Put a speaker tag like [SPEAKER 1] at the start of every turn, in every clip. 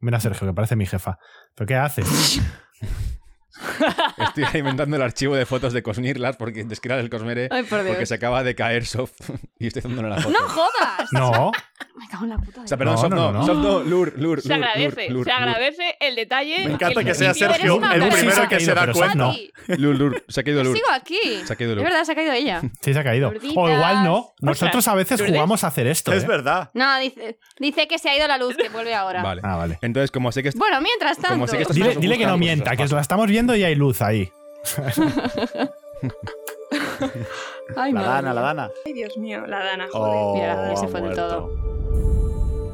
[SPEAKER 1] Mira, Sergio, que parece mi jefa. ¿Pero qué haces?
[SPEAKER 2] Estoy alimentando el archivo de fotos de Cosmirlas porque describir el Cosmere
[SPEAKER 3] Ay, por Dios.
[SPEAKER 2] porque se acaba de caer Soft y estoy haciendo una foto.
[SPEAKER 3] ¡No jodas!
[SPEAKER 1] No.
[SPEAKER 3] Me cago en la puta.
[SPEAKER 2] O
[SPEAKER 3] de-
[SPEAKER 2] sea, perdón,
[SPEAKER 1] No,
[SPEAKER 2] Soft
[SPEAKER 1] no,
[SPEAKER 2] no,
[SPEAKER 1] no, no.
[SPEAKER 2] Soft no, Lur, Lur,
[SPEAKER 3] se agradece,
[SPEAKER 2] Lur,
[SPEAKER 3] se agradece el detalle.
[SPEAKER 2] Me
[SPEAKER 4] encanta
[SPEAKER 3] el
[SPEAKER 4] que sea
[SPEAKER 3] principio, eres
[SPEAKER 4] Sergio
[SPEAKER 3] una
[SPEAKER 4] el
[SPEAKER 1] Sí,
[SPEAKER 3] persona.
[SPEAKER 4] primero
[SPEAKER 1] se ha
[SPEAKER 4] que se
[SPEAKER 1] caído,
[SPEAKER 4] da
[SPEAKER 1] pero
[SPEAKER 4] cuenta.
[SPEAKER 1] no.
[SPEAKER 3] Mati,
[SPEAKER 2] Lur, Lur, se ha caído Lur.
[SPEAKER 3] Sigo aquí.
[SPEAKER 2] Se ha caído
[SPEAKER 3] Es
[SPEAKER 2] Lur.
[SPEAKER 3] verdad, se ha caído ella.
[SPEAKER 1] Sí, se ha caído. O
[SPEAKER 3] Gorditas.
[SPEAKER 1] igual no. Nosotros
[SPEAKER 3] Ostras,
[SPEAKER 1] a veces
[SPEAKER 3] ¿Lourdes?
[SPEAKER 1] jugamos a hacer esto.
[SPEAKER 4] Es
[SPEAKER 1] ¿eh?
[SPEAKER 4] verdad.
[SPEAKER 3] No, dice, dice que se ha ido la luz, que vuelve ahora.
[SPEAKER 2] Vale.
[SPEAKER 1] Ah, vale.
[SPEAKER 2] Entonces, como sé que es-
[SPEAKER 3] Bueno, mientras tanto.
[SPEAKER 2] Como sé que estás-
[SPEAKER 1] Dile,
[SPEAKER 2] Nosotros
[SPEAKER 1] dile que no
[SPEAKER 2] buscamos
[SPEAKER 1] mienta,
[SPEAKER 2] esos
[SPEAKER 1] que la estamos viendo y hay luz ahí.
[SPEAKER 3] Ay,
[SPEAKER 4] La
[SPEAKER 3] madre
[SPEAKER 4] Dana, la
[SPEAKER 3] mía.
[SPEAKER 4] Dana.
[SPEAKER 5] Ay, Dios mío, la Dana, joder.
[SPEAKER 4] Oh,
[SPEAKER 3] Mira, ya se fue
[SPEAKER 4] ha
[SPEAKER 3] de todo.
[SPEAKER 4] muerto.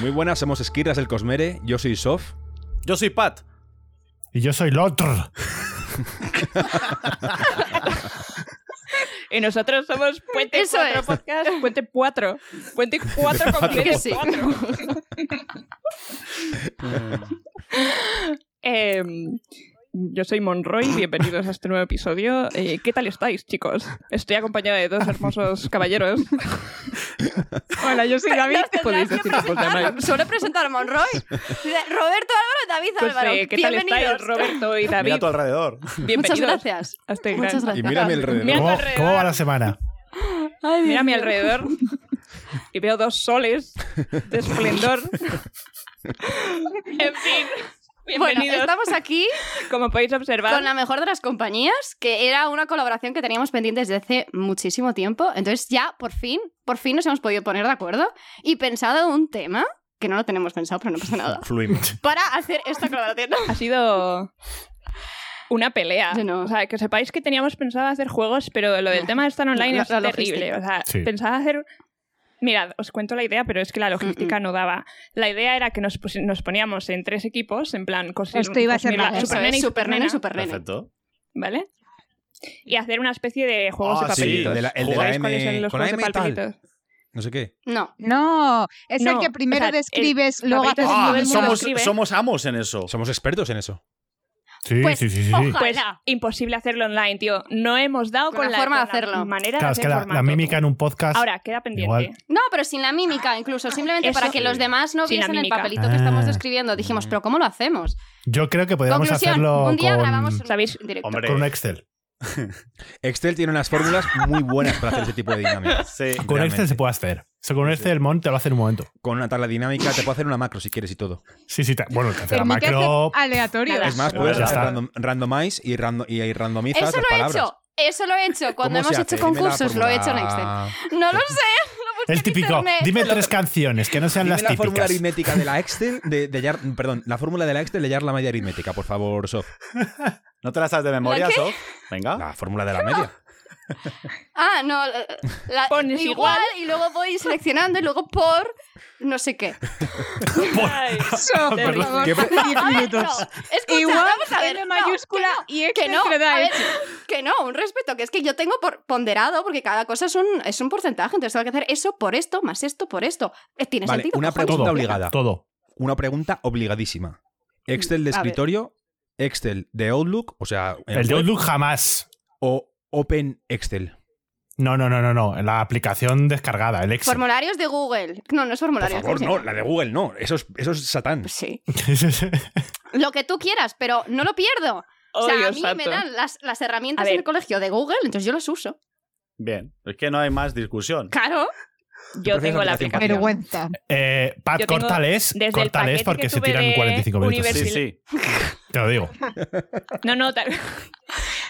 [SPEAKER 2] muy buenas, somos Esquirras del Cosmere, yo soy Sof.
[SPEAKER 4] Yo soy Pat.
[SPEAKER 1] Y yo soy Lotr.
[SPEAKER 5] Y nosotros somos Puente
[SPEAKER 3] Eso
[SPEAKER 5] 4
[SPEAKER 3] es.
[SPEAKER 5] Podcast. Puente 4. Puente 4 con
[SPEAKER 3] Dile que sí.
[SPEAKER 5] Eh, yo soy Monroy, bienvenidos a este nuevo episodio. Eh, ¿Qué tal estáis, chicos? Estoy acompañada de dos hermosos caballeros. Hola, yo soy David.
[SPEAKER 3] Nos tendrás
[SPEAKER 5] Podéis
[SPEAKER 2] este
[SPEAKER 3] que
[SPEAKER 5] decir vosotros,
[SPEAKER 3] presentar,
[SPEAKER 5] ¿no?
[SPEAKER 3] Suele presentar Monroy. Dice, Roberto Álvaro, David
[SPEAKER 5] Pues,
[SPEAKER 3] Álvaro.
[SPEAKER 5] eh, ¿Qué tal estáis,
[SPEAKER 3] Bienvenidos.
[SPEAKER 5] Roberto y David?
[SPEAKER 4] Mira a tu alrededor.
[SPEAKER 5] Bienvenidos
[SPEAKER 3] Muchas gracias.
[SPEAKER 5] a este gran-
[SPEAKER 3] Muchas
[SPEAKER 2] Y
[SPEAKER 3] gracias.
[SPEAKER 2] mírame
[SPEAKER 5] Mira
[SPEAKER 2] alrededor.
[SPEAKER 5] tu
[SPEAKER 1] ¿Cómo,
[SPEAKER 5] alrededor.
[SPEAKER 1] cómo va la semana?
[SPEAKER 3] Ay,
[SPEAKER 5] Mira a
[SPEAKER 3] Dios
[SPEAKER 5] mi
[SPEAKER 3] mío.
[SPEAKER 5] alrededor y veo dos soles de esplendor. En fin,
[SPEAKER 3] Bueno,
[SPEAKER 5] bienvenidos.
[SPEAKER 3] estamos aquí
[SPEAKER 5] Como podéis observar,
[SPEAKER 3] con la mejor de las compañías, que era una colaboración que teníamos pendiente desde hace muchísimo tiempo. Entonces ya, por fin, por fin nos hemos podido poner de acuerdo y pensado un tema, que no lo tenemos pensado, pero no pasa nada,
[SPEAKER 4] Fluimos.
[SPEAKER 3] para hacer esta colaboración.
[SPEAKER 5] ha sido una pelea.
[SPEAKER 3] Sí, no.
[SPEAKER 5] O sea, que sepáis que teníamos pensado hacer juegos, pero lo del tema de estar online
[SPEAKER 3] Ah, La-
[SPEAKER 5] es
[SPEAKER 3] la
[SPEAKER 5] terrible.
[SPEAKER 3] logística.
[SPEAKER 5] O sea,
[SPEAKER 1] Sí.
[SPEAKER 5] pensaba hacer. Mirad, os cuento la idea, pero es que la logística no daba. La idea era que nos, pusi- nos poníamos en tres equipos, en plan, cos-
[SPEAKER 6] Esto iba a ser
[SPEAKER 5] Cosmirla,
[SPEAKER 6] la-
[SPEAKER 3] Eso
[SPEAKER 5] Supernena
[SPEAKER 3] es,
[SPEAKER 5] y
[SPEAKER 3] Supernena y
[SPEAKER 5] Supernena.
[SPEAKER 3] Supernena.
[SPEAKER 4] Perfecto.
[SPEAKER 5] ¿Vale? Y hacer una especie de juegos
[SPEAKER 4] Ah,
[SPEAKER 5] de
[SPEAKER 4] sí,
[SPEAKER 5] papelitos.
[SPEAKER 2] el de la- el de la
[SPEAKER 5] ¿Jugáis
[SPEAKER 2] M-
[SPEAKER 5] cuáles son los
[SPEAKER 2] con la
[SPEAKER 5] juegos
[SPEAKER 2] M
[SPEAKER 5] de
[SPEAKER 2] y tal.
[SPEAKER 5] papelitos?
[SPEAKER 2] No sé qué.
[SPEAKER 3] No.
[SPEAKER 6] No, es
[SPEAKER 5] No,
[SPEAKER 6] el que primero
[SPEAKER 5] o sea,
[SPEAKER 6] describes,
[SPEAKER 5] el
[SPEAKER 6] luego
[SPEAKER 5] papelito
[SPEAKER 6] haces
[SPEAKER 5] es
[SPEAKER 6] Pues
[SPEAKER 4] Ah,
[SPEAKER 6] todo
[SPEAKER 5] todo
[SPEAKER 6] el mundo.
[SPEAKER 4] somos,
[SPEAKER 5] escribe.
[SPEAKER 4] somos amos en eso.
[SPEAKER 2] Somos expertos en eso.
[SPEAKER 1] Sí,
[SPEAKER 3] Pues,
[SPEAKER 1] sí, sí, sí. sí.
[SPEAKER 3] ojalá.
[SPEAKER 5] Pues imposible hacerlo online, tío. No hemos dado
[SPEAKER 3] Con
[SPEAKER 5] con,
[SPEAKER 3] la
[SPEAKER 5] la,
[SPEAKER 3] forma de
[SPEAKER 5] con la
[SPEAKER 3] hacerlo.
[SPEAKER 5] manera de
[SPEAKER 1] Claro, es
[SPEAKER 5] hacer
[SPEAKER 1] que la,
[SPEAKER 5] formato,
[SPEAKER 1] la mímica en
[SPEAKER 5] tío.
[SPEAKER 1] un podcast.
[SPEAKER 5] Ahora, queda pendiente.
[SPEAKER 1] Igual.
[SPEAKER 3] No, pero sin la mímica, incluso, simplemente
[SPEAKER 5] Ah, Eso
[SPEAKER 3] para que
[SPEAKER 2] sí.
[SPEAKER 3] los demás no
[SPEAKER 5] Sin la
[SPEAKER 3] viesen el
[SPEAKER 5] mímica.
[SPEAKER 3] papelito que estamos
[SPEAKER 1] Ah.
[SPEAKER 3] describiendo. Dijimos, pero ¿cómo lo hacemos?
[SPEAKER 1] Yo creo que podríamos
[SPEAKER 3] Conclusión,
[SPEAKER 1] hacerlo
[SPEAKER 3] un día
[SPEAKER 1] con,
[SPEAKER 3] grabamos un
[SPEAKER 5] ¿Sabéis?
[SPEAKER 3] directo.
[SPEAKER 4] Hombre,
[SPEAKER 1] con un Excel.
[SPEAKER 2] Excel tiene unas fórmulas muy buenas para hacer ese tipo de dinámica.
[SPEAKER 4] sí.
[SPEAKER 1] Con un Excel
[SPEAKER 2] Realmente.
[SPEAKER 1] se puede hacer. Eso con un
[SPEAKER 2] Sí, sí.
[SPEAKER 1] Excel, Mon, te lo hace en un momento.
[SPEAKER 2] Con una tabla dinámica te puedo hacer una macro si quieres y todo.
[SPEAKER 1] Sí, sí, te- bueno, te hace la
[SPEAKER 6] Permite
[SPEAKER 1] macro.
[SPEAKER 6] hacer aleatorios.
[SPEAKER 5] Nada.
[SPEAKER 2] Es más,
[SPEAKER 4] Ya
[SPEAKER 2] puedes
[SPEAKER 1] está.
[SPEAKER 2] hacer random- randomize y, rando- y y randomizas
[SPEAKER 3] Eso
[SPEAKER 2] las
[SPEAKER 3] lo he
[SPEAKER 2] palabras.
[SPEAKER 3] hecho. Eso lo he hecho. Cuando
[SPEAKER 2] ¿Cómo
[SPEAKER 3] hemos
[SPEAKER 2] se
[SPEAKER 3] hecho
[SPEAKER 2] hace? Dime la
[SPEAKER 3] concursos, lo he hecho en Excel.
[SPEAKER 2] fórmula-
[SPEAKER 3] No lo sé. Lo busqué
[SPEAKER 1] El
[SPEAKER 3] en
[SPEAKER 1] típico,
[SPEAKER 3] internet.
[SPEAKER 1] dime tres canciones que no sean
[SPEAKER 2] Dime
[SPEAKER 1] las
[SPEAKER 2] la fórmula
[SPEAKER 1] típicas.
[SPEAKER 2] aritmética de la Excel de, de hallar- perdón, la fórmula de la Excel de hallar la media aritmética, por favor, Sof.
[SPEAKER 4] ¿No te las sabes de memoria,
[SPEAKER 3] ¿La qué?
[SPEAKER 4] Sof?
[SPEAKER 1] Ah.
[SPEAKER 4] Venga.
[SPEAKER 2] La fórmula de la media.
[SPEAKER 3] Ah, no. la- la-
[SPEAKER 5] Pones
[SPEAKER 3] igual
[SPEAKER 5] igual.
[SPEAKER 3] y luego voy seleccionando y luego por no sé qué.
[SPEAKER 5] Ay,
[SPEAKER 6] Eso, por
[SPEAKER 5] Perdón.
[SPEAKER 6] favor,
[SPEAKER 2] ¿Qué pre-
[SPEAKER 3] A
[SPEAKER 6] hace 10
[SPEAKER 3] ver, no.
[SPEAKER 6] minutos.
[SPEAKER 3] Escucha,
[SPEAKER 6] Igual
[SPEAKER 3] vamos a ver.
[SPEAKER 6] L
[SPEAKER 3] no,
[SPEAKER 6] mayúscula y
[SPEAKER 3] que
[SPEAKER 5] este
[SPEAKER 6] Excel
[SPEAKER 3] no,
[SPEAKER 6] te lo
[SPEAKER 3] a
[SPEAKER 6] da
[SPEAKER 3] ver,
[SPEAKER 6] hecho.
[SPEAKER 3] que no, un respeto, que es que yo tengo por ponderado, porque cada cosa es un, es un porcentaje, entonces tengo que hacer eso por esto, más esto por esto. Eh, Tiene
[SPEAKER 2] Vale,
[SPEAKER 3] sentido.
[SPEAKER 2] una
[SPEAKER 3] cojones?
[SPEAKER 2] pregunta
[SPEAKER 1] Todo,
[SPEAKER 2] obligada.
[SPEAKER 1] Todo.
[SPEAKER 2] Una pregunta obligadísima. Excel de
[SPEAKER 3] A ver.
[SPEAKER 2] escritorio, Excel de Outlook, o sea, en
[SPEAKER 1] El de
[SPEAKER 2] web,
[SPEAKER 1] Outlook jamás.
[SPEAKER 2] o Open Excel.
[SPEAKER 1] No, no, no, no, no. La aplicación descargada, el Excel.
[SPEAKER 3] Formularios de Google. No, no es
[SPEAKER 2] Por
[SPEAKER 3] formularios.
[SPEAKER 2] favor,
[SPEAKER 3] ¿cómo
[SPEAKER 2] no,
[SPEAKER 3] se
[SPEAKER 2] la de Google no, eso es, eso es satán.
[SPEAKER 3] llama? Sí. Lo que tú quieras, pero no lo pierdo. o sea,
[SPEAKER 5] Dios
[SPEAKER 3] a mí
[SPEAKER 5] santo.
[SPEAKER 3] me dan las, las
[SPEAKER 5] A
[SPEAKER 3] herramientas
[SPEAKER 5] ver.
[SPEAKER 3] del colegio de Google, entonces yo las uso.
[SPEAKER 4] Bien. Es que no hay más discusión.
[SPEAKER 3] Claro.
[SPEAKER 5] Yo
[SPEAKER 2] Prefiero
[SPEAKER 5] tengo la
[SPEAKER 2] aplicación
[SPEAKER 5] aplicación.
[SPEAKER 6] Vergüenza.
[SPEAKER 1] Eh, Pat,
[SPEAKER 5] Yo tengo
[SPEAKER 1] córtales,
[SPEAKER 5] desde el
[SPEAKER 1] córtales
[SPEAKER 5] paquete
[SPEAKER 1] porque
[SPEAKER 5] que
[SPEAKER 1] se
[SPEAKER 5] tuve
[SPEAKER 1] tiran
[SPEAKER 5] de
[SPEAKER 1] 45 minutos.
[SPEAKER 4] Sí,
[SPEAKER 5] universidad-
[SPEAKER 4] sí.
[SPEAKER 1] Te lo digo.
[SPEAKER 5] No, no, tal.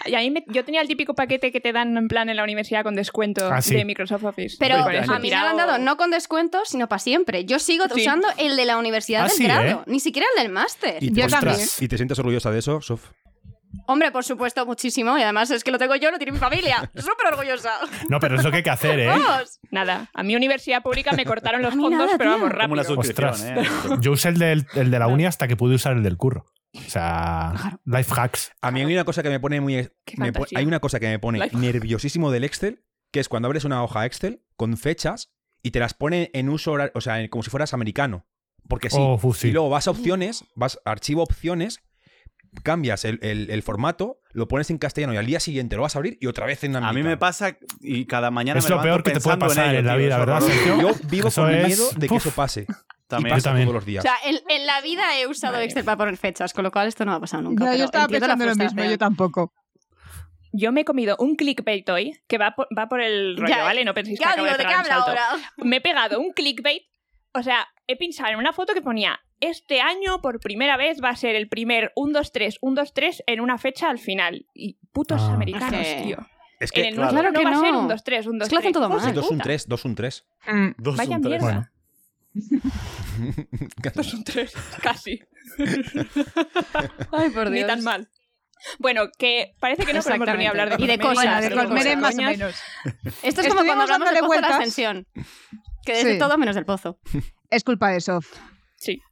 [SPEAKER 5] Y ahí me- yo tenía el típico paquete que te dan en plan en la universidad con descuento
[SPEAKER 1] Ah, sí.
[SPEAKER 5] de Microsoft Office.
[SPEAKER 3] Pero
[SPEAKER 5] Y con eso
[SPEAKER 3] a
[SPEAKER 5] he
[SPEAKER 3] mí me lo
[SPEAKER 5] tirado-
[SPEAKER 3] han dado no con descuento, sino para siempre. Yo sigo
[SPEAKER 5] Sí.
[SPEAKER 3] usando el de la universidad
[SPEAKER 1] Ah,
[SPEAKER 3] del
[SPEAKER 1] sí,
[SPEAKER 3] grado,
[SPEAKER 1] ¿eh?
[SPEAKER 3] ni siquiera el del máster.
[SPEAKER 2] Y te-
[SPEAKER 3] Yo
[SPEAKER 1] Ostras.
[SPEAKER 3] también.
[SPEAKER 2] ¿Y te sientes orgullosa de eso, Sof?
[SPEAKER 3] Hombre, por supuesto, muchísimo. Y además es que lo tengo yo, lo tiene mi familia. Súper orgullosa.
[SPEAKER 1] No, pero es lo que hay que hacer, ¿eh?
[SPEAKER 5] Oh.
[SPEAKER 3] Vamos.
[SPEAKER 5] Nada, a mí universidad pública me cortaron los
[SPEAKER 3] A mí
[SPEAKER 5] fondos,
[SPEAKER 3] nada,
[SPEAKER 5] pero
[SPEAKER 3] tío.
[SPEAKER 5] vamos,
[SPEAKER 4] Como una
[SPEAKER 5] rápido.
[SPEAKER 4] suscripción,
[SPEAKER 1] Ostras.
[SPEAKER 4] ¿eh?
[SPEAKER 1] Yo usé el, del- el de la uni hasta que pude usar el del curro. O sea, life hacks.
[SPEAKER 2] A mí hay una cosa que me pone muy.
[SPEAKER 5] Qué
[SPEAKER 2] me po-
[SPEAKER 5] fantasía.
[SPEAKER 2] hay una cosa que me pone
[SPEAKER 5] Life.
[SPEAKER 2] nerviosísimo del Excel, que es cuando abres una hoja Excel con fechas y te las pone en uso horario, o sea, en- como si fueras americano. Porque Eh, sí.
[SPEAKER 1] Oh, fu- sí.
[SPEAKER 2] Y luego vas a opciones, vas a archivo opciones, cambias el, el- el formato, lo pones en castellano y al día siguiente lo vas a abrir y otra vez en americano.
[SPEAKER 4] A mí me pasa y cada mañana
[SPEAKER 1] Es
[SPEAKER 4] me
[SPEAKER 1] lo
[SPEAKER 4] levanto
[SPEAKER 1] peor que te puede
[SPEAKER 4] pensando
[SPEAKER 1] pasar
[SPEAKER 4] ello,
[SPEAKER 1] en la
[SPEAKER 4] tío,
[SPEAKER 1] vida,
[SPEAKER 4] es
[SPEAKER 1] ¿verdad,
[SPEAKER 4] horroroso.
[SPEAKER 1] Sergio?
[SPEAKER 2] Yo vivo
[SPEAKER 1] Eso
[SPEAKER 2] con
[SPEAKER 1] es-
[SPEAKER 2] miedo de que
[SPEAKER 1] Puf.
[SPEAKER 2] eso pase. Y
[SPEAKER 4] También.
[SPEAKER 1] Yo
[SPEAKER 2] pasa
[SPEAKER 1] también.
[SPEAKER 2] todos los
[SPEAKER 3] O
[SPEAKER 2] días.
[SPEAKER 3] sea, en, en la vida he usado
[SPEAKER 5] Madre
[SPEAKER 3] Excel para poner fechas, con lo cual esto no ha pasado nunca.
[SPEAKER 6] No,
[SPEAKER 3] pero
[SPEAKER 6] yo estaba
[SPEAKER 3] entiendo
[SPEAKER 6] pensando
[SPEAKER 3] la ¿eh?
[SPEAKER 6] lo mismo, yo
[SPEAKER 3] frustración.
[SPEAKER 6] tampoco.
[SPEAKER 5] Yo me he comido un clickbait hoy que va por, va por el rollo,
[SPEAKER 3] Ya, eh,
[SPEAKER 5] ¿vale? No penséis que
[SPEAKER 3] Ya
[SPEAKER 5] acabo
[SPEAKER 3] digo, ¿de
[SPEAKER 5] de
[SPEAKER 3] qué
[SPEAKER 5] pegar un
[SPEAKER 3] habla
[SPEAKER 5] salto.
[SPEAKER 3] ahora?
[SPEAKER 5] Me he pegado un clickbait, o sea, he pinchado en una foto que ponía este año por primera vez va a ser el primer 1 2 3 1 2 3 en una fecha al final y putos
[SPEAKER 1] Ah.
[SPEAKER 5] americanos,
[SPEAKER 3] Es que-
[SPEAKER 5] tío.
[SPEAKER 2] es
[SPEAKER 5] en
[SPEAKER 2] que,
[SPEAKER 5] el
[SPEAKER 4] claro.
[SPEAKER 5] nuestro
[SPEAKER 3] Claro que
[SPEAKER 5] no va a ser
[SPEAKER 3] no.
[SPEAKER 5] 1 2 3 1 2
[SPEAKER 3] Es que lo
[SPEAKER 5] 3.
[SPEAKER 3] hacen todo
[SPEAKER 5] Hijos de
[SPEAKER 3] mal.
[SPEAKER 2] es 2 un
[SPEAKER 5] puta.
[SPEAKER 2] 3, 2 un 3.
[SPEAKER 6] Mm,
[SPEAKER 4] Dos,
[SPEAKER 5] Vaya
[SPEAKER 4] un, tres.
[SPEAKER 5] mierda.
[SPEAKER 1] Bueno.
[SPEAKER 5] Dos un tres, casi.
[SPEAKER 3] Ay, por
[SPEAKER 5] Ni tan mal. Bueno, que parece que no podemos venir a hablar de
[SPEAKER 3] Y de
[SPEAKER 5] cosmeres,
[SPEAKER 3] cosas,
[SPEAKER 6] Bueno, de
[SPEAKER 3] cosas,
[SPEAKER 6] Colmeres más o
[SPEAKER 5] coñas.
[SPEAKER 6] menos.
[SPEAKER 3] Esto es como cuando
[SPEAKER 6] Estuvimos
[SPEAKER 3] hablamos del pozo de
[SPEAKER 6] dándole
[SPEAKER 3] la
[SPEAKER 6] vueltas.
[SPEAKER 3] ascensión. Que es de
[SPEAKER 6] Sí.
[SPEAKER 3] todo menos del pozo.
[SPEAKER 6] Es culpa de Sof.
[SPEAKER 5] Sí.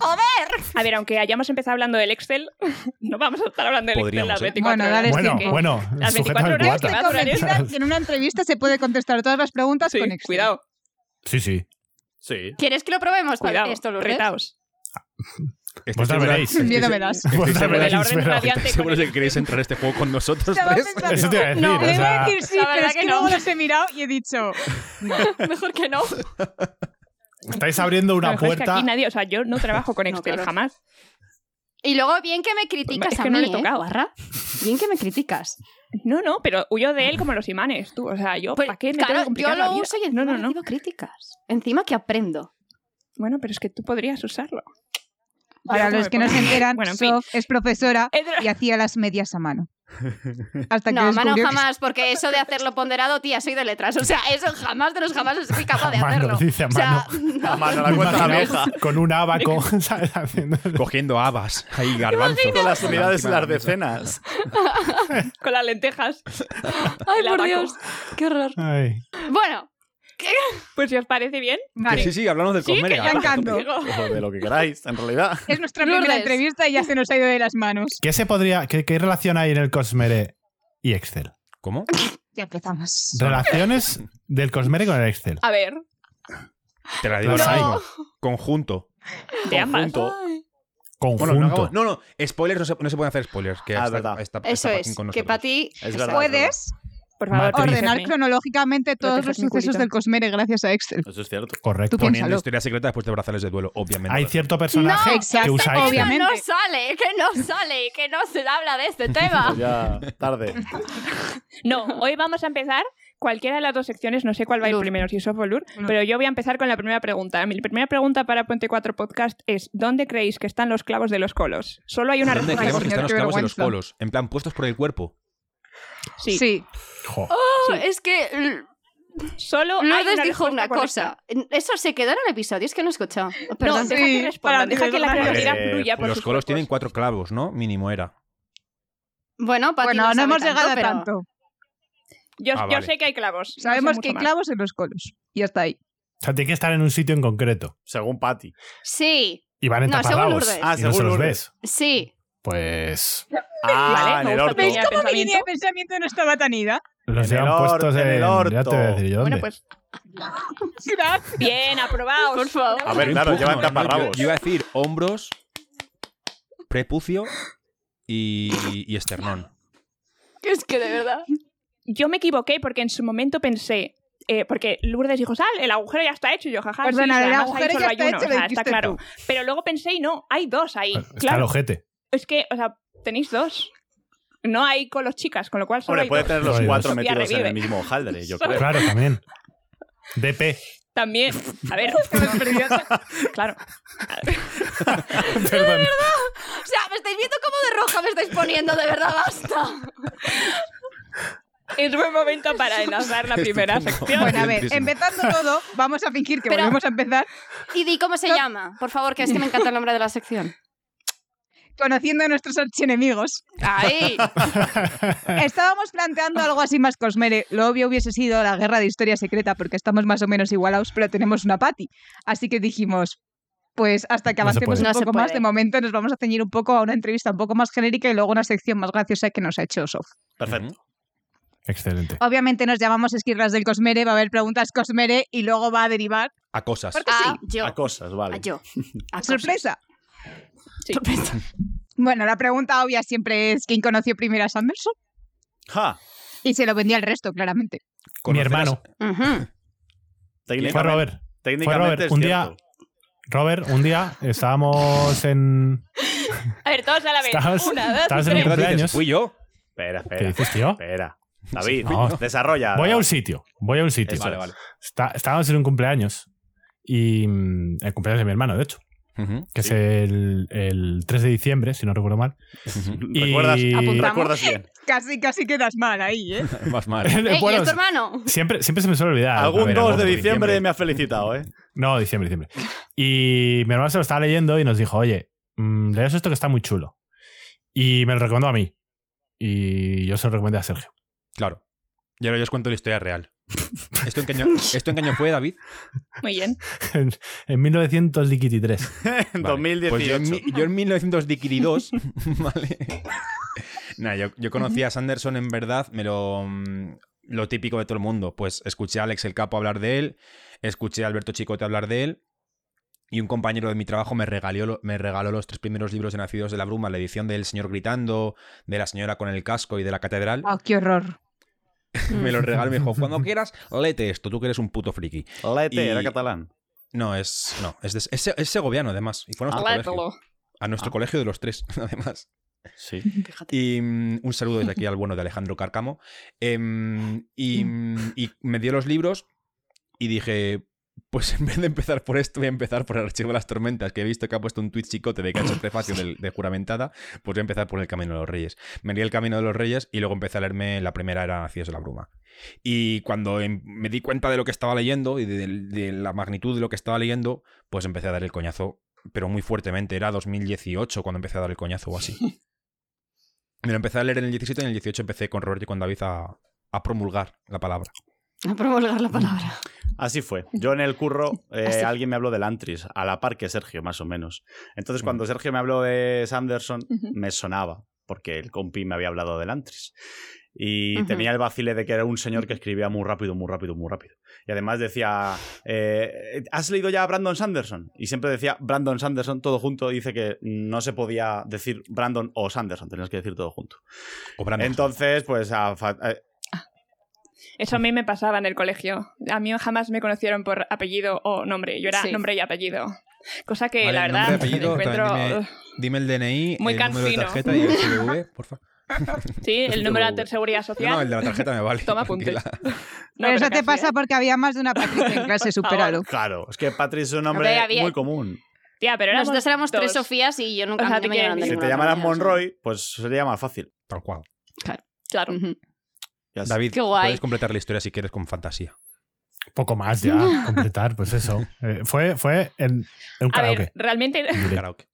[SPEAKER 5] A ver, aunque hayamos empezado hablando del Excel, no vamos a estar hablando del
[SPEAKER 2] Podríamos,
[SPEAKER 5] Excel las
[SPEAKER 2] ¿eh?
[SPEAKER 5] 24
[SPEAKER 6] Bueno, dale,
[SPEAKER 5] horas.
[SPEAKER 1] Bueno,
[SPEAKER 5] que-
[SPEAKER 1] bueno,
[SPEAKER 5] Las
[SPEAKER 1] sujeto
[SPEAKER 5] 24
[SPEAKER 1] al
[SPEAKER 5] horas
[SPEAKER 6] Yo
[SPEAKER 5] te
[SPEAKER 1] cubata.
[SPEAKER 6] estoy
[SPEAKER 5] va a durar
[SPEAKER 6] convencida
[SPEAKER 1] eso.
[SPEAKER 6] que en una entrevista se puede contestar todas las preguntas
[SPEAKER 5] Sí,
[SPEAKER 6] con Excel.
[SPEAKER 5] cuidado,
[SPEAKER 1] Sí, sí.
[SPEAKER 4] Sí.
[SPEAKER 3] ¿Quieres que lo probemos Pues
[SPEAKER 5] cuidado,
[SPEAKER 3] esto, Lourdes?
[SPEAKER 5] retaos.
[SPEAKER 1] Vosotras
[SPEAKER 2] Estoy segura-
[SPEAKER 1] Pues veréis.
[SPEAKER 2] estoy
[SPEAKER 6] Miedo
[SPEAKER 2] se-
[SPEAKER 6] me das.
[SPEAKER 2] estoy
[SPEAKER 1] Vosotras
[SPEAKER 2] segura-
[SPEAKER 1] veréis,
[SPEAKER 5] La orden
[SPEAKER 1] pero-
[SPEAKER 5] radiante
[SPEAKER 2] estoy
[SPEAKER 5] con
[SPEAKER 2] seguro de
[SPEAKER 5] el-
[SPEAKER 2] que queréis entrar a este juego con nosotros
[SPEAKER 6] Estaba
[SPEAKER 2] tres.
[SPEAKER 6] pensando-
[SPEAKER 1] Eso te iba a decir.
[SPEAKER 6] No,
[SPEAKER 1] o
[SPEAKER 6] le iba
[SPEAKER 1] sea,
[SPEAKER 6] a decir sí,
[SPEAKER 3] la
[SPEAKER 6] pero
[SPEAKER 3] verdad
[SPEAKER 6] es
[SPEAKER 3] que
[SPEAKER 6] que,
[SPEAKER 3] no.
[SPEAKER 6] luego los he mirado y he dicho,
[SPEAKER 3] Mejor que no.
[SPEAKER 1] estáis abriendo una
[SPEAKER 5] Claro, es que
[SPEAKER 1] puerta.
[SPEAKER 5] aquí nadie, o sea, yo no trabajo con
[SPEAKER 3] No,
[SPEAKER 5] Excel
[SPEAKER 3] claro.
[SPEAKER 5] jamás.
[SPEAKER 3] Y luego, bien que me criticas
[SPEAKER 5] Es
[SPEAKER 3] a
[SPEAKER 5] que no
[SPEAKER 3] mí,
[SPEAKER 5] le
[SPEAKER 3] ¿eh,
[SPEAKER 5] tocaba.
[SPEAKER 3] Guarra? Bien que me criticas.
[SPEAKER 5] No, no, pero huyo de él como los imanes, tú. O sea, yo,
[SPEAKER 3] Pues,
[SPEAKER 5] ¿para qué me tengo que
[SPEAKER 3] claro,
[SPEAKER 5] complicar
[SPEAKER 3] yo
[SPEAKER 5] la
[SPEAKER 3] lo
[SPEAKER 5] vida?
[SPEAKER 3] uso y
[SPEAKER 5] No,
[SPEAKER 3] encima
[SPEAKER 5] no, no.
[SPEAKER 3] recibo críticas. Encima que aprendo.
[SPEAKER 5] Bueno, pero es que tú podrías usarlo.
[SPEAKER 6] para
[SPEAKER 5] Yo
[SPEAKER 6] los que no se
[SPEAKER 5] me-
[SPEAKER 6] enteran,
[SPEAKER 5] Bueno, en fin.
[SPEAKER 6] Sof es profesora
[SPEAKER 5] Edra-
[SPEAKER 6] y hacía las medias a mano. Hasta que
[SPEAKER 3] No, mano,
[SPEAKER 6] descubrió que-
[SPEAKER 3] jamás, porque eso de hacerlo ponderado, tía, soy de letras. O sea, eso jamás de los jamás soy capaz de
[SPEAKER 1] Jamás lo
[SPEAKER 3] hacerlo.
[SPEAKER 1] dice a
[SPEAKER 3] o sea,
[SPEAKER 4] A
[SPEAKER 3] no.
[SPEAKER 4] mano, la
[SPEAKER 1] Me
[SPEAKER 4] cuenta la
[SPEAKER 1] imagino
[SPEAKER 4] vieja.
[SPEAKER 1] Con un abaco, ¿sabes? Haciendo-
[SPEAKER 2] Cogiendo habas, ahí garbanzos.
[SPEAKER 4] Con las unidades y
[SPEAKER 2] Encima de
[SPEAKER 4] las
[SPEAKER 2] mesa.
[SPEAKER 4] decenas.
[SPEAKER 5] Con las lentejas.
[SPEAKER 3] Ay,
[SPEAKER 5] El
[SPEAKER 3] por
[SPEAKER 5] abaco.
[SPEAKER 3] Dios. Qué horror.
[SPEAKER 1] Ay.
[SPEAKER 3] Bueno,
[SPEAKER 5] Pues si os parece bien,
[SPEAKER 6] Vale,
[SPEAKER 2] Sí, sí, hablamos del
[SPEAKER 5] Sí,
[SPEAKER 2] comer.
[SPEAKER 5] que
[SPEAKER 6] me
[SPEAKER 5] ya
[SPEAKER 6] encanta.
[SPEAKER 5] digo,
[SPEAKER 4] O de lo que queráis, en realidad.
[SPEAKER 6] Es nuestra
[SPEAKER 3] Lourdes.
[SPEAKER 6] primera entrevista y ya se nos ha ido de las manos.
[SPEAKER 1] ¿Qué se podría, qué, qué relación hay en el Cosmere y Excel?
[SPEAKER 2] ¿Cómo?
[SPEAKER 6] Ya empezamos.
[SPEAKER 1] Relaciones del Cosmere con el Excel.
[SPEAKER 5] a ver,
[SPEAKER 2] Te la digo
[SPEAKER 1] No.
[SPEAKER 2] ahora mismo. Conjunto.
[SPEAKER 5] de ambas.
[SPEAKER 4] Conjunto.
[SPEAKER 1] Conjunto.
[SPEAKER 2] Bueno, no, hagamos- no, no, spoilers no se, no se pueden hacer spoilers. Que
[SPEAKER 4] Ah,
[SPEAKER 2] está-
[SPEAKER 4] verdad.
[SPEAKER 2] está- está
[SPEAKER 3] eso
[SPEAKER 2] Joaquín
[SPEAKER 3] es.
[SPEAKER 2] con
[SPEAKER 3] Que
[SPEAKER 2] nosotros.
[SPEAKER 3] para ti.
[SPEAKER 4] Es verdad. es
[SPEAKER 6] Puedes
[SPEAKER 5] Por favor,
[SPEAKER 1] Matriz.
[SPEAKER 5] protegedme.
[SPEAKER 6] ordenar cronológicamente todos los
[SPEAKER 5] Protegerme,
[SPEAKER 6] sucesos
[SPEAKER 5] culito.
[SPEAKER 6] del Cosmere gracias a Excel.
[SPEAKER 4] verdad. Eso es cierto.
[SPEAKER 1] Correcto.
[SPEAKER 6] Tú piensas-
[SPEAKER 2] Poniendo
[SPEAKER 6] Piénsalo.
[SPEAKER 2] historia secreta después de brazales de duelo, obviamente.
[SPEAKER 1] Hay cierto personaje que
[SPEAKER 6] exacto,
[SPEAKER 1] usa Excel.
[SPEAKER 3] Que
[SPEAKER 6] obviamente.
[SPEAKER 3] no sale, que no sale, que no se habla de este tema.
[SPEAKER 4] Pues ya tarde.
[SPEAKER 5] No, hoy vamos a empezar cualquiera de las dos secciones, no sé cuál va a ir
[SPEAKER 3] Lur.
[SPEAKER 5] primero, si Sof o Lur,
[SPEAKER 6] Lur.
[SPEAKER 5] pero yo voy a empezar con la primera pregunta. Mi primera pregunta para Puente 4 Podcast es, ¿dónde creéis que están los clavos de los colos? Solo hay una
[SPEAKER 2] ¿Dónde
[SPEAKER 6] Ay,
[SPEAKER 2] creemos
[SPEAKER 5] respuesta.
[SPEAKER 2] que están
[SPEAKER 6] señor,
[SPEAKER 2] los
[SPEAKER 6] qué
[SPEAKER 2] clavos de los
[SPEAKER 6] vergüenza.
[SPEAKER 2] polos? En plan, puestos por el cuerpo.
[SPEAKER 5] Sí,
[SPEAKER 1] Jo.
[SPEAKER 3] Oh, Es que mm,
[SPEAKER 5] solo hay
[SPEAKER 3] Lourdes
[SPEAKER 5] una
[SPEAKER 3] dijo
[SPEAKER 5] respuesta
[SPEAKER 3] una
[SPEAKER 5] correcta.
[SPEAKER 3] cosa. Eso se quedó en el episodio, es que no escuchó.
[SPEAKER 5] No,
[SPEAKER 3] Perdón.
[SPEAKER 5] deja que
[SPEAKER 6] Sí,
[SPEAKER 5] respondan, deja que la
[SPEAKER 6] para-
[SPEAKER 5] creatividad
[SPEAKER 4] Eh,
[SPEAKER 5] fluya por
[SPEAKER 2] los
[SPEAKER 5] sus
[SPEAKER 2] colos
[SPEAKER 5] cuerpos.
[SPEAKER 2] tienen cuatro clavos, ¿no? Mínimo era.
[SPEAKER 3] Bueno, Pati
[SPEAKER 6] Bueno, no
[SPEAKER 3] sabe
[SPEAKER 6] hemos
[SPEAKER 3] tanto,
[SPEAKER 6] llegado a
[SPEAKER 3] pero-
[SPEAKER 6] tanto.
[SPEAKER 5] Yo,
[SPEAKER 2] Ah,
[SPEAKER 5] yo
[SPEAKER 2] vale.
[SPEAKER 5] sé que hay clavos. no sé
[SPEAKER 6] Sabemos
[SPEAKER 5] mucho
[SPEAKER 6] que hay
[SPEAKER 5] más.
[SPEAKER 6] clavos en los colos. Y hasta ahí.
[SPEAKER 1] O sea, tiene que estar en un sitio en concreto.
[SPEAKER 4] Según Patty.
[SPEAKER 3] Sí,
[SPEAKER 1] Y van en
[SPEAKER 3] No, según
[SPEAKER 1] taparrabos.
[SPEAKER 3] Lourdes.
[SPEAKER 4] Ah,
[SPEAKER 1] y no se
[SPEAKER 4] según
[SPEAKER 1] los
[SPEAKER 4] Lourdes.
[SPEAKER 1] ves.
[SPEAKER 3] sí.
[SPEAKER 1] Pues
[SPEAKER 4] Ah,
[SPEAKER 5] Vale,
[SPEAKER 4] en el
[SPEAKER 5] me gusta
[SPEAKER 4] orto.
[SPEAKER 5] pedir-
[SPEAKER 6] ¿Veis
[SPEAKER 5] Tenía
[SPEAKER 6] cómo mi
[SPEAKER 5] pensamiento.
[SPEAKER 6] línea de pensamiento no estaba tan ida?
[SPEAKER 1] los
[SPEAKER 4] En el
[SPEAKER 1] llevan puestos
[SPEAKER 4] orto,
[SPEAKER 1] en...
[SPEAKER 4] en
[SPEAKER 1] Ya te
[SPEAKER 4] el
[SPEAKER 1] voy a
[SPEAKER 4] orto.
[SPEAKER 1] decir yo
[SPEAKER 5] Bueno,
[SPEAKER 1] dónde.
[SPEAKER 5] pues
[SPEAKER 6] Gracias.
[SPEAKER 5] bien, aprobados.
[SPEAKER 3] Por favor.
[SPEAKER 4] A ver, claro, llevan
[SPEAKER 2] Empujan, ¿no?
[SPEAKER 4] taparrabos.
[SPEAKER 2] Yo, yo iba a decir hombros, prepucio y, y esternón.
[SPEAKER 3] Es que de verdad.
[SPEAKER 5] Yo me equivoqué porque en su momento pensé... eh, porque Lourdes dijo, sal, el agujero ya está hecho. Y yo, jaja, sí,
[SPEAKER 6] Perdona,
[SPEAKER 5] si
[SPEAKER 6] el
[SPEAKER 5] además ahí
[SPEAKER 6] agujero
[SPEAKER 5] solo
[SPEAKER 6] ya
[SPEAKER 5] hay
[SPEAKER 6] está
[SPEAKER 5] uno,
[SPEAKER 6] hecho,
[SPEAKER 5] o
[SPEAKER 6] lo
[SPEAKER 5] sea, está
[SPEAKER 6] dijiste
[SPEAKER 5] claro.
[SPEAKER 6] tú.
[SPEAKER 5] Pero luego pensé, y no, hay dos ahí.
[SPEAKER 1] Está el
[SPEAKER 5] claro,
[SPEAKER 1] ojete.
[SPEAKER 5] es que, o sea, tenéis dos. No hay con los chicas, con lo cual solo
[SPEAKER 4] Hombre,
[SPEAKER 5] hay
[SPEAKER 4] puede
[SPEAKER 5] dos.
[SPEAKER 4] tener los
[SPEAKER 1] Ay,
[SPEAKER 4] cuatro
[SPEAKER 5] Dios.
[SPEAKER 4] metidos en
[SPEAKER 5] Revive.
[SPEAKER 4] el mismo hojaldre, yo creo.
[SPEAKER 1] Claro, también. DP.
[SPEAKER 5] También, a ver, claro.
[SPEAKER 1] Perdón.
[SPEAKER 3] O sea, me estoy estáis viendo cómo de roja me estáis poniendo, de verdad, basta.
[SPEAKER 5] Es buen momento para enlazar la primera
[SPEAKER 2] Estupendo.
[SPEAKER 5] sección.
[SPEAKER 6] Bueno, a ver,
[SPEAKER 2] Interesante.
[SPEAKER 6] empezando todo, vamos a fingir que
[SPEAKER 3] Pero-
[SPEAKER 6] volvemos a empezar
[SPEAKER 3] Y di cómo se llama, por favor, que es que me encanta el nombre de la sección.
[SPEAKER 6] conociendo a nuestros archienemigos.
[SPEAKER 3] ¡Ay!
[SPEAKER 6] Estábamos planteando algo así más cosmere. Lo obvio hubiese sido la guerra de historia secreta, porque estamos más o menos igualados, pero tenemos una pati. Así que dijimos, pues hasta que
[SPEAKER 1] No se
[SPEAKER 6] avancemos
[SPEAKER 1] puede.
[SPEAKER 6] un
[SPEAKER 3] No se
[SPEAKER 6] poco más,
[SPEAKER 3] puede.
[SPEAKER 6] de momento nos vamos a ceñir un poco a una entrevista un poco más genérica y luego una sección más graciosa que nos ha hecho Sof.
[SPEAKER 4] Perfecto.
[SPEAKER 1] Excelente.
[SPEAKER 6] Obviamente nos llamamos Esquirlas del Cosmere, va a haber preguntas Cosmere y luego va a derivar.
[SPEAKER 2] A cosas.
[SPEAKER 6] Porque sí,
[SPEAKER 3] A yo.
[SPEAKER 4] A cosas, vale.
[SPEAKER 3] A yo. A
[SPEAKER 1] Pues
[SPEAKER 3] cosas.
[SPEAKER 6] sorpresa.
[SPEAKER 5] Sí.
[SPEAKER 3] Sorpresa.
[SPEAKER 6] Bueno, la pregunta obvia siempre es quién conoció primero a Sanderson
[SPEAKER 4] Ja,
[SPEAKER 6] y se lo vendía al resto, claramente.
[SPEAKER 1] Mi
[SPEAKER 2] Conocer a-
[SPEAKER 1] hermano.
[SPEAKER 3] Ujú.
[SPEAKER 1] Fue
[SPEAKER 4] técnicamente,
[SPEAKER 1] Robert. Fue
[SPEAKER 4] técnicamente
[SPEAKER 1] Robert.
[SPEAKER 4] es
[SPEAKER 1] Un
[SPEAKER 4] cierto.
[SPEAKER 1] día. Robert, un día estábamos en.
[SPEAKER 5] A ver, todos a la vez.
[SPEAKER 1] Estabas-
[SPEAKER 5] Una, dos,
[SPEAKER 1] estabas en un
[SPEAKER 5] tres.
[SPEAKER 2] Dices,
[SPEAKER 1] Cumpleaños.
[SPEAKER 2] Fui yo.
[SPEAKER 4] Espera,
[SPEAKER 1] ¿Qué
[SPEAKER 4] espera.
[SPEAKER 1] dices, tío?
[SPEAKER 4] Espera. David,
[SPEAKER 1] No.
[SPEAKER 4] desarrolla.
[SPEAKER 1] Voy a un sitio. Voy a un sitio.
[SPEAKER 4] Eso
[SPEAKER 2] Vale,
[SPEAKER 4] es.
[SPEAKER 2] vale.
[SPEAKER 1] Está- estábamos en un cumpleaños. Y. mm, El cumpleaños de mi hermano, de hecho.
[SPEAKER 2] Ujú,
[SPEAKER 1] Que
[SPEAKER 4] Sí.
[SPEAKER 1] es el, el 3 de diciembre, si no recuerdo mal.
[SPEAKER 2] ujú.
[SPEAKER 1] Y-
[SPEAKER 4] ¿Recuerdas?
[SPEAKER 6] Apuntamos.
[SPEAKER 4] ¿Recuerdas bien?
[SPEAKER 6] Casi, casi quedas mal ahí, ¿eh?
[SPEAKER 2] Más mal.
[SPEAKER 3] Ey, ¿y
[SPEAKER 1] Bueno,
[SPEAKER 3] es tu hermano?
[SPEAKER 1] siempre, siempre se me suele olvidar. A
[SPEAKER 4] Algún
[SPEAKER 1] ver,
[SPEAKER 4] 2
[SPEAKER 1] algún
[SPEAKER 4] de
[SPEAKER 2] de
[SPEAKER 4] diciembre
[SPEAKER 2] diciembre.
[SPEAKER 4] me ha felicitado, ¿eh?
[SPEAKER 1] No, diciembre, diciembre. Y mi hermano se lo estaba leyendo y nos dijo, oye, mm, leos esto que está muy chulo. Y me lo recomendó a mí. Y yo se lo recomendé a Sergio.
[SPEAKER 2] Claro. Y ahora yo os cuento la historia real. ¿Esto en qué año, esto en qué año fue, David?
[SPEAKER 5] Muy bien.
[SPEAKER 1] En, en 1923.
[SPEAKER 4] En
[SPEAKER 2] Vale, Pues yo en,
[SPEAKER 4] 2018.
[SPEAKER 2] mi- yo en 1922, ¿vale? Nah, yo, yo conocí a Sanderson en verdad, me lo, mm, lo típico de todo el mundo. Pues escuché a Alex el Capo hablar de él, escuché a Alberto Chicote hablar de él, y un compañero de mi trabajo me regaló, lo- me regaló los tres primeros libros de Nacidos de la Bruma, la edición del Señor Gritando, de la Señora con el Casco y de la Catedral.
[SPEAKER 3] Oh,
[SPEAKER 6] Ah, qué horror.
[SPEAKER 2] Me los regaló y me dijo, cuando quieras, léete esto, tú que eres un puto friki.
[SPEAKER 1] E
[SPEAKER 4] Lete,
[SPEAKER 2] Y-
[SPEAKER 4] era catalán.
[SPEAKER 2] No, es, no, es, de- es, se- es segoviano además, y fue a nuestro colegio.
[SPEAKER 5] Léetelo.
[SPEAKER 2] A nuestro
[SPEAKER 4] Ah.
[SPEAKER 2] colegio de los tres, además.
[SPEAKER 4] Sí.
[SPEAKER 3] Fíjate.
[SPEAKER 2] Y mm, un saludo desde aquí al bueno de Alejandro Cárcamo. Em, y, mm, y me dio los libros y dije, pues en vez de empezar por esto, voy a empezar por el archivo de las tormentas, que he visto que ha puesto un tweet chicote de que ha hecho el prefacio del- de, juramentada, pues voy a empezar por el Camino de los Reyes. Me leí el Camino de los Reyes y luego empecé a leerme, la primera era Nacidos de la Bruma. Y cuando em- me di cuenta de lo que estaba leyendo y de, de la magnitud de lo que estaba leyendo, pues empecé a dar el coñazo, pero muy fuertemente. Era 2018 cuando empecé a dar el coñazo o así. Me lo empecé a leer en el 17 y en el 18 empecé con Robert y con David a, a promulgar la palabra.
[SPEAKER 3] A promulgar la palabra.
[SPEAKER 4] Así fue. Yo en el curro, eh,
[SPEAKER 3] Así fue.
[SPEAKER 4] alguien me habló del Antris, a la par que Sergio, más o menos. Entonces, cuando Sergio me habló de Sanderson,
[SPEAKER 5] Ujú.
[SPEAKER 4] me sonaba, porque el compi me había hablado del Antris. Y
[SPEAKER 3] Ujú.
[SPEAKER 4] tenía el vacile de que era un señor que escribía muy rápido, muy rápido, muy rápido. Y además decía, eh, ¿has leído ya a Brandon Sanderson? Y siempre decía Brandon Sanderson todo junto. Dice que no se podía decir Brandon o Sanderson, tenías que decir todo junto.
[SPEAKER 2] O Brandon.
[SPEAKER 4] Entonces, pues a fa- eh,
[SPEAKER 5] Eso a mí me pasaba en el colegio. A mí jamás me conocieron por apellido o nombre. Yo era
[SPEAKER 3] Sí.
[SPEAKER 5] nombre y apellido. Cosa que,
[SPEAKER 2] Vale,
[SPEAKER 5] la
[SPEAKER 2] nombre,
[SPEAKER 5] verdad,
[SPEAKER 2] apellido,
[SPEAKER 5] encuentro...
[SPEAKER 2] también dime- Dime el DNI,
[SPEAKER 5] Muy
[SPEAKER 2] el número de
[SPEAKER 5] cansino.
[SPEAKER 2] tarjeta y el CVV, por favor.
[SPEAKER 5] Sí, el
[SPEAKER 2] Efectivo,
[SPEAKER 5] número de
[SPEAKER 2] Google.
[SPEAKER 5] seguridad
[SPEAKER 2] No,
[SPEAKER 5] social.
[SPEAKER 2] no, el de la tarjeta me vale.
[SPEAKER 5] Toma apuntes.
[SPEAKER 2] tranquila.
[SPEAKER 5] No,
[SPEAKER 6] pero, eso te
[SPEAKER 5] casi,
[SPEAKER 6] pasa
[SPEAKER 5] ¿eh?
[SPEAKER 6] porque había más de una patita en clase, supéralo.
[SPEAKER 4] claro, es que Patrick es un
[SPEAKER 5] Hombre,
[SPEAKER 4] nombre
[SPEAKER 5] había-
[SPEAKER 4] muy común.
[SPEAKER 5] Tía, pero éramos
[SPEAKER 3] Nosotros éramos tres
[SPEAKER 5] dos.
[SPEAKER 3] Sofías y yo nunca
[SPEAKER 5] O sea,
[SPEAKER 3] a mí no
[SPEAKER 5] te
[SPEAKER 3] me
[SPEAKER 5] quiero
[SPEAKER 3] llamaron de
[SPEAKER 5] decir-
[SPEAKER 4] Si te
[SPEAKER 3] ninguna
[SPEAKER 4] llamaran
[SPEAKER 3] manera, o sea.
[SPEAKER 4] Monroy, pues sería más fácil.
[SPEAKER 2] Tal cual.
[SPEAKER 5] Claro.
[SPEAKER 3] Ujú.
[SPEAKER 4] Ya está.
[SPEAKER 2] David,
[SPEAKER 3] Qué guay.
[SPEAKER 2] puedes completar la historia si quieres con fantasía.
[SPEAKER 1] Poco más ya, completar, pues eso. Eh, fue, fue en, en un
[SPEAKER 5] A ver,
[SPEAKER 1] karaoke.
[SPEAKER 5] realmente...
[SPEAKER 1] en directo.
[SPEAKER 2] Karaoke.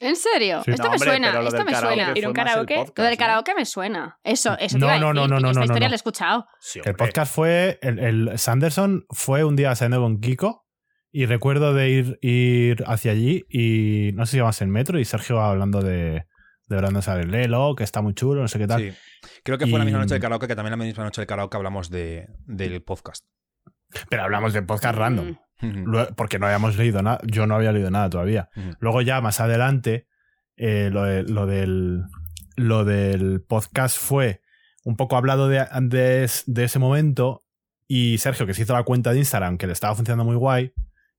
[SPEAKER 3] ¿En serio?
[SPEAKER 1] Sí.
[SPEAKER 3] esto
[SPEAKER 4] No,
[SPEAKER 3] me
[SPEAKER 4] hombre, pero
[SPEAKER 3] suena,
[SPEAKER 4] lo
[SPEAKER 3] esto
[SPEAKER 4] del
[SPEAKER 3] me
[SPEAKER 4] karaoke
[SPEAKER 3] suena.
[SPEAKER 5] Ir a un
[SPEAKER 4] fue más el
[SPEAKER 5] karaoke.
[SPEAKER 4] podcast,
[SPEAKER 3] Lo del
[SPEAKER 4] ¿no?
[SPEAKER 3] karaoke me suena. Eso, eso
[SPEAKER 1] No,
[SPEAKER 3] te iba a
[SPEAKER 1] no, no,
[SPEAKER 3] decir,
[SPEAKER 1] no,
[SPEAKER 3] que yo
[SPEAKER 1] no,
[SPEAKER 3] esta
[SPEAKER 1] no,
[SPEAKER 3] historia
[SPEAKER 1] no.
[SPEAKER 3] la he escuchado.
[SPEAKER 4] Sí,
[SPEAKER 1] El
[SPEAKER 4] hombre.
[SPEAKER 1] podcast fue. El, el Sanderson fue un día saliendo con Kiko. Y recuerdo de ir, ir hacia allí y no sé si íbamos en metro y Sergio hablando de, de Brandon Saber Lelo, que está muy chulo, no sé qué tal.
[SPEAKER 2] Sí. Creo que fue la misma
[SPEAKER 1] Y- mm.
[SPEAKER 2] noche del karaoke, que también la misma noche del karaoke hablamos de, del podcast.
[SPEAKER 1] Pero hablamos de podcast random.
[SPEAKER 3] Mm.
[SPEAKER 2] Ujú,
[SPEAKER 1] Lue- porque no habíamos leído nada, yo no había leído nada todavía.
[SPEAKER 2] ujú.
[SPEAKER 1] Luego ya más adelante, eh, lo, de- lo del, lo del podcast fue un poco hablado de, de es- de ese momento y Sergio, que se hizo la cuenta de Instagram, que le estaba funcionando muy guay,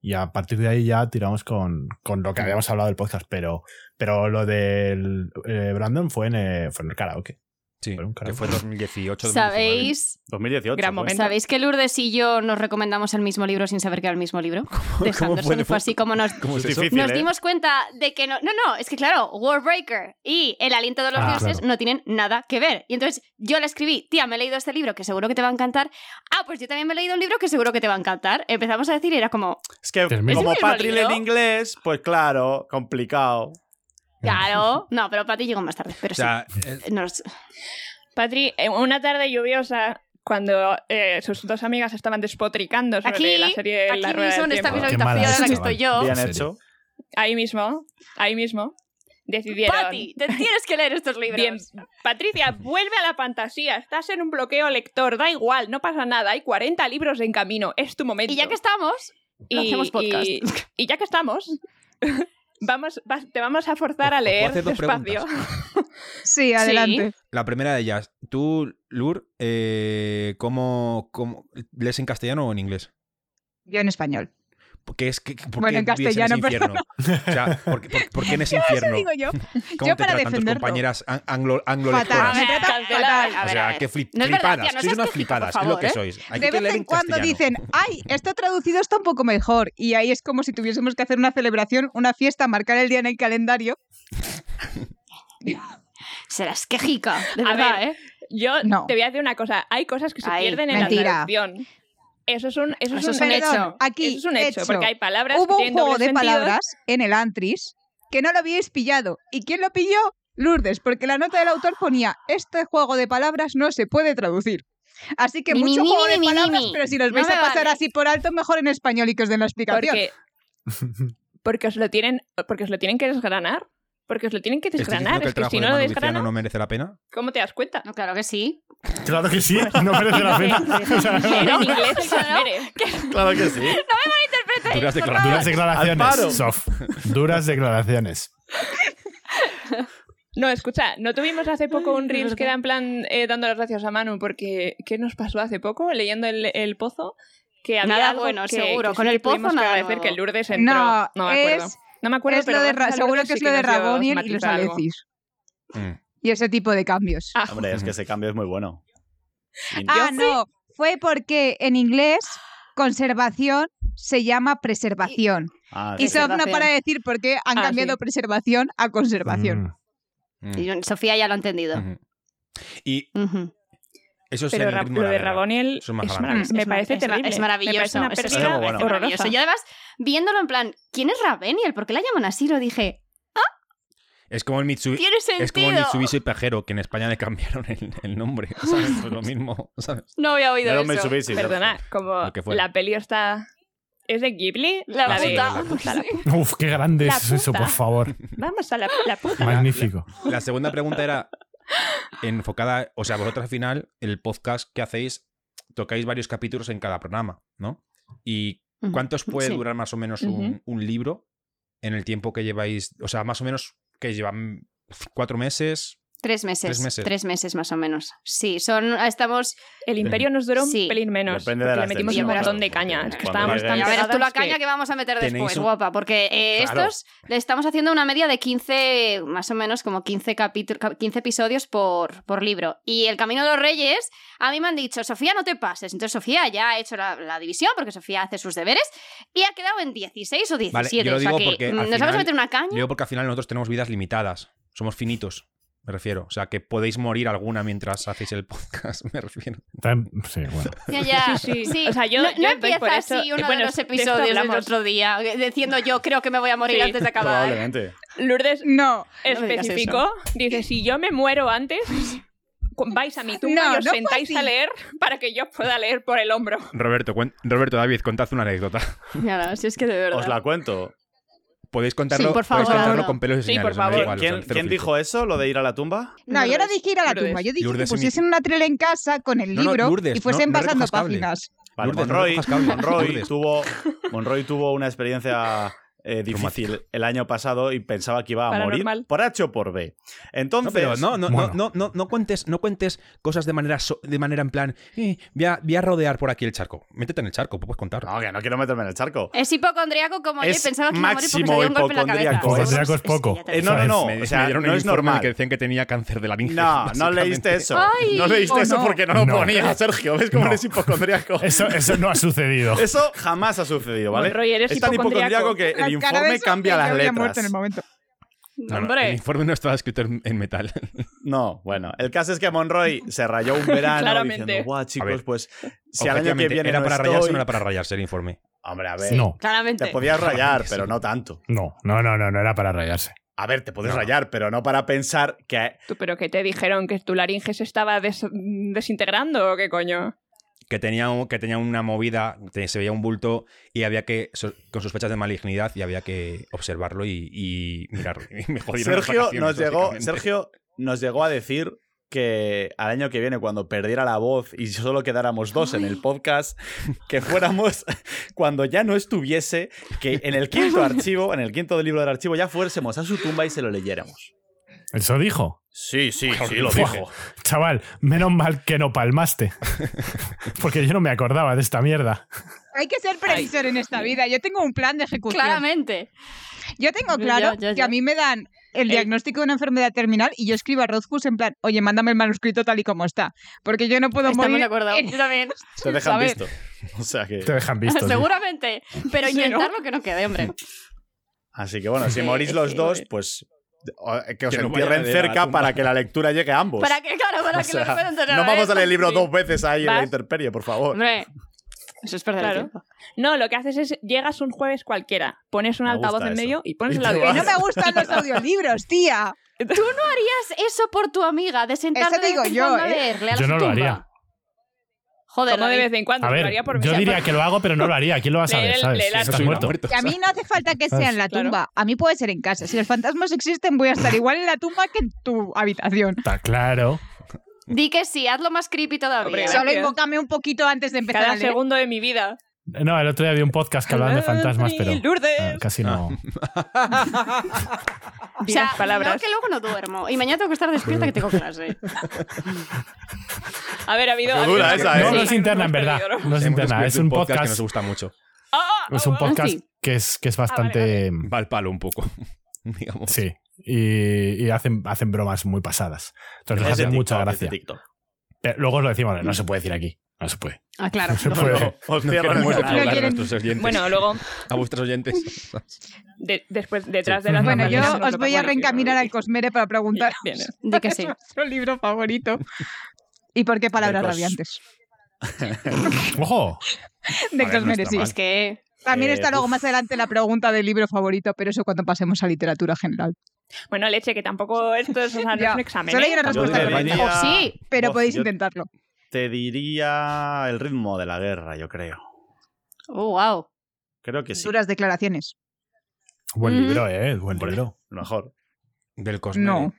[SPEAKER 1] y a partir de ahí ya tiramos con, con lo que habíamos hablado del podcast, pero, pero lo del eh, Brandon fue en, eh, fue en el karaoke.
[SPEAKER 2] Sí,
[SPEAKER 1] Pero un
[SPEAKER 2] que
[SPEAKER 1] carajo.
[SPEAKER 2] fue 2018. 2019.
[SPEAKER 3] ¿Sabéis,
[SPEAKER 4] 2018.
[SPEAKER 5] Gran
[SPEAKER 2] pues.
[SPEAKER 4] fue.
[SPEAKER 5] momento.
[SPEAKER 3] ¿Sabéis que Lourdes y yo nos recomendamos el mismo libro sin saber que era el mismo libro? De
[SPEAKER 2] cómo
[SPEAKER 3] Sanderson.
[SPEAKER 2] puede-
[SPEAKER 3] Fue así como nos,
[SPEAKER 2] ¿Cómo es
[SPEAKER 4] Es
[SPEAKER 2] eso?
[SPEAKER 4] difícil.
[SPEAKER 3] nos
[SPEAKER 4] ¿eh?
[SPEAKER 3] dimos cuenta de que no. No, no, es que claro, Warbreaker y El aliento de los
[SPEAKER 1] Ah,
[SPEAKER 3] dioses
[SPEAKER 1] claro.
[SPEAKER 3] no tienen nada que ver. Y entonces yo le escribí, tía, me he leído este libro que seguro que te va a encantar. Ah, pues yo también me he leído un libro que seguro que te va a encantar. Empezamos a decir y era como,
[SPEAKER 4] Es que
[SPEAKER 1] Termina.
[SPEAKER 4] como
[SPEAKER 3] ¿Es el mismo
[SPEAKER 4] Patril en
[SPEAKER 3] libro?
[SPEAKER 4] inglés, pues claro, complicado.
[SPEAKER 3] claro. No, pero Pati llegó más tarde. Pero
[SPEAKER 2] O sea, eh,
[SPEAKER 3] sí. Nos-
[SPEAKER 5] Patri, en una tarde lluviosa, cuando eh, sus dos amigas estaban despotricando sobre
[SPEAKER 3] Aquí,
[SPEAKER 5] la serie La
[SPEAKER 3] aquí
[SPEAKER 5] Rueda
[SPEAKER 3] mismo
[SPEAKER 5] del
[SPEAKER 3] donde está
[SPEAKER 5] Tiempo,
[SPEAKER 3] mi
[SPEAKER 1] Qué mala
[SPEAKER 3] habitación en la que
[SPEAKER 1] esta,
[SPEAKER 3] estoy
[SPEAKER 1] va.
[SPEAKER 3] yo.
[SPEAKER 4] Bien
[SPEAKER 1] ¿En serio?
[SPEAKER 4] hecho.
[SPEAKER 5] ahí mismo, ahí mismo, decidieron...
[SPEAKER 3] Pati, te tienes que leer estos libros.
[SPEAKER 5] Bien, Patricia, vuelve a la fantasía. Estás en un bloqueo lector, da igual, no pasa nada. Hay 40 libros en camino, es tu momento.
[SPEAKER 3] Y ya que estamos, lo
[SPEAKER 5] Y-
[SPEAKER 3] hacemos podcast.
[SPEAKER 5] y- y ya que estamos, vamos, vas- te vamos a forzar a
[SPEAKER 2] ¿Puedo
[SPEAKER 5] leer
[SPEAKER 2] hacer dos
[SPEAKER 5] despacio.
[SPEAKER 6] Sí, adelante.
[SPEAKER 2] la primera de ellas, tú, Lur, eh, ¿cómo, cómo- lees en castellano o en inglés?
[SPEAKER 6] Yo en español.
[SPEAKER 2] Porque es que. ¿por
[SPEAKER 6] Bueno,
[SPEAKER 2] qué
[SPEAKER 6] en
[SPEAKER 2] vives
[SPEAKER 6] castellano,
[SPEAKER 2] ese infierno? O sea, ¿por, qué- por, por qué en ese infierno?
[SPEAKER 6] digo yo.
[SPEAKER 2] ¿Cómo te
[SPEAKER 6] yo para
[SPEAKER 2] tratan tus
[SPEAKER 6] defenderlo.
[SPEAKER 2] compañeras an- anglo,
[SPEAKER 6] Fatal.
[SPEAKER 2] anglolectoras?
[SPEAKER 6] Me trata
[SPEAKER 3] Cancelar.
[SPEAKER 6] fatal.
[SPEAKER 3] A
[SPEAKER 2] O
[SPEAKER 3] ver, a
[SPEAKER 2] sea,
[SPEAKER 3] ver.
[SPEAKER 2] que flip,
[SPEAKER 3] No es verdad,
[SPEAKER 2] flipadas.
[SPEAKER 3] tía,
[SPEAKER 2] sois
[SPEAKER 3] no seas
[SPEAKER 2] unas
[SPEAKER 3] crítica, por
[SPEAKER 2] flipadas, es lo que
[SPEAKER 3] favor, ¿eh?
[SPEAKER 2] sois. Hay
[SPEAKER 6] De
[SPEAKER 2] que leer
[SPEAKER 6] vez en
[SPEAKER 2] en
[SPEAKER 6] cuando
[SPEAKER 2] castellano.
[SPEAKER 6] dicen, ay, esto traducido está un poco mejor. Y ahí es como si tuviésemos que hacer una celebración, una fiesta, marcar el día en el calendario.
[SPEAKER 3] serás quejica. De
[SPEAKER 5] A
[SPEAKER 3] verdad,
[SPEAKER 5] ver,
[SPEAKER 3] ¿eh?
[SPEAKER 5] Yo
[SPEAKER 6] No.
[SPEAKER 5] te voy a decir una cosa. Hay cosas que se
[SPEAKER 3] Ay,
[SPEAKER 5] pierden en
[SPEAKER 6] mentira.
[SPEAKER 5] la traducción. Eso es un, eso es
[SPEAKER 3] Eso
[SPEAKER 5] un
[SPEAKER 3] es un
[SPEAKER 5] hecho.
[SPEAKER 3] hecho.
[SPEAKER 6] Aquí,
[SPEAKER 5] Eso es un hecho, porque hay palabras
[SPEAKER 6] Hubo
[SPEAKER 5] que
[SPEAKER 6] un
[SPEAKER 5] tienen
[SPEAKER 6] juego de
[SPEAKER 5] dobles sentidos.
[SPEAKER 6] palabras en el Antris que no lo habíais pillado. ¿Y quién lo pilló? Lourdes, porque la nota del autor ponía, este juego de palabras no se puede traducir. Así que
[SPEAKER 3] Mi,
[SPEAKER 6] mucho
[SPEAKER 3] mi,
[SPEAKER 6] juego
[SPEAKER 3] mi,
[SPEAKER 6] de
[SPEAKER 3] mi, mi,
[SPEAKER 6] palabras,
[SPEAKER 3] mi.
[SPEAKER 6] pero si los
[SPEAKER 3] No
[SPEAKER 6] vais
[SPEAKER 3] me
[SPEAKER 6] a pasar
[SPEAKER 3] vale.
[SPEAKER 6] así por alto, mejor en español y que os den la explicación.
[SPEAKER 5] Porque, porque os lo tienen, porque os lo tienen que desgranar. Porque os lo tienen que
[SPEAKER 2] ¿Estáis diciendo
[SPEAKER 5] desgranar.
[SPEAKER 2] que el
[SPEAKER 5] Es que
[SPEAKER 2] trabajo
[SPEAKER 5] si
[SPEAKER 2] de
[SPEAKER 5] no lo
[SPEAKER 2] Manu Viciano
[SPEAKER 5] desgranan,
[SPEAKER 2] no merece la pena?
[SPEAKER 5] ¿cómo te das cuenta?
[SPEAKER 3] No, claro que sí.
[SPEAKER 1] Claro que sí, no merece la pena. O sea,
[SPEAKER 5] Era en inglés el
[SPEAKER 3] Eso no.
[SPEAKER 5] Cosmere.
[SPEAKER 4] Claro que sí.
[SPEAKER 3] Interpreta
[SPEAKER 2] Duras
[SPEAKER 3] esto,
[SPEAKER 1] Duras
[SPEAKER 2] declaraciones.
[SPEAKER 4] Amparo.
[SPEAKER 1] declaraciones, Sof. Duras declaraciones.
[SPEAKER 5] No, escucha, ¿no tuvimos hace poco
[SPEAKER 3] Ay,
[SPEAKER 5] un
[SPEAKER 3] de
[SPEAKER 5] Reels que
[SPEAKER 3] verdad.
[SPEAKER 5] era en plan eh, dando las gracias a Manu? Porque, ¿qué nos pasó hace poco leyendo El, el Pozo? Que había
[SPEAKER 3] Nada
[SPEAKER 5] algo
[SPEAKER 3] bueno,
[SPEAKER 5] que-
[SPEAKER 3] seguro.
[SPEAKER 5] que sí
[SPEAKER 3] Con
[SPEAKER 5] que
[SPEAKER 3] El Pozo,
[SPEAKER 5] tuvimos que
[SPEAKER 3] nada
[SPEAKER 5] agradecer
[SPEAKER 3] nuevo.
[SPEAKER 5] que Lourdes entró.
[SPEAKER 6] No,
[SPEAKER 5] No, me acuerdo.
[SPEAKER 6] es-
[SPEAKER 5] no me acuerdo,
[SPEAKER 6] es
[SPEAKER 5] pero
[SPEAKER 6] lo de Ra-
[SPEAKER 5] gracias a
[SPEAKER 6] seguro
[SPEAKER 5] Lourdes
[SPEAKER 6] que es
[SPEAKER 5] sí
[SPEAKER 6] lo de
[SPEAKER 5] nos dio
[SPEAKER 6] Raboniel y los
[SPEAKER 5] matizar algo.
[SPEAKER 6] Alecis.
[SPEAKER 2] Mm.
[SPEAKER 6] Y ese tipo de cambios.
[SPEAKER 5] Ah,
[SPEAKER 4] Hombre, es que ese cambio es muy bueno. Y-
[SPEAKER 6] Ah, no. Fue porque en inglés conservación se llama preservación.
[SPEAKER 4] Ah,
[SPEAKER 6] Y,
[SPEAKER 4] sí.
[SPEAKER 6] Sof no
[SPEAKER 3] Preservación.
[SPEAKER 6] para de decir por qué han
[SPEAKER 5] Ah,
[SPEAKER 6] cambiado
[SPEAKER 5] sí.
[SPEAKER 6] preservación a conservación.
[SPEAKER 1] Mm.
[SPEAKER 2] Mm.
[SPEAKER 3] Y yo- Sofía ya lo ha entendido.
[SPEAKER 2] Ujú. Y
[SPEAKER 3] Ujú.
[SPEAKER 2] eso es
[SPEAKER 5] Pero
[SPEAKER 2] el
[SPEAKER 5] Ra-
[SPEAKER 2] ritmo
[SPEAKER 5] lo
[SPEAKER 2] la
[SPEAKER 5] de
[SPEAKER 2] guerra.
[SPEAKER 5] Raboniel
[SPEAKER 2] Eso es más
[SPEAKER 5] es
[SPEAKER 2] grande.
[SPEAKER 6] Mm,
[SPEAKER 5] maravilloso. me
[SPEAKER 3] Es ma-
[SPEAKER 5] parece
[SPEAKER 3] es ma-
[SPEAKER 5] terrible.
[SPEAKER 3] Es maravilloso.
[SPEAKER 5] Me parece una
[SPEAKER 3] es
[SPEAKER 5] pérdida
[SPEAKER 4] algo bueno.
[SPEAKER 3] maravilloso.
[SPEAKER 5] horrorosa.
[SPEAKER 3] Y además, viéndolo en plan, ¿quién es Raveniel? ¿Por qué la llaman así? Lo dije,
[SPEAKER 2] Es como el Mitsubishi.
[SPEAKER 3] tiene sentido.
[SPEAKER 2] Es como el Mitsubishi Pajero, que en España le cambiaron el, el nombre. ¿sabes? Es lo mismo, ¿sabes?
[SPEAKER 3] No había
[SPEAKER 4] Ya
[SPEAKER 3] oído
[SPEAKER 4] lo
[SPEAKER 3] eso.
[SPEAKER 4] Mitsubishi, ya lo
[SPEAKER 5] Perdona,
[SPEAKER 4] sé.
[SPEAKER 5] como
[SPEAKER 2] Lo que fuera.
[SPEAKER 5] la peli está... ¿Es de Ghibli?
[SPEAKER 3] La
[SPEAKER 2] Ah,
[SPEAKER 5] de-
[SPEAKER 3] puta.
[SPEAKER 5] la-
[SPEAKER 1] Mm. Uf, qué grande
[SPEAKER 5] La
[SPEAKER 1] es eso,
[SPEAKER 5] puta.
[SPEAKER 1] por favor.
[SPEAKER 5] Vamos a la, la puta.
[SPEAKER 1] Magnífico.
[SPEAKER 2] La segunda pregunta era enfocada. O sea, vosotros al final, el podcast que hacéis, tocáis varios capítulos en cada programa, ¿no? ¿Y
[SPEAKER 3] Ujú.
[SPEAKER 2] cuántos puede
[SPEAKER 3] Sí.
[SPEAKER 2] durar más o menos un,
[SPEAKER 5] Ujú.
[SPEAKER 2] un libro en el tiempo que lleváis? O sea, más o menos que llevan cuatro meses.
[SPEAKER 3] Tres meses,
[SPEAKER 2] Tres meses.
[SPEAKER 3] tres meses. más o menos. Sí, son. Estamos.
[SPEAKER 5] El Imperio nos duró un
[SPEAKER 3] Sí.
[SPEAKER 5] pelín menos.
[SPEAKER 4] Depende de
[SPEAKER 5] porque
[SPEAKER 4] las
[SPEAKER 5] le metimos un
[SPEAKER 3] tensiones,
[SPEAKER 5] montón de
[SPEAKER 4] claro,
[SPEAKER 5] caña. Es
[SPEAKER 4] porque
[SPEAKER 5] que
[SPEAKER 4] cuando
[SPEAKER 5] estábamos tan
[SPEAKER 4] llegues-
[SPEAKER 3] Ya verás tú la
[SPEAKER 5] pegadas
[SPEAKER 3] caña que vamos a meter
[SPEAKER 2] tenéis
[SPEAKER 3] después,
[SPEAKER 2] un-
[SPEAKER 3] guapa. Porque eh,
[SPEAKER 2] Claro.
[SPEAKER 3] estos le estamos haciendo una media de 15, más o menos como 15, capítulo- cap- 15 episodios por, por libro. Y El Camino de los Reyes, a mí me han dicho, Sofía, no te pases. Entonces Sofía ya ha hecho la, la división, porque Sofía hace sus deberes, y ha quedado en 16 o 17.
[SPEAKER 2] yo lo
[SPEAKER 3] o sea
[SPEAKER 2] digo
[SPEAKER 3] que,
[SPEAKER 2] porque al
[SPEAKER 3] mm, nos
[SPEAKER 2] final-
[SPEAKER 3] vamos a meter una caña.
[SPEAKER 2] Leo porque al final nosotros tenemos vidas limitadas. Somos finitos, me refiero. O sea, que podéis morir alguna mientras hacéis el podcast, me refiero.
[SPEAKER 1] Tan- Sí, bueno.
[SPEAKER 3] Ya, ya.
[SPEAKER 5] Sí, sí.
[SPEAKER 3] Sí.
[SPEAKER 5] O sea, yo-
[SPEAKER 3] no,
[SPEAKER 5] yo
[SPEAKER 3] no
[SPEAKER 5] doy
[SPEAKER 3] empieza
[SPEAKER 5] por hecho-
[SPEAKER 3] así uno
[SPEAKER 5] bueno,
[SPEAKER 3] de los
[SPEAKER 5] de esto
[SPEAKER 3] episodios del
[SPEAKER 5] hablamos.
[SPEAKER 3] otro día, diciendo yo creo que me voy a morir
[SPEAKER 5] Sí.
[SPEAKER 3] antes de acabar.
[SPEAKER 4] Probablemente.
[SPEAKER 5] que... Lourdes
[SPEAKER 6] No,
[SPEAKER 3] No me digas
[SPEAKER 5] especificó, dice, si yo me muero antes, cu- vais a mi tumba
[SPEAKER 6] No,
[SPEAKER 5] y os
[SPEAKER 6] no fue
[SPEAKER 5] sentáis
[SPEAKER 6] así.
[SPEAKER 5] a leer para que yo pueda leer por el hombro.
[SPEAKER 2] Roberto, cuen- Roberto David, contad una anécdota.
[SPEAKER 3] Ya, no, si es que de verdad.
[SPEAKER 4] Os la cuento.
[SPEAKER 2] Podéis contarlo,
[SPEAKER 3] Sí, por
[SPEAKER 2] podéis
[SPEAKER 3] favor,
[SPEAKER 2] contarlo
[SPEAKER 3] Álvaro.
[SPEAKER 2] con pelos y
[SPEAKER 5] Sí,
[SPEAKER 2] señales.
[SPEAKER 5] por
[SPEAKER 2] me da
[SPEAKER 5] favor.
[SPEAKER 2] igual, o sea,
[SPEAKER 4] ¿Quién,
[SPEAKER 2] cero
[SPEAKER 4] quién
[SPEAKER 2] filtros.
[SPEAKER 4] dijo eso, lo de ir a la tumba?
[SPEAKER 6] no, yo no
[SPEAKER 5] Lourdes,
[SPEAKER 6] dije ir a la
[SPEAKER 5] Lourdes.
[SPEAKER 6] tumba. Yo dije
[SPEAKER 2] Lourdes y
[SPEAKER 6] que
[SPEAKER 2] mi-
[SPEAKER 6] pusiesen una tela en casa con el
[SPEAKER 2] No, no,
[SPEAKER 6] libro
[SPEAKER 2] Lourdes,
[SPEAKER 6] y
[SPEAKER 2] no-
[SPEAKER 6] fuesen
[SPEAKER 2] no
[SPEAKER 6] pasando
[SPEAKER 2] recojas cable.
[SPEAKER 6] páginas.
[SPEAKER 4] Vale,
[SPEAKER 2] Lourdes, no
[SPEAKER 4] Monroy,
[SPEAKER 2] recojas cable,
[SPEAKER 4] Monroy
[SPEAKER 2] Lourdes.
[SPEAKER 4] tuvo, Monroy tuvo una experiencia eh, difícil el año pasado y pensaba que iba a morir
[SPEAKER 5] Paranormal.
[SPEAKER 4] por H o por B.
[SPEAKER 2] No,
[SPEAKER 4] Entonces,
[SPEAKER 2] pero no, no,
[SPEAKER 1] Bueno.
[SPEAKER 2] no, no, no, no cuentes, no cuentes cosas de manera, so- de manera en plan, "Eh, voy, a, voy a rodear por aquí el charco. Métete en el charco, puedes contar.
[SPEAKER 4] No, que no quiero meterme en el charco.
[SPEAKER 3] Es hipocondriaco como yo y
[SPEAKER 4] Es
[SPEAKER 3] pensaba que iba a morir porque
[SPEAKER 4] máximo ¿eh?
[SPEAKER 3] le dio un golpe en la cabeza.
[SPEAKER 4] hipocondriaco,
[SPEAKER 1] Hipocondriaco es poco.
[SPEAKER 3] ya te
[SPEAKER 4] Eh,
[SPEAKER 3] digo.
[SPEAKER 4] no, no, no.
[SPEAKER 2] Me- me
[SPEAKER 4] o sea,
[SPEAKER 2] dieron
[SPEAKER 4] no
[SPEAKER 2] el
[SPEAKER 4] es
[SPEAKER 2] informe en el
[SPEAKER 4] normal.
[SPEAKER 2] que decían que tenía cáncer de la laringe.
[SPEAKER 4] No, no
[SPEAKER 2] básicamente.
[SPEAKER 4] leíste eso.
[SPEAKER 3] Ay,
[SPEAKER 4] no leíste
[SPEAKER 3] o
[SPEAKER 4] eso
[SPEAKER 6] oh, no.
[SPEAKER 4] porque no lo
[SPEAKER 1] No.
[SPEAKER 4] ponía, Sergio. ¿Ves cómo
[SPEAKER 1] No.
[SPEAKER 4] eres hipocondriaco?
[SPEAKER 1] Eso, eso no ha sucedido.
[SPEAKER 4] Eso jamás ha sucedido, ¿vale?
[SPEAKER 5] Monroy, eres
[SPEAKER 4] es tan hipocondriaco
[SPEAKER 5] hipocondriaco.
[SPEAKER 2] Eh,
[SPEAKER 4] que
[SPEAKER 6] La
[SPEAKER 4] el
[SPEAKER 6] cara de
[SPEAKER 4] informe
[SPEAKER 6] Sofía
[SPEAKER 4] cambia
[SPEAKER 6] ya
[SPEAKER 4] las
[SPEAKER 6] habría muerto en
[SPEAKER 4] letras.
[SPEAKER 6] el momento.
[SPEAKER 2] No, no,
[SPEAKER 5] Hombre.
[SPEAKER 2] el informe no estaba escrito en, en metal.
[SPEAKER 4] No, bueno, el caso es que Monroy se rayó un verano
[SPEAKER 5] Claramente.
[SPEAKER 4] diciendo, guau, chicos,
[SPEAKER 2] ver,
[SPEAKER 4] pues si al año que
[SPEAKER 2] Objetivamente,
[SPEAKER 4] viene
[SPEAKER 2] ¿Era
[SPEAKER 4] no
[SPEAKER 2] para
[SPEAKER 4] estoy...
[SPEAKER 2] rayarse o no era para rayarse el informe?
[SPEAKER 4] Hombre, a ver,
[SPEAKER 1] No,
[SPEAKER 3] Claramente.
[SPEAKER 4] te podías rayar,
[SPEAKER 2] Claramente,
[SPEAKER 4] pero
[SPEAKER 2] sí.
[SPEAKER 4] no tanto.
[SPEAKER 1] no, no, no, no, no era para rayarse.
[SPEAKER 4] A ver, te puedes
[SPEAKER 2] No.
[SPEAKER 4] rayar, pero no para pensar que...
[SPEAKER 5] Tú, pero que te dijeron que tu laringe se estaba des- desintegrando o qué coño.
[SPEAKER 2] Que tenía, un- que tenía una movida, te- se veía un bulto y había que, so- con sospechas de malignidad, y había que observarlo y, y mirarlo. Y me jodieron las
[SPEAKER 4] Sergio
[SPEAKER 2] vacaciones,
[SPEAKER 4] nos, llegó,
[SPEAKER 2] básicamente.
[SPEAKER 4] Sergio nos llegó a decir que al año que viene, cuando perdiera la voz y solo quedáramos dos en el podcast, que fuéramos, cuando ya no estuviese, que en el quinto archivo, en el quinto del libro del archivo, ya fuésemos a su tumba y se lo leyéramos.
[SPEAKER 1] Eso dijo.
[SPEAKER 4] Sí, sí,
[SPEAKER 2] Claro
[SPEAKER 4] sí,
[SPEAKER 2] que
[SPEAKER 4] lo
[SPEAKER 2] sí.
[SPEAKER 4] dijo.
[SPEAKER 1] Chaval, menos mal que no palmaste. Porque yo no me acordaba de esta mierda.
[SPEAKER 6] Hay que ser previsor en esta vida. Yo tengo un plan de ejecución.
[SPEAKER 3] Claramente.
[SPEAKER 6] Yo tengo
[SPEAKER 3] Ya,
[SPEAKER 6] claro
[SPEAKER 3] ya,
[SPEAKER 6] que
[SPEAKER 3] ya.
[SPEAKER 6] a mí me dan el diagnóstico de una enfermedad terminal y yo escribo a Rozfus en plan, oye, mándame el manuscrito tal y como está. Porque yo no puedo
[SPEAKER 3] Estamos de
[SPEAKER 6] morir.
[SPEAKER 3] acuerdo. Yo también.
[SPEAKER 4] Te dejan
[SPEAKER 6] ¿Sabes?
[SPEAKER 4] visto. O sea que.
[SPEAKER 1] Te dejan visto. tío.
[SPEAKER 3] Seguramente. Pero
[SPEAKER 5] Sí, ¿no?
[SPEAKER 3] intentarlo que no quede, hombre.
[SPEAKER 4] Pues, Así que bueno,
[SPEAKER 3] Sí,
[SPEAKER 4] si morís los
[SPEAKER 3] sí, eh.
[SPEAKER 4] dos,
[SPEAKER 3] oye.
[SPEAKER 4] pues o- que os
[SPEAKER 2] Que no
[SPEAKER 4] entierren
[SPEAKER 2] vayan a leer a la
[SPEAKER 4] cerca
[SPEAKER 2] tumba.
[SPEAKER 4] para que la lectura llegue a ambos.
[SPEAKER 3] Para que, claro, para
[SPEAKER 4] O
[SPEAKER 3] que
[SPEAKER 4] sea,
[SPEAKER 3] lo puedan tener
[SPEAKER 4] no vamos a leer el libro
[SPEAKER 3] sí.
[SPEAKER 4] dos veces ahí en la
[SPEAKER 5] ¿Vas?
[SPEAKER 4] interperie, por favor.
[SPEAKER 3] Hombre. Eso es perder el
[SPEAKER 5] Claro.
[SPEAKER 3] tiempo.
[SPEAKER 5] No, lo que haces es llegas un jueves cualquiera, pones un
[SPEAKER 4] Me
[SPEAKER 5] altavoz
[SPEAKER 4] gusta
[SPEAKER 5] en
[SPEAKER 4] eso.
[SPEAKER 5] medio y pones
[SPEAKER 4] Y
[SPEAKER 5] el
[SPEAKER 4] te
[SPEAKER 6] Que
[SPEAKER 5] audio.
[SPEAKER 4] vas.
[SPEAKER 6] no me gustan los audiolibros, tía.
[SPEAKER 3] Tú no harías eso por tu amiga, de sentarte
[SPEAKER 6] Eso digo
[SPEAKER 3] de vez en
[SPEAKER 6] yo,
[SPEAKER 3] cuando a
[SPEAKER 6] ¿eh?
[SPEAKER 3] leerle a la
[SPEAKER 1] Yo no lo
[SPEAKER 3] tumba.
[SPEAKER 1] haría.
[SPEAKER 3] Joder,
[SPEAKER 5] Como de
[SPEAKER 3] David.
[SPEAKER 5] vez en cuando,
[SPEAKER 1] A
[SPEAKER 5] lo
[SPEAKER 1] ver,
[SPEAKER 5] haría por mí.
[SPEAKER 1] yo diría que lo hago, pero no lo haría. ¿Quién lo va a
[SPEAKER 5] Leer
[SPEAKER 1] saber?
[SPEAKER 5] el-
[SPEAKER 1] ¿Sabes?
[SPEAKER 5] leer la-
[SPEAKER 1] Estás
[SPEAKER 2] Eso
[SPEAKER 1] muerto.
[SPEAKER 2] muerto.
[SPEAKER 6] Y a mí no hace falta que sea en la
[SPEAKER 5] Claro.
[SPEAKER 6] tumba. A mí puede ser en casa. Si los fantasmas existen, voy a estar igual en la tumba que en tu habitación.
[SPEAKER 1] Está claro.
[SPEAKER 3] Di que sí, hazlo más creepy todavía.
[SPEAKER 5] Hombre,
[SPEAKER 3] Solo-
[SPEAKER 6] Solo
[SPEAKER 5] gracias.
[SPEAKER 6] invócame un poquito antes de empezar
[SPEAKER 5] Cada
[SPEAKER 6] a leer.
[SPEAKER 5] segundo de mi vida.
[SPEAKER 1] No, el otro día había un podcast que hablaban de fantasmas, pero
[SPEAKER 5] Lourdes.
[SPEAKER 1] eh, casi no.
[SPEAKER 3] o
[SPEAKER 5] Di las
[SPEAKER 3] sea,
[SPEAKER 5] palabras.
[SPEAKER 3] yo que luego no duermo. Y mañana tengo que estar despierta que tengo clase.
[SPEAKER 5] A ver, ha habido.
[SPEAKER 4] Qué
[SPEAKER 5] ha habido-
[SPEAKER 4] dura esa, ¿eh?
[SPEAKER 1] No, no
[SPEAKER 5] Sí.
[SPEAKER 1] es interna, en verdad.
[SPEAKER 5] Perdido, ¿no?
[SPEAKER 1] No es
[SPEAKER 2] Hemos
[SPEAKER 1] interna.
[SPEAKER 2] descubierto
[SPEAKER 1] Es un
[SPEAKER 2] que nos
[SPEAKER 1] podcast.
[SPEAKER 2] gusta mucho.
[SPEAKER 5] Ah,
[SPEAKER 1] Es un
[SPEAKER 5] ah,
[SPEAKER 1] podcast
[SPEAKER 3] Sí.
[SPEAKER 1] que es, que es
[SPEAKER 5] vale,
[SPEAKER 1] bastante.
[SPEAKER 2] Va al palo un poco. Digamos.
[SPEAKER 1] Sí. Y, y hacen, hacen bromas muy pasadas. Entonces les
[SPEAKER 4] Es de
[SPEAKER 1] hacen mucha
[SPEAKER 4] TikTok, es de
[SPEAKER 1] gracia.
[SPEAKER 4] TikTok.
[SPEAKER 1] Pero luego os lo decimos,
[SPEAKER 5] Mm.
[SPEAKER 1] no se puede decir aquí. No se puede.
[SPEAKER 3] Ah, claro.
[SPEAKER 1] No se
[SPEAKER 4] No,
[SPEAKER 1] puede.
[SPEAKER 4] no, os
[SPEAKER 2] No
[SPEAKER 4] cierran el
[SPEAKER 2] queremos
[SPEAKER 4] canal.
[SPEAKER 2] defraudar a
[SPEAKER 6] quieren-
[SPEAKER 2] nuestros oyentes.
[SPEAKER 5] Bueno, luego,
[SPEAKER 2] a vuestros oyentes.
[SPEAKER 5] de- después, detrás de las
[SPEAKER 6] Bueno, yo
[SPEAKER 5] bambalinas nos
[SPEAKER 6] os
[SPEAKER 5] lo
[SPEAKER 6] voy a
[SPEAKER 5] ponemos.
[SPEAKER 6] reencaminar al Cosmere para preguntar
[SPEAKER 5] Bien, bien.
[SPEAKER 3] Di que sí.
[SPEAKER 6] su libro favorito. ¿Y por qué palabras
[SPEAKER 4] Del cos-
[SPEAKER 6] radiantes?
[SPEAKER 1] ¡Ojo!
[SPEAKER 6] De
[SPEAKER 2] A ver, no
[SPEAKER 6] Cosmere,
[SPEAKER 2] está
[SPEAKER 6] sí.
[SPEAKER 2] mal.
[SPEAKER 3] Es que.
[SPEAKER 6] También
[SPEAKER 4] Eh,
[SPEAKER 6] está luego
[SPEAKER 4] uf.
[SPEAKER 6] más adelante la pregunta del libro favorito, pero eso cuando pasemos a literatura general.
[SPEAKER 5] Bueno, leche, que tampoco esto es, o sea, no es
[SPEAKER 6] Ya.
[SPEAKER 5] un examen.
[SPEAKER 6] Solo
[SPEAKER 5] ¿eh?
[SPEAKER 6] hay una
[SPEAKER 4] Yo
[SPEAKER 6] respuesta
[SPEAKER 4] te
[SPEAKER 6] correcta.
[SPEAKER 4] diría-
[SPEAKER 3] Oh, sí.
[SPEAKER 6] Pero
[SPEAKER 4] Uf,
[SPEAKER 6] podéis
[SPEAKER 4] yo
[SPEAKER 6] intentarlo.
[SPEAKER 4] Te diría el ritmo de la guerra, yo creo.
[SPEAKER 3] Oh, wow.
[SPEAKER 4] Creo que sí.
[SPEAKER 6] Duras declaraciones.
[SPEAKER 1] Buen
[SPEAKER 5] Mm.
[SPEAKER 3] Ujú.
[SPEAKER 1] libro, ¿eh? Buen libro.
[SPEAKER 4] a lo Mejor.
[SPEAKER 2] Del Cosmere.
[SPEAKER 6] No.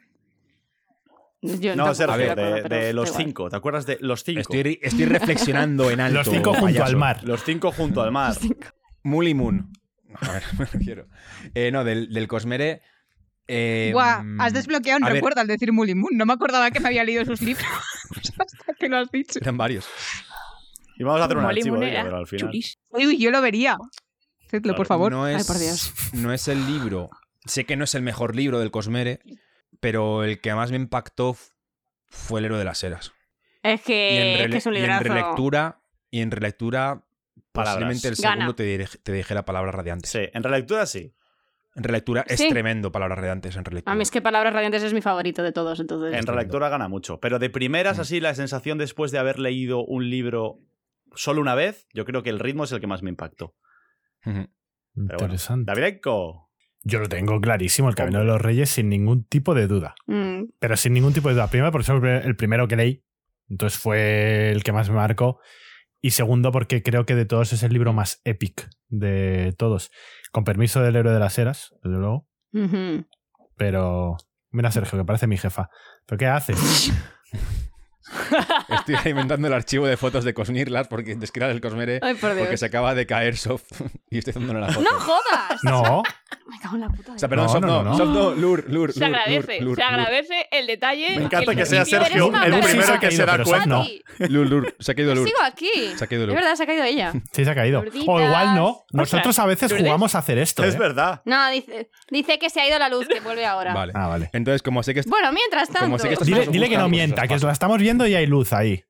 [SPEAKER 3] Yo
[SPEAKER 4] No,
[SPEAKER 3] tampoco
[SPEAKER 4] Sergio,
[SPEAKER 3] estoy
[SPEAKER 4] de,
[SPEAKER 3] acuerdo, pero
[SPEAKER 4] de
[SPEAKER 3] da
[SPEAKER 4] los
[SPEAKER 3] igual.
[SPEAKER 4] cinco. ¿Te acuerdas de los cinco?
[SPEAKER 2] Estoy, estoy reflexionando en alto.
[SPEAKER 1] Los cinco junto
[SPEAKER 2] payaso.
[SPEAKER 1] al mar.
[SPEAKER 4] Los cinco junto al mar.
[SPEAKER 2] Muli Moon. A ver, me refiero. Eh, no, del, del Cosmere. eh,
[SPEAKER 6] Buah,
[SPEAKER 2] mm,
[SPEAKER 6] has desbloqueado un
[SPEAKER 2] a ver.
[SPEAKER 6] recuerdo al decir Mulimun. No me acordaba que me había leído sus libros hasta que lo has dicho.
[SPEAKER 2] Eran varios.
[SPEAKER 4] Y vamos a hacer un
[SPEAKER 5] Molly
[SPEAKER 4] archivo
[SPEAKER 5] Moon
[SPEAKER 4] de ello,
[SPEAKER 5] era
[SPEAKER 4] pero al final.
[SPEAKER 5] chulísimo.
[SPEAKER 6] Uy, uy, yo lo vería. Hacedlo,
[SPEAKER 4] Claro,
[SPEAKER 6] por favor.
[SPEAKER 2] No
[SPEAKER 3] Ay,
[SPEAKER 2] es,
[SPEAKER 3] por Dios.
[SPEAKER 2] No es el libro. Sé que no es el mejor libro del Cosmere, pero el que más me impactó f- fue El héroe de las eras.
[SPEAKER 3] Es
[SPEAKER 2] y
[SPEAKER 6] Eh,
[SPEAKER 2] en,
[SPEAKER 3] que, es
[SPEAKER 2] rele-
[SPEAKER 3] que es un
[SPEAKER 2] y en
[SPEAKER 3] librazo.
[SPEAKER 2] relectura, y en relectura
[SPEAKER 4] Palabras.
[SPEAKER 2] posiblemente el
[SPEAKER 3] Gana.
[SPEAKER 2] segundo te, dirige- te dije la palabra radiante.
[SPEAKER 4] Sí, en relectura sí.
[SPEAKER 2] En relectura es
[SPEAKER 3] Sí.
[SPEAKER 2] tremendo palabras radiantes en relectura.
[SPEAKER 3] A mí es que Palabras Radiantes es mi favorito de todos, entonces.
[SPEAKER 4] En relectura gana mucho. Pero de primeras,
[SPEAKER 2] Mm.
[SPEAKER 4] así, la sensación después de haber leído un libro solo una vez, yo creo que el ritmo es el que más me impactó.
[SPEAKER 2] Ujú.
[SPEAKER 4] Pero bueno.
[SPEAKER 1] Interesante.
[SPEAKER 4] Davidenko.
[SPEAKER 1] Yo lo tengo clarísimo, el Camino de los Reyes, sin ningún tipo de duda.
[SPEAKER 3] Mm.
[SPEAKER 1] Pero sin ningún tipo de duda. Primero, porque fue el primero que leí. Entonces fue el que más me marcó. Y segundo, porque creo que de todos es el libro más épico de todos. Con permiso del héroe de las eras, desde luego.
[SPEAKER 3] Ujú.
[SPEAKER 1] Pero. Mira, Sergio, que parece mi jefa. ¿Pero qué haces?
[SPEAKER 2] Estoy alimentando el archivo de fotos de Cosmirlas porque de Esquiral el Cosmere
[SPEAKER 3] Ay, por
[SPEAKER 2] porque
[SPEAKER 3] Dios.
[SPEAKER 2] se acaba de caer Soft y estoy haciéndole la foto.
[SPEAKER 3] ¡No jodas!
[SPEAKER 1] No,
[SPEAKER 3] Me cago en la puta.
[SPEAKER 2] O sea, perdón,
[SPEAKER 1] No,
[SPEAKER 2] Soft no,
[SPEAKER 1] no, no, no.
[SPEAKER 2] Soft no, Lur, Lur, Lur,
[SPEAKER 5] Se agradece,
[SPEAKER 2] Lur, Lur,
[SPEAKER 5] se agradece el detalle.
[SPEAKER 2] Me
[SPEAKER 4] encanta
[SPEAKER 5] el
[SPEAKER 4] que sea
[SPEAKER 5] principio.
[SPEAKER 4] Sergio
[SPEAKER 5] Eres una
[SPEAKER 4] el
[SPEAKER 5] perra.
[SPEAKER 1] Sí,
[SPEAKER 4] primero
[SPEAKER 1] se ha
[SPEAKER 4] que se
[SPEAKER 1] caído,
[SPEAKER 4] da
[SPEAKER 1] pero Sof
[SPEAKER 2] pues
[SPEAKER 4] cuenta.
[SPEAKER 1] no.
[SPEAKER 3] Mati,
[SPEAKER 2] Lur, Lur, Lur. se ha caído Lur.
[SPEAKER 3] Sigo aquí.
[SPEAKER 2] Se ha caído
[SPEAKER 3] Es
[SPEAKER 2] Lur.
[SPEAKER 3] verdad, se ha caído ella.
[SPEAKER 1] sí se ha caído. O igual no. Nosotros a veces
[SPEAKER 5] Lourdes.
[SPEAKER 1] jugamos a hacer esto.
[SPEAKER 4] Es
[SPEAKER 1] ¿eh?
[SPEAKER 4] verdad.
[SPEAKER 3] No, dice, dice que se ha ido la luz, que vuelve ahora.
[SPEAKER 2] Vale.
[SPEAKER 1] Ah, vale.
[SPEAKER 2] Entonces, como sé que
[SPEAKER 3] Bueno, mientras tanto.
[SPEAKER 2] Como sé que esto es
[SPEAKER 1] Dile,
[SPEAKER 2] Buscan
[SPEAKER 1] dile que no
[SPEAKER 2] cosas
[SPEAKER 1] mienta, que
[SPEAKER 2] fáciles.
[SPEAKER 1] la estamos viendo y hay luz ahí.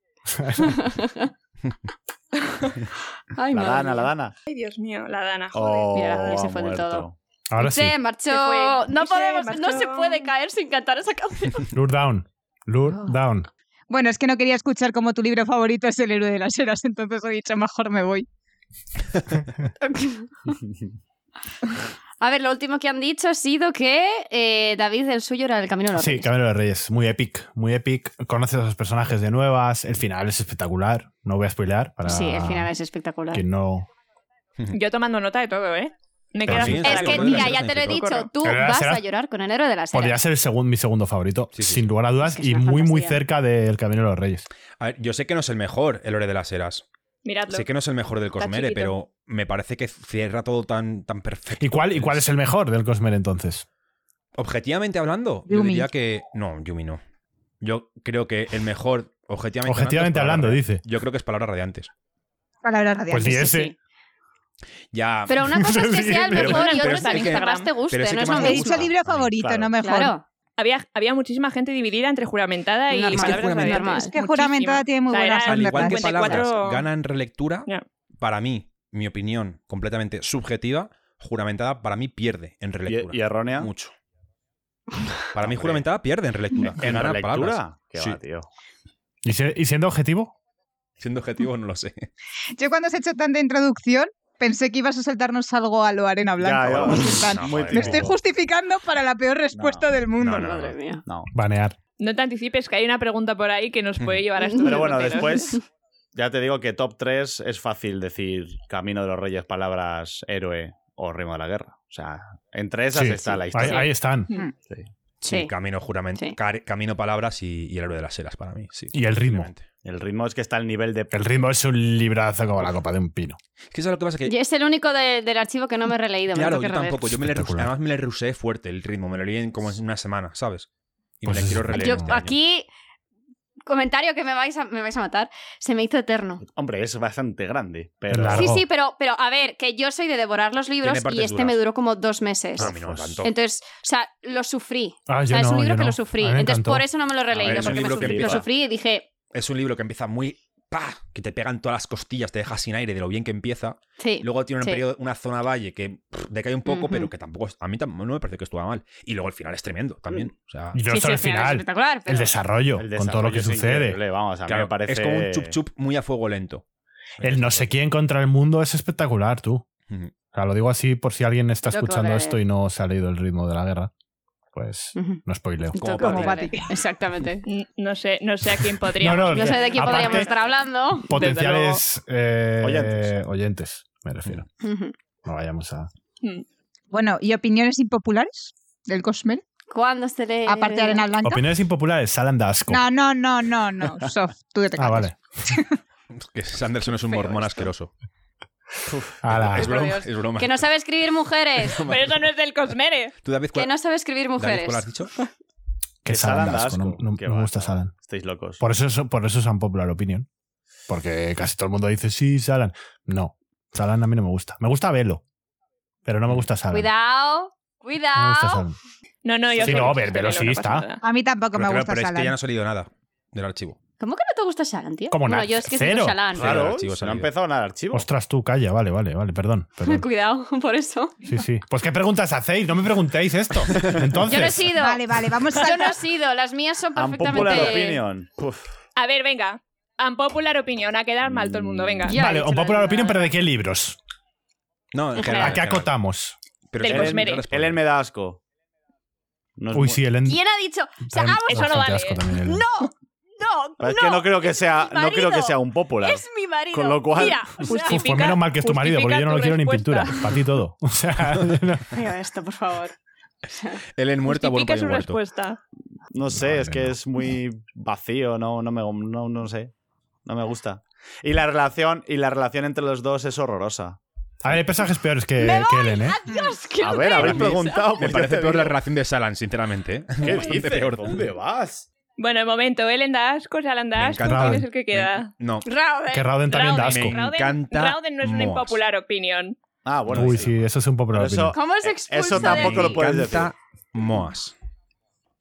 [SPEAKER 3] Ay,
[SPEAKER 4] La
[SPEAKER 3] madre
[SPEAKER 4] dana, la
[SPEAKER 3] mía.
[SPEAKER 4] dana.
[SPEAKER 5] Ay, Dios mío, la dana, joder.
[SPEAKER 4] Oh,
[SPEAKER 3] Mira, ya se
[SPEAKER 4] ha
[SPEAKER 3] fue del
[SPEAKER 4] muerto.
[SPEAKER 3] todo.
[SPEAKER 1] Ahora sí.
[SPEAKER 3] Se marchó.
[SPEAKER 5] Se fue.
[SPEAKER 3] No
[SPEAKER 5] Se
[SPEAKER 3] podemos, no
[SPEAKER 5] marchó.
[SPEAKER 3] se puede caer sin cantar esa canción.
[SPEAKER 1] Lure down. Lure
[SPEAKER 3] Oh.
[SPEAKER 1] down.
[SPEAKER 6] Bueno, es que no quería escuchar como tu libro favorito es El héroe de las eras, entonces he dicho, mejor me voy.
[SPEAKER 3] A ver, lo último que han dicho ha sido que eh, David el suyo era el camino de los
[SPEAKER 1] Sí,
[SPEAKER 3] Reyes.
[SPEAKER 1] Camino de Reyes. Muy epic. Muy epic. Conoces a los personajes de nuevas. El final es espectacular. No voy a spoilear para
[SPEAKER 3] Sí, el final es espectacular.
[SPEAKER 1] quien no.
[SPEAKER 5] Yo tomando nota de todo, ¿eh? Me
[SPEAKER 2] Pero
[SPEAKER 5] queda
[SPEAKER 2] sí,
[SPEAKER 3] Es que,
[SPEAKER 2] Claro,
[SPEAKER 3] tía,
[SPEAKER 2] claro,
[SPEAKER 3] ya te lo he
[SPEAKER 2] claro.
[SPEAKER 3] dicho, tú
[SPEAKER 1] Pero
[SPEAKER 3] vas
[SPEAKER 1] será-
[SPEAKER 3] a llorar con el héroe de las
[SPEAKER 1] Podría
[SPEAKER 3] eras.
[SPEAKER 1] ser el segundo, mi segundo favorito,
[SPEAKER 2] Sí, sí,
[SPEAKER 1] sin
[SPEAKER 2] sí.
[SPEAKER 1] lugar a dudas,
[SPEAKER 3] Es que es
[SPEAKER 1] y
[SPEAKER 3] una
[SPEAKER 1] muy, muy
[SPEAKER 3] fantasía.
[SPEAKER 1] cerca del Camino de los Reyes.
[SPEAKER 2] A ver, yo sé que no es el mejor, el Ore de las Heras.
[SPEAKER 5] Miradlo.
[SPEAKER 2] Sé que no es el mejor del
[SPEAKER 5] Está
[SPEAKER 2] Cosmere,
[SPEAKER 5] chiquito.
[SPEAKER 2] pero me parece que cierra todo tan, tan perfecto.
[SPEAKER 1] ¿Y cuál, ¿Y cuál es el mejor del Cosmere entonces?
[SPEAKER 2] Objetivamente hablando, yo
[SPEAKER 6] Yumi.
[SPEAKER 2] diría que. No, Yumi no. Yo creo que el mejor, objetivamente, hablando, es
[SPEAKER 1] Objetivamente
[SPEAKER 2] Palabras
[SPEAKER 1] hablando,
[SPEAKER 2] Radiantes.
[SPEAKER 1] dice.
[SPEAKER 2] Yo creo que es palabras radiantes.
[SPEAKER 6] Palabras
[SPEAKER 1] Pues
[SPEAKER 6] radiantes.
[SPEAKER 1] ni
[SPEAKER 3] Sí,
[SPEAKER 1] ese.
[SPEAKER 3] sí.
[SPEAKER 2] Ya.
[SPEAKER 3] Pero una cosa es que
[SPEAKER 1] Sí,
[SPEAKER 3] sea el
[SPEAKER 1] pero-
[SPEAKER 3] mejor y otra
[SPEAKER 5] pero es
[SPEAKER 3] es el
[SPEAKER 5] el
[SPEAKER 3] que
[SPEAKER 5] que-
[SPEAKER 3] más te guste,
[SPEAKER 2] pero es el que
[SPEAKER 3] no es lo
[SPEAKER 2] más me
[SPEAKER 6] He
[SPEAKER 3] mismo.
[SPEAKER 6] dicho libro
[SPEAKER 2] A mí,
[SPEAKER 6] favorito,
[SPEAKER 4] claro.
[SPEAKER 6] no mejor.
[SPEAKER 3] Claro.
[SPEAKER 5] Había, había muchísima gente dividida entre juramentada y
[SPEAKER 3] Normal. Es
[SPEAKER 5] palabras
[SPEAKER 3] que juramentada-
[SPEAKER 5] radiantes.
[SPEAKER 6] es que juramentada
[SPEAKER 5] Muchísima.
[SPEAKER 6] tiene muy
[SPEAKER 5] O sea,
[SPEAKER 6] buenas
[SPEAKER 5] era
[SPEAKER 2] al
[SPEAKER 6] ondas,
[SPEAKER 2] igual que
[SPEAKER 5] 54
[SPEAKER 2] palabras gana en relectura,
[SPEAKER 5] Ya.
[SPEAKER 2] para mí, mi opinión completamente subjetiva, juramentada para mí pierde en relectura.
[SPEAKER 4] Y, y errónea.
[SPEAKER 2] Mucho. Para mí,
[SPEAKER 4] Hombre.
[SPEAKER 2] juramentada pierde en relectura.
[SPEAKER 4] ¿En
[SPEAKER 2] Gana palabras.
[SPEAKER 4] relectura? Qué
[SPEAKER 2] Sí.
[SPEAKER 4] va, tío.
[SPEAKER 1] ¿Y, se- y siendo objetivo?
[SPEAKER 2] Siendo objetivo, no lo sé.
[SPEAKER 6] Yo cuando has hecho tanta introducción, pensé que ibas a saltarnos algo a lo arena blanca.
[SPEAKER 4] Ya,
[SPEAKER 6] o
[SPEAKER 4] ya.
[SPEAKER 6] algo así, en plan,
[SPEAKER 4] No,
[SPEAKER 2] Muy
[SPEAKER 4] joder,
[SPEAKER 6] Me estoy
[SPEAKER 4] tío.
[SPEAKER 6] justificando para la peor respuesta del mundo.
[SPEAKER 4] No, no,
[SPEAKER 3] Madre
[SPEAKER 4] no.
[SPEAKER 3] mía.
[SPEAKER 4] No.
[SPEAKER 1] Banear.
[SPEAKER 5] No te anticipes que hay una pregunta por ahí que nos puede llevar a esto.
[SPEAKER 4] Pero bueno, después ya te digo que top 3 es fácil decir Camino de los Reyes, palabras héroe o Rimo de la Guerra. O sea, entre esas
[SPEAKER 1] Sí,
[SPEAKER 4] está la
[SPEAKER 1] Ahí,
[SPEAKER 4] historia.
[SPEAKER 1] ahí están.
[SPEAKER 2] Sí,
[SPEAKER 3] Sí.
[SPEAKER 2] camino juramento,
[SPEAKER 3] Sí.
[SPEAKER 2] camino palabras y, y el héroe de las eras para mí. Sí,
[SPEAKER 1] Y el ritmo.
[SPEAKER 2] Obviamente.
[SPEAKER 4] El ritmo es que está al nivel de...
[SPEAKER 1] El ritmo es un librazo como la copa de un pino.
[SPEAKER 2] Es que eso es lo que pasa que.
[SPEAKER 3] Y es el único de- del archivo que no me he releído. me lo
[SPEAKER 2] claro, yo
[SPEAKER 3] tengo que releer.
[SPEAKER 2] tampoco. Yo me le rehusé-
[SPEAKER 1] Espectacular.
[SPEAKER 2] además me le rusé fuerte el ritmo. Me lo leí en como en una semana, ¿sabes? Y
[SPEAKER 1] Pues
[SPEAKER 2] me
[SPEAKER 1] es-
[SPEAKER 2] le quiero releer.
[SPEAKER 3] Yo
[SPEAKER 1] Leer
[SPEAKER 2] este año.
[SPEAKER 3] aquí, comentario que me vais, a, me vais a matar, se me hizo eterno.
[SPEAKER 4] Hombre, es bastante grande, pero...
[SPEAKER 1] Largo.
[SPEAKER 3] Sí, sí, pero, pero a ver, que yo soy de devorar los libros
[SPEAKER 2] Tiene partes
[SPEAKER 3] y este
[SPEAKER 2] duras.
[SPEAKER 3] me duró como dos meses.
[SPEAKER 2] No, a mí no me encantó.
[SPEAKER 3] Entonces, o sea, lo sufrí.
[SPEAKER 1] Ah,
[SPEAKER 3] O sea,
[SPEAKER 1] yo
[SPEAKER 3] es
[SPEAKER 1] no,
[SPEAKER 3] un libro
[SPEAKER 1] yo
[SPEAKER 3] que
[SPEAKER 1] no.
[SPEAKER 3] lo sufrí.
[SPEAKER 1] A mí me
[SPEAKER 3] Entonces,
[SPEAKER 1] encantó.
[SPEAKER 3] por eso no me lo he releído,
[SPEAKER 2] ver, es un
[SPEAKER 3] porque me
[SPEAKER 2] libro que
[SPEAKER 3] sufrí- lo
[SPEAKER 2] empieza-
[SPEAKER 3] sufrí y dije,
[SPEAKER 2] Es un libro que empieza muy. ¡Pah! Que te pegan todas las costillas, te deja sin aire de lo bien que empieza.
[SPEAKER 3] sí.
[SPEAKER 2] Luego tiene un
[SPEAKER 3] Sí.
[SPEAKER 2] periodo, una zona valle que pff, decae un poco,
[SPEAKER 3] Ujú.
[SPEAKER 2] pero que tampoco. es- A mí tam- no me parece que estuvo mal. Y luego el final es tremendo también. O sea,
[SPEAKER 1] Y no
[SPEAKER 3] Sí, sí,
[SPEAKER 1] solo el
[SPEAKER 3] es
[SPEAKER 1] final,
[SPEAKER 3] espectacular, pero-
[SPEAKER 1] el desarrollo, con
[SPEAKER 4] el
[SPEAKER 1] todo lo
[SPEAKER 4] desarrollo
[SPEAKER 1] que
[SPEAKER 4] es
[SPEAKER 1] sucede.
[SPEAKER 4] increíble, Vamos, a mí
[SPEAKER 2] claro,
[SPEAKER 4] me parece...
[SPEAKER 2] es como un chup chup muy a fuego lento.
[SPEAKER 1] El no sé quién contra el mundo es espectacular, tú.
[SPEAKER 2] Ujú.
[SPEAKER 1] O sea, lo digo así por si alguien está
[SPEAKER 3] Yo creo
[SPEAKER 1] escuchando
[SPEAKER 3] que-
[SPEAKER 1] esto y no se ha leído el ritmo de la guerra. Pues
[SPEAKER 6] Mm.
[SPEAKER 3] Ujú.
[SPEAKER 1] no spoileo.
[SPEAKER 2] Como
[SPEAKER 3] Toca
[SPEAKER 2] Pati.
[SPEAKER 3] releer. Exactamente.
[SPEAKER 5] No sé, no sé a quién podría.
[SPEAKER 1] No, no,
[SPEAKER 3] No sé de quién
[SPEAKER 1] Aparte-
[SPEAKER 3] podríamos estar hablando.
[SPEAKER 1] Potenciales eh, oyentes.
[SPEAKER 4] Oyentes.
[SPEAKER 1] me refiero.
[SPEAKER 3] Ujú.
[SPEAKER 1] No vayamos a.
[SPEAKER 6] Bueno, ¿y opiniones impopulares del Cosmere?
[SPEAKER 3] ¿Cuándo se
[SPEAKER 5] Eh,
[SPEAKER 3] lee?
[SPEAKER 6] Aparte de arena blanca.
[SPEAKER 1] Opiniones impopulares, Salan da asco.
[SPEAKER 6] No, no, no, no, no. Sof, tú que te
[SPEAKER 1] ah,
[SPEAKER 6] calles.
[SPEAKER 1] vale.
[SPEAKER 2] Que Sanderson es un
[SPEAKER 3] Qué feo
[SPEAKER 2] mormón
[SPEAKER 3] esto.
[SPEAKER 2] asqueroso.
[SPEAKER 1] Ala.
[SPEAKER 2] Es broma,
[SPEAKER 3] Dios.
[SPEAKER 2] es broma.
[SPEAKER 3] Que no sabe escribir mujeres.
[SPEAKER 5] Pero eso no es del Cosmere.
[SPEAKER 2] ¿Tú, David,
[SPEAKER 3] Que
[SPEAKER 2] cuál,
[SPEAKER 3] no sabe escribir
[SPEAKER 2] David, cuál has
[SPEAKER 3] mujeres.
[SPEAKER 2] dicho?
[SPEAKER 1] Que
[SPEAKER 4] Que
[SPEAKER 1] Salan
[SPEAKER 4] Salan
[SPEAKER 1] da
[SPEAKER 4] da
[SPEAKER 1] asco. No,
[SPEAKER 4] asco.
[SPEAKER 1] no-
[SPEAKER 4] Qué
[SPEAKER 1] no me
[SPEAKER 4] va.
[SPEAKER 1] gusta Salan.
[SPEAKER 4] Estáis locos.
[SPEAKER 1] Por eso, es- por eso es tan popular opinión. Porque casi todo el mundo dice, sí, Salan. No, Salan a mí no me gusta. Me gusta Velo, pero no me gusta Salan.
[SPEAKER 3] Cuidado,
[SPEAKER 1] No me gusta
[SPEAKER 3] cuidado.
[SPEAKER 1] Salan.
[SPEAKER 5] No, no, yo
[SPEAKER 1] Sí,
[SPEAKER 5] sé
[SPEAKER 1] no,
[SPEAKER 5] que
[SPEAKER 1] ver-
[SPEAKER 5] pero
[SPEAKER 1] pero sí
[SPEAKER 5] no pasa
[SPEAKER 1] está.
[SPEAKER 5] nada.
[SPEAKER 6] A mí tampoco
[SPEAKER 2] Pero
[SPEAKER 6] me
[SPEAKER 2] claro,
[SPEAKER 6] gusta
[SPEAKER 2] pero es que ya
[SPEAKER 6] Salan.
[SPEAKER 2] no ha salido nada del archivo.
[SPEAKER 3] ¿Cómo que no te gusta Shalan, tío?
[SPEAKER 1] ¿Cómo
[SPEAKER 3] bueno,
[SPEAKER 1] nada?
[SPEAKER 3] yo es que
[SPEAKER 1] Cero.
[SPEAKER 3] soy Shalan.
[SPEAKER 2] Claro,
[SPEAKER 4] Claro,
[SPEAKER 2] el archivo
[SPEAKER 4] se no ha
[SPEAKER 2] salido.
[SPEAKER 4] empezado nada el archivo.
[SPEAKER 1] Ostras, tú, calla, vale, vale, vale, perdón. perdón.
[SPEAKER 3] Cuidado, por eso.
[SPEAKER 1] Sí, sí. Pues qué preguntas hacéis, no me preguntéis esto. Entonces,
[SPEAKER 3] Yo no he sido.
[SPEAKER 6] Vale, vale, vamos a
[SPEAKER 3] Yo no he sido. Las mías son
[SPEAKER 4] Unpopular
[SPEAKER 3] perfectamente.
[SPEAKER 4] opinion. Puf.
[SPEAKER 5] A ver, venga. Unpopular opinion, a quedar mal todo el mundo, venga.
[SPEAKER 3] Ya. he
[SPEAKER 1] vale,
[SPEAKER 3] dicho
[SPEAKER 1] un
[SPEAKER 3] la
[SPEAKER 1] popular
[SPEAKER 3] verdad.
[SPEAKER 1] opinión, pero ¿de qué libros?
[SPEAKER 2] No, en
[SPEAKER 3] En
[SPEAKER 2] general.
[SPEAKER 3] general.
[SPEAKER 1] ¿A qué
[SPEAKER 2] en general.
[SPEAKER 1] acotamos?
[SPEAKER 2] Pero
[SPEAKER 5] Del
[SPEAKER 2] sí,
[SPEAKER 5] Cosmere.
[SPEAKER 2] no responde.
[SPEAKER 4] Ellen me da asco. No es
[SPEAKER 1] Uy,
[SPEAKER 4] muy-
[SPEAKER 1] sí, el End.
[SPEAKER 3] ¿Quién ha dicho? O sea,
[SPEAKER 1] También-
[SPEAKER 3] vamos,
[SPEAKER 5] eso no
[SPEAKER 1] bastante
[SPEAKER 5] vale.
[SPEAKER 1] asco también el-
[SPEAKER 3] pues no, no,
[SPEAKER 4] Pero Ah, es que no creo que
[SPEAKER 3] es
[SPEAKER 4] sea,
[SPEAKER 3] mi
[SPEAKER 4] no creo que
[SPEAKER 3] marido.
[SPEAKER 4] sea un popular.
[SPEAKER 3] Es mi marido.
[SPEAKER 4] Con lo cual-
[SPEAKER 3] Mira, o sea,
[SPEAKER 5] Justifica-
[SPEAKER 1] Uf, pues menos mal que es tu marido, porque yo no lo quiero
[SPEAKER 5] justifica
[SPEAKER 1] ni
[SPEAKER 5] tu
[SPEAKER 1] en pintura.
[SPEAKER 5] respuesta.
[SPEAKER 1] Para ti todo. O sea,
[SPEAKER 3] mira esto, por favor.
[SPEAKER 2] Ellen muerta, bueno,
[SPEAKER 5] Justifica
[SPEAKER 2] para
[SPEAKER 5] su
[SPEAKER 2] muerto.
[SPEAKER 5] respuesta.
[SPEAKER 4] No sé, es que
[SPEAKER 2] no.
[SPEAKER 4] es muy vacío, no, no me no, no sé. No me gusta. Y la relación, y la relación entre los dos es horrorosa.
[SPEAKER 1] A ver, hay personajes peores que,
[SPEAKER 3] Me voy.
[SPEAKER 1] que Ellen, ¿eh?
[SPEAKER 3] Dios, qué
[SPEAKER 4] A ver, habéis
[SPEAKER 2] me-
[SPEAKER 4] preguntado.
[SPEAKER 2] Me
[SPEAKER 4] pues yo
[SPEAKER 2] parece
[SPEAKER 4] te
[SPEAKER 2] peor la
[SPEAKER 4] digo.
[SPEAKER 2] relación de Salan, sinceramente. ¿eh?
[SPEAKER 4] ¿Qué
[SPEAKER 2] Bastante
[SPEAKER 4] dices?
[SPEAKER 2] peor.
[SPEAKER 4] ¿Dónde vas?
[SPEAKER 5] Bueno, de momento, Ellen da asco, Alan
[SPEAKER 2] Me
[SPEAKER 5] da asco,
[SPEAKER 2] encanta.
[SPEAKER 5] ¿quién es el que queda?
[SPEAKER 2] No.
[SPEAKER 5] Rauden.
[SPEAKER 1] Que Rauden también da asco.
[SPEAKER 2] Me encanta
[SPEAKER 5] Rauden no es una
[SPEAKER 2] Moas.
[SPEAKER 5] impopular opinión.
[SPEAKER 4] Ah, bueno.
[SPEAKER 1] Uy,
[SPEAKER 4] sí.
[SPEAKER 1] sí, eso es un poco
[SPEAKER 4] Pero
[SPEAKER 1] opinión.
[SPEAKER 4] eso-
[SPEAKER 3] ¿Cómo se
[SPEAKER 4] Eh,
[SPEAKER 3] expulsa
[SPEAKER 4] eso
[SPEAKER 3] de
[SPEAKER 4] tampoco
[SPEAKER 3] aquí?
[SPEAKER 4] lo puedes decir.
[SPEAKER 2] Canta Moas.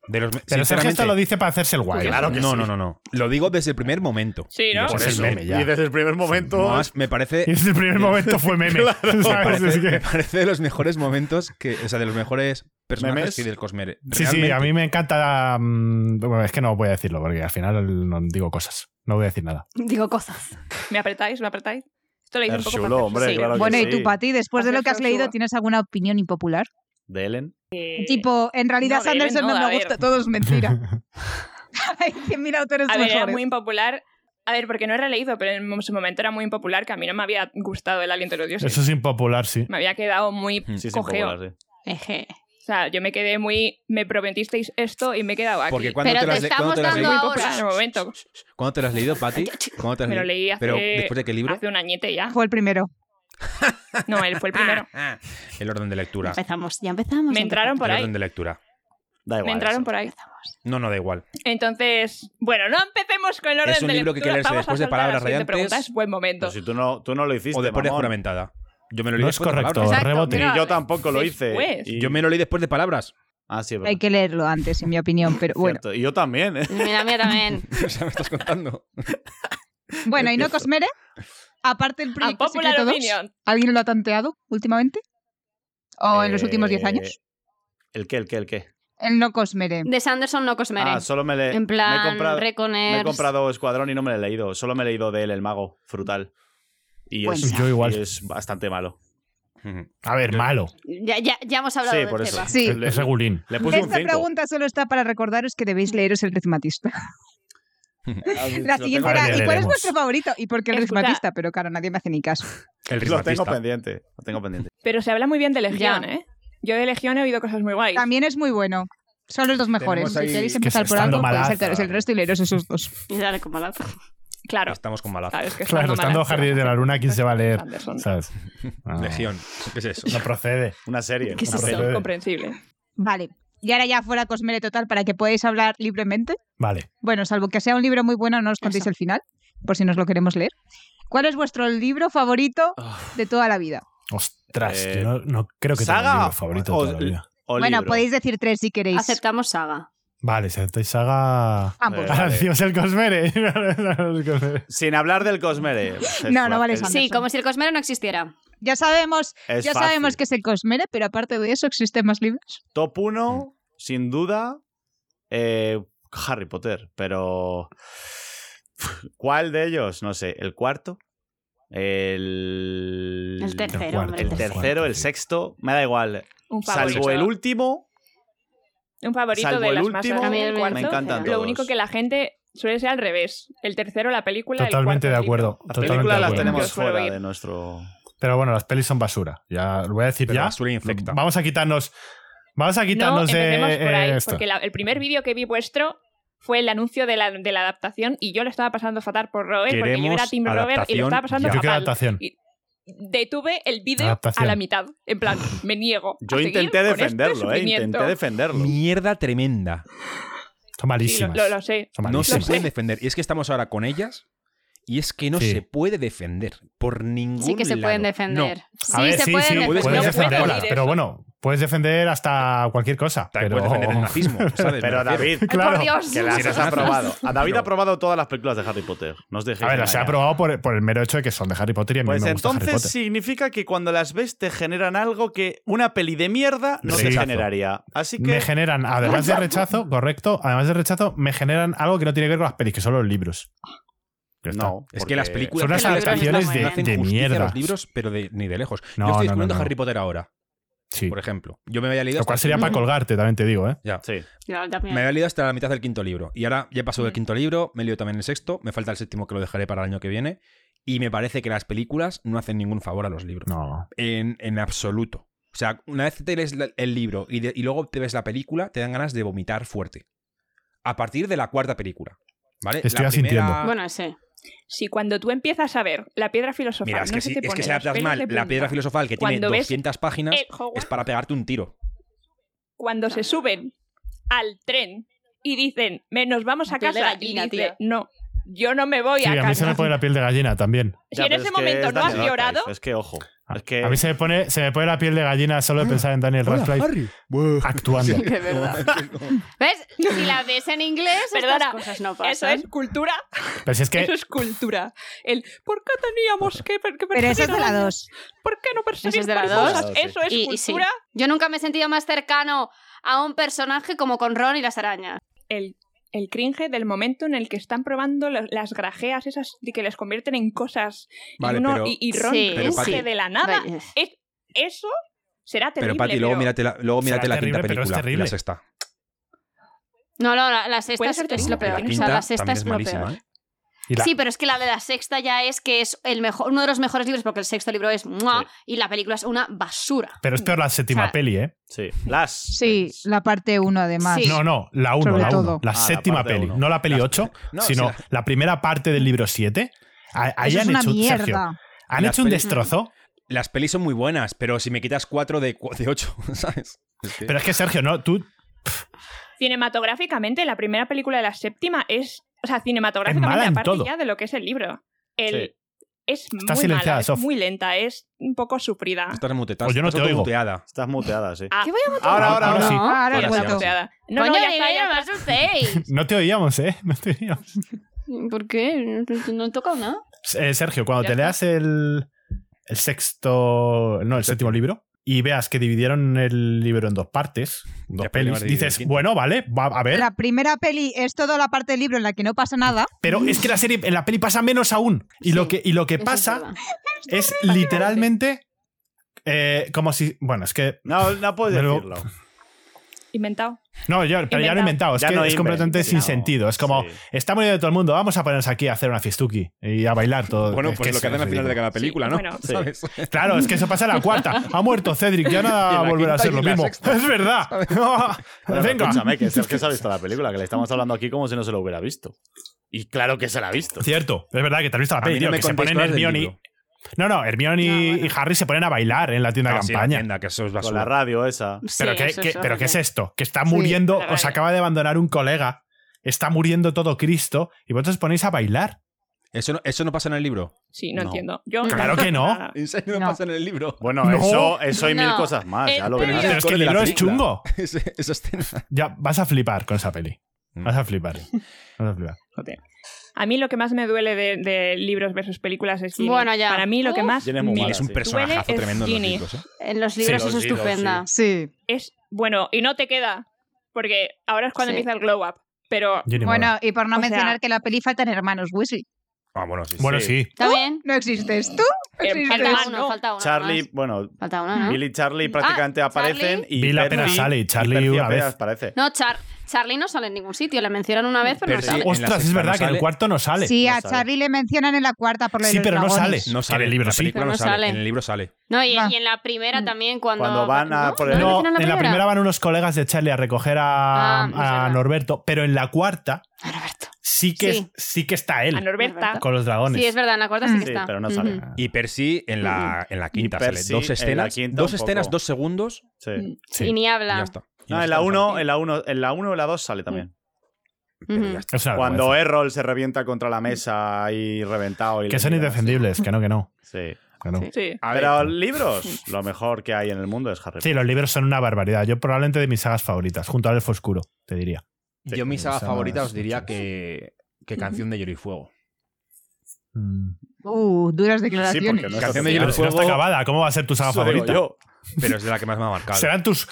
[SPEAKER 2] De los,
[SPEAKER 1] Pero Sergio
[SPEAKER 2] sinceramente,
[SPEAKER 1] esto lo dice para hacerse el guay.
[SPEAKER 4] Claro que
[SPEAKER 2] no,
[SPEAKER 4] sí.
[SPEAKER 2] no, no, no. Lo digo desde el primer momento.
[SPEAKER 5] Sí, ¿no?
[SPEAKER 1] Por
[SPEAKER 4] Por
[SPEAKER 1] Es el
[SPEAKER 4] eso.
[SPEAKER 1] meme ya.
[SPEAKER 4] Y desde el primer momento.
[SPEAKER 2] Moas me parece
[SPEAKER 1] Y desde el primer momento fue meme. ¿sabes?
[SPEAKER 2] Me parece,
[SPEAKER 1] Es que-
[SPEAKER 2] me parece de los mejores momentos, que, o sea, de los mejores personajes
[SPEAKER 4] ¿Memes?
[SPEAKER 2] y del Cosmere.
[SPEAKER 1] Sí, sí,
[SPEAKER 2] Realmente.
[SPEAKER 1] a mí me encanta. mm, bueno, es que no voy a decirlo, porque al final no digo cosas. No voy a decir nada.
[SPEAKER 3] Digo cosas.
[SPEAKER 5] ¿Me apretáis? ¿Me apretáis? Esto lo hice un poco
[SPEAKER 4] Ursula,
[SPEAKER 5] para-
[SPEAKER 4] hombre,
[SPEAKER 5] sí.
[SPEAKER 4] claro que
[SPEAKER 6] Bueno,
[SPEAKER 4] sí.
[SPEAKER 6] y tú, Pati, después de lo que has
[SPEAKER 5] Hacerse
[SPEAKER 6] leído,
[SPEAKER 5] su-
[SPEAKER 6] ¿tienes alguna opinión impopular?
[SPEAKER 4] De Ellen.
[SPEAKER 6] Tipo, en realidad
[SPEAKER 5] Eh, no, de Ellen
[SPEAKER 6] Sanderson
[SPEAKER 5] no,
[SPEAKER 6] no,
[SPEAKER 5] a
[SPEAKER 6] me
[SPEAKER 5] ver.
[SPEAKER 6] gusta, todo es mentira. Hay 100.000 autores
[SPEAKER 5] A ver, era
[SPEAKER 6] mejores.
[SPEAKER 5] muy impopular. A ver, porque no he releído, pero en su momento era muy impopular que a mí no me había gustado el aliento de los dioses.
[SPEAKER 1] Eso es impopular, sí.
[SPEAKER 5] Me había quedado muy
[SPEAKER 2] Mm.
[SPEAKER 4] Sí, sí,
[SPEAKER 5] cojeo.
[SPEAKER 4] popular, sí.
[SPEAKER 3] Eje.
[SPEAKER 5] O sea, yo me quedé muy. Me prometisteis esto y me he quedado aquí.
[SPEAKER 2] Porque cuando
[SPEAKER 3] Pero
[SPEAKER 2] te, lo has
[SPEAKER 3] te
[SPEAKER 2] le- cuándo te lo has leído,
[SPEAKER 3] estamos
[SPEAKER 5] Soy muy
[SPEAKER 3] dando-
[SPEAKER 5] popular en el momento.
[SPEAKER 2] ¿Cuándo te lo has leído, Pati? ¿Cuándo te lo has
[SPEAKER 5] Me lo leí hace-
[SPEAKER 2] Pero después de qué libro?
[SPEAKER 5] Hace un añete ya.
[SPEAKER 6] Fue el primero.
[SPEAKER 5] No, él fue el primero.
[SPEAKER 2] Ah, el orden de lectura.
[SPEAKER 3] Empezamos, ya empezamos.
[SPEAKER 5] Me entraron por
[SPEAKER 2] el
[SPEAKER 5] ahí.
[SPEAKER 2] orden de lectura.
[SPEAKER 4] Da igual.
[SPEAKER 5] Me entraron
[SPEAKER 4] eso.
[SPEAKER 5] por ahí.
[SPEAKER 2] No, no, da igual.
[SPEAKER 5] Entonces, bueno, no empecemos con el orden
[SPEAKER 2] un
[SPEAKER 5] de
[SPEAKER 2] libro que hay que
[SPEAKER 5] lectura.
[SPEAKER 2] leerse
[SPEAKER 5] Vamos a
[SPEAKER 2] después de
[SPEAKER 5] saltar a la
[SPEAKER 2] palabras
[SPEAKER 5] siguiente
[SPEAKER 2] radiantes.
[SPEAKER 5] pregunta. Es buen momento.
[SPEAKER 4] Pero si tú no, tú no lo hiciste.
[SPEAKER 2] O después de
[SPEAKER 4] mamón.
[SPEAKER 2] juramentada. Yo me lo leí
[SPEAKER 1] No es
[SPEAKER 2] después de
[SPEAKER 1] correcto.
[SPEAKER 2] palabras.
[SPEAKER 1] Rebote.
[SPEAKER 5] mira.
[SPEAKER 4] Ni yo tampoco lo hice.
[SPEAKER 5] Después.
[SPEAKER 4] Y-
[SPEAKER 2] Yo me lo leí después de palabras.
[SPEAKER 4] Ah, sí, es verdad.
[SPEAKER 6] Hay que leerlo antes, en mi opinión, pero bueno.
[SPEAKER 4] Cierto. Y yo también, ¿eh?
[SPEAKER 3] Mira, mira también.
[SPEAKER 2] o sea, me estás contando.
[SPEAKER 6] Bueno,
[SPEAKER 4] Es
[SPEAKER 6] ¿y no
[SPEAKER 4] cierto.
[SPEAKER 6] Cosmere? Aparte el
[SPEAKER 5] A
[SPEAKER 6] proyecto
[SPEAKER 5] popular
[SPEAKER 6] Secreto 2,
[SPEAKER 5] opinion.
[SPEAKER 6] ¿alguien lo ha tanteado últimamente? ¿O en los últimos 10
[SPEAKER 4] Eh,
[SPEAKER 6] años?
[SPEAKER 4] ¿El qué, el qué, el qué?
[SPEAKER 6] El no Cosmere.
[SPEAKER 3] De Sanderson no Cosmere.
[SPEAKER 4] Ah, solo me le...
[SPEAKER 3] en
[SPEAKER 4] me he
[SPEAKER 3] plan,
[SPEAKER 4] comprado, me he
[SPEAKER 3] Reconers.
[SPEAKER 4] comprado Escuadrón y no me lo he leído. Solo me he leído de él, el mago frutal. Y
[SPEAKER 6] Bueno.
[SPEAKER 4] es,
[SPEAKER 1] Yo Pues igual.
[SPEAKER 4] y es bastante malo.
[SPEAKER 1] A ver, malo.
[SPEAKER 3] Ya, ya, ya hemos hablado
[SPEAKER 4] Sí,
[SPEAKER 3] del
[SPEAKER 4] por eso.
[SPEAKER 3] tema.
[SPEAKER 6] Sí.
[SPEAKER 1] Es regulín.
[SPEAKER 4] Le puse
[SPEAKER 6] Esta
[SPEAKER 4] un 5.
[SPEAKER 6] pregunta solo está para recordaros que debéis leeros el rizmatista.
[SPEAKER 4] Ah,
[SPEAKER 6] La siguiente
[SPEAKER 1] Ahora le
[SPEAKER 6] era, ¿y cuál es
[SPEAKER 1] leeremos.
[SPEAKER 6] vuestro favorito? ¿Y por qué el
[SPEAKER 5] Escucha.
[SPEAKER 6] rizmatista? Pero claro, nadie me hace ni caso.
[SPEAKER 2] El
[SPEAKER 4] Lo tengo
[SPEAKER 2] ritmatista.
[SPEAKER 4] pendiente. Lo tengo pendiente.
[SPEAKER 5] Pero se habla muy bien de
[SPEAKER 3] Ya.
[SPEAKER 5] Legión, ¿eh? Yo de Legión he oído cosas muy guays.
[SPEAKER 6] También es muy bueno. Son los dos mejores.
[SPEAKER 2] Tenemos ahí-
[SPEAKER 6] Si queréis
[SPEAKER 2] que
[SPEAKER 6] empezar
[SPEAKER 1] se
[SPEAKER 6] por
[SPEAKER 1] están
[SPEAKER 6] algo,
[SPEAKER 1] nomadaza.
[SPEAKER 6] podéis saltaros el resto y leeros esos dos.
[SPEAKER 3] Ya le como la-
[SPEAKER 5] Claro.
[SPEAKER 2] Estamos con Malaz.
[SPEAKER 5] Claro, es que está
[SPEAKER 1] Claro,
[SPEAKER 5] mamada.
[SPEAKER 1] estando Jardín de la Luna, ¿quién se va a leer?
[SPEAKER 5] Anderson.
[SPEAKER 1] ¿Sabes? No.
[SPEAKER 2] Legión. ¿Qué es eso?
[SPEAKER 1] No procede.
[SPEAKER 4] Una serie.
[SPEAKER 3] ¿Qué es
[SPEAKER 4] una
[SPEAKER 3] eso?
[SPEAKER 4] serie.
[SPEAKER 1] Pero-
[SPEAKER 5] Comprensible.
[SPEAKER 6] Vale. Y ahora ya fuera Cosmere total para que podáis hablar libremente.
[SPEAKER 1] Vale.
[SPEAKER 6] Bueno, salvo que sea un libro muy bueno, no os contéis
[SPEAKER 5] Eso.
[SPEAKER 6] el final, por si nos lo queremos leer. ¿Cuál es vuestro libro favorito de toda la vida?
[SPEAKER 1] Ostras,
[SPEAKER 4] Eh,
[SPEAKER 1] yo no, no creo que tenga
[SPEAKER 4] ¿saga
[SPEAKER 1] un libro favorito
[SPEAKER 4] o-
[SPEAKER 1] de toda la vida.
[SPEAKER 4] o
[SPEAKER 6] bueno,
[SPEAKER 4] libro.
[SPEAKER 6] podéis decir tres si queréis.
[SPEAKER 3] Aceptamos saga.
[SPEAKER 1] Vale, si hacéis saga.
[SPEAKER 6] Ambos.
[SPEAKER 1] Ahora
[SPEAKER 4] Eh, vale.
[SPEAKER 1] decimos el Cosmere. El Cosmere.
[SPEAKER 4] Sin hablar del Cosmere. Es
[SPEAKER 6] No, no vale
[SPEAKER 4] fácil.
[SPEAKER 6] Sanderson.
[SPEAKER 3] Sí, como si el Cosmere no existiera.
[SPEAKER 6] Ya sabemos,
[SPEAKER 4] Es
[SPEAKER 6] ya
[SPEAKER 4] fácil.
[SPEAKER 6] sabemos que es el Cosmere, pero aparte de eso, ¿existen más libros?
[SPEAKER 4] Top 1, sin duda, eh, Harry Potter, pero... ¿Cuál de ellos? No sé, ¿el cuarto? El...
[SPEAKER 3] El tercero,
[SPEAKER 1] El cuarto,
[SPEAKER 3] hombre.
[SPEAKER 4] El tercero, el
[SPEAKER 1] sí.
[SPEAKER 4] sexto, me da igual.
[SPEAKER 5] Un favorito.
[SPEAKER 4] Salvo el último,
[SPEAKER 5] Un favorito
[SPEAKER 4] salvo
[SPEAKER 5] de
[SPEAKER 4] el
[SPEAKER 5] las
[SPEAKER 4] último,
[SPEAKER 5] masas.
[SPEAKER 3] A mí
[SPEAKER 5] El
[SPEAKER 3] me
[SPEAKER 5] cuarto,
[SPEAKER 4] me encantan
[SPEAKER 5] Lo
[SPEAKER 4] todos.
[SPEAKER 5] único que la gente suele ser al revés. El tercero, la película.
[SPEAKER 1] Totalmente
[SPEAKER 5] el
[SPEAKER 1] de
[SPEAKER 5] cuarto, el
[SPEAKER 1] acuerdo.
[SPEAKER 4] Las
[SPEAKER 1] Totalmente
[SPEAKER 4] películas
[SPEAKER 1] de
[SPEAKER 4] las
[SPEAKER 1] acuerdo.
[SPEAKER 5] Yo
[SPEAKER 4] tenemos
[SPEAKER 5] suelo
[SPEAKER 4] fuera
[SPEAKER 5] ir.
[SPEAKER 4] de nuestro...
[SPEAKER 1] Pero bueno, las pelis son basura. Ya lo voy a decir
[SPEAKER 2] Pero
[SPEAKER 1] ya.
[SPEAKER 2] basura infecta.
[SPEAKER 1] Vamos a quitarnos. Vamos a
[SPEAKER 5] libro. No,
[SPEAKER 1] quitarnos de
[SPEAKER 5] empecemos por ahí.
[SPEAKER 1] esto.
[SPEAKER 5] Porque la- el primer vídeo que vi vuestro fue el anuncio de la, de la adaptación y yo lo estaba pasando fatal por Robert porque yo
[SPEAKER 2] Queremos
[SPEAKER 5] era Team Robert
[SPEAKER 2] adaptación
[SPEAKER 5] y lo estaba pasando
[SPEAKER 2] ya.
[SPEAKER 1] Yo quiero
[SPEAKER 5] fatal.
[SPEAKER 1] adaptación.
[SPEAKER 5] Y Detuve el vídeo a
[SPEAKER 1] Adaptación.
[SPEAKER 5] la mitad. En plan, me niego. a
[SPEAKER 4] Yo
[SPEAKER 5] seguir
[SPEAKER 4] intenté
[SPEAKER 5] con este
[SPEAKER 4] defenderlo, ¿eh?
[SPEAKER 5] sufrimiento.
[SPEAKER 4] Intenté defenderlo.
[SPEAKER 2] Mierda tremenda.
[SPEAKER 1] Son
[SPEAKER 5] Sí, lo-
[SPEAKER 1] malísimas.
[SPEAKER 5] lo- lo sé.
[SPEAKER 1] Son
[SPEAKER 2] No se
[SPEAKER 1] malísimas.
[SPEAKER 2] pueden defender. Y es que estamos ahora con ellas y es que no
[SPEAKER 1] Sí.
[SPEAKER 2] se puede defender por ningún
[SPEAKER 3] Sí que se pueden
[SPEAKER 2] lado.
[SPEAKER 3] defender.
[SPEAKER 2] No.
[SPEAKER 3] Sí,
[SPEAKER 1] A ver,
[SPEAKER 3] se pueden defender.
[SPEAKER 1] puedes
[SPEAKER 5] No puedo
[SPEAKER 1] defenderlas,
[SPEAKER 5] decir
[SPEAKER 1] pero
[SPEAKER 5] eso.
[SPEAKER 1] bueno, puedes defender hasta cualquier cosa.
[SPEAKER 2] También
[SPEAKER 1] pero...
[SPEAKER 2] puedes defender el nazismo, ¿sabes? Me refiero.
[SPEAKER 4] Pero David,
[SPEAKER 3] Ay,
[SPEAKER 1] Claro,
[SPEAKER 3] por Dios.
[SPEAKER 4] que las
[SPEAKER 2] Si eres
[SPEAKER 4] has
[SPEAKER 2] nazi.
[SPEAKER 4] aprobado. A David
[SPEAKER 2] Pero-
[SPEAKER 4] ha aprobado todas las películas de Harry Potter. No os dejéis
[SPEAKER 1] A ver, las he
[SPEAKER 4] engañar.
[SPEAKER 1] aprobado por, por el mero hecho de que son de Harry Potter y a mí
[SPEAKER 4] Pues
[SPEAKER 1] me gusta Harry
[SPEAKER 4] entonces
[SPEAKER 1] Potter.
[SPEAKER 4] significa que cuando las ves te generan algo que una peli de mierda no te
[SPEAKER 1] Rechazo.
[SPEAKER 4] generaría. Así que.
[SPEAKER 1] Me generan, además de rechazo, correcto, además de rechazo, me generan algo que no tiene que ver con las pelis, que son los libros. Ya está.
[SPEAKER 4] no,
[SPEAKER 2] Es que las
[SPEAKER 4] porque-
[SPEAKER 2] películas
[SPEAKER 1] Son unas
[SPEAKER 3] que los libros
[SPEAKER 1] adaptaciones
[SPEAKER 3] están
[SPEAKER 1] de,
[SPEAKER 3] muy
[SPEAKER 2] no
[SPEAKER 1] de
[SPEAKER 2] hacen justicia
[SPEAKER 3] bien.
[SPEAKER 2] a
[SPEAKER 1] mierda.
[SPEAKER 2] los libros, pero de, ni de lejos.
[SPEAKER 1] No,
[SPEAKER 2] Yo estoy
[SPEAKER 1] no, no,
[SPEAKER 2] descubriendo
[SPEAKER 1] no.
[SPEAKER 2] Harry Potter ahora,
[SPEAKER 1] Sí.
[SPEAKER 2] por ejemplo. Yo me había leído
[SPEAKER 1] Lo cual
[SPEAKER 2] hasta,
[SPEAKER 1] sería para colgarte, también te digo, ¿eh?
[SPEAKER 2] ya.
[SPEAKER 4] Sí.
[SPEAKER 3] Claro,
[SPEAKER 2] Me
[SPEAKER 3] también.
[SPEAKER 2] había leído hasta la mitad del quinto libro. Y ahora ya paso
[SPEAKER 1] Mm.
[SPEAKER 2] del quinto libro, me he leído también el sexto, me falta el séptimo que lo dejaré para el año que viene. Y me parece que las películas no hacen ningún favor a los libros.
[SPEAKER 1] No.
[SPEAKER 2] En, en absoluto. O sea, una vez te lees la- el libro y, de- y luego te ves la película, te dan ganas de vomitar fuerte. a partir de la cuarta película. ¿Vale?
[SPEAKER 1] Estoy
[SPEAKER 2] la
[SPEAKER 1] asintiendo.
[SPEAKER 2] primera-
[SPEAKER 3] Bueno, sí.
[SPEAKER 5] Si cuando tú empiezas a ver la piedra filosofal,
[SPEAKER 2] Mira, es
[SPEAKER 5] no
[SPEAKER 2] que,
[SPEAKER 5] se
[SPEAKER 2] si,
[SPEAKER 5] te
[SPEAKER 2] es
[SPEAKER 5] pone
[SPEAKER 2] que si
[SPEAKER 5] las
[SPEAKER 2] adaptas
[SPEAKER 5] pelos
[SPEAKER 2] mal
[SPEAKER 5] de
[SPEAKER 2] la
[SPEAKER 5] punta,
[SPEAKER 2] piedra filosofal que tiene
[SPEAKER 5] Cuando ves
[SPEAKER 2] 200 páginas,
[SPEAKER 5] el Hogwarts,
[SPEAKER 2] es para pegarte un tiro.
[SPEAKER 5] cuando se suben al tren y dicen, "Me- nos vamos a
[SPEAKER 3] Piel de
[SPEAKER 5] casa,
[SPEAKER 3] gallina,
[SPEAKER 5] y dice,
[SPEAKER 3] tío.
[SPEAKER 5] no, yo no me voy
[SPEAKER 1] Sí,
[SPEAKER 5] a
[SPEAKER 1] a
[SPEAKER 5] casa.
[SPEAKER 1] mí se me pone la piel de gallina también.
[SPEAKER 5] Si en ese momento no has llorado,
[SPEAKER 4] Es que, ojo. Es que.
[SPEAKER 1] Ah, A mí se me pone, se me pone la piel de gallina
[SPEAKER 6] Ah.
[SPEAKER 1] solo de pensar en Daniel Radcliffe actuando.
[SPEAKER 3] De verdad. ¿Ves? Si la ves en inglés,
[SPEAKER 5] Perdona,
[SPEAKER 3] estas cosas no
[SPEAKER 5] eso
[SPEAKER 3] pasan.
[SPEAKER 5] es cultura.
[SPEAKER 1] Pero si es que
[SPEAKER 5] Eso es cultura. El ¿por qué teníamos que, per- que
[SPEAKER 6] Pero eso es de
[SPEAKER 5] perseguir
[SPEAKER 6] la
[SPEAKER 5] a-
[SPEAKER 6] 2.
[SPEAKER 5] ¿Por qué no perseguir
[SPEAKER 3] Eso es de la
[SPEAKER 5] por
[SPEAKER 3] dos.
[SPEAKER 5] cosas? Eso es
[SPEAKER 3] Y- y sí.
[SPEAKER 5] cultura.
[SPEAKER 3] Yo nunca me he sentido más cercano a un personaje como con Ron y las arañas.
[SPEAKER 5] el, el cringe del momento en el que están probando lo- las grajeas esas y que les convierten en cosas
[SPEAKER 2] Vale,
[SPEAKER 5] y, uno-
[SPEAKER 2] pero-
[SPEAKER 5] y, y Ron
[SPEAKER 3] Sí,
[SPEAKER 5] cruje
[SPEAKER 2] pero, Pati-
[SPEAKER 5] de la nada.
[SPEAKER 3] Vaya.
[SPEAKER 5] Es- eso será terrible.
[SPEAKER 2] Pero, Pati, luego
[SPEAKER 5] pero
[SPEAKER 2] mírate la, luego
[SPEAKER 1] Será
[SPEAKER 2] mírate la quinta
[SPEAKER 1] terrible, pero es
[SPEAKER 2] película. y
[SPEAKER 1] terrible.
[SPEAKER 2] La sexta.
[SPEAKER 3] No, no, la, la sexta
[SPEAKER 5] Puede
[SPEAKER 3] es,
[SPEAKER 5] ser
[SPEAKER 3] es
[SPEAKER 5] terrible.
[SPEAKER 3] lo peor.
[SPEAKER 2] La
[SPEAKER 3] O sea,
[SPEAKER 2] quinta
[SPEAKER 3] la sexta
[SPEAKER 2] también
[SPEAKER 3] es
[SPEAKER 2] es
[SPEAKER 3] lo peor.
[SPEAKER 2] malísima. ¿eh?
[SPEAKER 1] y la-
[SPEAKER 3] Sí, pero es que la de la sexta ya es que es el mejor, uno de los mejores libros, porque el sexto libro es ¡mua!
[SPEAKER 4] Sí.
[SPEAKER 3] y la película es una basura.
[SPEAKER 1] pero es peor la séptima
[SPEAKER 3] O sea,
[SPEAKER 1] peli, ¿eh?
[SPEAKER 4] Sí. Las.
[SPEAKER 6] Sí, la parte 1 además.
[SPEAKER 3] Sí.
[SPEAKER 1] No, no, la 1,
[SPEAKER 6] Sobre
[SPEAKER 1] la 1.
[SPEAKER 6] todo.
[SPEAKER 1] La
[SPEAKER 4] Ah, la
[SPEAKER 1] séptima
[SPEAKER 4] parte
[SPEAKER 1] peli.
[SPEAKER 4] uno.
[SPEAKER 1] No la peli 8,
[SPEAKER 2] No,
[SPEAKER 1] sino
[SPEAKER 2] sí,
[SPEAKER 1] la primera parte del libro 7. A- Ahí
[SPEAKER 6] Eso es
[SPEAKER 1] han
[SPEAKER 6] una
[SPEAKER 1] hecho,
[SPEAKER 6] mierda.
[SPEAKER 1] Sergio, han
[SPEAKER 2] Las
[SPEAKER 1] hecho un
[SPEAKER 2] pelis-
[SPEAKER 1] destrozo.
[SPEAKER 2] Las pelis son muy buenas, pero si me quitas cuatro de, cu- de ocho, ¿sabes? Es que-
[SPEAKER 1] Pero es que, Sergio, no, tú
[SPEAKER 5] cinematográficamente, la primera película de la séptima es. O sea,
[SPEAKER 1] Es mala
[SPEAKER 5] cinematográficamente,
[SPEAKER 1] en
[SPEAKER 5] aparte
[SPEAKER 1] todo.
[SPEAKER 5] ya de lo que es el libro. El-
[SPEAKER 4] Sí.
[SPEAKER 5] Es
[SPEAKER 1] Está
[SPEAKER 5] muy
[SPEAKER 1] silenciada,
[SPEAKER 5] mala, es
[SPEAKER 1] Sof.
[SPEAKER 5] muy lenta, es un poco sufrida.
[SPEAKER 2] estás muteada.
[SPEAKER 1] Pues yo no te oigo.
[SPEAKER 4] Estás muteada, sí.
[SPEAKER 5] Ah,
[SPEAKER 3] ¿Qué voy a votar?
[SPEAKER 4] Ahora, ahora,
[SPEAKER 1] ahora
[SPEAKER 3] No.
[SPEAKER 1] sí.
[SPEAKER 6] Ah, ahora
[SPEAKER 2] Ahora
[SPEAKER 6] he
[SPEAKER 2] sí,
[SPEAKER 6] vuelto.
[SPEAKER 2] ahora
[SPEAKER 5] muteada. No,
[SPEAKER 3] Coño,
[SPEAKER 5] no, ya
[SPEAKER 3] ni
[SPEAKER 5] está,
[SPEAKER 3] idea,
[SPEAKER 5] ya
[SPEAKER 3] me
[SPEAKER 5] está.
[SPEAKER 3] asustéis.
[SPEAKER 1] no te oíamos, ¿eh? No te oíamos.
[SPEAKER 3] ¿Por qué? No, no he tocado nada.
[SPEAKER 1] Eh, Sergio, cuando
[SPEAKER 5] Ya
[SPEAKER 1] te
[SPEAKER 5] está.
[SPEAKER 1] leas el, el sexto, no, el séptimo libro y veas que dividieron el libro en dos partes, dos
[SPEAKER 2] Ya podrían
[SPEAKER 1] pelis,
[SPEAKER 2] haber dividido
[SPEAKER 1] dices,
[SPEAKER 2] el quinto.
[SPEAKER 1] bueno, vale, va a ver,
[SPEAKER 6] La primera peli es toda la parte del libro en la que no pasa nada.
[SPEAKER 1] pero es que la serie, en la peli pasa menos aún. Y lo
[SPEAKER 3] Sí,
[SPEAKER 1] que, y lo que
[SPEAKER 3] Eso es
[SPEAKER 1] pasa
[SPEAKER 3] verdad.
[SPEAKER 1] es, literalmente eh, como si, bueno, es que
[SPEAKER 4] No, no puedes
[SPEAKER 1] Me lo-
[SPEAKER 4] decirlo.
[SPEAKER 5] Inventado.
[SPEAKER 1] no, yo, pero ya lo he inventado, es
[SPEAKER 4] Ya
[SPEAKER 1] que
[SPEAKER 4] no
[SPEAKER 1] es
[SPEAKER 4] inventes,
[SPEAKER 1] completamente sin
[SPEAKER 4] no.
[SPEAKER 1] sentido. Es como
[SPEAKER 4] Sí.
[SPEAKER 1] está muriendo todo el mundo, vamos a ponernos aquí a hacer una fiestuki y a bailar todo.
[SPEAKER 2] Bueno,
[SPEAKER 1] Es
[SPEAKER 2] pues
[SPEAKER 1] que
[SPEAKER 2] lo que
[SPEAKER 1] es-
[SPEAKER 2] hacen
[SPEAKER 1] es
[SPEAKER 2] al final de
[SPEAKER 1] ridículo.
[SPEAKER 2] cada película,
[SPEAKER 5] Sí,
[SPEAKER 2] ¿no?
[SPEAKER 5] bueno.
[SPEAKER 4] Sí.
[SPEAKER 2] ¿Sabes?
[SPEAKER 1] Claro, es que eso pasa en la cuarta. Ha muerto Cedric, ya
[SPEAKER 2] Y en
[SPEAKER 1] nada
[SPEAKER 2] la
[SPEAKER 1] volverá a
[SPEAKER 2] quinta
[SPEAKER 1] ser
[SPEAKER 2] y
[SPEAKER 1] lo
[SPEAKER 2] en la
[SPEAKER 1] mismo.
[SPEAKER 2] sexta.
[SPEAKER 1] Es verdad.
[SPEAKER 4] Bueno, pero
[SPEAKER 1] Venga.
[SPEAKER 4] Escúchame, que Sergio se ha visto la película, que le estamos hablando aquí como si no se lo hubiera visto. Y claro que se la ha visto.
[SPEAKER 1] Cierto, es verdad que te has visto la
[SPEAKER 2] A mí
[SPEAKER 1] peli,
[SPEAKER 2] no
[SPEAKER 1] tío,
[SPEAKER 2] me
[SPEAKER 1] que se
[SPEAKER 2] contéis
[SPEAKER 1] ponen
[SPEAKER 2] cosas del
[SPEAKER 1] Hermione.
[SPEAKER 2] libro.
[SPEAKER 1] y- No, no, Hermione y-
[SPEAKER 3] No, bueno.
[SPEAKER 1] y Harry se ponen a bailar en la tienda de
[SPEAKER 2] Ah, sí,
[SPEAKER 1] campaña.
[SPEAKER 2] entienda, que eso es
[SPEAKER 4] Con la
[SPEAKER 2] basura.
[SPEAKER 4] radio esa.
[SPEAKER 1] pero
[SPEAKER 3] Sí,
[SPEAKER 1] qué,
[SPEAKER 3] eso
[SPEAKER 1] qué-
[SPEAKER 3] es
[SPEAKER 1] pero qué es
[SPEAKER 3] horrible.
[SPEAKER 1] esto? Que está
[SPEAKER 3] Sí,
[SPEAKER 1] muriendo,
[SPEAKER 5] la
[SPEAKER 1] os
[SPEAKER 5] radio.
[SPEAKER 1] acaba de abandonar un colega, está muriendo todo Cristo y vosotros os ponéis a bailar.
[SPEAKER 2] Eso, no, eso no pasa en el libro.
[SPEAKER 5] Sí, no,
[SPEAKER 4] No.
[SPEAKER 5] entiendo. Yo
[SPEAKER 1] Claro que no.
[SPEAKER 5] Nada.
[SPEAKER 2] ¿En serio no,
[SPEAKER 6] No.
[SPEAKER 2] pasa en el libro?
[SPEAKER 4] Bueno,
[SPEAKER 1] No.
[SPEAKER 4] eso, eso y mil
[SPEAKER 3] No.
[SPEAKER 4] cosas más. Ya lo
[SPEAKER 5] Pero
[SPEAKER 1] Pero,
[SPEAKER 4] verás.
[SPEAKER 5] no
[SPEAKER 1] es que
[SPEAKER 2] el core
[SPEAKER 1] el
[SPEAKER 2] de la
[SPEAKER 1] libro es
[SPEAKER 2] película.
[SPEAKER 1] chungo.
[SPEAKER 2] Ese- Esa escena.
[SPEAKER 1] Ya vas a flipar con esa peli.
[SPEAKER 2] Mm.
[SPEAKER 1] Vas a flipar. Vas a flipar.
[SPEAKER 5] Joder. A mí lo que más me duele de, de libros versus películas es Ginny.
[SPEAKER 3] Bueno, ya.
[SPEAKER 5] Para mí lo que
[SPEAKER 3] Uf.
[SPEAKER 5] más
[SPEAKER 4] Ginny es muy
[SPEAKER 5] me-
[SPEAKER 4] mala.
[SPEAKER 2] es un
[SPEAKER 4] sí.
[SPEAKER 2] personajazo
[SPEAKER 5] Duele
[SPEAKER 2] tremendo en los
[SPEAKER 5] Ginny.
[SPEAKER 2] libros. ¿eh?
[SPEAKER 3] En los libros
[SPEAKER 4] Sí,
[SPEAKER 3] eso
[SPEAKER 4] los
[SPEAKER 3] es
[SPEAKER 4] libros,
[SPEAKER 3] estupenda.
[SPEAKER 6] Sí.
[SPEAKER 5] es bueno y no te queda porque ahora es cuando
[SPEAKER 3] Sí.
[SPEAKER 5] empieza el glow up. Pero
[SPEAKER 1] Jenny
[SPEAKER 6] Bueno,
[SPEAKER 1] Morgan.
[SPEAKER 6] y por no
[SPEAKER 5] O
[SPEAKER 6] mencionar
[SPEAKER 5] sea-
[SPEAKER 6] que en la peli faltan hermanos Weasley.
[SPEAKER 2] Ah, bueno, sí. sí.
[SPEAKER 1] bueno, sí.
[SPEAKER 3] ¿Está bien?
[SPEAKER 6] ¿No existes tú?
[SPEAKER 5] Eh,
[SPEAKER 6] Existes.
[SPEAKER 5] falta
[SPEAKER 3] Falta
[SPEAKER 5] Sí,
[SPEAKER 3] uno,
[SPEAKER 5] no.
[SPEAKER 3] falta uno.
[SPEAKER 4] Charlie,
[SPEAKER 3] más.
[SPEAKER 4] bueno,
[SPEAKER 3] Falta uno, ¿no?
[SPEAKER 4] Bill y Charlie prácticamente
[SPEAKER 3] Ah,
[SPEAKER 4] aparecen. Y
[SPEAKER 1] Bill apenas
[SPEAKER 4] Percy-
[SPEAKER 1] sale y Charlie
[SPEAKER 4] Percy
[SPEAKER 1] una
[SPEAKER 4] apenas
[SPEAKER 1] vez.
[SPEAKER 4] aparece.
[SPEAKER 3] No, Char- Charlie no sale en ningún sitio. Le mencionan una vez, pero no
[SPEAKER 2] Pero sí,
[SPEAKER 3] sale.
[SPEAKER 2] en la
[SPEAKER 1] Ostras, es
[SPEAKER 2] sexta
[SPEAKER 1] verdad
[SPEAKER 2] no
[SPEAKER 1] que en el
[SPEAKER 2] sale.
[SPEAKER 1] cuarto no sale.
[SPEAKER 6] Sí,
[SPEAKER 4] No
[SPEAKER 6] a
[SPEAKER 4] sale.
[SPEAKER 6] Charlie le mencionan en la cuarta por lo de
[SPEAKER 1] Sí,
[SPEAKER 6] los
[SPEAKER 1] pero no
[SPEAKER 6] dragones.
[SPEAKER 1] sale.
[SPEAKER 2] No sale.
[SPEAKER 1] En el libro
[SPEAKER 2] la
[SPEAKER 1] sí.
[SPEAKER 2] película
[SPEAKER 3] Pero
[SPEAKER 2] no
[SPEAKER 3] no
[SPEAKER 2] sale.
[SPEAKER 3] sale.
[SPEAKER 2] En el libro sale.
[SPEAKER 3] No, y,
[SPEAKER 6] Va.
[SPEAKER 3] y en la primera también, cuando.
[SPEAKER 4] Cuando van a
[SPEAKER 3] ¿no?
[SPEAKER 4] por el-
[SPEAKER 3] ¿No
[SPEAKER 1] No,
[SPEAKER 3] mencionan
[SPEAKER 1] en la primera van unos colegas de Charlie a recoger a,
[SPEAKER 3] Ah, es
[SPEAKER 1] a
[SPEAKER 3] verdad.
[SPEAKER 1] Norberto, pero en la cuarta
[SPEAKER 3] Ah, Roberto.
[SPEAKER 1] sí que,
[SPEAKER 3] Sí.
[SPEAKER 1] sí que está
[SPEAKER 5] a
[SPEAKER 1] él
[SPEAKER 5] Norberta
[SPEAKER 1] con los dragones.
[SPEAKER 3] Sí, es verdad, en la cuarta sí que
[SPEAKER 4] Sí,
[SPEAKER 3] está.
[SPEAKER 4] pero no sale.
[SPEAKER 3] Ujú.
[SPEAKER 2] Y Percy en la, en la quinta. sale.
[SPEAKER 4] Percy
[SPEAKER 2] Dos
[SPEAKER 4] en la
[SPEAKER 2] escenas.
[SPEAKER 4] quinta
[SPEAKER 2] dos
[SPEAKER 4] un
[SPEAKER 2] escenas,
[SPEAKER 4] poco.
[SPEAKER 2] dos segundos.
[SPEAKER 4] Sí.
[SPEAKER 1] Sí.
[SPEAKER 3] Y ni
[SPEAKER 2] y
[SPEAKER 3] habla.
[SPEAKER 2] ya está. Y
[SPEAKER 4] No,
[SPEAKER 2] no
[SPEAKER 4] en la
[SPEAKER 2] está,
[SPEAKER 4] 1 en la 1 en la 1 o la 2 sale también.
[SPEAKER 2] pero ya
[SPEAKER 3] Ujú.
[SPEAKER 1] Es una
[SPEAKER 4] Cuando
[SPEAKER 1] vergüenza.
[SPEAKER 4] Errol se revienta contra la mesa y reventado y
[SPEAKER 1] Que
[SPEAKER 4] le
[SPEAKER 1] son
[SPEAKER 4] miran
[SPEAKER 1] indefendibles, que no, que no.
[SPEAKER 4] así. Sí.
[SPEAKER 1] que no. Sí.
[SPEAKER 5] Sí.
[SPEAKER 2] A ver,
[SPEAKER 4] Pero libros, lo mejor que hay en el mundo es Harry Potter.
[SPEAKER 1] los libros son una barbaridad. Yo probablemente de mis sagas favoritas, junto al Elfo Oscuro, te diría.
[SPEAKER 2] yo mi
[SPEAKER 1] Sí,
[SPEAKER 2] saga
[SPEAKER 1] sagas
[SPEAKER 2] favorita os diría
[SPEAKER 1] muchas.
[SPEAKER 2] que, que Canción de Hielo y Fuego.
[SPEAKER 1] Mm.
[SPEAKER 6] Uh, duras
[SPEAKER 4] Sí, porque
[SPEAKER 6] declaraciones.
[SPEAKER 4] no es
[SPEAKER 2] Canción de
[SPEAKER 4] oficial.
[SPEAKER 2] Hielo
[SPEAKER 1] Pero
[SPEAKER 2] y
[SPEAKER 1] si no está
[SPEAKER 2] Fuego-
[SPEAKER 1] acabada, ¿cómo va a ser tu saga
[SPEAKER 4] Eso digo
[SPEAKER 1] favorita?
[SPEAKER 4] yo.
[SPEAKER 2] Pero es de la que más me ha marcado.
[SPEAKER 1] Serán tus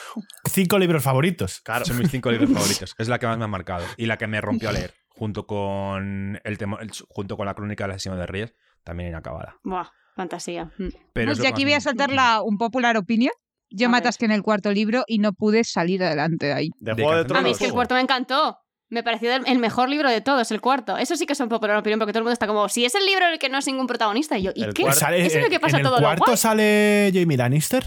[SPEAKER 1] cinco libros favoritos.
[SPEAKER 4] Claro.
[SPEAKER 2] Son mis cinco libros favoritos. Es la que más me ha marcado y la que me rompió a leer. Junto con el tema, el- junto con la crónica del asesino de Reyes, también inacabada.
[SPEAKER 3] Buah, fantasía. Mm.
[SPEAKER 2] Pero es
[SPEAKER 6] Pues
[SPEAKER 2] lo
[SPEAKER 6] yo
[SPEAKER 2] que
[SPEAKER 6] aquí
[SPEAKER 2] más
[SPEAKER 6] voy a
[SPEAKER 2] me-
[SPEAKER 6] soltar la, un popular opinion. Yo
[SPEAKER 3] A
[SPEAKER 6] me
[SPEAKER 3] ver.
[SPEAKER 6] atasqué en el cuarto libro y no pude salir adelante de ahí.
[SPEAKER 2] De
[SPEAKER 4] De Juego de
[SPEAKER 2] Canción
[SPEAKER 3] A
[SPEAKER 4] Tronos.
[SPEAKER 3] mí es que el cuarto me encantó. Me pareció el el mejor libro de todos, el cuarto. Eso sí que es un popular opinión, porque todo el mundo está como, si es el libro en el que no es ningún protagonista. Y yo, ¿y
[SPEAKER 4] El
[SPEAKER 3] qué?
[SPEAKER 4] cuarto-
[SPEAKER 1] Sale-
[SPEAKER 3] ¿Es en el que pasa
[SPEAKER 1] eh, en
[SPEAKER 3] todo
[SPEAKER 1] el
[SPEAKER 3] lo
[SPEAKER 1] cuarto
[SPEAKER 3] guay?
[SPEAKER 1] sale Jamie Lannister?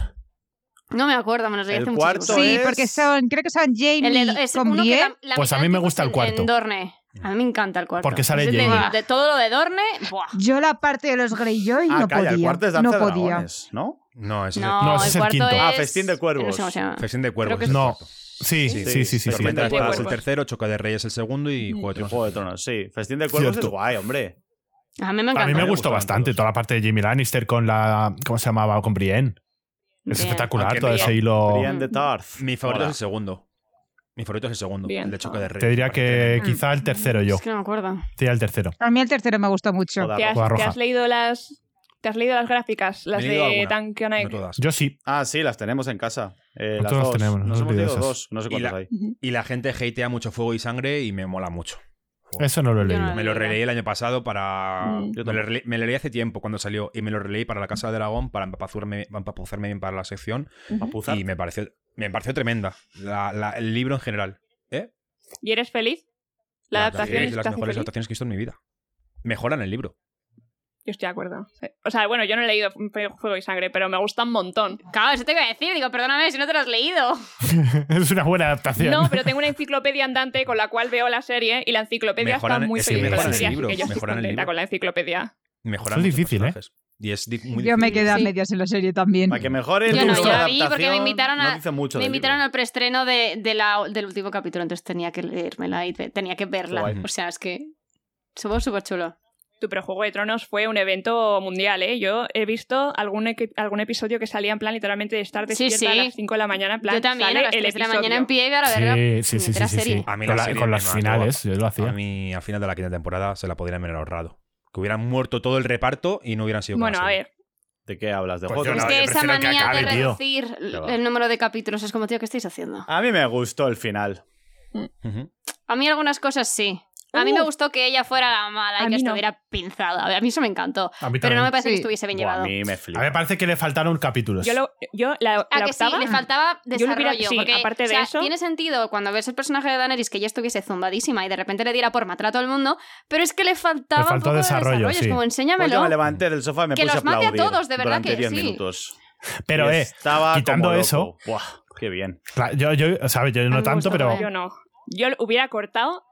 [SPEAKER 3] No me acuerdo, me los leí
[SPEAKER 4] El
[SPEAKER 3] hace
[SPEAKER 4] cuarto
[SPEAKER 3] muchísimo.
[SPEAKER 4] es-
[SPEAKER 6] Sí, porque son, creo que son Jamie
[SPEAKER 3] El de- es
[SPEAKER 6] con
[SPEAKER 3] uno que
[SPEAKER 6] Brie.
[SPEAKER 3] tam- la
[SPEAKER 1] Pues a
[SPEAKER 3] mitad
[SPEAKER 1] mí me
[SPEAKER 3] que
[SPEAKER 1] gusta
[SPEAKER 3] pasa
[SPEAKER 1] el
[SPEAKER 3] en-
[SPEAKER 1] cuarto.
[SPEAKER 3] En Dorne. A mí me encanta el cuarto.
[SPEAKER 1] Porque sale
[SPEAKER 3] Yo te digo,
[SPEAKER 1] Jamie.
[SPEAKER 3] De todo lo de Dorne, ¡buah!
[SPEAKER 6] Yo la parte de los Greyjoy
[SPEAKER 4] Ah,
[SPEAKER 6] no
[SPEAKER 4] calla, el
[SPEAKER 6] podía.
[SPEAKER 4] cuarto es
[SPEAKER 6] no
[SPEAKER 4] Danza de
[SPEAKER 6] podía.
[SPEAKER 4] Dragones, ¿no?
[SPEAKER 2] No, ese
[SPEAKER 3] No,
[SPEAKER 1] No, ese
[SPEAKER 3] el
[SPEAKER 1] es el
[SPEAKER 3] cuarto
[SPEAKER 1] quinto.
[SPEAKER 3] es-
[SPEAKER 4] Ah, Festín de Cuervos.
[SPEAKER 3] No sé cómo se llama.
[SPEAKER 2] Festín de cuervos.
[SPEAKER 3] que
[SPEAKER 2] es el
[SPEAKER 1] No.
[SPEAKER 2] cuarto.
[SPEAKER 1] Sí, sí, sí, sí, sí.
[SPEAKER 2] Tormenta de
[SPEAKER 5] sí.
[SPEAKER 2] espadas el
[SPEAKER 5] Cuervos.
[SPEAKER 2] tercero, Choque de Reyes el segundo y Juego de
[SPEAKER 4] El
[SPEAKER 2] Tronos.
[SPEAKER 4] Juego de Tronos, sí. Festín de Cuervos
[SPEAKER 1] Cierto.
[SPEAKER 4] es guay, hombre.
[SPEAKER 3] A mí me encanta.
[SPEAKER 1] A mí me
[SPEAKER 4] Me
[SPEAKER 1] gustó
[SPEAKER 4] gustaban
[SPEAKER 1] bastante
[SPEAKER 4] todos.
[SPEAKER 1] toda la parte de Jamie Lannister con la. ¿Cómo se llamaba? Con Brienne. Es
[SPEAKER 3] Bien.
[SPEAKER 1] espectacular
[SPEAKER 2] Aunque
[SPEAKER 1] todo
[SPEAKER 2] Ah, Brienne-
[SPEAKER 1] ese hilo.
[SPEAKER 4] Brian de Tarth.
[SPEAKER 2] Mi favorito
[SPEAKER 4] Mola.
[SPEAKER 2] es el segundo. Mi favorito es el segundo,
[SPEAKER 5] Bien.
[SPEAKER 2] el de Choque de Reyes.
[SPEAKER 1] Te diría
[SPEAKER 2] me parece
[SPEAKER 1] que quizá el tercero yo.
[SPEAKER 3] Es que no me acuerdo.
[SPEAKER 1] Te diría el tercero.
[SPEAKER 6] A mí el tercero me gustó mucho.
[SPEAKER 4] Joder.
[SPEAKER 5] ¿Te has,
[SPEAKER 1] Boda
[SPEAKER 5] te
[SPEAKER 1] roja.
[SPEAKER 5] has leído las, ¿Te has leído las gráficas? Las
[SPEAKER 2] Me he leído
[SPEAKER 5] de
[SPEAKER 2] alguna,
[SPEAKER 5] Tanque
[SPEAKER 2] tremendo. No todas.
[SPEAKER 1] Yo sí.
[SPEAKER 4] Ah, sí, las tenemos en casa. Eh,
[SPEAKER 1] No
[SPEAKER 4] las
[SPEAKER 1] todas
[SPEAKER 4] dos.
[SPEAKER 1] tenemos, no
[SPEAKER 4] Nos
[SPEAKER 1] se
[SPEAKER 4] hemos
[SPEAKER 1] olvide
[SPEAKER 4] ido
[SPEAKER 1] esas.
[SPEAKER 4] dos, no sé
[SPEAKER 2] Y
[SPEAKER 4] cuántas
[SPEAKER 2] la-
[SPEAKER 4] hay.
[SPEAKER 2] Y la gente hatea mucho fuego y sangre y me mola mucho.
[SPEAKER 1] Eso no lo he
[SPEAKER 3] Yo
[SPEAKER 1] leído.
[SPEAKER 3] no.
[SPEAKER 2] Me lo releí el año pasado para.
[SPEAKER 5] Mm.
[SPEAKER 2] Me, lo rele- me lo leí hace tiempo cuando salió y me lo releí para la Casa de Dragón para empapazurme- empapuzarme bien para la sección
[SPEAKER 4] Papuzar.
[SPEAKER 2] y me pareció, me pareció tremenda. La- la- el libro en general. ¿Eh?
[SPEAKER 5] ¿Y eres feliz? La
[SPEAKER 2] La
[SPEAKER 5] adaptación
[SPEAKER 2] es de
[SPEAKER 5] está
[SPEAKER 2] las mejores
[SPEAKER 5] feliz.
[SPEAKER 2] adaptaciones que he visto en mi vida. Mejoran el libro.
[SPEAKER 5] Yo estoy de acuerdo. Sí. O sea, bueno, yo no he leído Fe- Fuego y Sangre, pero me gusta un montón.
[SPEAKER 3] Claro, eso te iba a decir. Digo, perdóname si no te lo has leído.
[SPEAKER 1] es una buena adaptación.
[SPEAKER 5] No, pero tengo una enciclopedia andante con la cual veo la serie y la enciclopedia
[SPEAKER 2] Mejoran-
[SPEAKER 5] está muy
[SPEAKER 2] es que
[SPEAKER 5] feliz.
[SPEAKER 1] mejoran el
[SPEAKER 2] libro,
[SPEAKER 5] yo estoy
[SPEAKER 2] mejoran el
[SPEAKER 5] contenta
[SPEAKER 2] libro.
[SPEAKER 5] con la enciclopedia.
[SPEAKER 1] Eso
[SPEAKER 2] Mejoran
[SPEAKER 1] es
[SPEAKER 2] muchos
[SPEAKER 1] difícil, ¿eh?
[SPEAKER 2] personajes. Y es di- muy
[SPEAKER 6] Yo me
[SPEAKER 2] difícil.
[SPEAKER 6] quedé a
[SPEAKER 5] Sí.
[SPEAKER 6] medias en la serie también.
[SPEAKER 4] Para que mejore
[SPEAKER 3] Yo
[SPEAKER 4] el
[SPEAKER 1] no,
[SPEAKER 4] libro
[SPEAKER 1] yo
[SPEAKER 4] de
[SPEAKER 3] la vi porque me
[SPEAKER 4] adaptación,
[SPEAKER 3] invitaron a-
[SPEAKER 4] no dice mucho
[SPEAKER 3] Me
[SPEAKER 4] del
[SPEAKER 3] invitaron
[SPEAKER 4] libro.
[SPEAKER 3] al preestreno de, de la- del último capítulo, entonces tenía que leérmela y te- tenía que verla.
[SPEAKER 2] Guay.
[SPEAKER 3] O sea, es que estuvo súper chulo.
[SPEAKER 5] Tu pero Juego de Tronos fue un evento mundial, ¿eh? Yo he visto algún, equi- algún episodio que salía en plan literalmente de estar
[SPEAKER 3] Sí,
[SPEAKER 5] despierta a
[SPEAKER 3] sí.
[SPEAKER 5] las 5 de la mañana, en plan
[SPEAKER 3] Yo también,
[SPEAKER 5] sale
[SPEAKER 3] a las
[SPEAKER 5] el
[SPEAKER 3] 3 de la
[SPEAKER 5] episodio.
[SPEAKER 3] mañana en pie y ahora verla.
[SPEAKER 1] Sí, sí, sí, sí,
[SPEAKER 3] puñetera
[SPEAKER 1] sí, sí.
[SPEAKER 3] serie.
[SPEAKER 2] A mí
[SPEAKER 1] Con,
[SPEAKER 2] la
[SPEAKER 1] la-
[SPEAKER 2] serie
[SPEAKER 1] con
[SPEAKER 2] me
[SPEAKER 1] las
[SPEAKER 2] mató.
[SPEAKER 1] finales, yo lo
[SPEAKER 2] A
[SPEAKER 1] hacía.
[SPEAKER 2] mí, al final de la quinta temporada, se la podrían haber ahorrado. Que hubieran muerto todo el reparto y no hubieran sido con la
[SPEAKER 5] Bueno, a
[SPEAKER 2] serie.
[SPEAKER 5] ver,
[SPEAKER 4] ¿De qué hablas? ¿De
[SPEAKER 1] Pues
[SPEAKER 4] Juego de
[SPEAKER 1] yo
[SPEAKER 3] es
[SPEAKER 1] no,
[SPEAKER 4] Tronos?
[SPEAKER 3] que esa
[SPEAKER 1] prefiero que
[SPEAKER 3] manía
[SPEAKER 1] acabe,
[SPEAKER 3] de
[SPEAKER 1] tío.
[SPEAKER 3] reducir
[SPEAKER 4] Ya va.
[SPEAKER 3] el número de capítulos es como, tío, ¿qué estáis haciendo?
[SPEAKER 4] A mí me gustó el final.
[SPEAKER 2] Ujú.
[SPEAKER 3] A mí algunas cosas sí. A mí me
[SPEAKER 5] Uh.
[SPEAKER 3] gustó que ella fuera la mala
[SPEAKER 5] A
[SPEAKER 3] y que
[SPEAKER 5] mí no.
[SPEAKER 3] estuviera pinzada. A mí eso me encantó.
[SPEAKER 1] A mí
[SPEAKER 3] Pero no
[SPEAKER 1] también.
[SPEAKER 3] me parece que
[SPEAKER 6] Sí.
[SPEAKER 3] estuviese bien
[SPEAKER 4] Buah, a
[SPEAKER 3] llevado.
[SPEAKER 4] mí me
[SPEAKER 1] A
[SPEAKER 4] flipa.
[SPEAKER 1] mí me parece que le faltaron
[SPEAKER 2] Pues
[SPEAKER 1] capítulos.
[SPEAKER 5] yo, lo, yo
[SPEAKER 3] A
[SPEAKER 5] la, la
[SPEAKER 3] Ah, que sí,
[SPEAKER 5] octava...
[SPEAKER 3] le faltaba
[SPEAKER 5] yo lo
[SPEAKER 3] desarrollo.
[SPEAKER 5] hubiera- sí,
[SPEAKER 3] porque,
[SPEAKER 5] aparte
[SPEAKER 3] o sea,
[SPEAKER 5] de eso-
[SPEAKER 3] Tiene sentido cuando ves el personaje de Daenerys que ya estuviese zumbadísima y de repente le diera por matar a todo el mundo, pero es que le faltaba
[SPEAKER 1] Le
[SPEAKER 3] un
[SPEAKER 1] faltó
[SPEAKER 3] poco
[SPEAKER 1] desarrollo,
[SPEAKER 3] de desarrollo.
[SPEAKER 1] sí.
[SPEAKER 3] Es como,
[SPEAKER 4] Pues
[SPEAKER 3] enséñamelo.
[SPEAKER 4] yo me levanté del sofá y me
[SPEAKER 3] Que
[SPEAKER 4] puse a
[SPEAKER 3] los mate a
[SPEAKER 4] aplaudir
[SPEAKER 3] todos, de verdad
[SPEAKER 4] durante
[SPEAKER 3] que
[SPEAKER 4] 10
[SPEAKER 3] sí.
[SPEAKER 4] minutos.
[SPEAKER 1] pero,
[SPEAKER 4] Y
[SPEAKER 1] eh,
[SPEAKER 4] estaba
[SPEAKER 1] quitando
[SPEAKER 4] como loco.
[SPEAKER 1] eso-
[SPEAKER 4] Buah, qué bien.
[SPEAKER 1] cla- yo, yo, o sea, yo
[SPEAKER 3] A mí
[SPEAKER 1] no
[SPEAKER 3] me
[SPEAKER 1] tanto,
[SPEAKER 3] gustó
[SPEAKER 1] pero.
[SPEAKER 3] también.
[SPEAKER 5] Yo no. Yo lo hubiera cortado,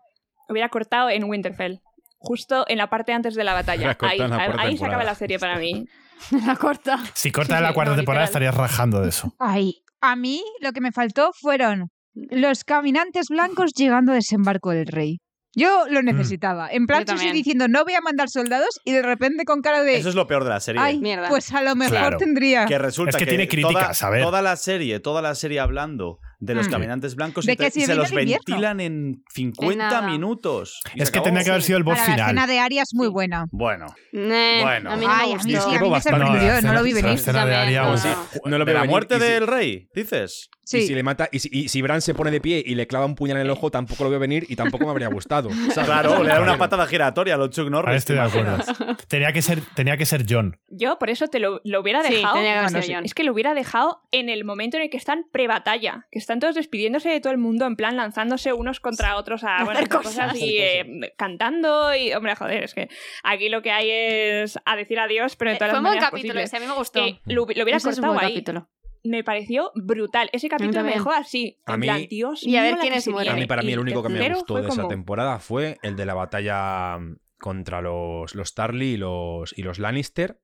[SPEAKER 5] hubiera cortado en Winterfell. Justo en la parte antes de la
[SPEAKER 2] Hubiera
[SPEAKER 5] batalla.
[SPEAKER 2] cortado
[SPEAKER 5] Ahí,
[SPEAKER 2] en la
[SPEAKER 5] ahí-
[SPEAKER 2] cuarta
[SPEAKER 5] ahí se
[SPEAKER 2] temporada.
[SPEAKER 5] acaba la serie para mí.
[SPEAKER 3] la corta.
[SPEAKER 1] Si corta
[SPEAKER 5] Sí,
[SPEAKER 1] la
[SPEAKER 5] sí,
[SPEAKER 1] cuarta
[SPEAKER 5] no,
[SPEAKER 1] temporada,
[SPEAKER 5] literal.
[SPEAKER 1] estarías rajando de eso.
[SPEAKER 6] Ay, a mí lo que me faltó fueron los caminantes blancos llegando a desembarco del rey. Yo lo necesitaba. En plan,
[SPEAKER 3] Yo
[SPEAKER 6] yo estoy
[SPEAKER 3] también.
[SPEAKER 6] diciendo no voy a mandar soldados y de repente con cara de
[SPEAKER 4] Eso es lo peor de la serie.
[SPEAKER 6] ay,
[SPEAKER 3] Mierda.
[SPEAKER 6] pues a lo mejor
[SPEAKER 1] Claro.
[SPEAKER 6] tendría.
[SPEAKER 4] que resulta
[SPEAKER 1] Es que tiene
[SPEAKER 4] toda,
[SPEAKER 1] críticas, a ver.
[SPEAKER 4] toda la serie, toda la serie hablando de los
[SPEAKER 6] Mm.
[SPEAKER 4] caminantes blancos
[SPEAKER 6] De
[SPEAKER 4] y,
[SPEAKER 6] que
[SPEAKER 4] te-
[SPEAKER 6] si
[SPEAKER 4] y se
[SPEAKER 6] viene
[SPEAKER 4] los
[SPEAKER 6] el invierno.
[SPEAKER 4] ventilan en 50
[SPEAKER 3] En nada.
[SPEAKER 4] minutos. Y
[SPEAKER 1] Es
[SPEAKER 4] se
[SPEAKER 1] que
[SPEAKER 4] acabó.
[SPEAKER 1] tenía que haber
[SPEAKER 3] Sí.
[SPEAKER 1] sido el boss
[SPEAKER 6] Para la
[SPEAKER 1] final.
[SPEAKER 6] escena de Arias muy
[SPEAKER 5] Sí.
[SPEAKER 6] buena.
[SPEAKER 4] Bueno,
[SPEAKER 3] Eh,
[SPEAKER 4] Bueno.
[SPEAKER 3] a mí no me
[SPEAKER 6] Ay, a mí
[SPEAKER 3] gustó.
[SPEAKER 6] sí, a mí me
[SPEAKER 2] bastante.
[SPEAKER 6] sorprendió, no lo vi
[SPEAKER 1] la
[SPEAKER 6] venir.
[SPEAKER 1] escena de
[SPEAKER 3] También,
[SPEAKER 1] Aria,
[SPEAKER 3] no,
[SPEAKER 1] bueno,
[SPEAKER 3] no.
[SPEAKER 2] No lo
[SPEAKER 4] de
[SPEAKER 2] veo
[SPEAKER 4] la
[SPEAKER 2] venir.
[SPEAKER 4] muerte
[SPEAKER 2] Y si-
[SPEAKER 4] del rey, dices.
[SPEAKER 2] Y
[SPEAKER 6] Sí.
[SPEAKER 2] si le mata, y si, y si Bran se pone de pie y le clava un puñal en el ojo, tampoco lo veo venir y tampoco me habría gustado. ¿sabes?
[SPEAKER 4] Claro, le da una patada giratoria a los Chuck
[SPEAKER 1] Ahora
[SPEAKER 4] Norris.
[SPEAKER 1] estoy este de
[SPEAKER 4] tío.
[SPEAKER 1] acuerdo. Tenía que ser, tenía que ser John.
[SPEAKER 5] Yo por eso te lo, lo hubiera
[SPEAKER 3] Sí,
[SPEAKER 5] dejado.
[SPEAKER 3] tenía que haber
[SPEAKER 6] Bueno,
[SPEAKER 3] sido
[SPEAKER 6] sí.
[SPEAKER 3] Jon.
[SPEAKER 5] Es que lo hubiera dejado en el momento en el que están pre-batalla, que están todos despidiéndose de todo el mundo, en plan lanzándose unos contra otros a bueno,
[SPEAKER 3] Hacer
[SPEAKER 5] cosas,
[SPEAKER 3] cosas.
[SPEAKER 5] y eh, cantando. Y hombre, joder, es que aquí lo que hay es a decir adiós, pero de todas
[SPEAKER 3] Eh, Fue
[SPEAKER 5] las
[SPEAKER 3] un buen
[SPEAKER 5] maneras
[SPEAKER 3] capítulo
[SPEAKER 5] posibles.
[SPEAKER 3] ese, a mí me gustó.
[SPEAKER 5] Eh, lo, hubi- lo hubiera
[SPEAKER 3] Ese es un
[SPEAKER 5] cortado
[SPEAKER 3] buen
[SPEAKER 5] ahí.
[SPEAKER 3] capítulo.
[SPEAKER 5] Me pareció brutal. Ese capítulo me
[SPEAKER 3] también.
[SPEAKER 5] dejó así.
[SPEAKER 2] A
[SPEAKER 5] en
[SPEAKER 2] mí-
[SPEAKER 5] plan, Dios
[SPEAKER 3] Y a ver
[SPEAKER 5] mío, la
[SPEAKER 3] quiénes
[SPEAKER 5] que se
[SPEAKER 3] mueren.
[SPEAKER 2] A
[SPEAKER 5] viene.
[SPEAKER 2] mí, para mí,
[SPEAKER 5] Y
[SPEAKER 2] el único que me
[SPEAKER 5] tercero
[SPEAKER 2] gustó
[SPEAKER 5] fue
[SPEAKER 2] de esa
[SPEAKER 5] como-
[SPEAKER 2] temporada fue el de la batalla mm, contra los, los Tarly y los, y los Lannister.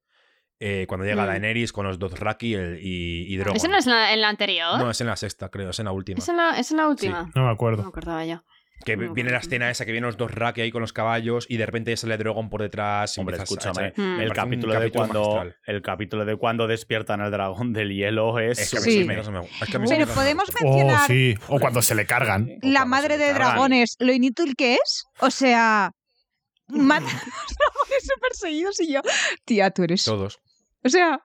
[SPEAKER 2] eh, cuando llega
[SPEAKER 3] Mm.
[SPEAKER 2] Daenerys con los Dothraki el- y, y Drogon.
[SPEAKER 3] ¿Eso no es en la, en la anterior?
[SPEAKER 2] No, es en la sexta, creo, es en la última.
[SPEAKER 3] es, en la, es en la última.
[SPEAKER 1] No me
[SPEAKER 3] No me
[SPEAKER 1] acuerdo.
[SPEAKER 3] acordaba yo.
[SPEAKER 2] Que
[SPEAKER 3] no me
[SPEAKER 2] viene la
[SPEAKER 3] acuerdo.
[SPEAKER 2] escena esa que vienen los Dothraki ahí con los caballos y de repente sale Drogon por detrás. y
[SPEAKER 4] Hombre,
[SPEAKER 2] empiezas a
[SPEAKER 4] escúchame.
[SPEAKER 2] echar-
[SPEAKER 3] Mm.
[SPEAKER 2] Me
[SPEAKER 4] El
[SPEAKER 2] parece un
[SPEAKER 4] capítulo, de
[SPEAKER 2] capítulo
[SPEAKER 4] cuando,
[SPEAKER 2] magistral.
[SPEAKER 4] el capítulo de cuando despiertan al dragón del hielo es.
[SPEAKER 2] Es que a mí
[SPEAKER 6] Sí.
[SPEAKER 2] sí me- eso me- es que a mí sí me
[SPEAKER 6] Pero
[SPEAKER 2] pasa
[SPEAKER 6] podemos
[SPEAKER 2] mucho.
[SPEAKER 1] Oh,
[SPEAKER 6] mencionar
[SPEAKER 1] sí. O cuando se le cargan.
[SPEAKER 5] Sí.
[SPEAKER 6] la
[SPEAKER 2] cuando
[SPEAKER 6] madre
[SPEAKER 2] se le
[SPEAKER 6] de
[SPEAKER 2] cargan.
[SPEAKER 6] dragones, lo inútil que es. O sea, mata a los dragones súper seguidos y yo, tía, tú eres.
[SPEAKER 2] Todos.
[SPEAKER 6] O sea,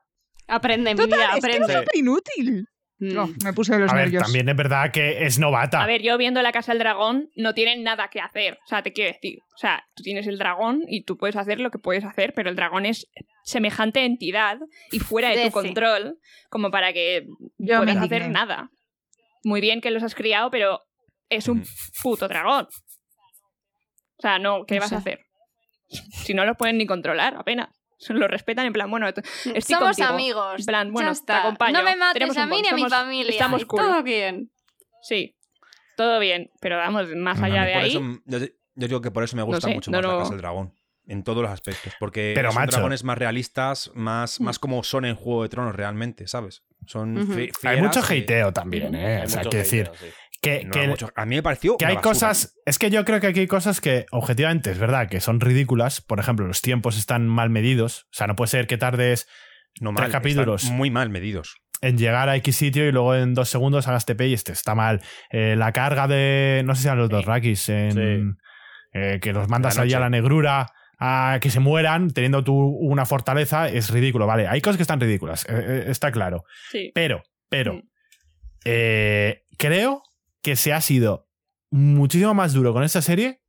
[SPEAKER 3] Aprende, mi
[SPEAKER 6] Total,
[SPEAKER 3] vida,
[SPEAKER 6] es que era
[SPEAKER 3] aprende.
[SPEAKER 6] súper inútil.
[SPEAKER 3] Mm.
[SPEAKER 6] No, me puse de los
[SPEAKER 1] A ver,
[SPEAKER 6] nervios.
[SPEAKER 1] también es verdad que es novata.
[SPEAKER 5] A ver, yo viendo la Casa del Dragón no tienen nada que hacer. O sea, te quiero decir. O sea, tú tienes el dragón y tú puedes hacer lo que puedes hacer, pero el dragón es semejante entidad y fuera de
[SPEAKER 3] Sí,
[SPEAKER 5] tu
[SPEAKER 3] sí.
[SPEAKER 5] control como para que
[SPEAKER 6] Yo me
[SPEAKER 5] puedas
[SPEAKER 6] indigné.
[SPEAKER 5] hacer nada. Muy bien que los has criado, pero es un
[SPEAKER 2] Ujú.
[SPEAKER 5] puto dragón. O sea, no, ¿qué
[SPEAKER 3] No
[SPEAKER 5] vas a
[SPEAKER 3] sé.
[SPEAKER 5] hacer? Si no los pueden ni controlar, apenas. Lo respetan en plan, bueno, estoy
[SPEAKER 3] Somos
[SPEAKER 5] contigo.
[SPEAKER 3] amigos.
[SPEAKER 5] En plan, bueno,
[SPEAKER 3] ya
[SPEAKER 5] te
[SPEAKER 3] está.
[SPEAKER 5] acompaño.
[SPEAKER 3] No me mates
[SPEAKER 5] Tenemos un
[SPEAKER 3] a mí
[SPEAKER 5] bond,
[SPEAKER 3] ni a mi
[SPEAKER 5] somos-
[SPEAKER 3] familia.
[SPEAKER 5] estamos
[SPEAKER 3] y
[SPEAKER 5] cool.
[SPEAKER 3] Todo bien.
[SPEAKER 5] Sí, todo bien, pero vamos, más allá
[SPEAKER 1] Vale,
[SPEAKER 5] de
[SPEAKER 2] Por
[SPEAKER 5] ahí.
[SPEAKER 2] eso, yo, yo digo que por eso me gusta
[SPEAKER 5] sé,
[SPEAKER 2] mucho
[SPEAKER 5] no,
[SPEAKER 2] más la
[SPEAKER 5] no.
[SPEAKER 2] Casa del Dragón. En todos los aspectos. Porque
[SPEAKER 1] Pero,
[SPEAKER 2] son
[SPEAKER 1] macho.
[SPEAKER 2] dragones más realistas, más, más como son en Juego de Tronos realmente, ¿sabes? Son
[SPEAKER 3] Ujú.
[SPEAKER 2] fi-
[SPEAKER 1] Hay
[SPEAKER 2] fieras
[SPEAKER 1] mucho
[SPEAKER 2] que-
[SPEAKER 1] hateo también, ¿eh?
[SPEAKER 4] Hay
[SPEAKER 1] O sea,
[SPEAKER 4] mucho
[SPEAKER 1] quiero decir,
[SPEAKER 4] hateo, sí.
[SPEAKER 1] que,
[SPEAKER 2] No,
[SPEAKER 1] que-
[SPEAKER 2] mucho- a mí me pareció.
[SPEAKER 1] que
[SPEAKER 2] una
[SPEAKER 1] hay
[SPEAKER 2] basura.
[SPEAKER 1] cosas. Es que yo creo que aquí hay cosas que, objetivamente, es verdad que son ridículas. Por ejemplo, los tiempos están mal medidos. O sea, no puede ser que tardes
[SPEAKER 2] No
[SPEAKER 1] tres
[SPEAKER 2] mal, están
[SPEAKER 1] capítulos.
[SPEAKER 2] Muy mal medidos.
[SPEAKER 1] en llegar a X sitio y luego en dos segundos hagas TP y este está mal. Eh, la carga de. No sé si eran los dos Rakis. en-
[SPEAKER 4] Sí.
[SPEAKER 1] eh, que los mandas
[SPEAKER 2] La
[SPEAKER 1] allí
[SPEAKER 2] noche.
[SPEAKER 1] a la negrura a que se mueran teniendo tú una fortaleza es ridículo. Vale, hay cosas que están ridículas. eh, eh, está claro.
[SPEAKER 5] Sí.
[SPEAKER 1] Pero, pero.
[SPEAKER 5] Mm.
[SPEAKER 1] eh, creo que se ha sido muchísimo más duro con esta serie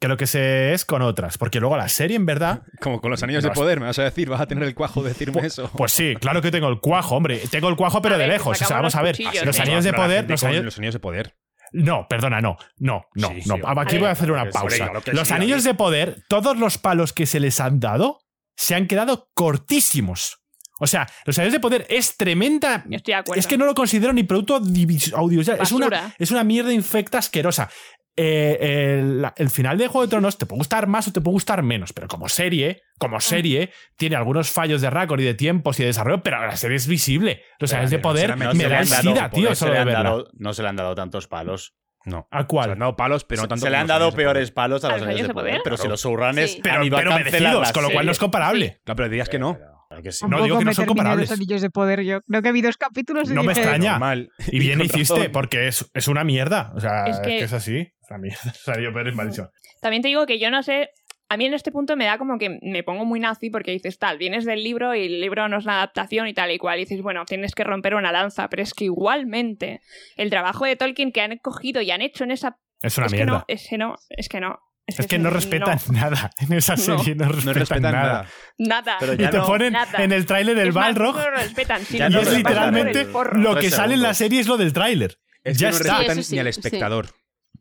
[SPEAKER 1] que lo que se es con otras. Porque luego la serie, en verdad.
[SPEAKER 2] Como con los anillos de
[SPEAKER 1] Los-
[SPEAKER 2] poder, me vas a decir, vas a tener el cuajo de decirme eso.
[SPEAKER 1] Pues sí, claro que tengo el cuajo, hombre. Tengo el cuajo, pero
[SPEAKER 5] A
[SPEAKER 1] de
[SPEAKER 5] ver, que
[SPEAKER 1] lejos. O sea,
[SPEAKER 5] sacamos
[SPEAKER 1] vamos a ver.
[SPEAKER 5] los cuchillos,
[SPEAKER 1] Los
[SPEAKER 5] ¿eh?
[SPEAKER 1] anillos de
[SPEAKER 2] Pero la
[SPEAKER 1] poder.
[SPEAKER 2] gente
[SPEAKER 1] Los
[SPEAKER 2] con
[SPEAKER 1] anillos,
[SPEAKER 2] los anillos de poder.
[SPEAKER 1] No, perdona, no, no, no,
[SPEAKER 2] Sí, sí,
[SPEAKER 1] no.
[SPEAKER 2] hombre.
[SPEAKER 1] Aquí voy a hacer una
[SPEAKER 4] Claro que sí,
[SPEAKER 1] pausa.
[SPEAKER 4] claro que
[SPEAKER 1] Los
[SPEAKER 4] sí,
[SPEAKER 1] anillos
[SPEAKER 4] David.
[SPEAKER 1] de poder, todos los palos que se les han dado, se han quedado cortísimos. O sea, los anillos de poder es tremenda.
[SPEAKER 5] Estoy de acuerdo.
[SPEAKER 1] Es que no lo considero ni producto audivis- audiovisual. Es una,
[SPEAKER 5] Basura.
[SPEAKER 1] es una mierda infecta asquerosa. Eh, el, la- el final de Juego de Tronos te puede gustar más o te puede gustar menos, pero como serie, como serie, tiene algunos fallos de récord y de tiempos y de desarrollo, pero la serie es visible. Los
[SPEAKER 2] Pero,
[SPEAKER 1] anillos de
[SPEAKER 2] pero
[SPEAKER 1] poder
[SPEAKER 2] sinceramente,
[SPEAKER 4] No
[SPEAKER 1] me
[SPEAKER 4] se le
[SPEAKER 1] dan
[SPEAKER 4] han dado-
[SPEAKER 1] sida, tío,
[SPEAKER 4] no se
[SPEAKER 1] solo
[SPEAKER 4] le
[SPEAKER 1] de
[SPEAKER 4] han
[SPEAKER 1] verla.
[SPEAKER 4] dado- No se le han dado tantos palos.
[SPEAKER 2] No.
[SPEAKER 1] ¿A
[SPEAKER 2] Se le han
[SPEAKER 1] cuál?
[SPEAKER 2] dado palos, pero no
[SPEAKER 4] Se-
[SPEAKER 2] tanto
[SPEAKER 4] se le
[SPEAKER 2] como
[SPEAKER 4] han
[SPEAKER 2] los
[SPEAKER 4] dado
[SPEAKER 2] anillos de
[SPEAKER 4] peores
[SPEAKER 2] poder.
[SPEAKER 4] palos a
[SPEAKER 5] ¿A
[SPEAKER 4] los
[SPEAKER 5] los
[SPEAKER 4] anillos de poder, pero si
[SPEAKER 2] Claro.
[SPEAKER 4] los showrunners
[SPEAKER 3] Sí.
[SPEAKER 1] pero,
[SPEAKER 4] han ido a
[SPEAKER 1] pero
[SPEAKER 4] cancelar
[SPEAKER 1] merecidos,
[SPEAKER 4] las
[SPEAKER 1] con lo cual no es
[SPEAKER 4] series.
[SPEAKER 1] comparable.
[SPEAKER 2] Claro, pero dirías que no.
[SPEAKER 4] Claro que sí.
[SPEAKER 1] No, digo
[SPEAKER 6] Tampoco
[SPEAKER 1] que no
[SPEAKER 6] me
[SPEAKER 1] son
[SPEAKER 6] terminé
[SPEAKER 1] comparables.
[SPEAKER 6] Los anillos de poder yo. Creo que vi dos capítulos y
[SPEAKER 1] No me
[SPEAKER 6] dije,
[SPEAKER 1] extraña.
[SPEAKER 2] Normal.
[SPEAKER 1] Y bien
[SPEAKER 2] con
[SPEAKER 1] hiciste,
[SPEAKER 2] razón.
[SPEAKER 1] porque es, es una mierda. O sea, es
[SPEAKER 5] Es
[SPEAKER 1] que
[SPEAKER 5] que-
[SPEAKER 1] es así. Es una mierda. O sea, yo, pero es malísimo.
[SPEAKER 5] También te digo que yo no sé. A mí en este punto me da como que me pongo muy nazi porque dices, tal, vienes del libro y el libro no es una adaptación y tal y cual. Y dices, bueno, tienes que romper una lanza, pero es que igualmente el trabajo de Tolkien que han cogido y han hecho en esa.
[SPEAKER 1] Es una
[SPEAKER 5] es
[SPEAKER 1] mierda.
[SPEAKER 5] que no, es que no, es que no.
[SPEAKER 1] es, que no respetan nada. En esa
[SPEAKER 5] No.
[SPEAKER 1] serie no,
[SPEAKER 2] No
[SPEAKER 1] respetan,
[SPEAKER 2] respetan
[SPEAKER 1] nada.
[SPEAKER 2] nada.
[SPEAKER 5] Nada.
[SPEAKER 4] Pero
[SPEAKER 1] Y
[SPEAKER 4] Ya
[SPEAKER 1] te
[SPEAKER 4] no,
[SPEAKER 1] ponen
[SPEAKER 5] nada.
[SPEAKER 1] en el tráiler el
[SPEAKER 5] Es más,
[SPEAKER 1] Balrog
[SPEAKER 5] No lo respetan, sino
[SPEAKER 4] Ya
[SPEAKER 5] que
[SPEAKER 1] y
[SPEAKER 4] no
[SPEAKER 5] lo
[SPEAKER 1] es
[SPEAKER 5] pasan por el
[SPEAKER 1] literalmente
[SPEAKER 5] forro.
[SPEAKER 1] lo que
[SPEAKER 4] Tres
[SPEAKER 1] sale en la
[SPEAKER 4] segundos.
[SPEAKER 1] serie es lo del tráiler.
[SPEAKER 2] Es
[SPEAKER 1] Ya
[SPEAKER 2] que no
[SPEAKER 1] está.
[SPEAKER 2] respetan
[SPEAKER 3] Sí, eso sí,
[SPEAKER 2] ni al
[SPEAKER 3] sí.
[SPEAKER 2] espectador.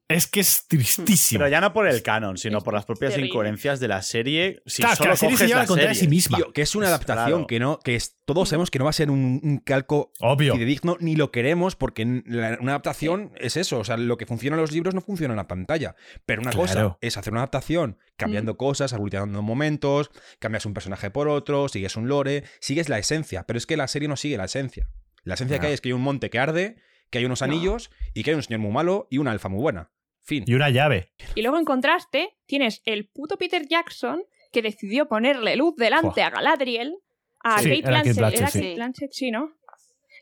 [SPEAKER 1] Es que
[SPEAKER 5] Hmm.
[SPEAKER 1] es tristísimo.
[SPEAKER 4] Pero ya no por el canon, sino por las propias
[SPEAKER 5] terrible.
[SPEAKER 4] incoherencias de la serie. Si
[SPEAKER 1] Claro, que
[SPEAKER 4] solo
[SPEAKER 1] la serie se
[SPEAKER 4] coges
[SPEAKER 1] lleva
[SPEAKER 4] la
[SPEAKER 1] la contraria a sí
[SPEAKER 4] serie.
[SPEAKER 1] misma.
[SPEAKER 2] Tío, que es una
[SPEAKER 4] Pues,
[SPEAKER 2] adaptación,
[SPEAKER 4] claro.
[SPEAKER 2] que no, que es- todos sabemos que no va a ser un, un calco
[SPEAKER 1] Obvio.
[SPEAKER 2] fidedigno, ni lo queremos, porque n- la- una adaptación es eso. O sea, lo que funciona en los libros no funciona en la pantalla. Pero una
[SPEAKER 1] Claro.
[SPEAKER 2] cosa es hacer una adaptación, cambiando cosas, aglutinando momentos, cambias un personaje por otro, sigues un lore, sigues la esencia. Pero es que la serie no sigue la esencia. La esencia que
[SPEAKER 1] No.
[SPEAKER 2] hay es que hay un monte que arde, que hay unos anillos y que hay un señor muy malo y una alfa muy buena. Fin.
[SPEAKER 1] Y una llave.
[SPEAKER 5] Y luego en contraste tienes el puto Peter Jackson que decidió ponerle luz delante a Galadriel, a
[SPEAKER 1] Sí, era
[SPEAKER 5] Kate
[SPEAKER 1] Kate
[SPEAKER 5] Blanchett,
[SPEAKER 1] Blanchett,
[SPEAKER 5] era
[SPEAKER 1] sí.
[SPEAKER 5] Kate Blanchett, sí, ¿no?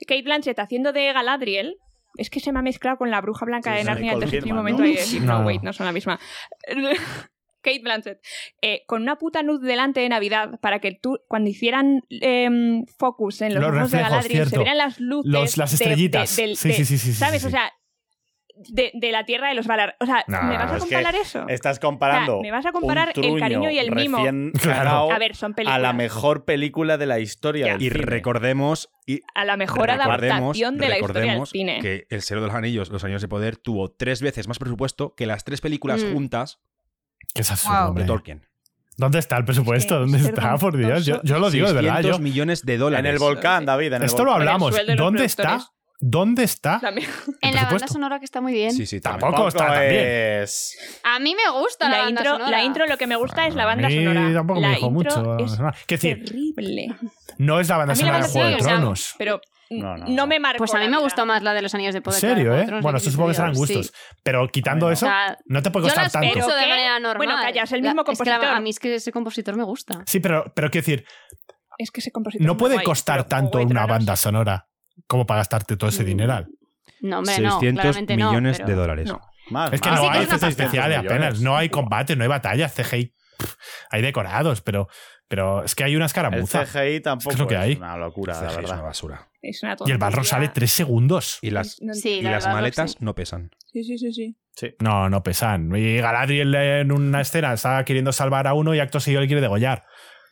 [SPEAKER 5] Kate Blanchett haciendo de Galadriel. Es que se me ha mezclado con la bruja blanca
[SPEAKER 4] Sí,
[SPEAKER 5] de
[SPEAKER 4] sí,
[SPEAKER 5] Narnia
[SPEAKER 4] Nicole
[SPEAKER 5] entonces en un
[SPEAKER 4] Kidman,
[SPEAKER 5] momento
[SPEAKER 4] ¿no?
[SPEAKER 5] ahí de decir, no,
[SPEAKER 1] No.
[SPEAKER 5] wait, no son la misma. Kate Blanchett, eh, con una puta luz delante de Navidad para que tú, cuando hicieran em, focus en los,
[SPEAKER 1] Los
[SPEAKER 5] ojos de
[SPEAKER 1] reflejos,
[SPEAKER 5] Galadriel, se
[SPEAKER 1] cierto.
[SPEAKER 5] vieran las luces.
[SPEAKER 1] Los- las
[SPEAKER 5] de- de-
[SPEAKER 1] estrellitas.
[SPEAKER 5] del-
[SPEAKER 1] Sí,
[SPEAKER 5] de-
[SPEAKER 1] sí, sí, sí, sí,
[SPEAKER 5] ¿Sabes?
[SPEAKER 1] sí.
[SPEAKER 5] O sea, de, de la tierra de los Valar. O sea,
[SPEAKER 1] Nah,
[SPEAKER 5] ¿me vas a
[SPEAKER 4] es que
[SPEAKER 5] comparar eso?
[SPEAKER 4] Estás comparando.
[SPEAKER 5] O sea, me vas a comparar el cariño y el mimo.
[SPEAKER 1] Claro.
[SPEAKER 4] Claro.
[SPEAKER 5] A ver, son películas.
[SPEAKER 4] a la mejor película de la historia.
[SPEAKER 5] Ya.
[SPEAKER 4] del
[SPEAKER 2] Y
[SPEAKER 4] cine.
[SPEAKER 2] recordemos, y
[SPEAKER 5] A la mejor
[SPEAKER 2] recordemos,
[SPEAKER 5] adaptación de la historia del
[SPEAKER 2] recordemos
[SPEAKER 5] cine.
[SPEAKER 2] que El Señor de los Anillos, Los Anillos de Poder, tuvo tres veces más presupuesto que las tres películas
[SPEAKER 3] Mm.
[SPEAKER 2] juntas
[SPEAKER 1] Que es absurdo,
[SPEAKER 6] Wow.
[SPEAKER 1] hombre.
[SPEAKER 2] de Tolkien.
[SPEAKER 1] ¿Dónde está el presupuesto?
[SPEAKER 5] Es que
[SPEAKER 1] ¿Dónde
[SPEAKER 5] es
[SPEAKER 1] está? Por Dios. Yo, yo lo digo, de verdad. Yo,
[SPEAKER 2] 600 millones de
[SPEAKER 4] En
[SPEAKER 2] dólares.
[SPEAKER 4] el volcán, David. En el
[SPEAKER 1] esto lo
[SPEAKER 5] el
[SPEAKER 1] hablamos.
[SPEAKER 5] sueldo de los
[SPEAKER 1] ¿Dónde está?
[SPEAKER 5] productores.
[SPEAKER 1] ¿Dónde está?
[SPEAKER 5] La mejor-
[SPEAKER 1] el
[SPEAKER 3] En la banda
[SPEAKER 1] presupuesto?
[SPEAKER 3] sonora que está muy bien.
[SPEAKER 2] Sí, sí,
[SPEAKER 1] Tampoco.
[SPEAKER 2] tampoco.
[SPEAKER 1] está tan bien.
[SPEAKER 4] es.
[SPEAKER 3] A mí me gusta la,
[SPEAKER 5] la,
[SPEAKER 3] banda
[SPEAKER 5] intro,
[SPEAKER 3] sonora.
[SPEAKER 5] la intro lo que me gusta es la banda
[SPEAKER 1] A mí
[SPEAKER 5] sonora.
[SPEAKER 1] tampoco
[SPEAKER 5] la
[SPEAKER 1] me dijo
[SPEAKER 5] intro
[SPEAKER 1] mucho.
[SPEAKER 5] Es
[SPEAKER 1] Que decir,
[SPEAKER 5] terrible.
[SPEAKER 1] no es la banda
[SPEAKER 5] A mí la
[SPEAKER 1] sonora de
[SPEAKER 5] banda
[SPEAKER 1] Juego de
[SPEAKER 3] sonora, o sea,
[SPEAKER 1] Tronos.
[SPEAKER 5] Pero
[SPEAKER 4] No, no,
[SPEAKER 5] no,
[SPEAKER 4] no.
[SPEAKER 5] me marcó.
[SPEAKER 3] Pues a mí
[SPEAKER 5] la
[SPEAKER 3] me
[SPEAKER 5] vida.
[SPEAKER 3] gustó más la de los anillos de
[SPEAKER 1] En
[SPEAKER 3] poder.
[SPEAKER 1] serio,
[SPEAKER 3] la de
[SPEAKER 1] ¿eh?
[SPEAKER 3] otros
[SPEAKER 1] Bueno, esto supongo que serán
[SPEAKER 3] episodios, sí.
[SPEAKER 1] gustos. Pero quitando
[SPEAKER 4] Bueno.
[SPEAKER 3] O
[SPEAKER 1] eso,
[SPEAKER 3] sea,
[SPEAKER 1] no te puede
[SPEAKER 3] yo la
[SPEAKER 1] costar
[SPEAKER 3] escucho
[SPEAKER 1] tanto.
[SPEAKER 5] pero-
[SPEAKER 3] de
[SPEAKER 5] ¿Qué?
[SPEAKER 3] manera normal.
[SPEAKER 5] Bueno, calla, es el mismo
[SPEAKER 3] La- Es que la-
[SPEAKER 5] compositor.
[SPEAKER 3] a mí es que ese compositor me gusta.
[SPEAKER 1] Sí, pero, pero quiero decir,
[SPEAKER 5] Es que ese compositor.
[SPEAKER 1] no
[SPEAKER 5] es
[SPEAKER 1] puede
[SPEAKER 5] muy guay,
[SPEAKER 1] costar
[SPEAKER 5] pero
[SPEAKER 1] tanto
[SPEAKER 5] Juego de
[SPEAKER 1] una
[SPEAKER 5] Tronos-
[SPEAKER 1] banda sonora como para gastarte todo ese
[SPEAKER 3] Mm.
[SPEAKER 1] dineral.
[SPEAKER 3] No, hombre, no.
[SPEAKER 2] 600
[SPEAKER 3] claramente no,
[SPEAKER 2] millones
[SPEAKER 3] pero-
[SPEAKER 2] de dólares.
[SPEAKER 5] No.
[SPEAKER 4] Más,
[SPEAKER 1] Es que
[SPEAKER 5] Ah,
[SPEAKER 4] más,
[SPEAKER 1] no
[SPEAKER 3] sí que
[SPEAKER 1] hay
[SPEAKER 3] es una
[SPEAKER 1] efectos
[SPEAKER 3] pasta.
[SPEAKER 1] especiales apenas, no hay
[SPEAKER 4] combate.
[SPEAKER 1] combates, no hay batallas, CGI. pff, hay decorados, pero, pero es que hay una
[SPEAKER 4] El
[SPEAKER 1] escaramuza.
[SPEAKER 4] CGI tampoco
[SPEAKER 1] Es lo que hay.
[SPEAKER 4] una locura,
[SPEAKER 2] CGI
[SPEAKER 4] la
[SPEAKER 2] es una
[SPEAKER 4] verdad.
[SPEAKER 2] basura.
[SPEAKER 5] Es una
[SPEAKER 1] Y el Balrog
[SPEAKER 5] barro
[SPEAKER 1] sale tres segundos.
[SPEAKER 2] Y las,
[SPEAKER 3] Sí,
[SPEAKER 2] y
[SPEAKER 3] la
[SPEAKER 2] las
[SPEAKER 3] verdad, pues
[SPEAKER 2] maletas
[SPEAKER 3] sí.
[SPEAKER 2] no pesan.
[SPEAKER 5] Sí, sí, sí. sí.
[SPEAKER 1] No, no pesan. Y Galadriel en una escena está queriendo salvar a uno y acto seguido le quiere degollar.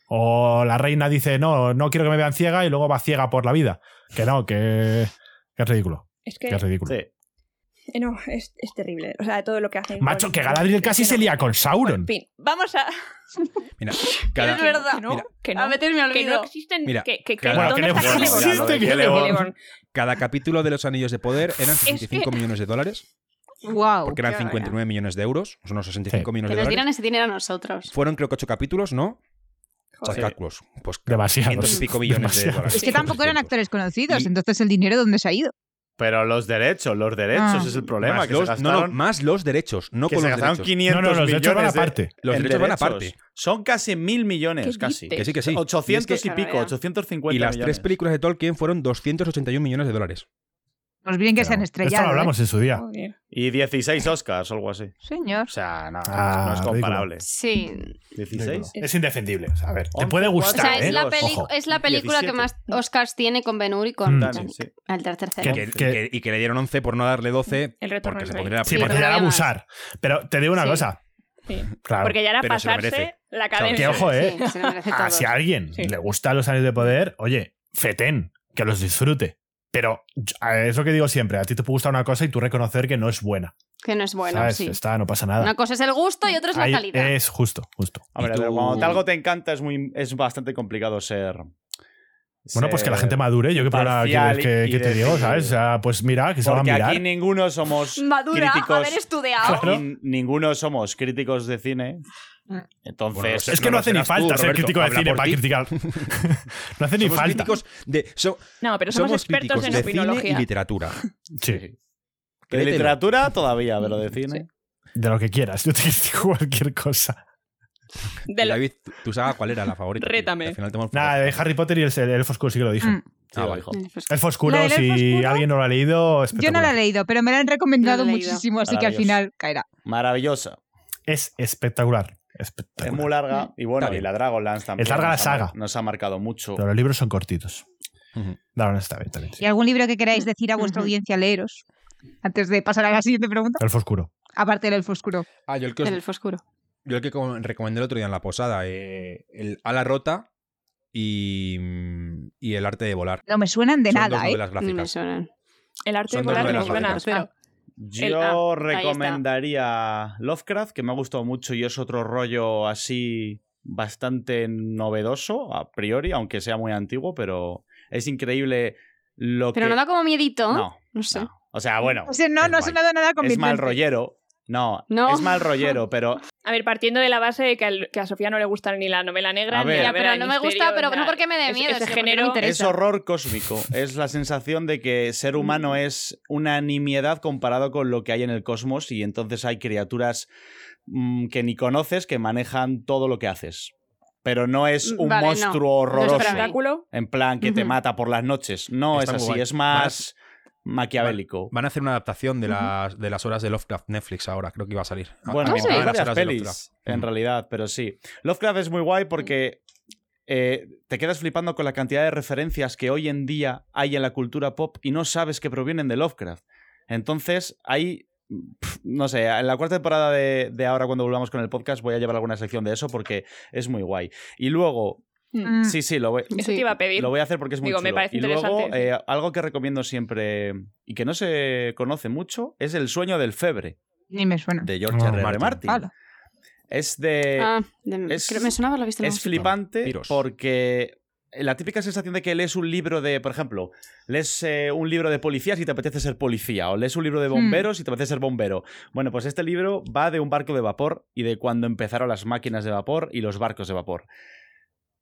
[SPEAKER 1] O la reina dice, no, no quiero que me vean ciega y luego va ciega por la vida. Que no, que, que es ridículo.
[SPEAKER 5] Es
[SPEAKER 1] Que
[SPEAKER 5] que
[SPEAKER 1] es ridículo.
[SPEAKER 4] Sí.
[SPEAKER 5] Eh, No, es, es terrible. O sea, todo lo que hacen.
[SPEAKER 1] Macho,
[SPEAKER 5] con-
[SPEAKER 1] que Galadriel casi
[SPEAKER 5] que
[SPEAKER 1] se
[SPEAKER 5] no.
[SPEAKER 1] lía con
[SPEAKER 5] Bueno,
[SPEAKER 1] Sauron.
[SPEAKER 5] En fin, vamos a.
[SPEAKER 2] Mira, cada-
[SPEAKER 5] que-
[SPEAKER 3] verdad.
[SPEAKER 5] Que no,
[SPEAKER 2] Mira.
[SPEAKER 5] que no,
[SPEAKER 3] A veces me
[SPEAKER 5] que no
[SPEAKER 3] olvido.
[SPEAKER 5] existen.
[SPEAKER 2] Mira,
[SPEAKER 5] que, que, que
[SPEAKER 2] cada-
[SPEAKER 5] ¿dónde
[SPEAKER 1] Bueno, que
[SPEAKER 5] está
[SPEAKER 1] no
[SPEAKER 5] Celeborn?
[SPEAKER 1] existe
[SPEAKER 5] ¿Dónde está
[SPEAKER 4] Celeborn.
[SPEAKER 5] Celeborn?
[SPEAKER 2] cada capítulo de los Anillos de Poder eran
[SPEAKER 5] que-
[SPEAKER 2] 65 millones de dólares,
[SPEAKER 6] Wow.
[SPEAKER 2] porque eran
[SPEAKER 5] qué barbaridad.
[SPEAKER 2] 59 millones de euros, son unos 65 millones
[SPEAKER 3] Que
[SPEAKER 2] de
[SPEAKER 3] nos
[SPEAKER 2] dólares.
[SPEAKER 3] dieran ese dinero a nosotros.
[SPEAKER 2] Fueron creo que 8 capítulos, ¿no? Haz
[SPEAKER 5] Joder.
[SPEAKER 2] cálculos. Pues
[SPEAKER 1] Demasiados.
[SPEAKER 2] cientos y pico millones de
[SPEAKER 1] Demasiados.
[SPEAKER 2] dólares.
[SPEAKER 6] Es que tampoco eran actores conocidos,
[SPEAKER 2] Y-
[SPEAKER 6] entonces el dinero dónde se ha ido.
[SPEAKER 4] Pero los derechos, los derechos
[SPEAKER 6] Ah.
[SPEAKER 4] es el problema.
[SPEAKER 2] Más
[SPEAKER 4] que
[SPEAKER 2] los,
[SPEAKER 4] se
[SPEAKER 2] no, no,
[SPEAKER 4] gastaron,
[SPEAKER 2] más los derechos, no
[SPEAKER 4] que
[SPEAKER 2] con
[SPEAKER 4] se
[SPEAKER 2] los
[SPEAKER 4] gastaron
[SPEAKER 2] derechos.
[SPEAKER 4] 500
[SPEAKER 1] No, no, los
[SPEAKER 4] millones
[SPEAKER 1] derechos van
[SPEAKER 4] de-
[SPEAKER 1] aparte.
[SPEAKER 2] Los
[SPEAKER 4] en
[SPEAKER 2] derechos van
[SPEAKER 4] derechos.
[SPEAKER 2] aparte.
[SPEAKER 4] Son casi mil millones,
[SPEAKER 5] ¿Qué
[SPEAKER 4] casi.
[SPEAKER 5] dices?
[SPEAKER 2] Que sí, que sí.
[SPEAKER 3] Y
[SPEAKER 4] 800
[SPEAKER 3] es que-
[SPEAKER 4] y pico, 850
[SPEAKER 2] Y las
[SPEAKER 4] millones.
[SPEAKER 2] tres películas de Tolkien fueron 281 millones de dólares.
[SPEAKER 6] Pues bien que se han
[SPEAKER 1] Pero
[SPEAKER 6] estrellado.
[SPEAKER 1] Esto lo
[SPEAKER 6] ¿eh?
[SPEAKER 1] hablamos en su día.
[SPEAKER 5] Joder.
[SPEAKER 4] Y 16 Oscars o algo así.
[SPEAKER 6] Señor.
[SPEAKER 4] O sea, no,
[SPEAKER 1] Ah,
[SPEAKER 4] no es
[SPEAKER 1] ridículo.
[SPEAKER 4] comparable.
[SPEAKER 3] Sí.
[SPEAKER 1] Ridículo.
[SPEAKER 4] 16.
[SPEAKER 1] Es indefendible. o sea, A ver, te
[SPEAKER 4] Once,
[SPEAKER 1] puede
[SPEAKER 3] O
[SPEAKER 1] gustar,
[SPEAKER 3] sea,
[SPEAKER 4] Está,
[SPEAKER 1] ¿eh?
[SPEAKER 3] es la,
[SPEAKER 4] Los-
[SPEAKER 3] peli-
[SPEAKER 1] Ojo.
[SPEAKER 3] es la película
[SPEAKER 4] 17.
[SPEAKER 3] que más Oscars tiene con Ben Hur y con
[SPEAKER 1] Mm.
[SPEAKER 4] Dani, sí.
[SPEAKER 3] el tercer
[SPEAKER 1] Que-
[SPEAKER 3] tercero.
[SPEAKER 2] Que-
[SPEAKER 4] Eh.
[SPEAKER 1] que-
[SPEAKER 2] que- y que le dieron 11 por no darle 12
[SPEAKER 5] El retorno
[SPEAKER 2] porque
[SPEAKER 5] al
[SPEAKER 2] se
[SPEAKER 5] rey.
[SPEAKER 2] pondría la
[SPEAKER 1] Sí,
[SPEAKER 3] Sí,
[SPEAKER 1] porque
[SPEAKER 3] pero
[SPEAKER 1] ya era
[SPEAKER 3] además.
[SPEAKER 1] abusar. Pero te digo una
[SPEAKER 5] Sí.
[SPEAKER 1] cosa.
[SPEAKER 5] Sí.
[SPEAKER 1] Claro.
[SPEAKER 5] Porque ya era
[SPEAKER 2] Pero se lo
[SPEAKER 5] pasarse
[SPEAKER 2] merece.
[SPEAKER 5] la academia.
[SPEAKER 1] que ojo, ¿eh?
[SPEAKER 3] Sí, se lo merece
[SPEAKER 1] Ah,
[SPEAKER 3] todo.
[SPEAKER 1] si a alguien
[SPEAKER 5] Sí.
[SPEAKER 1] le gustan los años de poder, oye, fetén, que los disfrute. Pero yo- a- es lo que digo siempre, a ti te puede gustar una cosa y tú reconocer que no es buena.
[SPEAKER 3] Que no es bueno,
[SPEAKER 1] ¿sabes?
[SPEAKER 3] sí.
[SPEAKER 1] Está, no pasa nada.
[SPEAKER 3] Una cosa es el gusto y otra es
[SPEAKER 1] Ahí- eh,
[SPEAKER 3] la calidad.
[SPEAKER 1] es justo, justo.
[SPEAKER 4] Hombre,
[SPEAKER 2] Y tú-
[SPEAKER 4] pero cuando algo te encanta es, muy, es bastante complicado ser.
[SPEAKER 1] Bueno, pues que la
[SPEAKER 4] ser-
[SPEAKER 1] gente madure, yo qué palabra
[SPEAKER 4] parcial
[SPEAKER 1] quieres que,
[SPEAKER 4] y
[SPEAKER 1] que te digo,
[SPEAKER 4] decir-
[SPEAKER 1] ¿sabes? O sea, pues mira, que se va a
[SPEAKER 4] Porque
[SPEAKER 1] mirar.
[SPEAKER 4] aquí ninguno somos
[SPEAKER 3] Madura,
[SPEAKER 4] críticos.
[SPEAKER 3] haber estudiado.
[SPEAKER 1] Claro.
[SPEAKER 4] nin- ninguno somos críticos de cine.
[SPEAKER 3] Mm.
[SPEAKER 4] Entonces.
[SPEAKER 2] Bueno, no sé.
[SPEAKER 1] Es que no,
[SPEAKER 2] lo
[SPEAKER 1] hace ni
[SPEAKER 2] serás tú,
[SPEAKER 1] falta ser
[SPEAKER 2] Roberto,
[SPEAKER 1] crítico de
[SPEAKER 2] habla
[SPEAKER 1] cine
[SPEAKER 2] por
[SPEAKER 1] para
[SPEAKER 2] ti.
[SPEAKER 1] criticar. no hace ni
[SPEAKER 2] Somos
[SPEAKER 1] falta.
[SPEAKER 2] críticos de, so-
[SPEAKER 5] No, pero somos,
[SPEAKER 2] somos
[SPEAKER 5] expertos
[SPEAKER 2] críticos
[SPEAKER 5] en
[SPEAKER 2] de cine y
[SPEAKER 5] opinología.
[SPEAKER 2] literatura.
[SPEAKER 1] Sí,
[SPEAKER 4] de
[SPEAKER 2] Créetelo.
[SPEAKER 4] literatura todavía, pero de cine.
[SPEAKER 1] de lo que quieras. Yo te critico cualquier cosa.
[SPEAKER 5] De
[SPEAKER 2] Y
[SPEAKER 5] lo-
[SPEAKER 2] David, ¿tu saga cuál era la favorita?
[SPEAKER 5] Rétame.
[SPEAKER 2] Al final te hemos-
[SPEAKER 1] Nada, de Harry Potter y el, el Elfo Oscuro sí que lo dije.
[SPEAKER 6] Mm.
[SPEAKER 2] Ah, vale.
[SPEAKER 1] Elfo Oscuro,
[SPEAKER 6] La del Elfo
[SPEAKER 1] si
[SPEAKER 6] Oscuro,
[SPEAKER 1] alguien no lo ha leído,
[SPEAKER 6] Yo no la he
[SPEAKER 1] espectacular.
[SPEAKER 6] leído, pero me la han recomendado
[SPEAKER 3] No la he leído.
[SPEAKER 6] muchísimo, así que al
[SPEAKER 4] Maravilloso.
[SPEAKER 6] final caerá.
[SPEAKER 4] Maravillosa.
[SPEAKER 1] Es espectacular.
[SPEAKER 4] Es
[SPEAKER 1] espectacular.
[SPEAKER 4] muy larga. Y bueno,
[SPEAKER 2] Está
[SPEAKER 4] y
[SPEAKER 2] bien.
[SPEAKER 4] la Dragonlance también.
[SPEAKER 1] Es larga
[SPEAKER 4] nos
[SPEAKER 1] la
[SPEAKER 4] ha-
[SPEAKER 1] saga.
[SPEAKER 4] Nos ha marcado mucho.
[SPEAKER 1] Pero los libros son cortitos.
[SPEAKER 2] Ujú.
[SPEAKER 1] Daron está bien, también. sí.
[SPEAKER 6] ¿Y algún libro que queráis decir a vuestra
[SPEAKER 5] Ujú.
[SPEAKER 6] audiencia leeros? Antes de pasar a la siguiente pregunta,
[SPEAKER 1] Elfo Oscuro.
[SPEAKER 6] aparte del elfo oscuro.
[SPEAKER 2] Ah, yo el que, os-
[SPEAKER 3] El elfo oscuro.
[SPEAKER 2] yo el que com- recomendé el otro día en la posada, eh, el ala rota y, y el arte de volar.
[SPEAKER 6] No me suenan de
[SPEAKER 2] Son dos
[SPEAKER 6] nada, ¿eh?
[SPEAKER 2] novelas
[SPEAKER 3] Ni Mm, me
[SPEAKER 2] gráficas.
[SPEAKER 3] suenan.
[SPEAKER 5] El arte de
[SPEAKER 2] Son dos
[SPEAKER 5] volar no
[SPEAKER 2] novelas
[SPEAKER 5] suena,
[SPEAKER 2] gráficas.
[SPEAKER 5] pero
[SPEAKER 4] Yo
[SPEAKER 3] ah, ahí está.
[SPEAKER 4] recomendaría Lovecraft, que me ha gustado mucho y es otro rollo así bastante novedoso a priori, aunque sea muy antiguo, pero es increíble lo
[SPEAKER 3] Pero
[SPEAKER 4] que...
[SPEAKER 3] no da como miedito. No,
[SPEAKER 4] no,
[SPEAKER 3] sé.
[SPEAKER 4] no. O sea, bueno,
[SPEAKER 6] O sea, no,
[SPEAKER 4] es
[SPEAKER 6] no ha
[SPEAKER 4] guay.
[SPEAKER 6] sonado nada
[SPEAKER 4] es
[SPEAKER 6] convincente.
[SPEAKER 4] mal rollero. No,
[SPEAKER 3] No.
[SPEAKER 4] es mal rollero, pero
[SPEAKER 5] A ver, partiendo de la base de que, al- que a Sofía no le gusta ni la novela negra,
[SPEAKER 4] A
[SPEAKER 5] ni
[SPEAKER 4] ver.
[SPEAKER 5] la
[SPEAKER 3] Ya,
[SPEAKER 5] novela
[SPEAKER 3] pero no me gusta, pero no porque me dé miedo,
[SPEAKER 5] Ese,
[SPEAKER 3] sino porque no me
[SPEAKER 5] género
[SPEAKER 3] interesa.
[SPEAKER 4] es horror cósmico. Es la sensación de que ser
[SPEAKER 3] Mm.
[SPEAKER 4] humano es una nimiedad comparado con lo que hay en el cosmos y entonces hay criaturas mm, que ni conoces que manejan todo lo que haces. Pero no es un
[SPEAKER 3] Mm, Vale, no.
[SPEAKER 4] monstruo
[SPEAKER 3] es para
[SPEAKER 4] horroroso
[SPEAKER 3] mí.
[SPEAKER 5] espectáculo.
[SPEAKER 4] en plan que te
[SPEAKER 3] Ujú.
[SPEAKER 4] mata por las noches. No
[SPEAKER 2] Está
[SPEAKER 4] es
[SPEAKER 2] muy
[SPEAKER 4] así,
[SPEAKER 2] guay.
[SPEAKER 4] es más maquiavélico.
[SPEAKER 2] Van a hacer una adaptación de las, de las horas de Lovecraft Netflix ahora, creo que iba a salir. A-
[SPEAKER 4] Ah, Bueno,
[SPEAKER 3] Ah,
[SPEAKER 2] a-
[SPEAKER 4] hay
[SPEAKER 2] a- las
[SPEAKER 4] varias
[SPEAKER 2] horas de
[SPEAKER 4] pelis,
[SPEAKER 2] Lovecraft.
[SPEAKER 4] en
[SPEAKER 2] Mm.
[SPEAKER 4] realidad, pero sí. Lovecraft es muy guay porque eh, te quedas flipando con la cantidad de referencias que hoy en día hay en la cultura pop y no sabes que provienen de Lovecraft. Entonces, hay. pf, No sé, en la cuarta temporada de, de ahora, cuando volvamos con el podcast, voy a llevar alguna sección de eso porque es muy guay. Y luego,
[SPEAKER 6] Mm.
[SPEAKER 4] sí, sí, lo voy,
[SPEAKER 5] Eso
[SPEAKER 3] Sí.
[SPEAKER 5] te iba a pedir.
[SPEAKER 4] lo voy a hacer porque es muy
[SPEAKER 5] Digo,
[SPEAKER 4] chulo.
[SPEAKER 5] me parece
[SPEAKER 4] y luego,
[SPEAKER 5] interesante, sí.
[SPEAKER 4] eh, algo que recomiendo siempre y que no se conoce mucho es El sueño del febre
[SPEAKER 6] Ni me suena.
[SPEAKER 4] de George
[SPEAKER 1] Oh,
[SPEAKER 4] R.R.
[SPEAKER 2] Ah, Martin.
[SPEAKER 4] Martin.
[SPEAKER 5] Ah,
[SPEAKER 6] Hala.
[SPEAKER 4] Es de.
[SPEAKER 3] Ah, de-
[SPEAKER 4] es-
[SPEAKER 3] creo- me sonaba haberlo visto. en
[SPEAKER 4] es
[SPEAKER 3] algún
[SPEAKER 4] flipante
[SPEAKER 2] Piros.
[SPEAKER 4] porque la típica sensación de que lees un libro de, por ejemplo, lees eh, un libro de policías y te apetece ser policía, o lees un libro de bomberos y te apetece ser bombero. Bueno, pues este libro va de un barco de vapor y de cuando empezaron las máquinas de vapor y los barcos de vapor.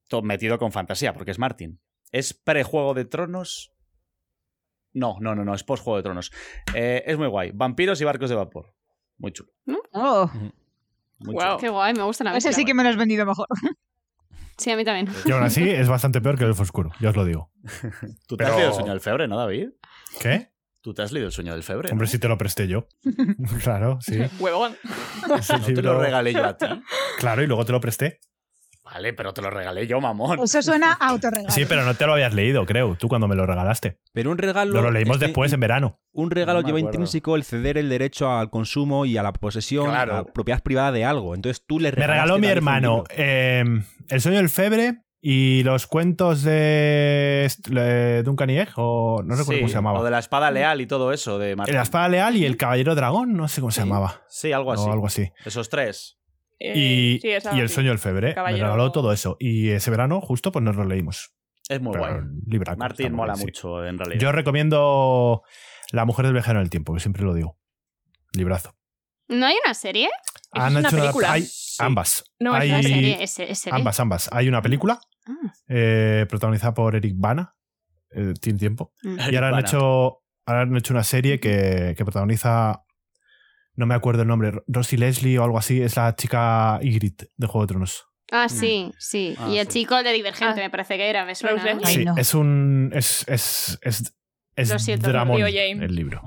[SPEAKER 4] Todo metido con fantasía, porque es Martin. Es prejuego de tronos. No, no, no, no, es post-juego de tronos. Eh, es muy guay. Vampiros y barcos de vapor. Muy chulo.
[SPEAKER 6] Oh,
[SPEAKER 4] Muy
[SPEAKER 5] Guau.
[SPEAKER 4] chulo.
[SPEAKER 3] Qué guay, me gusta la
[SPEAKER 6] ese sí que me lo has vendido mejor.
[SPEAKER 3] Sí, a mí también.
[SPEAKER 1] Y aún así es bastante peor que el Elfo Oscuro, ya os lo digo.
[SPEAKER 4] Tú te has
[SPEAKER 1] Pero-
[SPEAKER 4] leído el sueño del febre, ¿no, David?
[SPEAKER 1] ¿Qué?
[SPEAKER 4] Tú te has leído el sueño del febre.
[SPEAKER 1] Hombre, si te lo presté yo. Claro, sí.
[SPEAKER 5] Huevón.
[SPEAKER 1] Ese
[SPEAKER 4] No te lo
[SPEAKER 1] libro-
[SPEAKER 4] regalé yo a ti.
[SPEAKER 1] Claro, y luego te lo presté.
[SPEAKER 4] Vale, pero te lo regalé yo, mamón.
[SPEAKER 6] Eso suena a autorregalo.
[SPEAKER 1] Sí, pero no te lo habías leído, creo, tú cuando me lo regalaste.
[SPEAKER 2] Pero un regalo.
[SPEAKER 1] Lo, lo leímos
[SPEAKER 2] este,
[SPEAKER 1] después en verano.
[SPEAKER 2] Un regalo
[SPEAKER 4] No me
[SPEAKER 2] lleva
[SPEAKER 4] acuerdo.
[SPEAKER 2] intrínseco el ceder el derecho al consumo y a la posesión,
[SPEAKER 4] Claro.
[SPEAKER 2] a la propiedad privada de algo. Entonces tú le
[SPEAKER 1] Me regaló
[SPEAKER 2] regalaste
[SPEAKER 1] mi
[SPEAKER 2] a David un
[SPEAKER 1] hermano
[SPEAKER 2] libro.
[SPEAKER 1] eh, El sueño del febre Y los cuentos de est- eh, Duncan y Egg, o no recuerdo
[SPEAKER 4] Sí,
[SPEAKER 1] cómo se
[SPEAKER 4] O
[SPEAKER 1] llamaba.
[SPEAKER 4] de la espada leal y todo eso de Martin.
[SPEAKER 1] La espada leal y el caballero dragón, no sé cómo se
[SPEAKER 4] Sí.
[SPEAKER 1] llamaba.
[SPEAKER 4] Sí, algo así.
[SPEAKER 1] O algo así.
[SPEAKER 4] Esos tres.
[SPEAKER 5] Eh,
[SPEAKER 1] y,
[SPEAKER 5] sí, esa
[SPEAKER 1] y el
[SPEAKER 5] sí.
[SPEAKER 1] sueño del febre.
[SPEAKER 5] Caballero-
[SPEAKER 1] Me regaló todo eso. Y ese verano, justo, pues nos lo leímos.
[SPEAKER 4] Es muy
[SPEAKER 1] Pero
[SPEAKER 4] guay.
[SPEAKER 1] en libraco, está
[SPEAKER 4] Martín
[SPEAKER 1] muy
[SPEAKER 4] mola
[SPEAKER 1] bien, sí.
[SPEAKER 4] mucho, en realidad.
[SPEAKER 1] Yo recomiendo La mujer del viajero en el tiempo, que siempre lo digo. Librazo.
[SPEAKER 3] ¿No hay una serie?
[SPEAKER 5] Eso es una
[SPEAKER 1] una-
[SPEAKER 5] película.
[SPEAKER 1] hay ambas.
[SPEAKER 5] No, es
[SPEAKER 1] hay
[SPEAKER 5] una
[SPEAKER 3] Es serie, es, es serie.
[SPEAKER 1] ambas, ambas. Hay una película
[SPEAKER 3] Ah,
[SPEAKER 1] eh, protagonizada por Eric Bana, eh, Tiene Tiempo.
[SPEAKER 3] mm.
[SPEAKER 1] Y ahora han,
[SPEAKER 4] Bana.
[SPEAKER 1] hecho, ahora han hecho una serie que, que protagoniza. No me acuerdo el nombre, Rosie Leslie o algo así, es la chica Ygritte de Juego de Tronos.
[SPEAKER 3] Ah, sí, sí.
[SPEAKER 4] Ah,
[SPEAKER 3] y el
[SPEAKER 4] sí.
[SPEAKER 3] chico el de Divergente,
[SPEAKER 5] Ah.
[SPEAKER 3] me parece que era, me
[SPEAKER 5] Rose
[SPEAKER 3] suena. ¿no?
[SPEAKER 5] Leslie. Ay,
[SPEAKER 1] sí,
[SPEAKER 6] no.
[SPEAKER 1] es un. Es. Es. Es. Es
[SPEAKER 3] Lo siento,
[SPEAKER 1] dramón
[SPEAKER 5] lo digo, Jane.
[SPEAKER 1] el libro.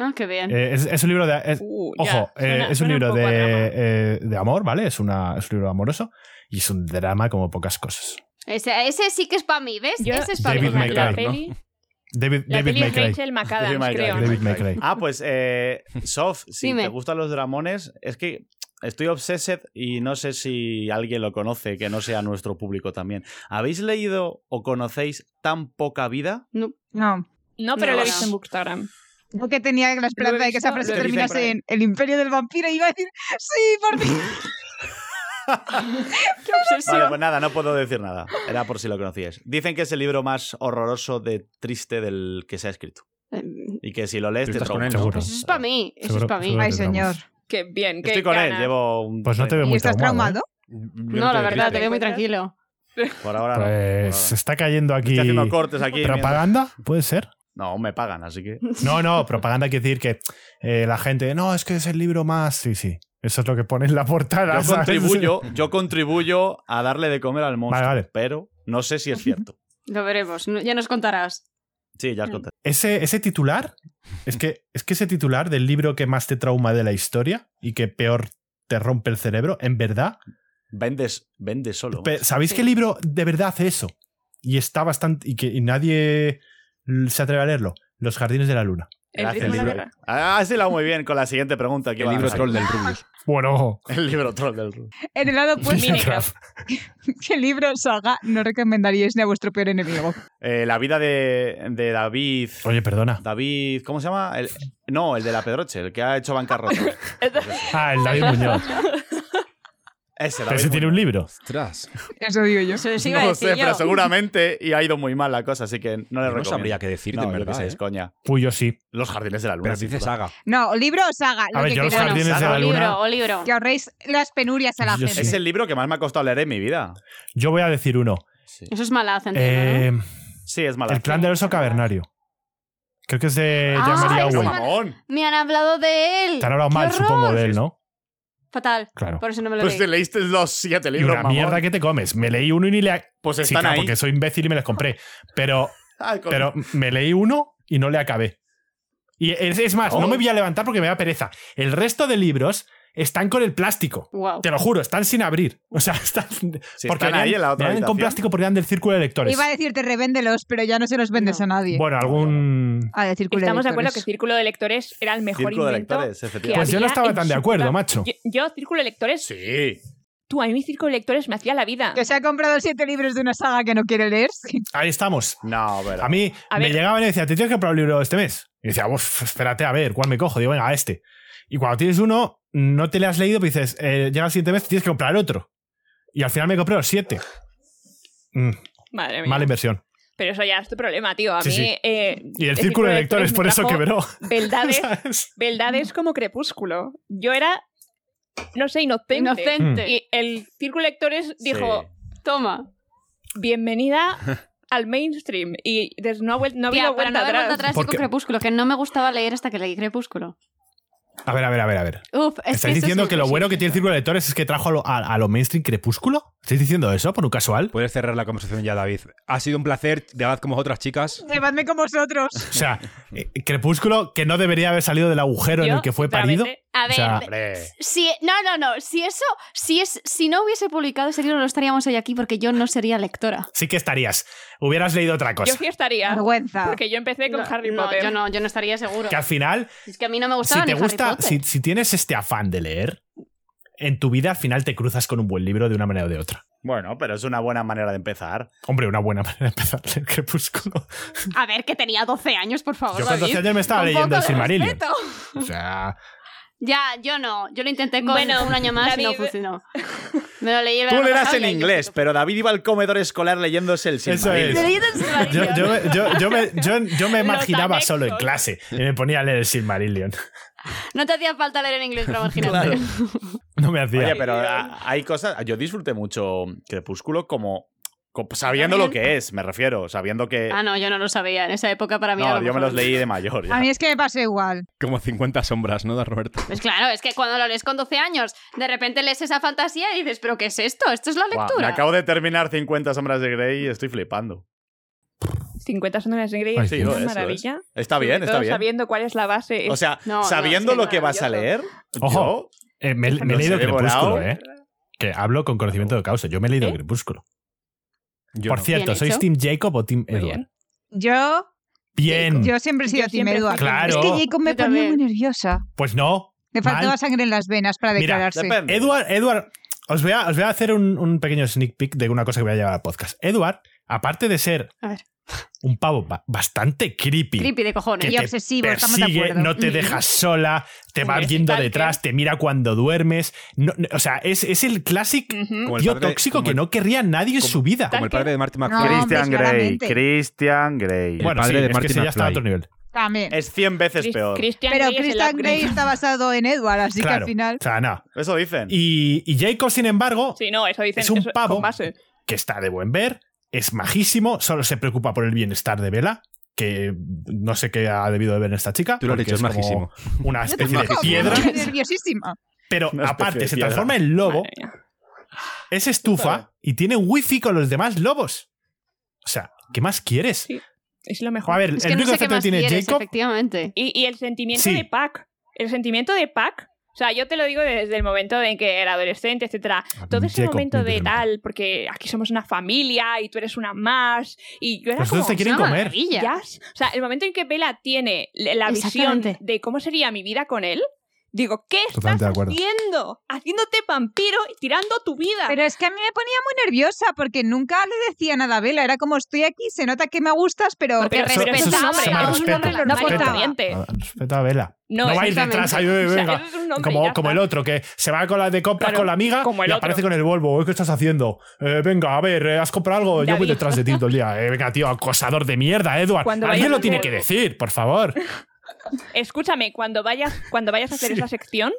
[SPEAKER 3] Ah, qué bien.
[SPEAKER 1] Eh, es, es un libro de. es-
[SPEAKER 5] Uh, ya,
[SPEAKER 1] ojo, eh,
[SPEAKER 5] suena-
[SPEAKER 1] es un
[SPEAKER 5] suena
[SPEAKER 1] libro
[SPEAKER 5] poco a drama.
[SPEAKER 1] de, eh, de amor, ¿vale? Es, una, es un libro amoroso y es un drama como pocas cosas.
[SPEAKER 3] Ese, ese sí que es para mí, ¿ves?
[SPEAKER 5] Yo-
[SPEAKER 3] ese es para mí.
[SPEAKER 1] David
[SPEAKER 5] la,
[SPEAKER 1] May Cry,
[SPEAKER 5] peli,
[SPEAKER 1] David,
[SPEAKER 5] la
[SPEAKER 1] David
[SPEAKER 5] peli
[SPEAKER 1] May
[SPEAKER 5] es
[SPEAKER 1] Cry.
[SPEAKER 5] Rachel McAdams,
[SPEAKER 4] David May
[SPEAKER 5] creo.
[SPEAKER 4] Cry.
[SPEAKER 1] David May Cry.
[SPEAKER 4] Ah, pues, eh, Sof, si
[SPEAKER 3] Dime.
[SPEAKER 4] te gustan los dramones, es que estoy obsessed y no sé si alguien lo conoce, que no sea nuestro público también. ¿Habéis leído o conocéis Tan Poca Vida?
[SPEAKER 6] No.
[SPEAKER 5] No, pero
[SPEAKER 3] No.
[SPEAKER 5] lo he visto en Bookstagram.
[SPEAKER 6] Yo que tenía la esperanza de que esa
[SPEAKER 5] visto,
[SPEAKER 6] frase
[SPEAKER 5] lo he visto por
[SPEAKER 6] terminase
[SPEAKER 5] ahí.
[SPEAKER 6] en El Imperio del Vampiro y iba a decir, sí, por fin.
[SPEAKER 5] ¡Qué obsesión!
[SPEAKER 4] Vale, pues nada, no puedo decir nada. Era por si lo conocíais. Dicen que es el libro más horroroso de triste del que se ha escrito.
[SPEAKER 5] Em,
[SPEAKER 3] Eh,
[SPEAKER 4] Y que si lo lees
[SPEAKER 2] Tú
[SPEAKER 4] te
[SPEAKER 2] estás con
[SPEAKER 4] traumas.
[SPEAKER 2] él, ¿no?
[SPEAKER 5] pues
[SPEAKER 1] Seguro.
[SPEAKER 3] Eso es para mí, eso
[SPEAKER 1] Seguro-
[SPEAKER 3] es para mí.
[SPEAKER 1] seguro-
[SPEAKER 6] Ay,
[SPEAKER 1] Vale,
[SPEAKER 6] señor.
[SPEAKER 1] vamos.
[SPEAKER 5] ¡Qué bien! ¡Qué
[SPEAKER 4] Estoy con él,
[SPEAKER 5] ganas.
[SPEAKER 4] llevo un...
[SPEAKER 1] Pues no te veo
[SPEAKER 6] ¿Y
[SPEAKER 1] muy
[SPEAKER 6] estás
[SPEAKER 1] traumado,
[SPEAKER 6] traumado?
[SPEAKER 3] No, la verdad, eh. te
[SPEAKER 5] triste.
[SPEAKER 3] veo muy tranquilo.
[SPEAKER 4] Por ahora no.
[SPEAKER 1] Pues se está cayendo aquí.
[SPEAKER 4] Estoy haciendo cortes aquí.
[SPEAKER 1] ¿Propaganda? ¿Puede ser?
[SPEAKER 4] No, me pagan, así que...
[SPEAKER 1] No, no, propaganda quiere decir que eh, la gente. No, es que es el libro más. Sí, sí. Eso es lo que pone en la portada.
[SPEAKER 4] Yo
[SPEAKER 1] ¿sabes?
[SPEAKER 4] contribuyo, yo contribuyo a darle de comer al monstruo,
[SPEAKER 1] Vale, vale.
[SPEAKER 4] pero no sé si es cierto.
[SPEAKER 3] Lo veremos, no- ya nos contarás.
[SPEAKER 4] Sí,
[SPEAKER 5] Em.
[SPEAKER 4] ya os conté.
[SPEAKER 1] Ese, ese titular. Es que, es que ese titular del libro que más te trauma de la historia y que peor te rompe el cerebro, en verdad.
[SPEAKER 4] Vendes, vendes solo.
[SPEAKER 1] Pe- ¿Sabéis
[SPEAKER 3] Sí.
[SPEAKER 1] qué libro de verdad hace eso? Y está bastante. Y que y nadie se atreve a leerlo. Los jardines de la luna.
[SPEAKER 5] El
[SPEAKER 4] Gracias,
[SPEAKER 5] ritmo de la
[SPEAKER 1] libro.
[SPEAKER 5] guerra.
[SPEAKER 4] Ah, has hilado muy bien con la siguiente pregunta. que
[SPEAKER 2] El
[SPEAKER 4] iba a
[SPEAKER 2] libro
[SPEAKER 4] lanzar.
[SPEAKER 2] troll del Rubius.
[SPEAKER 1] Bueno.
[SPEAKER 4] El libro troll del
[SPEAKER 6] En el lado
[SPEAKER 5] Pues
[SPEAKER 6] opuesto,
[SPEAKER 5] Minecraft.
[SPEAKER 6] ¿qué libro saga no recomendaríais ni a vuestro peor enemigo?
[SPEAKER 4] Eh, La vida de, de David.
[SPEAKER 1] Oye, perdona.
[SPEAKER 4] David, ¿cómo se llama? El- no, el de la Pedroche, el que ha hecho bancarrota.
[SPEAKER 1] Ah, el David Muñoz.
[SPEAKER 4] Ese, David.
[SPEAKER 1] Ese tiene un libro.
[SPEAKER 2] Ostras.
[SPEAKER 6] Eso digo yo.
[SPEAKER 3] Eso sí iba a
[SPEAKER 4] No
[SPEAKER 3] decir
[SPEAKER 4] sé,
[SPEAKER 3] yo.
[SPEAKER 4] pero seguramente y ha ido muy mal la cosa, así que no le
[SPEAKER 2] Yo no
[SPEAKER 4] recomiendo.
[SPEAKER 2] sabría qué decirte,
[SPEAKER 4] No,
[SPEAKER 2] en
[SPEAKER 4] yo
[SPEAKER 2] verdad.
[SPEAKER 4] qué sé, es
[SPEAKER 2] ¿eh?
[SPEAKER 4] coña.
[SPEAKER 1] Pues yo sí.
[SPEAKER 4] Los jardines de la luna.
[SPEAKER 2] Pero
[SPEAKER 4] sin
[SPEAKER 2] dice
[SPEAKER 4] duda.
[SPEAKER 2] saga.
[SPEAKER 6] No, libro o saga, lo
[SPEAKER 1] A ver,
[SPEAKER 6] que
[SPEAKER 1] yo los
[SPEAKER 6] queráis.
[SPEAKER 1] jardines de
[SPEAKER 3] o
[SPEAKER 1] la luna.
[SPEAKER 3] libro, o libro.
[SPEAKER 6] Que ahorréis las penurias a la
[SPEAKER 1] Yo
[SPEAKER 6] gente.
[SPEAKER 4] Es el libro que más me ha costado leer en mi vida.
[SPEAKER 1] Yo voy a decir uno.
[SPEAKER 4] Sí,
[SPEAKER 3] Eso es malaz, entiendo,
[SPEAKER 1] Eh,
[SPEAKER 4] Sí, es mala.
[SPEAKER 1] el plan del oso cavernario. Creo que es de
[SPEAKER 3] Ah,
[SPEAKER 1] Jean María
[SPEAKER 3] es
[SPEAKER 4] ¡No,
[SPEAKER 1] Owen.
[SPEAKER 3] mal-
[SPEAKER 4] mamón!
[SPEAKER 3] ¿no? Me han hablado de él.
[SPEAKER 1] Te han hablado mal,
[SPEAKER 3] ¡Qué
[SPEAKER 1] supongo,
[SPEAKER 3] horror!
[SPEAKER 1] de él, ¿no?
[SPEAKER 3] Fatal.
[SPEAKER 1] Claro.
[SPEAKER 3] Por eso no me lo
[SPEAKER 4] Pues
[SPEAKER 3] leí.
[SPEAKER 4] te leíste los siete
[SPEAKER 1] Y
[SPEAKER 4] libros,
[SPEAKER 1] una
[SPEAKER 4] mamón.
[SPEAKER 1] mierda que te comes. Me leí uno y ni le.
[SPEAKER 4] Pues
[SPEAKER 1] Sí,
[SPEAKER 4] están
[SPEAKER 1] claro,
[SPEAKER 4] ahí.
[SPEAKER 1] porque soy imbécil y me los compré. Pero,
[SPEAKER 4] Ah, con-
[SPEAKER 1] pero me leí uno y no le acabé. Y es, es más, no
[SPEAKER 4] Oh.
[SPEAKER 1] me voy a levantar porque me da pereza. El resto de libros están con el plástico.
[SPEAKER 3] Wow.
[SPEAKER 1] Te lo juro, están sin abrir. O sea, están.
[SPEAKER 4] Si
[SPEAKER 1] porque
[SPEAKER 4] están ahí
[SPEAKER 1] eran-
[SPEAKER 4] en la otra
[SPEAKER 1] eran con
[SPEAKER 4] habitación.
[SPEAKER 1] plástico porque eran del círculo de lectores.
[SPEAKER 6] Iba a decirte revéndelos, pero ya no se los vendes
[SPEAKER 3] No.
[SPEAKER 6] a nadie.
[SPEAKER 1] Bueno, algún.
[SPEAKER 6] a decir
[SPEAKER 5] Estamos de acuerdo que Círculo de Lectores era el este mejor
[SPEAKER 4] Círculo de
[SPEAKER 5] invento
[SPEAKER 4] lectores,
[SPEAKER 5] que
[SPEAKER 4] efectivamente.
[SPEAKER 1] Pues yo no
[SPEAKER 5] había
[SPEAKER 1] estaba
[SPEAKER 5] en
[SPEAKER 1] tan de
[SPEAKER 5] su
[SPEAKER 1] acuerdo,
[SPEAKER 5] puta-
[SPEAKER 1] macho.
[SPEAKER 5] Yo, yo Círculo de Lectores,
[SPEAKER 4] Sí.
[SPEAKER 5] tú, a mí mi Círculo de Lectores me hacía la vida.
[SPEAKER 6] Que se ha comprado siete libros de una saga que no quiere leer. sí.
[SPEAKER 1] Ahí estamos.
[SPEAKER 4] No, pero.
[SPEAKER 1] A mí
[SPEAKER 5] A
[SPEAKER 1] me
[SPEAKER 5] ver.
[SPEAKER 1] llegaban y decía, ¿te tienes que comprar un libro este mes? Y decía, uff, espérate a ver, ¿cuál me cojo? Digo, venga, este. Y cuando tienes uno, no te le has leído, pero dices, eh, llega el siguiente mes, tienes que comprar otro. Y al final me compré los siete. Mm,
[SPEAKER 5] Madre mía.
[SPEAKER 1] mala inversión.
[SPEAKER 5] Pero eso ya es tu problema, tío. A
[SPEAKER 1] Sí,
[SPEAKER 5] mí.
[SPEAKER 1] sí.
[SPEAKER 5] eh,
[SPEAKER 1] Y el
[SPEAKER 5] el
[SPEAKER 1] círculo de
[SPEAKER 5] Círculo de
[SPEAKER 1] lectores, por eso
[SPEAKER 5] Lectores me
[SPEAKER 1] quebró.
[SPEAKER 5] Beldades,
[SPEAKER 1] ¿sabes?
[SPEAKER 5] Beldades como crepúsculo. Yo era, no sé, inocente.
[SPEAKER 3] Inocente.
[SPEAKER 5] Y el Círculo de Lectores dijo:
[SPEAKER 3] Toma.
[SPEAKER 5] Bienvenida al mainstream. Y desde no ha, vuel- no ha
[SPEAKER 3] Tía,
[SPEAKER 5] habido
[SPEAKER 3] pero
[SPEAKER 5] vuelta
[SPEAKER 3] no me
[SPEAKER 5] atrás.
[SPEAKER 3] vuelta atrás
[SPEAKER 1] Porque-
[SPEAKER 3] con Crepúsculo, que no me gustaba leer hasta que leí Crepúsculo.
[SPEAKER 1] A ver, a ver, a ver, a ver.
[SPEAKER 3] Uf, es
[SPEAKER 1] ¿Estáis
[SPEAKER 3] eso
[SPEAKER 1] diciendo
[SPEAKER 3] sí,
[SPEAKER 1] que lo
[SPEAKER 3] sí.
[SPEAKER 1] bueno que tiene el círculo de lectores es que trajo a lo, a, a lo mainstream crepúsculo? ¿Estáis diciendo eso por un casual?
[SPEAKER 2] Puedes cerrar la conversación ya, David. Ha sido un placer. Llevad como otras chicas.
[SPEAKER 6] Llevadme con vosotros.
[SPEAKER 1] O sea, eh, crepúsculo que no debería haber salido del agujero en
[SPEAKER 5] Yo,
[SPEAKER 1] el que fue parido.
[SPEAKER 5] sinceramente,
[SPEAKER 3] A
[SPEAKER 1] O
[SPEAKER 3] ver,
[SPEAKER 1] sea,
[SPEAKER 4] Hombre.
[SPEAKER 3] si, no, no, no. Si eso, si es, si no hubiese publicado ese libro, no estaríamos hoy aquí porque yo no sería lectora.
[SPEAKER 1] Sí que estarías. Hubieras leído otra
[SPEAKER 5] Yo
[SPEAKER 1] cosa.
[SPEAKER 5] sí estaría.
[SPEAKER 6] Vergüenza.
[SPEAKER 5] Porque yo empecé con
[SPEAKER 3] Ah, no,
[SPEAKER 5] Harry
[SPEAKER 3] no,
[SPEAKER 5] Potter.
[SPEAKER 3] yo no, yo no estaría seguro.
[SPEAKER 1] Que al final
[SPEAKER 3] Es que a mí no me gustaba
[SPEAKER 1] si te
[SPEAKER 3] ni Harry
[SPEAKER 1] gusta,
[SPEAKER 3] Potter.
[SPEAKER 1] si, si tienes este afán de leer, en tu vida al final te cruzas con un buen libro de una manera o de otra.
[SPEAKER 4] Bueno, pero es una buena manera de empezar.
[SPEAKER 1] Hombre, una buena manera de empezar el crepúsculo.
[SPEAKER 3] A ver, que tenía 12 años, por favor.
[SPEAKER 1] Yo con
[SPEAKER 3] David.
[SPEAKER 1] 12 años me estaba
[SPEAKER 3] Un
[SPEAKER 1] leyendo
[SPEAKER 3] poco
[SPEAKER 1] el
[SPEAKER 3] de
[SPEAKER 1] Silmarillion.
[SPEAKER 3] respeto.
[SPEAKER 1] O sea,
[SPEAKER 3] Ya, yo no. Yo lo intenté con
[SPEAKER 5] Bueno,
[SPEAKER 3] un año más y no
[SPEAKER 5] David-
[SPEAKER 3] funcionó. Me lo leí el
[SPEAKER 4] Tú
[SPEAKER 3] verano
[SPEAKER 4] le das
[SPEAKER 3] pasado
[SPEAKER 4] en
[SPEAKER 3] y yo-
[SPEAKER 4] inglés, pero David iba al comedor escolar leyéndose el
[SPEAKER 1] es.
[SPEAKER 4] Silmarillion.
[SPEAKER 3] Me leí el Silmarillion.
[SPEAKER 1] yo, yo me- yo- yo me, yo- yo me
[SPEAKER 5] Los
[SPEAKER 1] imaginaba
[SPEAKER 5] anexos.
[SPEAKER 1] solo en clase y me ponía a leer el Silmarillion.
[SPEAKER 3] No te hacía falta leer en inglés para imaginarte.
[SPEAKER 4] Claro.
[SPEAKER 1] No me hacía.
[SPEAKER 4] Oye, pero a- hay cosas. Yo disfruté mucho Crepúsculo como. co- Sabiendo lo que es, me refiero. Sabiendo que.
[SPEAKER 3] Ah, no, yo no lo sabía. En esa época para mí era lo
[SPEAKER 4] No, yo me
[SPEAKER 3] mejor.
[SPEAKER 4] los leí de mayor. ya.
[SPEAKER 6] A mí es que me pasa igual.
[SPEAKER 2] Como 50 sombras, ¿no, de Roberto?
[SPEAKER 3] Pues claro, es que cuando lo lees con 12 años, de repente lees esa fantasía y dices, ¿pero qué es esto? ¿Esto es la
[SPEAKER 4] Guau, me
[SPEAKER 3] lectura?
[SPEAKER 4] acabo de terminar 50 sombras de Grey y estoy flipando.
[SPEAKER 5] 50 sombras de Grey
[SPEAKER 1] Ay,
[SPEAKER 5] es
[SPEAKER 1] sí,
[SPEAKER 5] una
[SPEAKER 4] eso es.
[SPEAKER 5] maravilla.
[SPEAKER 4] Está
[SPEAKER 5] Sobre
[SPEAKER 4] bien, está
[SPEAKER 5] todo
[SPEAKER 4] bien.
[SPEAKER 5] sabiendo cuál es la base. es-
[SPEAKER 4] O sea,
[SPEAKER 3] No, no,
[SPEAKER 4] sabiendo
[SPEAKER 3] es que
[SPEAKER 4] lo que vas a
[SPEAKER 5] maravilloso.
[SPEAKER 4] leer,
[SPEAKER 1] Ojo.
[SPEAKER 4] yo-
[SPEAKER 1] Eh, me, me he
[SPEAKER 4] Los
[SPEAKER 1] leído
[SPEAKER 4] he
[SPEAKER 1] Crepúsculo,
[SPEAKER 4] devorado.
[SPEAKER 1] ¿eh? Que hablo con conocimiento de causa. Yo me he leído
[SPEAKER 5] ¿Eh?
[SPEAKER 1] Crepúsculo.
[SPEAKER 2] Yo
[SPEAKER 1] Por
[SPEAKER 2] no.
[SPEAKER 1] cierto,
[SPEAKER 3] Bien
[SPEAKER 1] ¿sois
[SPEAKER 3] hecho.
[SPEAKER 1] Team Jacob o Team
[SPEAKER 5] Muy
[SPEAKER 1] Edward?
[SPEAKER 5] bien.
[SPEAKER 6] Yo,
[SPEAKER 1] Bien.
[SPEAKER 6] yo siempre he sido
[SPEAKER 5] Yo
[SPEAKER 6] Tim
[SPEAKER 5] siempre
[SPEAKER 6] Edward.
[SPEAKER 5] fui Team
[SPEAKER 1] Claro.
[SPEAKER 6] Es que Jacob me
[SPEAKER 3] Yo
[SPEAKER 6] ponía
[SPEAKER 3] también.
[SPEAKER 6] muy nerviosa.
[SPEAKER 1] Pues no.
[SPEAKER 6] Le faltaba
[SPEAKER 1] Mal.
[SPEAKER 6] sangre en las venas para
[SPEAKER 1] Mira,
[SPEAKER 6] declararse.
[SPEAKER 4] depende.
[SPEAKER 1] Edward, Edward, os voy a, os voy a hacer un, un pequeño sneak peek de una cosa que voy a llevar al podcast. Edward, aparte de ser
[SPEAKER 3] A ver.
[SPEAKER 1] un pavo ba- bastante creepy,
[SPEAKER 3] Creepy de cojones.
[SPEAKER 1] que
[SPEAKER 6] y
[SPEAKER 1] te
[SPEAKER 6] obsesivo, estamos de
[SPEAKER 1] persigue,
[SPEAKER 6] acuerdo.
[SPEAKER 1] no te dejas sola, te va
[SPEAKER 5] Hombre,
[SPEAKER 1] yendo
[SPEAKER 5] tal
[SPEAKER 1] detrás, te mira cuando duermes. No- no, o sea, es, es el clásico
[SPEAKER 5] Ujú.
[SPEAKER 2] Como el
[SPEAKER 1] tío
[SPEAKER 2] padre-
[SPEAKER 1] tóxico
[SPEAKER 2] como
[SPEAKER 1] que
[SPEAKER 2] el-
[SPEAKER 1] no querría nadie en
[SPEAKER 2] como-
[SPEAKER 1] su vida.
[SPEAKER 2] Como el padre de Marty
[SPEAKER 6] No,
[SPEAKER 2] McFly.
[SPEAKER 6] hombre,
[SPEAKER 4] Christian Grey.
[SPEAKER 6] claramente.
[SPEAKER 4] Christian Grey.
[SPEAKER 2] El
[SPEAKER 1] bueno,
[SPEAKER 2] padre
[SPEAKER 1] sí,
[SPEAKER 2] de
[SPEAKER 1] es que
[SPEAKER 2] Marty
[SPEAKER 1] ese ya está a
[SPEAKER 2] McFly.
[SPEAKER 1] otro nivel.
[SPEAKER 6] También.
[SPEAKER 4] Es 100 veces
[SPEAKER 5] Chris-
[SPEAKER 4] peor.
[SPEAKER 5] Christian
[SPEAKER 6] Pero
[SPEAKER 5] Grey es el
[SPEAKER 6] Christian
[SPEAKER 5] upgrade.
[SPEAKER 6] Grey está basado en Edward, así que
[SPEAKER 1] claro.
[SPEAKER 6] al final.
[SPEAKER 1] O sea, nada.
[SPEAKER 4] Eso dicen.
[SPEAKER 1] Y, y Jacob, sin embargo,
[SPEAKER 5] Sí, no, eso dicen.
[SPEAKER 1] Es un
[SPEAKER 5] eso-
[SPEAKER 1] pavo.
[SPEAKER 5] con base.
[SPEAKER 1] que está de buen ver, es majísimo, solo se preocupa por el bienestar de Vela, que no sé qué ha debido de ver en esta chica.
[SPEAKER 2] Tú lo has
[SPEAKER 1] porque
[SPEAKER 2] dicho, es
[SPEAKER 1] como
[SPEAKER 2] majísimo.
[SPEAKER 1] Una
[SPEAKER 6] Yo
[SPEAKER 1] especie de
[SPEAKER 6] tampoco,
[SPEAKER 1] piedra,
[SPEAKER 6] estoy nerviosísima.
[SPEAKER 1] pero
[SPEAKER 4] Una especie
[SPEAKER 1] aparte
[SPEAKER 4] de
[SPEAKER 1] se
[SPEAKER 4] piedra.
[SPEAKER 1] transforma en lobo,
[SPEAKER 5] Madre mía.
[SPEAKER 1] es estufa
[SPEAKER 4] Vale.
[SPEAKER 1] y tiene wifi con los demás lobos. O sea, ¿qué más quieres?
[SPEAKER 5] Sí. Es lo mejor.
[SPEAKER 1] A ver,
[SPEAKER 3] Es
[SPEAKER 1] el
[SPEAKER 3] que no
[SPEAKER 1] único
[SPEAKER 3] sé qué
[SPEAKER 1] efecto que
[SPEAKER 3] más
[SPEAKER 1] tiene
[SPEAKER 3] quieres,
[SPEAKER 1] Jacob.
[SPEAKER 3] efectivamente.
[SPEAKER 5] Y, y el sentimiento
[SPEAKER 1] Sí.
[SPEAKER 5] de Pac. El sentimiento de Pac. O sea, yo te lo digo desde el momento en que era adolescente, etcétera. Todo ese
[SPEAKER 1] Jacob,
[SPEAKER 5] momento de "Ah,
[SPEAKER 1] mientras
[SPEAKER 5] tal, porque aquí somos una familia y tú eres una más. Y yo era
[SPEAKER 1] Nosotros
[SPEAKER 5] como,
[SPEAKER 1] te quieren
[SPEAKER 3] Es una
[SPEAKER 1] comer.
[SPEAKER 3] maravilla.
[SPEAKER 5] "Yes". O sea, el momento en que Bella tiene le- la visión
[SPEAKER 3] Exactamente.
[SPEAKER 5] de cómo sería mi vida con él, digo, ¿qué
[SPEAKER 1] Totalmente de
[SPEAKER 5] estás
[SPEAKER 1] acuerdo.
[SPEAKER 5] haciendo? Haciéndote vampiro y tirando tu vida.
[SPEAKER 6] Pero es que a mí me ponía muy nerviosa porque nunca le decía nada a Vela. Era como estoy aquí, se nota que me gustas, pero.
[SPEAKER 5] Porque
[SPEAKER 1] Eso-
[SPEAKER 5] respeta,
[SPEAKER 1] eso es-
[SPEAKER 5] hombre,
[SPEAKER 1] se me
[SPEAKER 5] es
[SPEAKER 1] respeta,
[SPEAKER 5] un hombre
[SPEAKER 1] se me
[SPEAKER 5] normal y
[SPEAKER 1] respeta.
[SPEAKER 5] corriente.
[SPEAKER 1] Ah, Respeta a Vela.
[SPEAKER 5] No,
[SPEAKER 1] No, va a ir
[SPEAKER 5] exactamente.
[SPEAKER 1] detrás, ahí, venga.
[SPEAKER 5] O sea, es un hombre y
[SPEAKER 1] como,
[SPEAKER 5] ya
[SPEAKER 1] como el
[SPEAKER 5] está.
[SPEAKER 1] otro, que se va con la de compras
[SPEAKER 5] Claro,
[SPEAKER 1] con la amiga
[SPEAKER 5] como el
[SPEAKER 1] y
[SPEAKER 5] otro.
[SPEAKER 1] aparece con el Volvo. "Eh, ¿Qué estás haciendo? Eh, venga, a ver, eh, ¿has comprado algo? Yo voy
[SPEAKER 5] David.
[SPEAKER 1] detrás de ti todo el día. "Eh, venga, tío, acosador de mierda, Edward.
[SPEAKER 5] Cuando
[SPEAKER 1] Alguien
[SPEAKER 5] vayas
[SPEAKER 1] lo
[SPEAKER 5] a
[SPEAKER 1] tiene
[SPEAKER 5] hacer-
[SPEAKER 1] que decir, por favor.
[SPEAKER 5] Escúchame, cuando vayas, cuando vayas a hacer esa sección,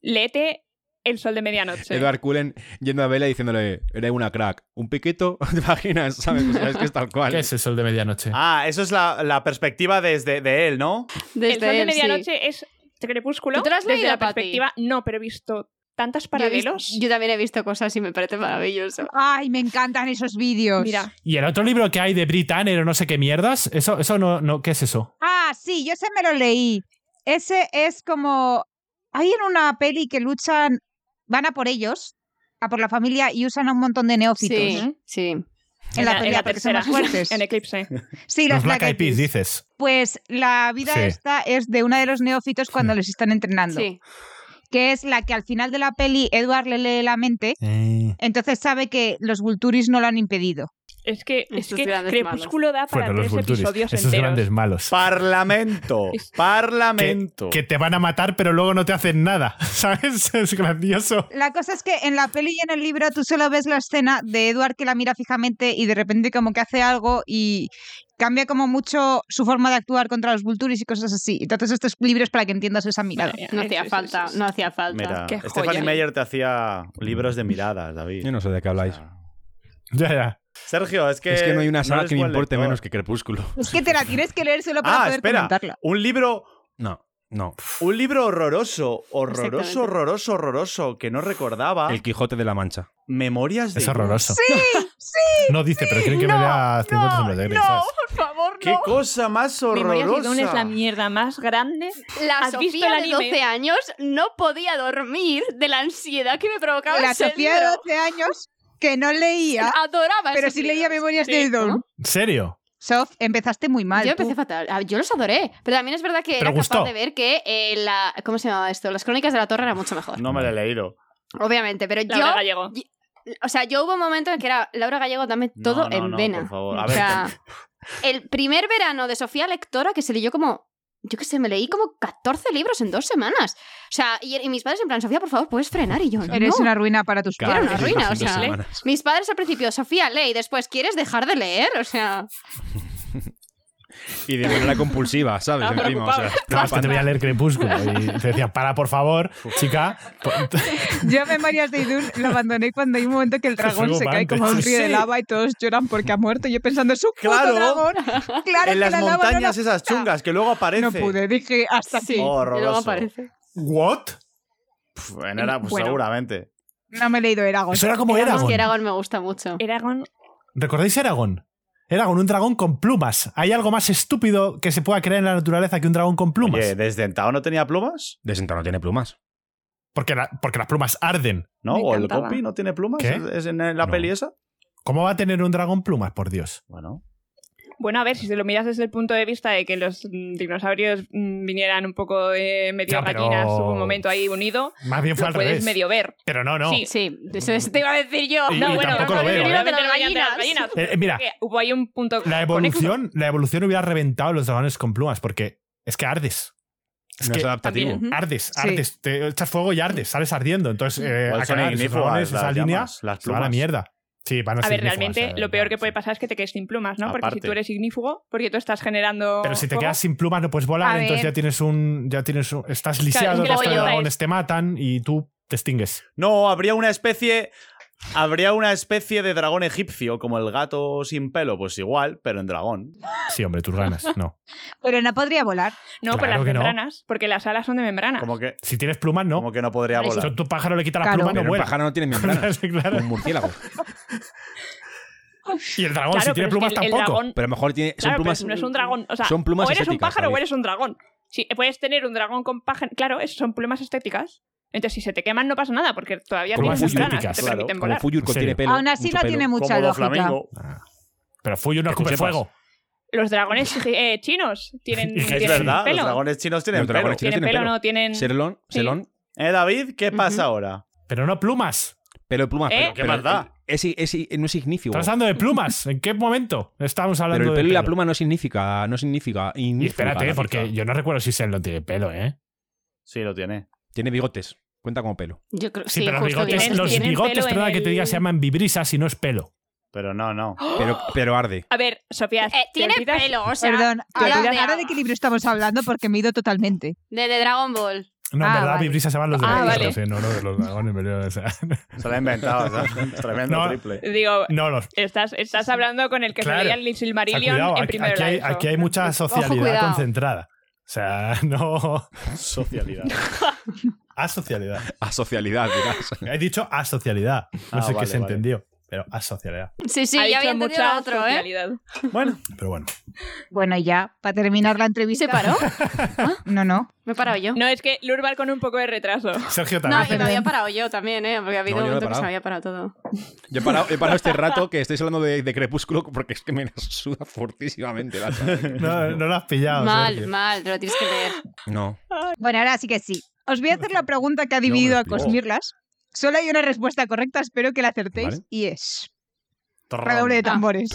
[SPEAKER 5] léete El Sol de Medianoche.
[SPEAKER 2] Edward Cullen yendo a Vela y diciéndole, eres una crack. Un piquito, te imaginas, ¿sabes? O sea, es que es tal cual.
[SPEAKER 7] ¿Qué es el sol de medianoche?
[SPEAKER 4] Ah, eso es la, la perspectiva desde de él, ¿no?
[SPEAKER 3] Desde
[SPEAKER 5] el Sol de
[SPEAKER 3] él, sí.
[SPEAKER 5] Medianoche es Crepúsculo.
[SPEAKER 3] ¿Tú te lo has
[SPEAKER 5] desde
[SPEAKER 3] leído,
[SPEAKER 5] la
[SPEAKER 3] Pati?
[SPEAKER 5] perspectiva. No, pero he visto tantas
[SPEAKER 3] Yo he visto-
[SPEAKER 5] paralelos.
[SPEAKER 3] Yo, también he visto cosas y me parece maravilloso.
[SPEAKER 6] Ay, me encantan esos vídeos.
[SPEAKER 5] Mira,
[SPEAKER 1] Y el otro libro que hay de Brit Tanner o no sé qué mierdas, eso, eso no, no, ¿qué es eso?
[SPEAKER 6] Ah, sí, yo se me lo leí. Ese es como. Hay en una peli que luchan. Van a por ellos, a por la familia y usan a un montón de neófitos
[SPEAKER 5] ¿eh?
[SPEAKER 3] Sí, sí.
[SPEAKER 6] en la
[SPEAKER 5] en
[SPEAKER 6] pelea porque son más fuertes.
[SPEAKER 5] en Eclipse.
[SPEAKER 6] Sí,
[SPEAKER 1] Los
[SPEAKER 6] las
[SPEAKER 1] Black Eyed Peas, dices.
[SPEAKER 6] Pues la vida
[SPEAKER 1] Sí.
[SPEAKER 6] esta es de una de los neófitos cuando les están entrenando,
[SPEAKER 3] sí.
[SPEAKER 6] que es la que al final de la peli Edward le lee la mente,
[SPEAKER 1] Eh,
[SPEAKER 6] entonces sabe que los Vulturis no lo han impedido.
[SPEAKER 5] Es que, es
[SPEAKER 3] Estos
[SPEAKER 5] que
[SPEAKER 3] grandes
[SPEAKER 5] Crepúsculo da para
[SPEAKER 1] Bueno, los
[SPEAKER 5] tres
[SPEAKER 1] Vulturis,
[SPEAKER 5] episodios
[SPEAKER 1] esos grandes
[SPEAKER 5] enteros.
[SPEAKER 1] malos.
[SPEAKER 4] Parlamento. Parlamento.
[SPEAKER 1] Que te van a matar, pero luego no te hacen nada. ¿Sabes? Es gracioso.
[SPEAKER 6] La cosa es que en la peli y en el libro tú solo ves la escena de Edward que la mira fijamente y de repente como que hace algo y cambia como mucho su forma de actuar contra los Vulturis y cosas así. Entonces estos libros para que entiendas esa mirada.
[SPEAKER 5] Madre mía,
[SPEAKER 3] No
[SPEAKER 5] eso,
[SPEAKER 3] hacía
[SPEAKER 5] eso,
[SPEAKER 3] falta,
[SPEAKER 5] eso, eso.
[SPEAKER 3] no hacía falta.
[SPEAKER 4] Mira,
[SPEAKER 5] Qué
[SPEAKER 4] Stephanie
[SPEAKER 5] joya.
[SPEAKER 4] Meyer te hacía libros de miradas, David.
[SPEAKER 2] ¿eh? Yo no sé de qué habláis.
[SPEAKER 1] Ya, ya.
[SPEAKER 4] Sergio, es que.
[SPEAKER 2] Es que no hay una saga
[SPEAKER 4] eres
[SPEAKER 2] que me
[SPEAKER 4] buen
[SPEAKER 2] importe
[SPEAKER 4] lector.
[SPEAKER 2] menos que Crepúsculo.
[SPEAKER 6] Es que te la tienes que leer solo para
[SPEAKER 4] Ah,
[SPEAKER 6] poder
[SPEAKER 4] espera.
[SPEAKER 6] comentarla.
[SPEAKER 4] Un libro.
[SPEAKER 2] No, no.
[SPEAKER 4] Un libro horroroso,
[SPEAKER 3] Exactamente.
[SPEAKER 4] horroroso, horroroso, horroroso, que no recordaba.
[SPEAKER 2] El Quijote de la Mancha.
[SPEAKER 4] Memorias de.
[SPEAKER 1] Es horroroso.
[SPEAKER 6] Sí, sí.
[SPEAKER 1] No dice, pero creen que me vea 50 sombras de Grey, ¿sabes?
[SPEAKER 3] por favor,
[SPEAKER 4] ¡Qué cosa más
[SPEAKER 5] Memorias de
[SPEAKER 4] horrorosa!
[SPEAKER 5] Dune es la mierda más grande.
[SPEAKER 3] La
[SPEAKER 5] ¿Has visto
[SPEAKER 3] Sofía
[SPEAKER 5] el
[SPEAKER 3] de
[SPEAKER 5] anime?
[SPEAKER 3] 12 años no podía dormir de la ansiedad que me provocaba
[SPEAKER 6] La
[SPEAKER 3] ese
[SPEAKER 6] Sofía de
[SPEAKER 3] libro.
[SPEAKER 6] 12 años que no leía,
[SPEAKER 3] Adoraba
[SPEAKER 6] pero
[SPEAKER 3] esos
[SPEAKER 6] sí leía
[SPEAKER 3] libros.
[SPEAKER 6] Memorias
[SPEAKER 5] Sí,
[SPEAKER 6] de
[SPEAKER 3] ah, ¿no?
[SPEAKER 6] Edward.
[SPEAKER 1] ¿En serio?
[SPEAKER 6] Sof, empezaste muy mal.
[SPEAKER 3] Yo
[SPEAKER 6] tú.
[SPEAKER 3] empecé fatal. Ah, Yo los adoré. Pero también es verdad que
[SPEAKER 1] Pero
[SPEAKER 3] era
[SPEAKER 1] gustó.
[SPEAKER 3] capaz de ver que eh, la. ¿Cómo se llamaba esto? Las crónicas de la torre era mucho mejor.
[SPEAKER 4] No me lo he leído.
[SPEAKER 3] Obviamente, pero
[SPEAKER 5] La
[SPEAKER 3] yo.
[SPEAKER 5] gallego.
[SPEAKER 3] o sea, yo hubo un momento en que era Laura Gallego, dame
[SPEAKER 4] No,
[SPEAKER 3] todo
[SPEAKER 4] no,
[SPEAKER 3] en
[SPEAKER 4] no,
[SPEAKER 3] vena.
[SPEAKER 4] por favor. A
[SPEAKER 3] O
[SPEAKER 4] ver,
[SPEAKER 3] sea, el primer verano de Sofía Lectora que se leyó como. Yo qué sé, me leí como 14 libros en dos semanas. O sea, y, y mis padres en plan, Sofía, por favor, puedes frenar. Y yo,
[SPEAKER 6] Eres
[SPEAKER 3] "No".
[SPEAKER 6] una ruina para tus
[SPEAKER 3] Era
[SPEAKER 6] padres.
[SPEAKER 3] una ruina, o
[SPEAKER 2] Dos
[SPEAKER 3] sea, ¿eh?
[SPEAKER 2] semanas.
[SPEAKER 3] Mis padres al principio, Sofía, lee, y después, ¿quieres dejar de leer? O sea,
[SPEAKER 2] Y de manera compulsiva, ¿sabes?
[SPEAKER 5] Estaba
[SPEAKER 2] Encima, o sea,
[SPEAKER 1] No, es que te voy a leer Crepúsculo. Y te decía, para, por favor, chica.
[SPEAKER 6] Yo Memorias de Idun lo abandoné cuando hay un momento que el dragón
[SPEAKER 1] Fue
[SPEAKER 6] se cae como a un
[SPEAKER 1] bombante.
[SPEAKER 6] río de
[SPEAKER 4] Sí.
[SPEAKER 6] lava y todos lloran porque ha muerto. Yo pensando, es un puto
[SPEAKER 4] Claro.
[SPEAKER 6] dragón. Claro
[SPEAKER 4] en
[SPEAKER 6] que
[SPEAKER 4] las
[SPEAKER 6] la lava no
[SPEAKER 4] montañas Oh.
[SPEAKER 6] la
[SPEAKER 4] esas
[SPEAKER 6] quita.
[SPEAKER 4] chungas que luego aparece.
[SPEAKER 6] No pude, dije hasta
[SPEAKER 3] sí.
[SPEAKER 6] aquí.
[SPEAKER 3] y luego
[SPEAKER 4] Horroroso.
[SPEAKER 3] aparece.
[SPEAKER 1] ¿What?
[SPEAKER 4] Pf, en era, pues
[SPEAKER 5] Bueno.
[SPEAKER 4] seguramente.
[SPEAKER 6] No me he leído Eragon.
[SPEAKER 1] Eso era como
[SPEAKER 3] Digamos
[SPEAKER 1] Eragon.
[SPEAKER 3] que Eragon me gusta mucho.
[SPEAKER 5] Eragon
[SPEAKER 1] ¿Recordáis Eragon? Eragon, un dragón con plumas. ¿Hay algo más estúpido que se pueda crear en la naturaleza que un dragón con plumas?
[SPEAKER 4] Oye, ¿Desdentado no tenía plumas?
[SPEAKER 2] Desentado no tiene plumas.
[SPEAKER 1] Porque, la- porque las plumas arden.
[SPEAKER 4] ¿No?
[SPEAKER 5] Me
[SPEAKER 4] ¿O el
[SPEAKER 5] encantaba.
[SPEAKER 4] copy no tiene plumas?
[SPEAKER 1] ¿Qué?
[SPEAKER 4] ¿Es, es en la
[SPEAKER 1] No.
[SPEAKER 4] peli esa?
[SPEAKER 1] ¿Cómo va a tener un dragón plumas, por Dios?
[SPEAKER 4] Bueno.
[SPEAKER 5] Bueno, a ver, si se lo miras desde el punto de vista de que los mm, dinosaurios mm, vinieran un poco de medio
[SPEAKER 1] Ya, pero-
[SPEAKER 5] gallinas, hubo un momento ahí unido,
[SPEAKER 1] Más bien fue
[SPEAKER 5] lo
[SPEAKER 1] al
[SPEAKER 5] puedes
[SPEAKER 1] revés.
[SPEAKER 5] medio ver.
[SPEAKER 1] Pero no, no.
[SPEAKER 6] Eh,
[SPEAKER 5] Sí.
[SPEAKER 3] Sí, eso es- te iba a decir yo.
[SPEAKER 1] Y-
[SPEAKER 5] no,
[SPEAKER 1] y
[SPEAKER 5] bueno,
[SPEAKER 1] tampoco lo
[SPEAKER 5] no,
[SPEAKER 1] veo,
[SPEAKER 5] no,
[SPEAKER 1] ¿eh?
[SPEAKER 5] no, no, no, no, no, no, no, no,
[SPEAKER 1] Eh, eh, mira,
[SPEAKER 5] Porque hubo ahí un punto.
[SPEAKER 1] la evolución, la evolución hubiera reventado a los dragones con plumas, porque es que ardes. Es
[SPEAKER 2] no
[SPEAKER 1] que
[SPEAKER 2] es adaptativo.
[SPEAKER 5] también.
[SPEAKER 1] ardes,
[SPEAKER 6] Sí.
[SPEAKER 1] ardes. Te echas fuego y ardes, sales ardiendo. Entonces, eh,
[SPEAKER 4] Igual
[SPEAKER 1] a
[SPEAKER 4] Pues son
[SPEAKER 1] cagar, esos
[SPEAKER 4] ignífugas
[SPEAKER 1] dragones,
[SPEAKER 4] las
[SPEAKER 1] esa línea
[SPEAKER 4] llamas, las
[SPEAKER 1] se va a la
[SPEAKER 4] plumas.
[SPEAKER 1] mierda. Sí, van a,
[SPEAKER 5] A
[SPEAKER 1] ser
[SPEAKER 5] ver,
[SPEAKER 1] ignífugas,
[SPEAKER 5] realmente
[SPEAKER 1] eh,
[SPEAKER 5] lo peor que
[SPEAKER 1] sí.
[SPEAKER 5] puede pasar es que te quedes sin plumas, ¿no? Porque
[SPEAKER 4] Aparte.
[SPEAKER 5] si tú eres ignífugo, porque tú estás generando.
[SPEAKER 1] Pero si te
[SPEAKER 5] fuego,
[SPEAKER 1] quedas sin plumas no puedes volar,
[SPEAKER 6] A
[SPEAKER 1] entonces
[SPEAKER 6] ver.
[SPEAKER 1] ya tienes un. ya tienes un- Estás lisiado,
[SPEAKER 5] que la
[SPEAKER 1] los
[SPEAKER 5] olla es-
[SPEAKER 1] dragones te este matan y tú te extingues.
[SPEAKER 4] No, habría una especie. Habría una especie de dragón egipcio, como el gato sin pelo, pues igual, pero en dragón.
[SPEAKER 1] Sí, hombre, tus ganas. No.
[SPEAKER 6] Pero no podría volar.
[SPEAKER 5] No, por
[SPEAKER 1] Claro
[SPEAKER 5] las
[SPEAKER 1] que no.
[SPEAKER 5] membranas, porque las alas son de membrana.
[SPEAKER 4] Como que,
[SPEAKER 1] Si tienes plumas, no.
[SPEAKER 4] como que no podría
[SPEAKER 5] Vale,
[SPEAKER 1] Si
[SPEAKER 4] volar.
[SPEAKER 1] tu pájaro le quita las
[SPEAKER 6] Claro.
[SPEAKER 1] plumas,
[SPEAKER 2] Pero
[SPEAKER 1] Ah, no
[SPEAKER 2] el
[SPEAKER 1] vuela.
[SPEAKER 2] pájaro no tiene membranas.
[SPEAKER 1] Sí, claro.
[SPEAKER 2] Un murciélago.
[SPEAKER 1] Y el dragón,
[SPEAKER 5] Claro,
[SPEAKER 1] si tiene
[SPEAKER 5] pero
[SPEAKER 1] plumas,
[SPEAKER 5] es que el- el
[SPEAKER 1] tampoco.
[SPEAKER 5] dragón-
[SPEAKER 2] Pero a lo mejor tiene, son
[SPEAKER 5] claro,
[SPEAKER 2] plumas.
[SPEAKER 5] pero no es un dragón. O sea,
[SPEAKER 2] son plumas
[SPEAKER 5] o eres un
[SPEAKER 2] estéticas,
[SPEAKER 5] pájaro
[SPEAKER 2] David.
[SPEAKER 5] o eres un dragón. Sí, puedes tener un dragón con pájaro. Claro, es- son plumas estéticas. Entonces, si se te queman, no pasa nada, porque todavía
[SPEAKER 1] Plumas
[SPEAKER 5] tienes membranas que
[SPEAKER 1] estéticas,
[SPEAKER 5] te
[SPEAKER 4] claro,
[SPEAKER 5] permiten
[SPEAKER 2] Como
[SPEAKER 5] volar.
[SPEAKER 2] Fuyur
[SPEAKER 1] En
[SPEAKER 2] tiene
[SPEAKER 1] serio.
[SPEAKER 2] pelo.
[SPEAKER 6] Aún así
[SPEAKER 2] mucho
[SPEAKER 6] no
[SPEAKER 2] pelo.
[SPEAKER 6] tiene mucha
[SPEAKER 4] Como
[SPEAKER 6] lógica.
[SPEAKER 4] flamingo.
[SPEAKER 1] Pero Fuyu no
[SPEAKER 2] Que tú
[SPEAKER 1] escupe
[SPEAKER 2] sepas.
[SPEAKER 1] fuego.
[SPEAKER 5] Los dragones eh, chinos tienen,
[SPEAKER 1] Y que es
[SPEAKER 5] tienen
[SPEAKER 4] Es verdad,
[SPEAKER 5] pelo.
[SPEAKER 4] los dragones chinos tienen
[SPEAKER 2] Los dragones
[SPEAKER 4] pelo.
[SPEAKER 2] chinos
[SPEAKER 5] tienen
[SPEAKER 2] tienen
[SPEAKER 5] pelo,
[SPEAKER 2] pelo.
[SPEAKER 5] no tienen.
[SPEAKER 2] Serlón,
[SPEAKER 5] mm, Sí.
[SPEAKER 2] Selón,
[SPEAKER 4] Eh, David, ¿qué pasa ahora?
[SPEAKER 1] Pero no plumas.
[SPEAKER 2] pelo de plumas.
[SPEAKER 5] ¿Eh?
[SPEAKER 2] pero-
[SPEAKER 4] ¿Qué
[SPEAKER 2] pero
[SPEAKER 4] más da?
[SPEAKER 2] Es, es- no es ignífico.
[SPEAKER 1] Estás hablando de plumas. ¿En qué momento estamos
[SPEAKER 2] Pero
[SPEAKER 1] hablando
[SPEAKER 2] el
[SPEAKER 1] de
[SPEAKER 2] pelo y la
[SPEAKER 1] pelo?
[SPEAKER 2] pluma no significa. No significa.
[SPEAKER 1] Y
[SPEAKER 2] ignífuga,
[SPEAKER 1] espérate,
[SPEAKER 2] David.
[SPEAKER 1] porque yo no recuerdo si Senlon tiene pelo, ¿eh?
[SPEAKER 4] Sí, lo tiene.
[SPEAKER 2] Tiene bigotes. Cuenta como pelo.
[SPEAKER 3] Yo creo
[SPEAKER 1] Sí,
[SPEAKER 3] sí,
[SPEAKER 1] pero los
[SPEAKER 3] justo
[SPEAKER 1] bigotes,
[SPEAKER 3] bien.
[SPEAKER 5] tienes-
[SPEAKER 1] los
[SPEAKER 5] tienen
[SPEAKER 1] bigotes,
[SPEAKER 5] pelo en
[SPEAKER 1] perdona que te diga,
[SPEAKER 5] el-
[SPEAKER 1] se llaman vibrisas y no es pelo.
[SPEAKER 4] Pero no, no.
[SPEAKER 1] ¡Oh!
[SPEAKER 2] Pero, pero arde.
[SPEAKER 5] A ver, Sofía.
[SPEAKER 3] Eh,
[SPEAKER 5] ¿te
[SPEAKER 3] tiene
[SPEAKER 5] olvidas?
[SPEAKER 3] pelo, o sea,
[SPEAKER 6] Perdón,
[SPEAKER 3] te
[SPEAKER 6] ahora,
[SPEAKER 3] olvidas-
[SPEAKER 6] ahora de qué libro estamos hablando porque me he ido totalmente.
[SPEAKER 3] de, de Dragon Ball.
[SPEAKER 1] No, en
[SPEAKER 6] Ah,
[SPEAKER 1] verdad,
[SPEAKER 6] vale.
[SPEAKER 1] vibrisas se van los de
[SPEAKER 5] Ah,
[SPEAKER 1] los
[SPEAKER 5] vale.
[SPEAKER 1] otros, ¿eh? No, no, de los dragones. pero, o sea,
[SPEAKER 4] Se lo ha inventado, o sea, tremendo
[SPEAKER 1] No.
[SPEAKER 4] triple.
[SPEAKER 5] Digo,
[SPEAKER 1] no, los.
[SPEAKER 5] estás, estás hablando con el que
[SPEAKER 1] Claro.
[SPEAKER 5] salía el
[SPEAKER 1] o sea,
[SPEAKER 5] Silmarillion
[SPEAKER 1] cuidado,
[SPEAKER 5] en
[SPEAKER 1] aquí,
[SPEAKER 5] primero
[SPEAKER 1] aquí
[SPEAKER 5] de la
[SPEAKER 1] hay,
[SPEAKER 5] ESO.
[SPEAKER 1] aquí hay mucha socialidad
[SPEAKER 3] cuidado.
[SPEAKER 1] concentrada. O sea, no.
[SPEAKER 4] Socialidad.
[SPEAKER 1] Asocialidad.
[SPEAKER 2] Asocialidad, dirás.
[SPEAKER 1] He dicho asocialidad. No
[SPEAKER 4] Ah,
[SPEAKER 1] sé qué
[SPEAKER 4] vale,
[SPEAKER 1] se
[SPEAKER 4] vale.
[SPEAKER 1] entendió, pero asocialidad.
[SPEAKER 3] Sí, sí,
[SPEAKER 5] Ha
[SPEAKER 3] ya
[SPEAKER 5] dicho
[SPEAKER 3] había entendido
[SPEAKER 5] mucha
[SPEAKER 3] lo otro, ¿eh?
[SPEAKER 5] socialidad.
[SPEAKER 4] Bueno,
[SPEAKER 1] Pero bueno.
[SPEAKER 6] Bueno, ya, para terminar
[SPEAKER 3] ¿Y
[SPEAKER 6] la entrevista.
[SPEAKER 3] se paró?
[SPEAKER 6] No, no.
[SPEAKER 3] Me he parado yo.
[SPEAKER 5] No, es que Lurval con un poco de retraso.
[SPEAKER 1] Sergio
[SPEAKER 3] No,
[SPEAKER 1] también.
[SPEAKER 3] y me había parado yo también, ¿eh? Porque ha habido
[SPEAKER 2] No, yo no
[SPEAKER 3] un
[SPEAKER 2] he
[SPEAKER 3] momento que se
[SPEAKER 2] parado.
[SPEAKER 3] me había parado todo.
[SPEAKER 2] Yo he parado, he parado este rato que estáis hablando de, de Crepúsculo porque es que me suda fortísimamente la charla.
[SPEAKER 1] No, no lo has pillado.
[SPEAKER 3] Mal,
[SPEAKER 1] Sergio.
[SPEAKER 3] mal, te lo tienes que leer.
[SPEAKER 2] No.
[SPEAKER 6] Bueno, ahora sí que sí. Os voy a hacer la pregunta que ha
[SPEAKER 2] me
[SPEAKER 6] dividido a
[SPEAKER 2] explico.
[SPEAKER 6] Cosmirlas. Solo hay una respuesta correcta, espero que la acertéis,
[SPEAKER 2] Vale.
[SPEAKER 6] y es... Redoble de
[SPEAKER 4] torrón.
[SPEAKER 6] tambores.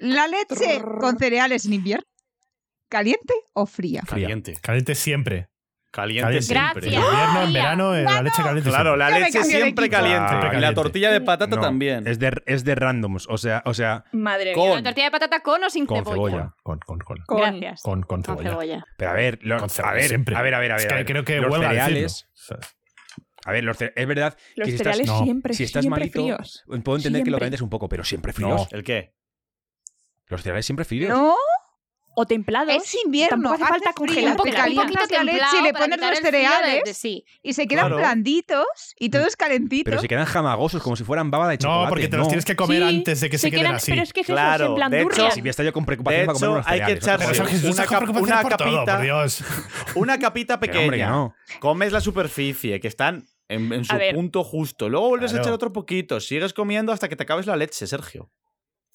[SPEAKER 6] ¿La leche con cereales en invierno? ¿Caliente o fría?
[SPEAKER 4] Caliente.
[SPEAKER 1] Caliente siempre.
[SPEAKER 4] Caliente,
[SPEAKER 1] Caliente.
[SPEAKER 4] siempre.
[SPEAKER 1] En
[SPEAKER 3] Gracias.
[SPEAKER 1] invierno, en
[SPEAKER 3] Tía,
[SPEAKER 1] verano, eh, la leche caliente.
[SPEAKER 4] Claro,
[SPEAKER 1] siempre.
[SPEAKER 4] la
[SPEAKER 6] Ya me
[SPEAKER 4] leche
[SPEAKER 6] cambié de
[SPEAKER 4] siempre
[SPEAKER 6] equipo.
[SPEAKER 4] caliente.
[SPEAKER 1] Siempre
[SPEAKER 4] Y la
[SPEAKER 1] caliente.
[SPEAKER 4] tortilla de patata
[SPEAKER 2] No.
[SPEAKER 4] también.
[SPEAKER 2] Es de, es de randoms. O sea, o sea
[SPEAKER 5] Madre
[SPEAKER 4] Co-
[SPEAKER 5] mía.
[SPEAKER 3] La tortilla de patata con o sin
[SPEAKER 2] con
[SPEAKER 3] cebolla.
[SPEAKER 2] cebolla.
[SPEAKER 1] Con, con, con,
[SPEAKER 5] Con-
[SPEAKER 3] Gracias.
[SPEAKER 1] con, con
[SPEAKER 3] Con
[SPEAKER 1] cebolla.
[SPEAKER 3] cebolla.
[SPEAKER 2] Pero a ver, lo-
[SPEAKER 1] Con
[SPEAKER 2] a,
[SPEAKER 1] cebolla
[SPEAKER 2] ver
[SPEAKER 1] siempre.
[SPEAKER 2] a ver, a ver, a
[SPEAKER 1] Es
[SPEAKER 2] ver,
[SPEAKER 1] que
[SPEAKER 2] a ver.
[SPEAKER 1] creo que
[SPEAKER 2] los
[SPEAKER 1] huelga
[SPEAKER 2] cereales.
[SPEAKER 1] decirlo. O sea,
[SPEAKER 2] A ver, los cere- es verdad.
[SPEAKER 5] Los
[SPEAKER 2] que si estás-
[SPEAKER 5] cereales
[SPEAKER 1] no,
[SPEAKER 5] siempre,
[SPEAKER 2] si estás
[SPEAKER 5] siempre
[SPEAKER 2] malito,
[SPEAKER 5] fríos.
[SPEAKER 2] Puedo entender que lo
[SPEAKER 5] Siempre.
[SPEAKER 2] calientes un poco, pero siempre
[SPEAKER 1] No.
[SPEAKER 2] fríos.
[SPEAKER 4] ¿El qué?
[SPEAKER 2] Los cereales siempre fríos.
[SPEAKER 6] No,
[SPEAKER 5] O templados.
[SPEAKER 6] es invierno.
[SPEAKER 5] Tampoco hace falta
[SPEAKER 3] Un
[SPEAKER 5] congelar.
[SPEAKER 3] poquito,
[SPEAKER 5] Te
[SPEAKER 3] un poquito
[SPEAKER 6] calientas la leche
[SPEAKER 3] templado
[SPEAKER 6] y le
[SPEAKER 3] para
[SPEAKER 6] pones
[SPEAKER 3] quitar
[SPEAKER 6] los
[SPEAKER 3] el frío de-
[SPEAKER 6] cereales
[SPEAKER 3] de- sí.
[SPEAKER 6] y se quedan
[SPEAKER 4] Claro.
[SPEAKER 6] blanditos y todos calentitos.
[SPEAKER 2] Pero se quedan jamagosos como si fueran baba de chocolate.
[SPEAKER 1] No, porque te los tienes que comer
[SPEAKER 5] Sí,
[SPEAKER 1] antes de que se, queden, así.
[SPEAKER 5] Pero es que es
[SPEAKER 4] Claro,
[SPEAKER 5] eso, es en plan
[SPEAKER 4] de hecho-
[SPEAKER 5] durian.
[SPEAKER 2] Si voy a estar yo con
[SPEAKER 4] De
[SPEAKER 2] preocupación para comer
[SPEAKER 4] hecho,
[SPEAKER 2] unos
[SPEAKER 4] hay que
[SPEAKER 2] cereales, otra
[SPEAKER 4] echarse-
[SPEAKER 1] Pero
[SPEAKER 2] cosa.
[SPEAKER 1] eso Jesús
[SPEAKER 4] una
[SPEAKER 1] se
[SPEAKER 4] cap-
[SPEAKER 1] preocupa
[SPEAKER 4] una
[SPEAKER 1] por todo,
[SPEAKER 4] capita.
[SPEAKER 1] por Dios.
[SPEAKER 4] Una capita
[SPEAKER 2] Pero
[SPEAKER 4] pequeña.
[SPEAKER 2] hombre, que no.
[SPEAKER 4] Comes la superficie, que están en, en su
[SPEAKER 5] A ver.
[SPEAKER 4] punto justo. Luego vuelves
[SPEAKER 1] Claro.
[SPEAKER 4] a echar otro poquito. Sigues comiendo hasta que te acabes la leche, Sergio.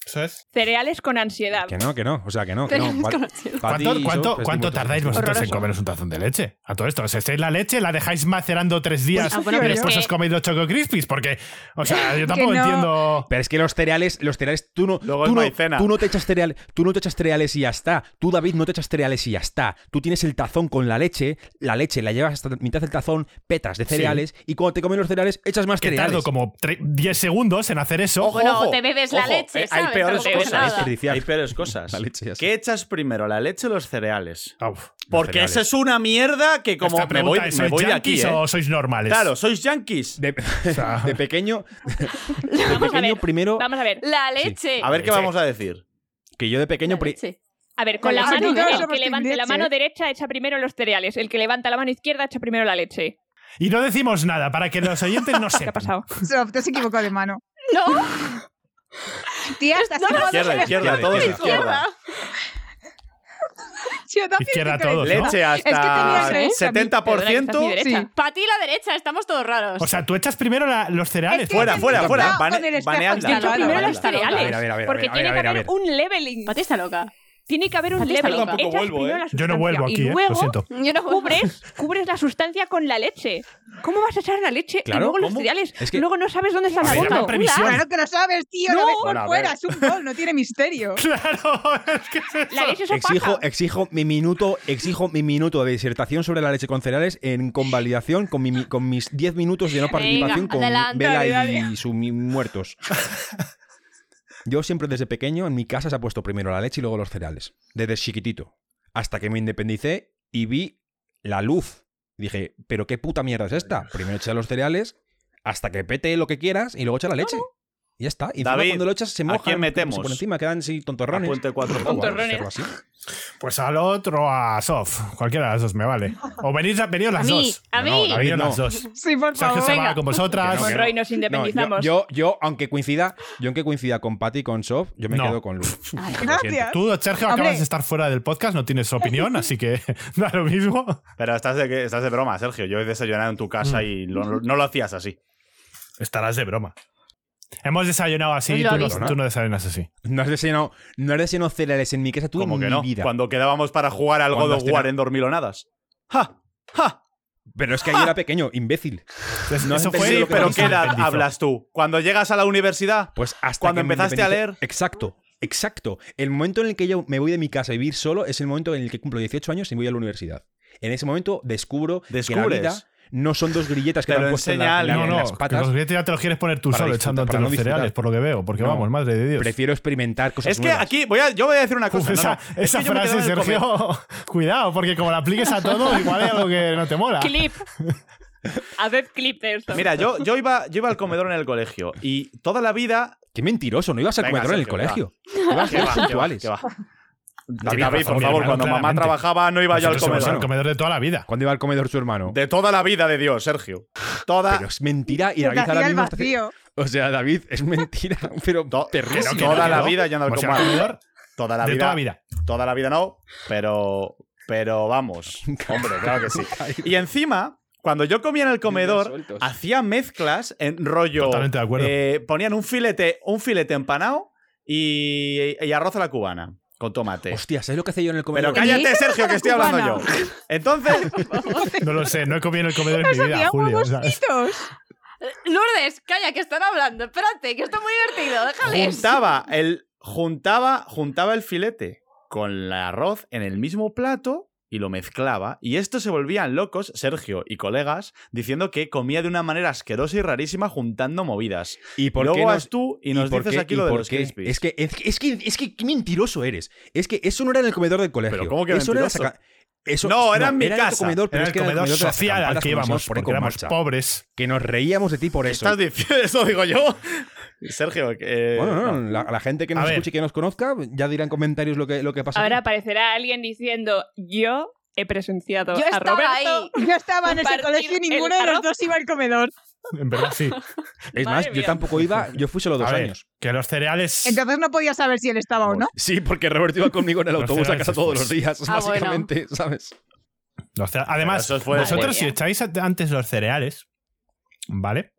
[SPEAKER 1] Eso es.
[SPEAKER 5] Cereales con ansiedad.
[SPEAKER 2] Que no, que no. O sea, que no. Que no.
[SPEAKER 3] Tenemos
[SPEAKER 2] Pa-
[SPEAKER 3] conocido.
[SPEAKER 2] pa' ti,
[SPEAKER 1] ¿Cuánto,
[SPEAKER 2] eso,
[SPEAKER 1] cuánto,
[SPEAKER 2] estoy
[SPEAKER 1] cuánto
[SPEAKER 2] muerto.
[SPEAKER 1] tardáis vosotros en
[SPEAKER 5] Horroroso.
[SPEAKER 1] comeros un tazón de leche? A todo esto, os echáis la leche, la dejáis macerando tres días
[SPEAKER 5] ah, bueno,
[SPEAKER 1] y
[SPEAKER 5] pero
[SPEAKER 1] después
[SPEAKER 5] es que-
[SPEAKER 1] os coméis los Choco Crispies, porque, o sea, yo
[SPEAKER 6] Que
[SPEAKER 1] tampoco
[SPEAKER 6] no.
[SPEAKER 1] entiendo...
[SPEAKER 2] Pero es que los cereales, los cereales, tú no,
[SPEAKER 4] Luego
[SPEAKER 2] tú,
[SPEAKER 4] es
[SPEAKER 2] no
[SPEAKER 4] maicena.
[SPEAKER 2] tú no te echas cereales, tú no te echas cereales y ya está. Tú, David, no te echas cereales y ya está. Tú tienes el tazón con la leche, la leche la llevas hasta mitad del tazón, petas de cereales, y cuando te comen los cereales, echas más
[SPEAKER 1] Que
[SPEAKER 2] cereales.
[SPEAKER 1] tardo como tre- 10 segundos en hacer eso.
[SPEAKER 4] Ojo,
[SPEAKER 3] Bueno,
[SPEAKER 4] ojo,
[SPEAKER 3] te bebes la
[SPEAKER 4] ojo,
[SPEAKER 3] leche,
[SPEAKER 4] eh, Hay
[SPEAKER 3] ¿sabes?
[SPEAKER 4] peores
[SPEAKER 5] Tampoco
[SPEAKER 4] cosas.
[SPEAKER 5] pasa nada.
[SPEAKER 4] Hay peores cosas.
[SPEAKER 2] La leche, ya sé.
[SPEAKER 4] ¿Qué echas primero, la leche o los cereales?
[SPEAKER 1] Uf.
[SPEAKER 4] Porque
[SPEAKER 2] cereales.
[SPEAKER 4] esa es una mierda que como
[SPEAKER 1] Esta
[SPEAKER 4] me voy,
[SPEAKER 1] pregunta es,
[SPEAKER 4] me
[SPEAKER 1] ¿sois
[SPEAKER 4] voy de aquí,
[SPEAKER 1] yankees
[SPEAKER 4] ¿eh?
[SPEAKER 1] o sois normales?
[SPEAKER 4] Claro, sois yankees.
[SPEAKER 2] De,
[SPEAKER 1] sea-
[SPEAKER 2] de pequeño, de
[SPEAKER 5] Vamos a
[SPEAKER 2] pequeño
[SPEAKER 5] ver,
[SPEAKER 2] primero,
[SPEAKER 5] Vamos a ver.
[SPEAKER 3] La leche.
[SPEAKER 4] A ver qué
[SPEAKER 2] Sí.
[SPEAKER 4] vamos a decir.
[SPEAKER 2] que yo de pequeño,
[SPEAKER 3] La
[SPEAKER 2] pri-
[SPEAKER 3] leche.
[SPEAKER 5] A ver, con la
[SPEAKER 6] Vamos a
[SPEAKER 5] mano,
[SPEAKER 6] ver.
[SPEAKER 5] el que levante la mano derecha echa primero los cereales, el que levanta la mano izquierda echa primero la leche.
[SPEAKER 1] Y no decimos nada para que los oyentes no
[SPEAKER 5] ¿Qué ha
[SPEAKER 1] sepan.
[SPEAKER 5] pasado?
[SPEAKER 6] Sof, te has equivocado de mano.
[SPEAKER 3] No,
[SPEAKER 6] Tía, estás
[SPEAKER 4] Izquierda, izquierda,
[SPEAKER 2] izquierda,
[SPEAKER 4] todos
[SPEAKER 3] izquierda.
[SPEAKER 4] izquierda.
[SPEAKER 6] Yo también
[SPEAKER 1] Izquierda
[SPEAKER 6] estoy con
[SPEAKER 1] todos,
[SPEAKER 6] el-
[SPEAKER 1] ¿no?
[SPEAKER 4] Leche
[SPEAKER 6] tenía
[SPEAKER 3] ¿eh?
[SPEAKER 4] hasta
[SPEAKER 6] que-
[SPEAKER 5] Perdona, que
[SPEAKER 4] 70%.
[SPEAKER 5] estás mi derecha.
[SPEAKER 3] Para ti la derecha, estamos todos raros.
[SPEAKER 1] O sea, tú echas primero la- los cereales.
[SPEAKER 6] Es que
[SPEAKER 4] Fuera,
[SPEAKER 6] he
[SPEAKER 4] fuera, fuera.
[SPEAKER 6] intentado
[SPEAKER 4] Bane-
[SPEAKER 6] con el espejo,
[SPEAKER 4] baneadla,
[SPEAKER 6] he
[SPEAKER 5] Yo
[SPEAKER 6] intentado
[SPEAKER 4] baneadla,
[SPEAKER 5] primero los
[SPEAKER 4] baneadla.
[SPEAKER 5] cereales.
[SPEAKER 2] A ver, a ver, a ver,
[SPEAKER 5] porque
[SPEAKER 2] a ver,
[SPEAKER 5] tiene
[SPEAKER 2] a
[SPEAKER 5] que
[SPEAKER 2] ver, a
[SPEAKER 5] haber
[SPEAKER 2] ver.
[SPEAKER 5] un leveling.
[SPEAKER 3] Pati está loca.
[SPEAKER 5] Tiene que haber un
[SPEAKER 3] Pati está
[SPEAKER 5] leveling.
[SPEAKER 3] loca.
[SPEAKER 5] Echas
[SPEAKER 4] Tampoco vuelvo,
[SPEAKER 5] primero
[SPEAKER 4] ¿eh?
[SPEAKER 5] la
[SPEAKER 1] Yo no
[SPEAKER 5] sustancia
[SPEAKER 1] vuelvo
[SPEAKER 5] y
[SPEAKER 1] aquí, ¿eh?
[SPEAKER 5] luego
[SPEAKER 1] lo siento.
[SPEAKER 3] Yo no
[SPEAKER 5] Cubres, cubres la sustancia con la leche. ¿Cómo vas a echar la leche
[SPEAKER 2] Claro,
[SPEAKER 5] y luego los
[SPEAKER 2] ¿cómo?
[SPEAKER 5] cereales?
[SPEAKER 2] Es que-
[SPEAKER 5] Luego no sabes dónde está
[SPEAKER 1] A
[SPEAKER 5] la
[SPEAKER 1] ver, dame
[SPEAKER 5] goma.
[SPEAKER 1] previsión.
[SPEAKER 6] Claro que lo sabes, tío,
[SPEAKER 5] No.
[SPEAKER 6] lo ves por
[SPEAKER 4] Bueno, a ver.
[SPEAKER 6] fuera, es un gol, no tiene misterio.
[SPEAKER 1] Claro, es que es eso.
[SPEAKER 5] La leche es opaca.
[SPEAKER 2] Exijo, exijo mi minuto, exijo mi minuto de disertación sobre la leche con cereales en convalidación con, mi- mi- con mis 10 minutos de no participación
[SPEAKER 3] Venga, adelante,
[SPEAKER 2] con
[SPEAKER 3] dale,
[SPEAKER 2] Vela
[SPEAKER 3] dale.
[SPEAKER 2] y sus mi- muertos. Yo siempre desde pequeño en mi casa se ha puesto primero la leche y luego los cereales. Desde chiquitito. Hasta que me independicé y vi la luz. Dije, pero qué puta mierda es esta. Primero echa los cereales hasta que pete lo que quieras y luego echa la leche. Y ya está. Y encima
[SPEAKER 4] David,
[SPEAKER 2] cuando lo echas se
[SPEAKER 4] ¿a
[SPEAKER 2] moja.
[SPEAKER 4] quién metemos?
[SPEAKER 2] Por encima quedan sin tontorrones.
[SPEAKER 4] Apunte cuatro.
[SPEAKER 2] Bueno,
[SPEAKER 5] Tontorrones.
[SPEAKER 2] hacerlo así.
[SPEAKER 1] Pues al otro, a Sof. Cualquiera de las dos me vale. O venís, a- venid
[SPEAKER 3] A
[SPEAKER 1] las
[SPEAKER 3] mí,
[SPEAKER 1] dos.
[SPEAKER 3] a
[SPEAKER 2] No,
[SPEAKER 3] mí.
[SPEAKER 2] no,
[SPEAKER 1] Venid
[SPEAKER 2] no.
[SPEAKER 1] las dos.
[SPEAKER 6] Sí,
[SPEAKER 1] Sergio
[SPEAKER 6] por favor.
[SPEAKER 1] se va
[SPEAKER 3] venga.
[SPEAKER 1] con
[SPEAKER 2] Que
[SPEAKER 1] vosotras.
[SPEAKER 2] no, que no.
[SPEAKER 5] Monroy nos independizamos.
[SPEAKER 2] No, yo, yo, yo, aunque coincida, yo aunque coincida con Patty y con Sof, yo me
[SPEAKER 1] No.
[SPEAKER 2] quedo con Luz.
[SPEAKER 3] Ay,
[SPEAKER 6] Gracias.
[SPEAKER 1] Tú, Sergio,
[SPEAKER 6] Hombre.
[SPEAKER 1] acabas de estar fuera del podcast, no tienes opinión, así que da lo mismo.
[SPEAKER 4] Pero estás de, estás de broma, Sergio. Yo he desayunado en tu casa y lo- lo- no lo hacías así.
[SPEAKER 1] Estarás de broma. Hemos desayunado así,
[SPEAKER 3] Pues lo
[SPEAKER 1] tú
[SPEAKER 3] ha
[SPEAKER 1] no,
[SPEAKER 2] visto.
[SPEAKER 1] tú no desayunas así.
[SPEAKER 2] No has diseñado, no has diseñado cereales en mi casa tú
[SPEAKER 4] Como
[SPEAKER 2] en
[SPEAKER 4] que
[SPEAKER 2] mi
[SPEAKER 4] no.
[SPEAKER 2] vida.
[SPEAKER 4] Cuando quedábamos para jugar al God
[SPEAKER 2] Cuando
[SPEAKER 4] of
[SPEAKER 2] has
[SPEAKER 4] War
[SPEAKER 2] cenado.
[SPEAKER 4] en dormilonadas. ¡Ja! ¡Ja!
[SPEAKER 2] Pero es que ahí era pequeño, imbécil.
[SPEAKER 1] Es-
[SPEAKER 2] No
[SPEAKER 1] eso
[SPEAKER 2] entendí
[SPEAKER 1] fue
[SPEAKER 4] Sí,
[SPEAKER 1] lo
[SPEAKER 2] lo
[SPEAKER 1] que
[SPEAKER 4] pero
[SPEAKER 1] nos
[SPEAKER 4] ¿qué edad
[SPEAKER 1] independizó.
[SPEAKER 4] hablas tú? Cuando llegas a la universidad,
[SPEAKER 2] Pues hasta
[SPEAKER 4] Cuando
[SPEAKER 2] que me
[SPEAKER 4] empezaste a
[SPEAKER 2] independicé-
[SPEAKER 4] leer.
[SPEAKER 2] Exacto, exacto. El momento en el que yo me voy de mi casa a vivir solo es el momento en el que cumplo 18 años y voy a la universidad. En ese momento descubro que la
[SPEAKER 4] Descubres.
[SPEAKER 2] vida no son dos grilletas que
[SPEAKER 4] Te
[SPEAKER 2] te,
[SPEAKER 4] lo
[SPEAKER 2] han puesto en,
[SPEAKER 4] enseña
[SPEAKER 2] la- en la-
[SPEAKER 4] alguien.
[SPEAKER 1] No,
[SPEAKER 2] en
[SPEAKER 1] no,
[SPEAKER 2] las
[SPEAKER 1] que los
[SPEAKER 2] patas.
[SPEAKER 1] billetes ya te los quieres poner tú
[SPEAKER 2] Para
[SPEAKER 1] solo,
[SPEAKER 2] disfrutar,
[SPEAKER 1] echando entre
[SPEAKER 2] para no
[SPEAKER 1] los
[SPEAKER 2] disfrutar.
[SPEAKER 1] cereales, por lo que veo, porque
[SPEAKER 2] No.
[SPEAKER 1] vamos, madre de Dios.
[SPEAKER 2] Prefiero experimentar cosas
[SPEAKER 4] Es que
[SPEAKER 2] nuevas.
[SPEAKER 4] aquí voy a, yo voy a decir una
[SPEAKER 1] Uf,
[SPEAKER 4] cosa. no,
[SPEAKER 1] esa
[SPEAKER 4] no, es
[SPEAKER 1] esa
[SPEAKER 4] que yo me
[SPEAKER 1] frase,
[SPEAKER 4] quedaba en el
[SPEAKER 1] Sergio,
[SPEAKER 4] comer.
[SPEAKER 1] cuidado, porque como la apliques a todo, igual es algo que no te mola.
[SPEAKER 5] Clip. Haced clip de esto.
[SPEAKER 4] Mira, yo, yo, iba, yo iba al comedor en el colegio y toda la vida.
[SPEAKER 2] Qué mentiroso, no ibas a
[SPEAKER 4] Venga,
[SPEAKER 2] comedor en el
[SPEAKER 4] Sergio,
[SPEAKER 2] colegio. Ibas
[SPEAKER 4] ¿Qué
[SPEAKER 2] a
[SPEAKER 4] va,
[SPEAKER 2] cosas
[SPEAKER 4] qué va,
[SPEAKER 2] puntuales.
[SPEAKER 4] qué va. David,
[SPEAKER 2] David,
[SPEAKER 4] David, por
[SPEAKER 1] mi
[SPEAKER 4] favor,
[SPEAKER 1] hermano,
[SPEAKER 4] cuando mamá
[SPEAKER 1] claramente.
[SPEAKER 4] trabajaba no iba yo al
[SPEAKER 1] Nosotros somos
[SPEAKER 4] comedor.
[SPEAKER 1] Pues el comedor de toda la vida.
[SPEAKER 2] ¿Cuándo iba al comedor su hermano?
[SPEAKER 4] De toda la vida de Dios, Sergio. Toda,
[SPEAKER 2] Pero es mentira y
[SPEAKER 6] Se te
[SPEAKER 2] David ahora
[SPEAKER 6] hacía el
[SPEAKER 2] mismo está-
[SPEAKER 6] vacío.
[SPEAKER 2] O sea, David, es mentira, pero
[SPEAKER 4] to-
[SPEAKER 2] terrible.
[SPEAKER 1] que no,
[SPEAKER 4] toda
[SPEAKER 1] que
[SPEAKER 4] la
[SPEAKER 1] no.
[SPEAKER 4] vida yo no al
[SPEAKER 1] O sea, el
[SPEAKER 4] comedor.
[SPEAKER 1] comedor
[SPEAKER 4] Toda la
[SPEAKER 1] de
[SPEAKER 4] vida.
[SPEAKER 1] toda la vida.
[SPEAKER 4] Toda la vida no, pero. Pero vamos. Hombre, claro que sí. Y encima, cuando yo comía en el comedor,
[SPEAKER 2] sueltos.
[SPEAKER 4] hacía mezclas en rollo.
[SPEAKER 1] Totalmente de acuerdo.
[SPEAKER 4] eh, ponían un filete, un filete empanado y, y arroz a la cubana con tomate.
[SPEAKER 2] Hostia, ¿sabes lo que hacía yo en el comedor?
[SPEAKER 4] pero cállate,
[SPEAKER 6] ¿Teníais
[SPEAKER 4] Sergio,
[SPEAKER 6] arroz a
[SPEAKER 4] que
[SPEAKER 6] la
[SPEAKER 4] estoy hablando yo.
[SPEAKER 6] cubana?
[SPEAKER 4] Entonces,
[SPEAKER 1] No lo sé, no he comido en el comedor en mi vida,
[SPEAKER 6] Hacía
[SPEAKER 1] Julio.
[SPEAKER 6] huevos
[SPEAKER 1] o sea,
[SPEAKER 6] fritos.
[SPEAKER 3] Lourdes, calla, que están hablando. Espérate, que esto es muy divertido. Déjales.
[SPEAKER 4] juntaba el, juntaba, juntaba el filete con el arroz en el mismo plato y lo mezclaba. Y esto se volvían locos, Sergio y colegas, diciendo que comía de una manera asquerosa y rarísima juntando movidas.
[SPEAKER 2] ¿Y por
[SPEAKER 4] Luego
[SPEAKER 2] qué
[SPEAKER 4] vas
[SPEAKER 2] nos-
[SPEAKER 4] tú y nos
[SPEAKER 2] por
[SPEAKER 4] dices
[SPEAKER 2] qué-
[SPEAKER 4] aquí
[SPEAKER 2] y
[SPEAKER 4] lo de
[SPEAKER 2] por
[SPEAKER 4] los
[SPEAKER 2] qué?
[SPEAKER 4] crispies.
[SPEAKER 2] Es que, es, que- es que, es que qué mentiroso eres. Es que eso no era en el comedor del colegio.
[SPEAKER 4] Pero ¿cómo que
[SPEAKER 2] eso
[SPEAKER 4] mentiroso?
[SPEAKER 2] saca- eso-
[SPEAKER 4] No, era en mi
[SPEAKER 2] otro
[SPEAKER 4] casa.
[SPEAKER 2] comedor, pero
[SPEAKER 1] Era
[SPEAKER 2] es
[SPEAKER 1] el
[SPEAKER 2] que era
[SPEAKER 1] comedor
[SPEAKER 2] de las
[SPEAKER 1] social al
[SPEAKER 2] campanas,
[SPEAKER 1] que
[SPEAKER 2] como
[SPEAKER 1] íbamos
[SPEAKER 2] decíamos por ahí,
[SPEAKER 1] porque
[SPEAKER 2] con
[SPEAKER 1] éramos
[SPEAKER 2] marcha.
[SPEAKER 1] pobres.
[SPEAKER 2] Que nos reíamos de ti por eso.
[SPEAKER 4] Estás diciendo eso, digo yo. Sergio, eh,
[SPEAKER 2] Bueno, no,
[SPEAKER 4] no.
[SPEAKER 2] la, la gente que
[SPEAKER 1] A
[SPEAKER 2] nos
[SPEAKER 1] ver.
[SPEAKER 2] escuche y que nos conozca ya dirá en comentarios lo que, lo que pasa.
[SPEAKER 5] Ahora
[SPEAKER 2] aquí.
[SPEAKER 5] aparecerá alguien diciendo yo he presenciado
[SPEAKER 3] Yo
[SPEAKER 5] a
[SPEAKER 3] estaba
[SPEAKER 5] Roberto.
[SPEAKER 3] ahí.
[SPEAKER 6] Yo estaba en ese
[SPEAKER 5] Compartir
[SPEAKER 6] colegio y
[SPEAKER 5] el
[SPEAKER 6] ninguno de los
[SPEAKER 5] arroz.
[SPEAKER 6] dos iba al comedor.
[SPEAKER 1] En verdad, sí.
[SPEAKER 2] es
[SPEAKER 5] Madre
[SPEAKER 2] más, yo
[SPEAKER 5] mía.
[SPEAKER 2] tampoco iba, yo fui solo dos
[SPEAKER 1] A ver,
[SPEAKER 2] años.
[SPEAKER 1] que los cereales.
[SPEAKER 6] Entonces no podía saber si él estaba o no.
[SPEAKER 2] Sí, porque Roberto iba conmigo en el
[SPEAKER 1] Los
[SPEAKER 2] autobús a
[SPEAKER 1] cereales
[SPEAKER 2] casa todos los
[SPEAKER 1] después.
[SPEAKER 2] días,
[SPEAKER 3] Ah, bueno.
[SPEAKER 2] básicamente, ¿sabes?
[SPEAKER 1] los cere- Además,
[SPEAKER 4] Pero eso fue-
[SPEAKER 1] vosotros
[SPEAKER 3] Madre
[SPEAKER 1] si
[SPEAKER 3] mía.
[SPEAKER 1] echáis a- antes los cereales, ¿vale?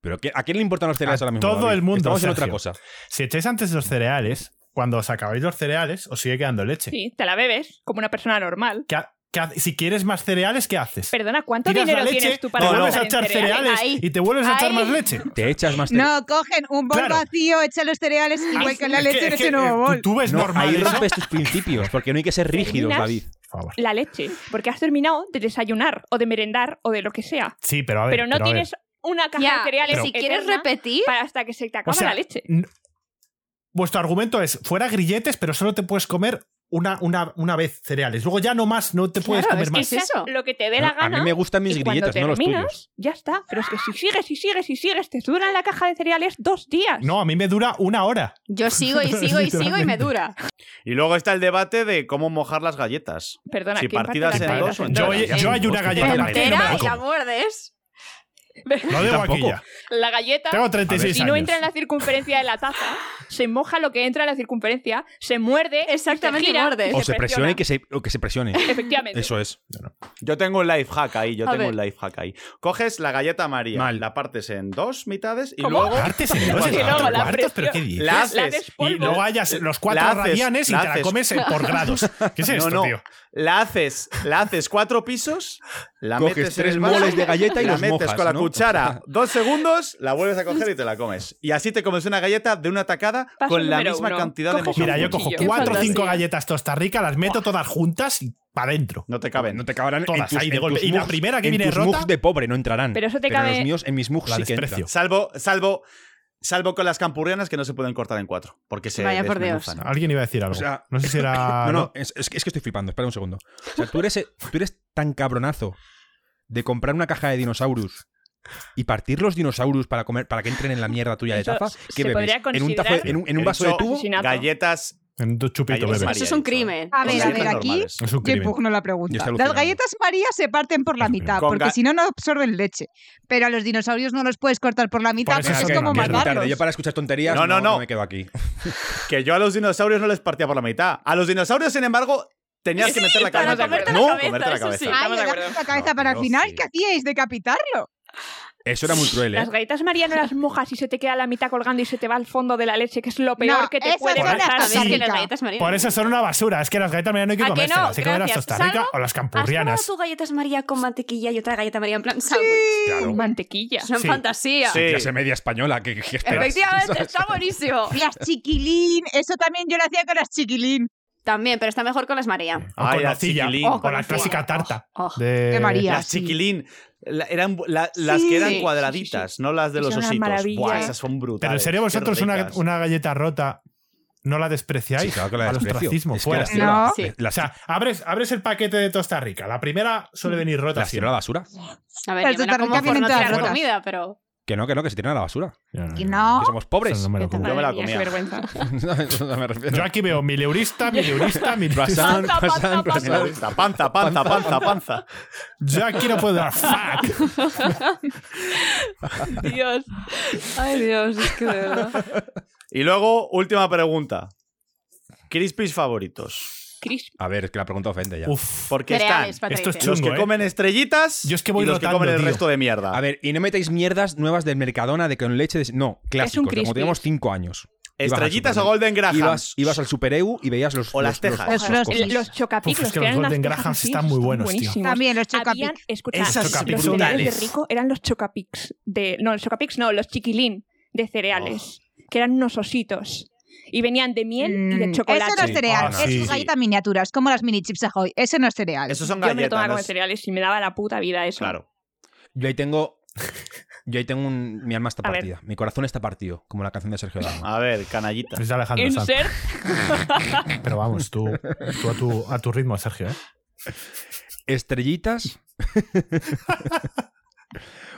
[SPEAKER 2] Pero ¿qué- ¿a quién le importan los cereales
[SPEAKER 1] A
[SPEAKER 2] ahora mismo?
[SPEAKER 1] todo
[SPEAKER 2] David?
[SPEAKER 1] el mundo,
[SPEAKER 2] Estamos en otra
[SPEAKER 1] Sergio.
[SPEAKER 2] cosa.
[SPEAKER 1] Si echáis antes los cereales, cuando os acabáis los cereales, os sigue quedando leche.
[SPEAKER 5] Sí, te la bebes como una persona normal.
[SPEAKER 1] ¿Qué ha- qué ha- si quieres más cereales, ¿qué haces?
[SPEAKER 5] Perdona, ¿cuánto
[SPEAKER 1] Tiras la
[SPEAKER 5] dinero
[SPEAKER 1] leche,
[SPEAKER 5] tienes tú para
[SPEAKER 1] te
[SPEAKER 5] gastar
[SPEAKER 1] vuelves a
[SPEAKER 5] en
[SPEAKER 1] echar
[SPEAKER 5] cereales?
[SPEAKER 1] cereales
[SPEAKER 3] Ahí.
[SPEAKER 1] y te vuelves a echar
[SPEAKER 3] Ahí.
[SPEAKER 1] más leche.
[SPEAKER 2] Te echas más cere-
[SPEAKER 6] No, cogen un bol
[SPEAKER 1] Claro.
[SPEAKER 6] vacío, echan los cereales y
[SPEAKER 1] Ah,
[SPEAKER 6] vuelcan la
[SPEAKER 1] es que-
[SPEAKER 6] leche en
[SPEAKER 1] es que,
[SPEAKER 6] ese nuevo
[SPEAKER 1] eh,
[SPEAKER 6] bol.
[SPEAKER 1] ¿Tú, tú ves
[SPEAKER 2] No,
[SPEAKER 1] normal
[SPEAKER 2] ahí
[SPEAKER 1] eso?
[SPEAKER 2] rompes tus principios, porque no hay que ser rígidos,
[SPEAKER 5] Terminas-
[SPEAKER 2] David.
[SPEAKER 1] Por favor.
[SPEAKER 5] La leche, porque has terminado de desayunar o de merendar o de lo que sea.
[SPEAKER 1] Sí, pero a ver.
[SPEAKER 5] Pero no
[SPEAKER 1] a ver.
[SPEAKER 5] tienes una caja
[SPEAKER 3] Ya,
[SPEAKER 5] de cereales
[SPEAKER 3] si quieres
[SPEAKER 5] eterna
[SPEAKER 3] repetir,
[SPEAKER 5] para hasta que se te acabe
[SPEAKER 1] sea,
[SPEAKER 5] la leche.
[SPEAKER 1] n- Vuestro argumento es, fuera grilletes, pero solo te puedes comer una, una, una vez cereales. Luego ya no más, no te puedes
[SPEAKER 3] Claro,
[SPEAKER 1] comer
[SPEAKER 3] es que
[SPEAKER 1] más.
[SPEAKER 3] es eso.
[SPEAKER 5] Lo que te dé la
[SPEAKER 2] a
[SPEAKER 5] gana.
[SPEAKER 2] mí me gustan mis
[SPEAKER 5] y cuando
[SPEAKER 2] grilletas, no los
[SPEAKER 5] terminas,
[SPEAKER 2] tuyos.
[SPEAKER 5] Ya está. Pero es que si sigues y sigues y sigues, te dura la caja de cereales dos días.
[SPEAKER 1] No, a mí me dura una hora.
[SPEAKER 3] yo sigo y sigo y sigo y me dura.
[SPEAKER 4] Y luego está el debate de cómo mojar las galletas.
[SPEAKER 5] Perdona,
[SPEAKER 4] Si
[SPEAKER 5] ¿quién parte
[SPEAKER 4] partidas
[SPEAKER 5] las
[SPEAKER 4] en
[SPEAKER 5] galletas
[SPEAKER 4] dos o en
[SPEAKER 5] en
[SPEAKER 1] Yo,
[SPEAKER 4] tres?
[SPEAKER 5] dos?
[SPEAKER 1] yo, hay una galleta
[SPEAKER 4] Entera
[SPEAKER 1] partida y no me
[SPEAKER 3] Entera
[SPEAKER 1] la
[SPEAKER 3] y la
[SPEAKER 1] como.
[SPEAKER 3] muerdes.
[SPEAKER 1] Lo debo aquí
[SPEAKER 2] tampoco.
[SPEAKER 1] ya.
[SPEAKER 5] La galleta,
[SPEAKER 1] Tengo
[SPEAKER 2] ver,
[SPEAKER 1] 36
[SPEAKER 5] si no
[SPEAKER 1] años.
[SPEAKER 5] entra en la circunferencia de la taza, se moja lo que entra en la circunferencia, se muerde,
[SPEAKER 3] Exactamente,
[SPEAKER 5] se gira,
[SPEAKER 3] muerde.
[SPEAKER 5] y
[SPEAKER 2] O se presiona y
[SPEAKER 5] presiona.
[SPEAKER 2] que se, o que se presione.
[SPEAKER 5] Efectivamente.
[SPEAKER 2] Eso es.
[SPEAKER 4] Yo tengo un life hack ahí, yo
[SPEAKER 3] A
[SPEAKER 4] tengo
[SPEAKER 3] ver.
[SPEAKER 4] un life hack ahí. Coges la galleta María,
[SPEAKER 2] Mal.
[SPEAKER 4] la partes en dos mitades y
[SPEAKER 5] ¿Cómo?
[SPEAKER 4] luego
[SPEAKER 1] Partes en dos, en
[SPEAKER 4] Y luego
[SPEAKER 1] cuatro
[SPEAKER 5] la
[SPEAKER 1] cuartos, pero
[SPEAKER 5] presión-
[SPEAKER 1] qué dices.
[SPEAKER 4] la
[SPEAKER 5] La eh,
[SPEAKER 4] haces.
[SPEAKER 5] des-
[SPEAKER 1] Y
[SPEAKER 5] polvo.
[SPEAKER 1] luego hayas los cuatro
[SPEAKER 4] Eh, La haces,
[SPEAKER 1] radianes y
[SPEAKER 4] la
[SPEAKER 1] te la
[SPEAKER 4] haces.
[SPEAKER 1] comes en- por grados. ¿Qué es
[SPEAKER 4] No,
[SPEAKER 1] esto,
[SPEAKER 4] no.
[SPEAKER 1] tío?
[SPEAKER 4] La haces, la haces cuatro pisos, la
[SPEAKER 2] Coges
[SPEAKER 4] metes en
[SPEAKER 2] tres
[SPEAKER 4] el vaso,
[SPEAKER 2] moles de galleta y
[SPEAKER 4] la
[SPEAKER 2] los
[SPEAKER 4] metes
[SPEAKER 2] mojas,
[SPEAKER 4] con la
[SPEAKER 2] ¿no?
[SPEAKER 4] cuchara dos segundos, la vuelves a coger y te la comes. Y así te comes una galleta de una tacada
[SPEAKER 5] Paso
[SPEAKER 4] con la
[SPEAKER 5] número
[SPEAKER 4] misma
[SPEAKER 5] uno.
[SPEAKER 4] cantidad de
[SPEAKER 5] Coges
[SPEAKER 4] mojón.
[SPEAKER 5] un
[SPEAKER 1] Mira, yo cojo
[SPEAKER 5] cuchillo. Qué
[SPEAKER 1] cuatro o cinco
[SPEAKER 5] fantasía.
[SPEAKER 1] galletas Tosta Rica, las meto todas juntas y para adentro.
[SPEAKER 4] No te caben.
[SPEAKER 2] No te cabrán en
[SPEAKER 1] Todas
[SPEAKER 2] tus,
[SPEAKER 1] ahí de
[SPEAKER 2] en
[SPEAKER 1] golpe.
[SPEAKER 2] tus
[SPEAKER 1] Y la
[SPEAKER 2] mugs-
[SPEAKER 1] primera que
[SPEAKER 2] en
[SPEAKER 1] viene
[SPEAKER 2] tus
[SPEAKER 1] rota-
[SPEAKER 2] mugs de pobre no entrarán.
[SPEAKER 5] Pero eso te
[SPEAKER 2] en
[SPEAKER 5] cabe-
[SPEAKER 2] los míos, en mis mugs
[SPEAKER 1] La
[SPEAKER 2] sí que
[SPEAKER 1] desprecio.
[SPEAKER 2] entran.
[SPEAKER 4] Salvo, salvo, salvo con las campurrianas que no se pueden cortar en cuatro. Porque se
[SPEAKER 3] Vaya por
[SPEAKER 4] desmenuzan.
[SPEAKER 1] Alguien iba a decir algo.
[SPEAKER 2] O sea,
[SPEAKER 1] no sé si era.
[SPEAKER 2] no, no, es, es que es que estoy flipando. Espera un segundo. O sea, tú eres, eh, tú eres tan cabronazo de comprar una caja de dinosaurios y partir los dinosaurios para comer para que entren en la mierda tuya de
[SPEAKER 5] Eso
[SPEAKER 2] tapa
[SPEAKER 5] se
[SPEAKER 2] que bebes
[SPEAKER 5] podría
[SPEAKER 2] en un, tazo-
[SPEAKER 5] considerar-
[SPEAKER 2] en un, en
[SPEAKER 4] He
[SPEAKER 2] un vaso de
[SPEAKER 4] dicho
[SPEAKER 2] tubo
[SPEAKER 5] Asesinato.
[SPEAKER 4] Galletas.
[SPEAKER 1] En dos chupitos,
[SPEAKER 4] galletas
[SPEAKER 1] bebé.
[SPEAKER 4] María,
[SPEAKER 3] Eso es un
[SPEAKER 4] he dicho.
[SPEAKER 3] crimen.
[SPEAKER 6] A ver, a
[SPEAKER 4] Galletas
[SPEAKER 6] ver, aquí
[SPEAKER 4] normales.
[SPEAKER 1] Es un
[SPEAKER 6] Yo
[SPEAKER 1] crimen.
[SPEAKER 6] impugno la
[SPEAKER 2] Yo
[SPEAKER 6] pregunta.
[SPEAKER 2] estoy
[SPEAKER 6] Las
[SPEAKER 2] alucinando.
[SPEAKER 6] galletas María se parten por la
[SPEAKER 1] Con
[SPEAKER 6] mitad,
[SPEAKER 4] ga-
[SPEAKER 6] porque si no, no absorben leche. Pero a los dinosaurios no los puedes cortar por la mitad,
[SPEAKER 1] Por eso
[SPEAKER 6] pues
[SPEAKER 1] es
[SPEAKER 6] es
[SPEAKER 1] que
[SPEAKER 6] como
[SPEAKER 1] no, es muy
[SPEAKER 6] matarlos.
[SPEAKER 2] tarde. Yo para escuchar tonterías
[SPEAKER 4] No,
[SPEAKER 2] no,
[SPEAKER 4] no, no.
[SPEAKER 2] me quedo aquí.
[SPEAKER 4] Que yo a los dinosaurios no les partía por la mitad. A los dinosaurios, sin embargo, tenías que meter la
[SPEAKER 5] para
[SPEAKER 4] cabeza.
[SPEAKER 5] comerte
[SPEAKER 3] la
[SPEAKER 4] no,
[SPEAKER 3] cabeza,
[SPEAKER 4] comerte la
[SPEAKER 3] eso sí.
[SPEAKER 4] cabeza.
[SPEAKER 5] Estamos
[SPEAKER 6] Ay,
[SPEAKER 5] de
[SPEAKER 6] le
[SPEAKER 5] acuerdo.
[SPEAKER 6] damos la cabeza
[SPEAKER 2] No,
[SPEAKER 6] para el
[SPEAKER 2] Dios,
[SPEAKER 6] final.
[SPEAKER 2] sí.
[SPEAKER 6] ¿Qué hacíais? ¿Decapitarlo?
[SPEAKER 2] Eso era muy cruel, ¿eh?
[SPEAKER 5] Las galletas María no las mojas y se te queda la mitad colgando y se te va al fondo de la leche, que es lo peor
[SPEAKER 6] No,
[SPEAKER 5] que te
[SPEAKER 6] esas
[SPEAKER 5] puede
[SPEAKER 6] son las
[SPEAKER 5] pasar.
[SPEAKER 3] A ver, es que
[SPEAKER 1] Sí.
[SPEAKER 3] las galletas marinas.
[SPEAKER 1] Por eso son una basura. Es que las galletas María no hay que
[SPEAKER 3] ¿A que
[SPEAKER 1] comérselas.
[SPEAKER 3] no?
[SPEAKER 1] Hay que comer las
[SPEAKER 3] Gracias.
[SPEAKER 1] Tosta Rica
[SPEAKER 3] Salvo-
[SPEAKER 1] o las
[SPEAKER 3] ¿Has probado
[SPEAKER 1] campurrianas.
[SPEAKER 3] tú galletas María con mantequilla y otra galleta María en plan sándwich?
[SPEAKER 2] Claro.
[SPEAKER 5] Mantequilla.
[SPEAKER 3] Es una
[SPEAKER 1] Sí.
[SPEAKER 3] fantasía.
[SPEAKER 4] Sí.
[SPEAKER 2] Clase media española, ¿qué, qué esperas?
[SPEAKER 3] Efectivamente, está buenísimo.
[SPEAKER 6] Las chiquilín. Eso también yo lo hacía con las chiquilín.
[SPEAKER 3] También, pero está mejor con las María.
[SPEAKER 1] O
[SPEAKER 4] Ay,
[SPEAKER 1] con
[SPEAKER 4] la
[SPEAKER 1] nocilla.
[SPEAKER 4] chiquilín.
[SPEAKER 1] O
[SPEAKER 3] Oh,
[SPEAKER 1] con la clásica tarta.
[SPEAKER 3] Oh, oh.
[SPEAKER 1] De
[SPEAKER 6] De María.
[SPEAKER 4] Las
[SPEAKER 6] Sí.
[SPEAKER 4] chiquilín. La- eran bu- la- las
[SPEAKER 6] Sí.
[SPEAKER 4] que eran
[SPEAKER 3] Sí,
[SPEAKER 4] cuadraditas, no las de
[SPEAKER 5] Que
[SPEAKER 4] los
[SPEAKER 5] son unas
[SPEAKER 4] ositos.
[SPEAKER 5] maravillas.
[SPEAKER 4] Buah, esas son brutales.
[SPEAKER 1] Pero en serio,
[SPEAKER 4] qué
[SPEAKER 1] vosotros una,
[SPEAKER 4] ricas.
[SPEAKER 1] una galleta rota no la despreciáis.
[SPEAKER 2] Sí, claro que la
[SPEAKER 1] Al
[SPEAKER 2] desprecio.
[SPEAKER 1] ostracismo,
[SPEAKER 2] Es que
[SPEAKER 1] fuera.
[SPEAKER 2] las tiro a la-
[SPEAKER 6] No.
[SPEAKER 3] Sí.
[SPEAKER 1] O
[SPEAKER 2] las-
[SPEAKER 1] sea, abres, abres el paquete de Tosta Rica. La primera suele venir rota.
[SPEAKER 2] las tiro a
[SPEAKER 1] siempre.
[SPEAKER 2] la basura.
[SPEAKER 3] A ver,
[SPEAKER 6] Las
[SPEAKER 3] yo me la
[SPEAKER 6] de
[SPEAKER 3] como
[SPEAKER 6] Tarragona
[SPEAKER 3] por no
[SPEAKER 6] vienen todas
[SPEAKER 3] tirar
[SPEAKER 1] rotas.
[SPEAKER 3] comida, pero...
[SPEAKER 2] Que no, que no, que se tiran a la basura.
[SPEAKER 6] Y no.
[SPEAKER 2] Mm, Que somos
[SPEAKER 1] Eso
[SPEAKER 2] pobres.
[SPEAKER 1] no me lo
[SPEAKER 3] Vete a
[SPEAKER 1] como.
[SPEAKER 4] Yo me la
[SPEAKER 5] Madre mía,
[SPEAKER 4] comía.
[SPEAKER 5] Qué vergüenza.
[SPEAKER 2] No me refiero.
[SPEAKER 1] Yo aquí veo mileurista, mileurista, mileurista.
[SPEAKER 2] Croissant, croissant, croissant.
[SPEAKER 4] Panza, panza, panza, panza, panza.
[SPEAKER 1] Yo aquí no puedo dar fuck.
[SPEAKER 5] Dios.
[SPEAKER 3] Ay, Dios, es que de verdad.
[SPEAKER 4] Y luego, última pregunta. Crispies favoritos.
[SPEAKER 5] Crisp.
[SPEAKER 2] A ver, es que la pregunta ofende ya.
[SPEAKER 1] Uf.
[SPEAKER 4] Porque están
[SPEAKER 3] Cereales, patata
[SPEAKER 1] Esto es
[SPEAKER 3] y
[SPEAKER 1] chulo.
[SPEAKER 4] los que
[SPEAKER 1] Chungo, ¿eh?
[SPEAKER 4] comen estrellitas
[SPEAKER 1] Yo es que voy
[SPEAKER 4] y los
[SPEAKER 1] rotando,
[SPEAKER 4] que comen el
[SPEAKER 1] tío.
[SPEAKER 4] resto de mierda.
[SPEAKER 2] A ver, y no metáis mierdas nuevas del Mercadona de con leche de... No, clásicos, de
[SPEAKER 5] crispy.
[SPEAKER 2] como teníamos 5 años. Ibas al
[SPEAKER 4] estrellitas o
[SPEAKER 2] supermercado.
[SPEAKER 4] Golden Grahams.
[SPEAKER 2] Ibas, ibas al Super EU y veías los...
[SPEAKER 4] O
[SPEAKER 2] los-
[SPEAKER 4] las tejas.
[SPEAKER 2] los-
[SPEAKER 6] Los-
[SPEAKER 2] cosas.
[SPEAKER 5] El- Los chocapiclos,
[SPEAKER 1] Uf, es que los
[SPEAKER 5] eran unas
[SPEAKER 1] Golden
[SPEAKER 5] tejas
[SPEAKER 1] Grahams
[SPEAKER 5] así,
[SPEAKER 1] están muy buenos, tío.
[SPEAKER 5] buenísimos.
[SPEAKER 6] También los chocapic.
[SPEAKER 5] Habían, escucha,
[SPEAKER 4] Esas
[SPEAKER 5] los
[SPEAKER 1] chocapics
[SPEAKER 5] cereales
[SPEAKER 4] brutales.
[SPEAKER 5] de rico eran los chocapics de no, los chocapics no, los chiquilín de cereales, que eran unos ositos y venían de miel y de
[SPEAKER 6] Mm,
[SPEAKER 5] chocolate.
[SPEAKER 6] Eso no es
[SPEAKER 2] Sí.
[SPEAKER 6] cereal.
[SPEAKER 1] Ah,
[SPEAKER 6] eso
[SPEAKER 1] sí,
[SPEAKER 6] es
[SPEAKER 1] sí.
[SPEAKER 6] galleta miniaturas, como las mini chips ahoy. Eso no es cereal.
[SPEAKER 4] Esos son
[SPEAKER 5] Yo me lo tomaba
[SPEAKER 4] galletas. no
[SPEAKER 5] como
[SPEAKER 4] es-
[SPEAKER 5] cereales y me daba la puta vida eso.
[SPEAKER 4] Claro.
[SPEAKER 2] Yo ahí tengo... Yo ahí tengo un... Mi alma está
[SPEAKER 5] A ver.
[SPEAKER 2] partida. Mi corazón está partido, como la canción de Sergio Dalma.
[SPEAKER 4] A ver, canallita.
[SPEAKER 1] Es de Alejandro Sanz.
[SPEAKER 5] Insert
[SPEAKER 1] Pero vamos, tú, tú a, tu, a tu ritmo, Sergio. ¿eh?
[SPEAKER 2] Estrellitas...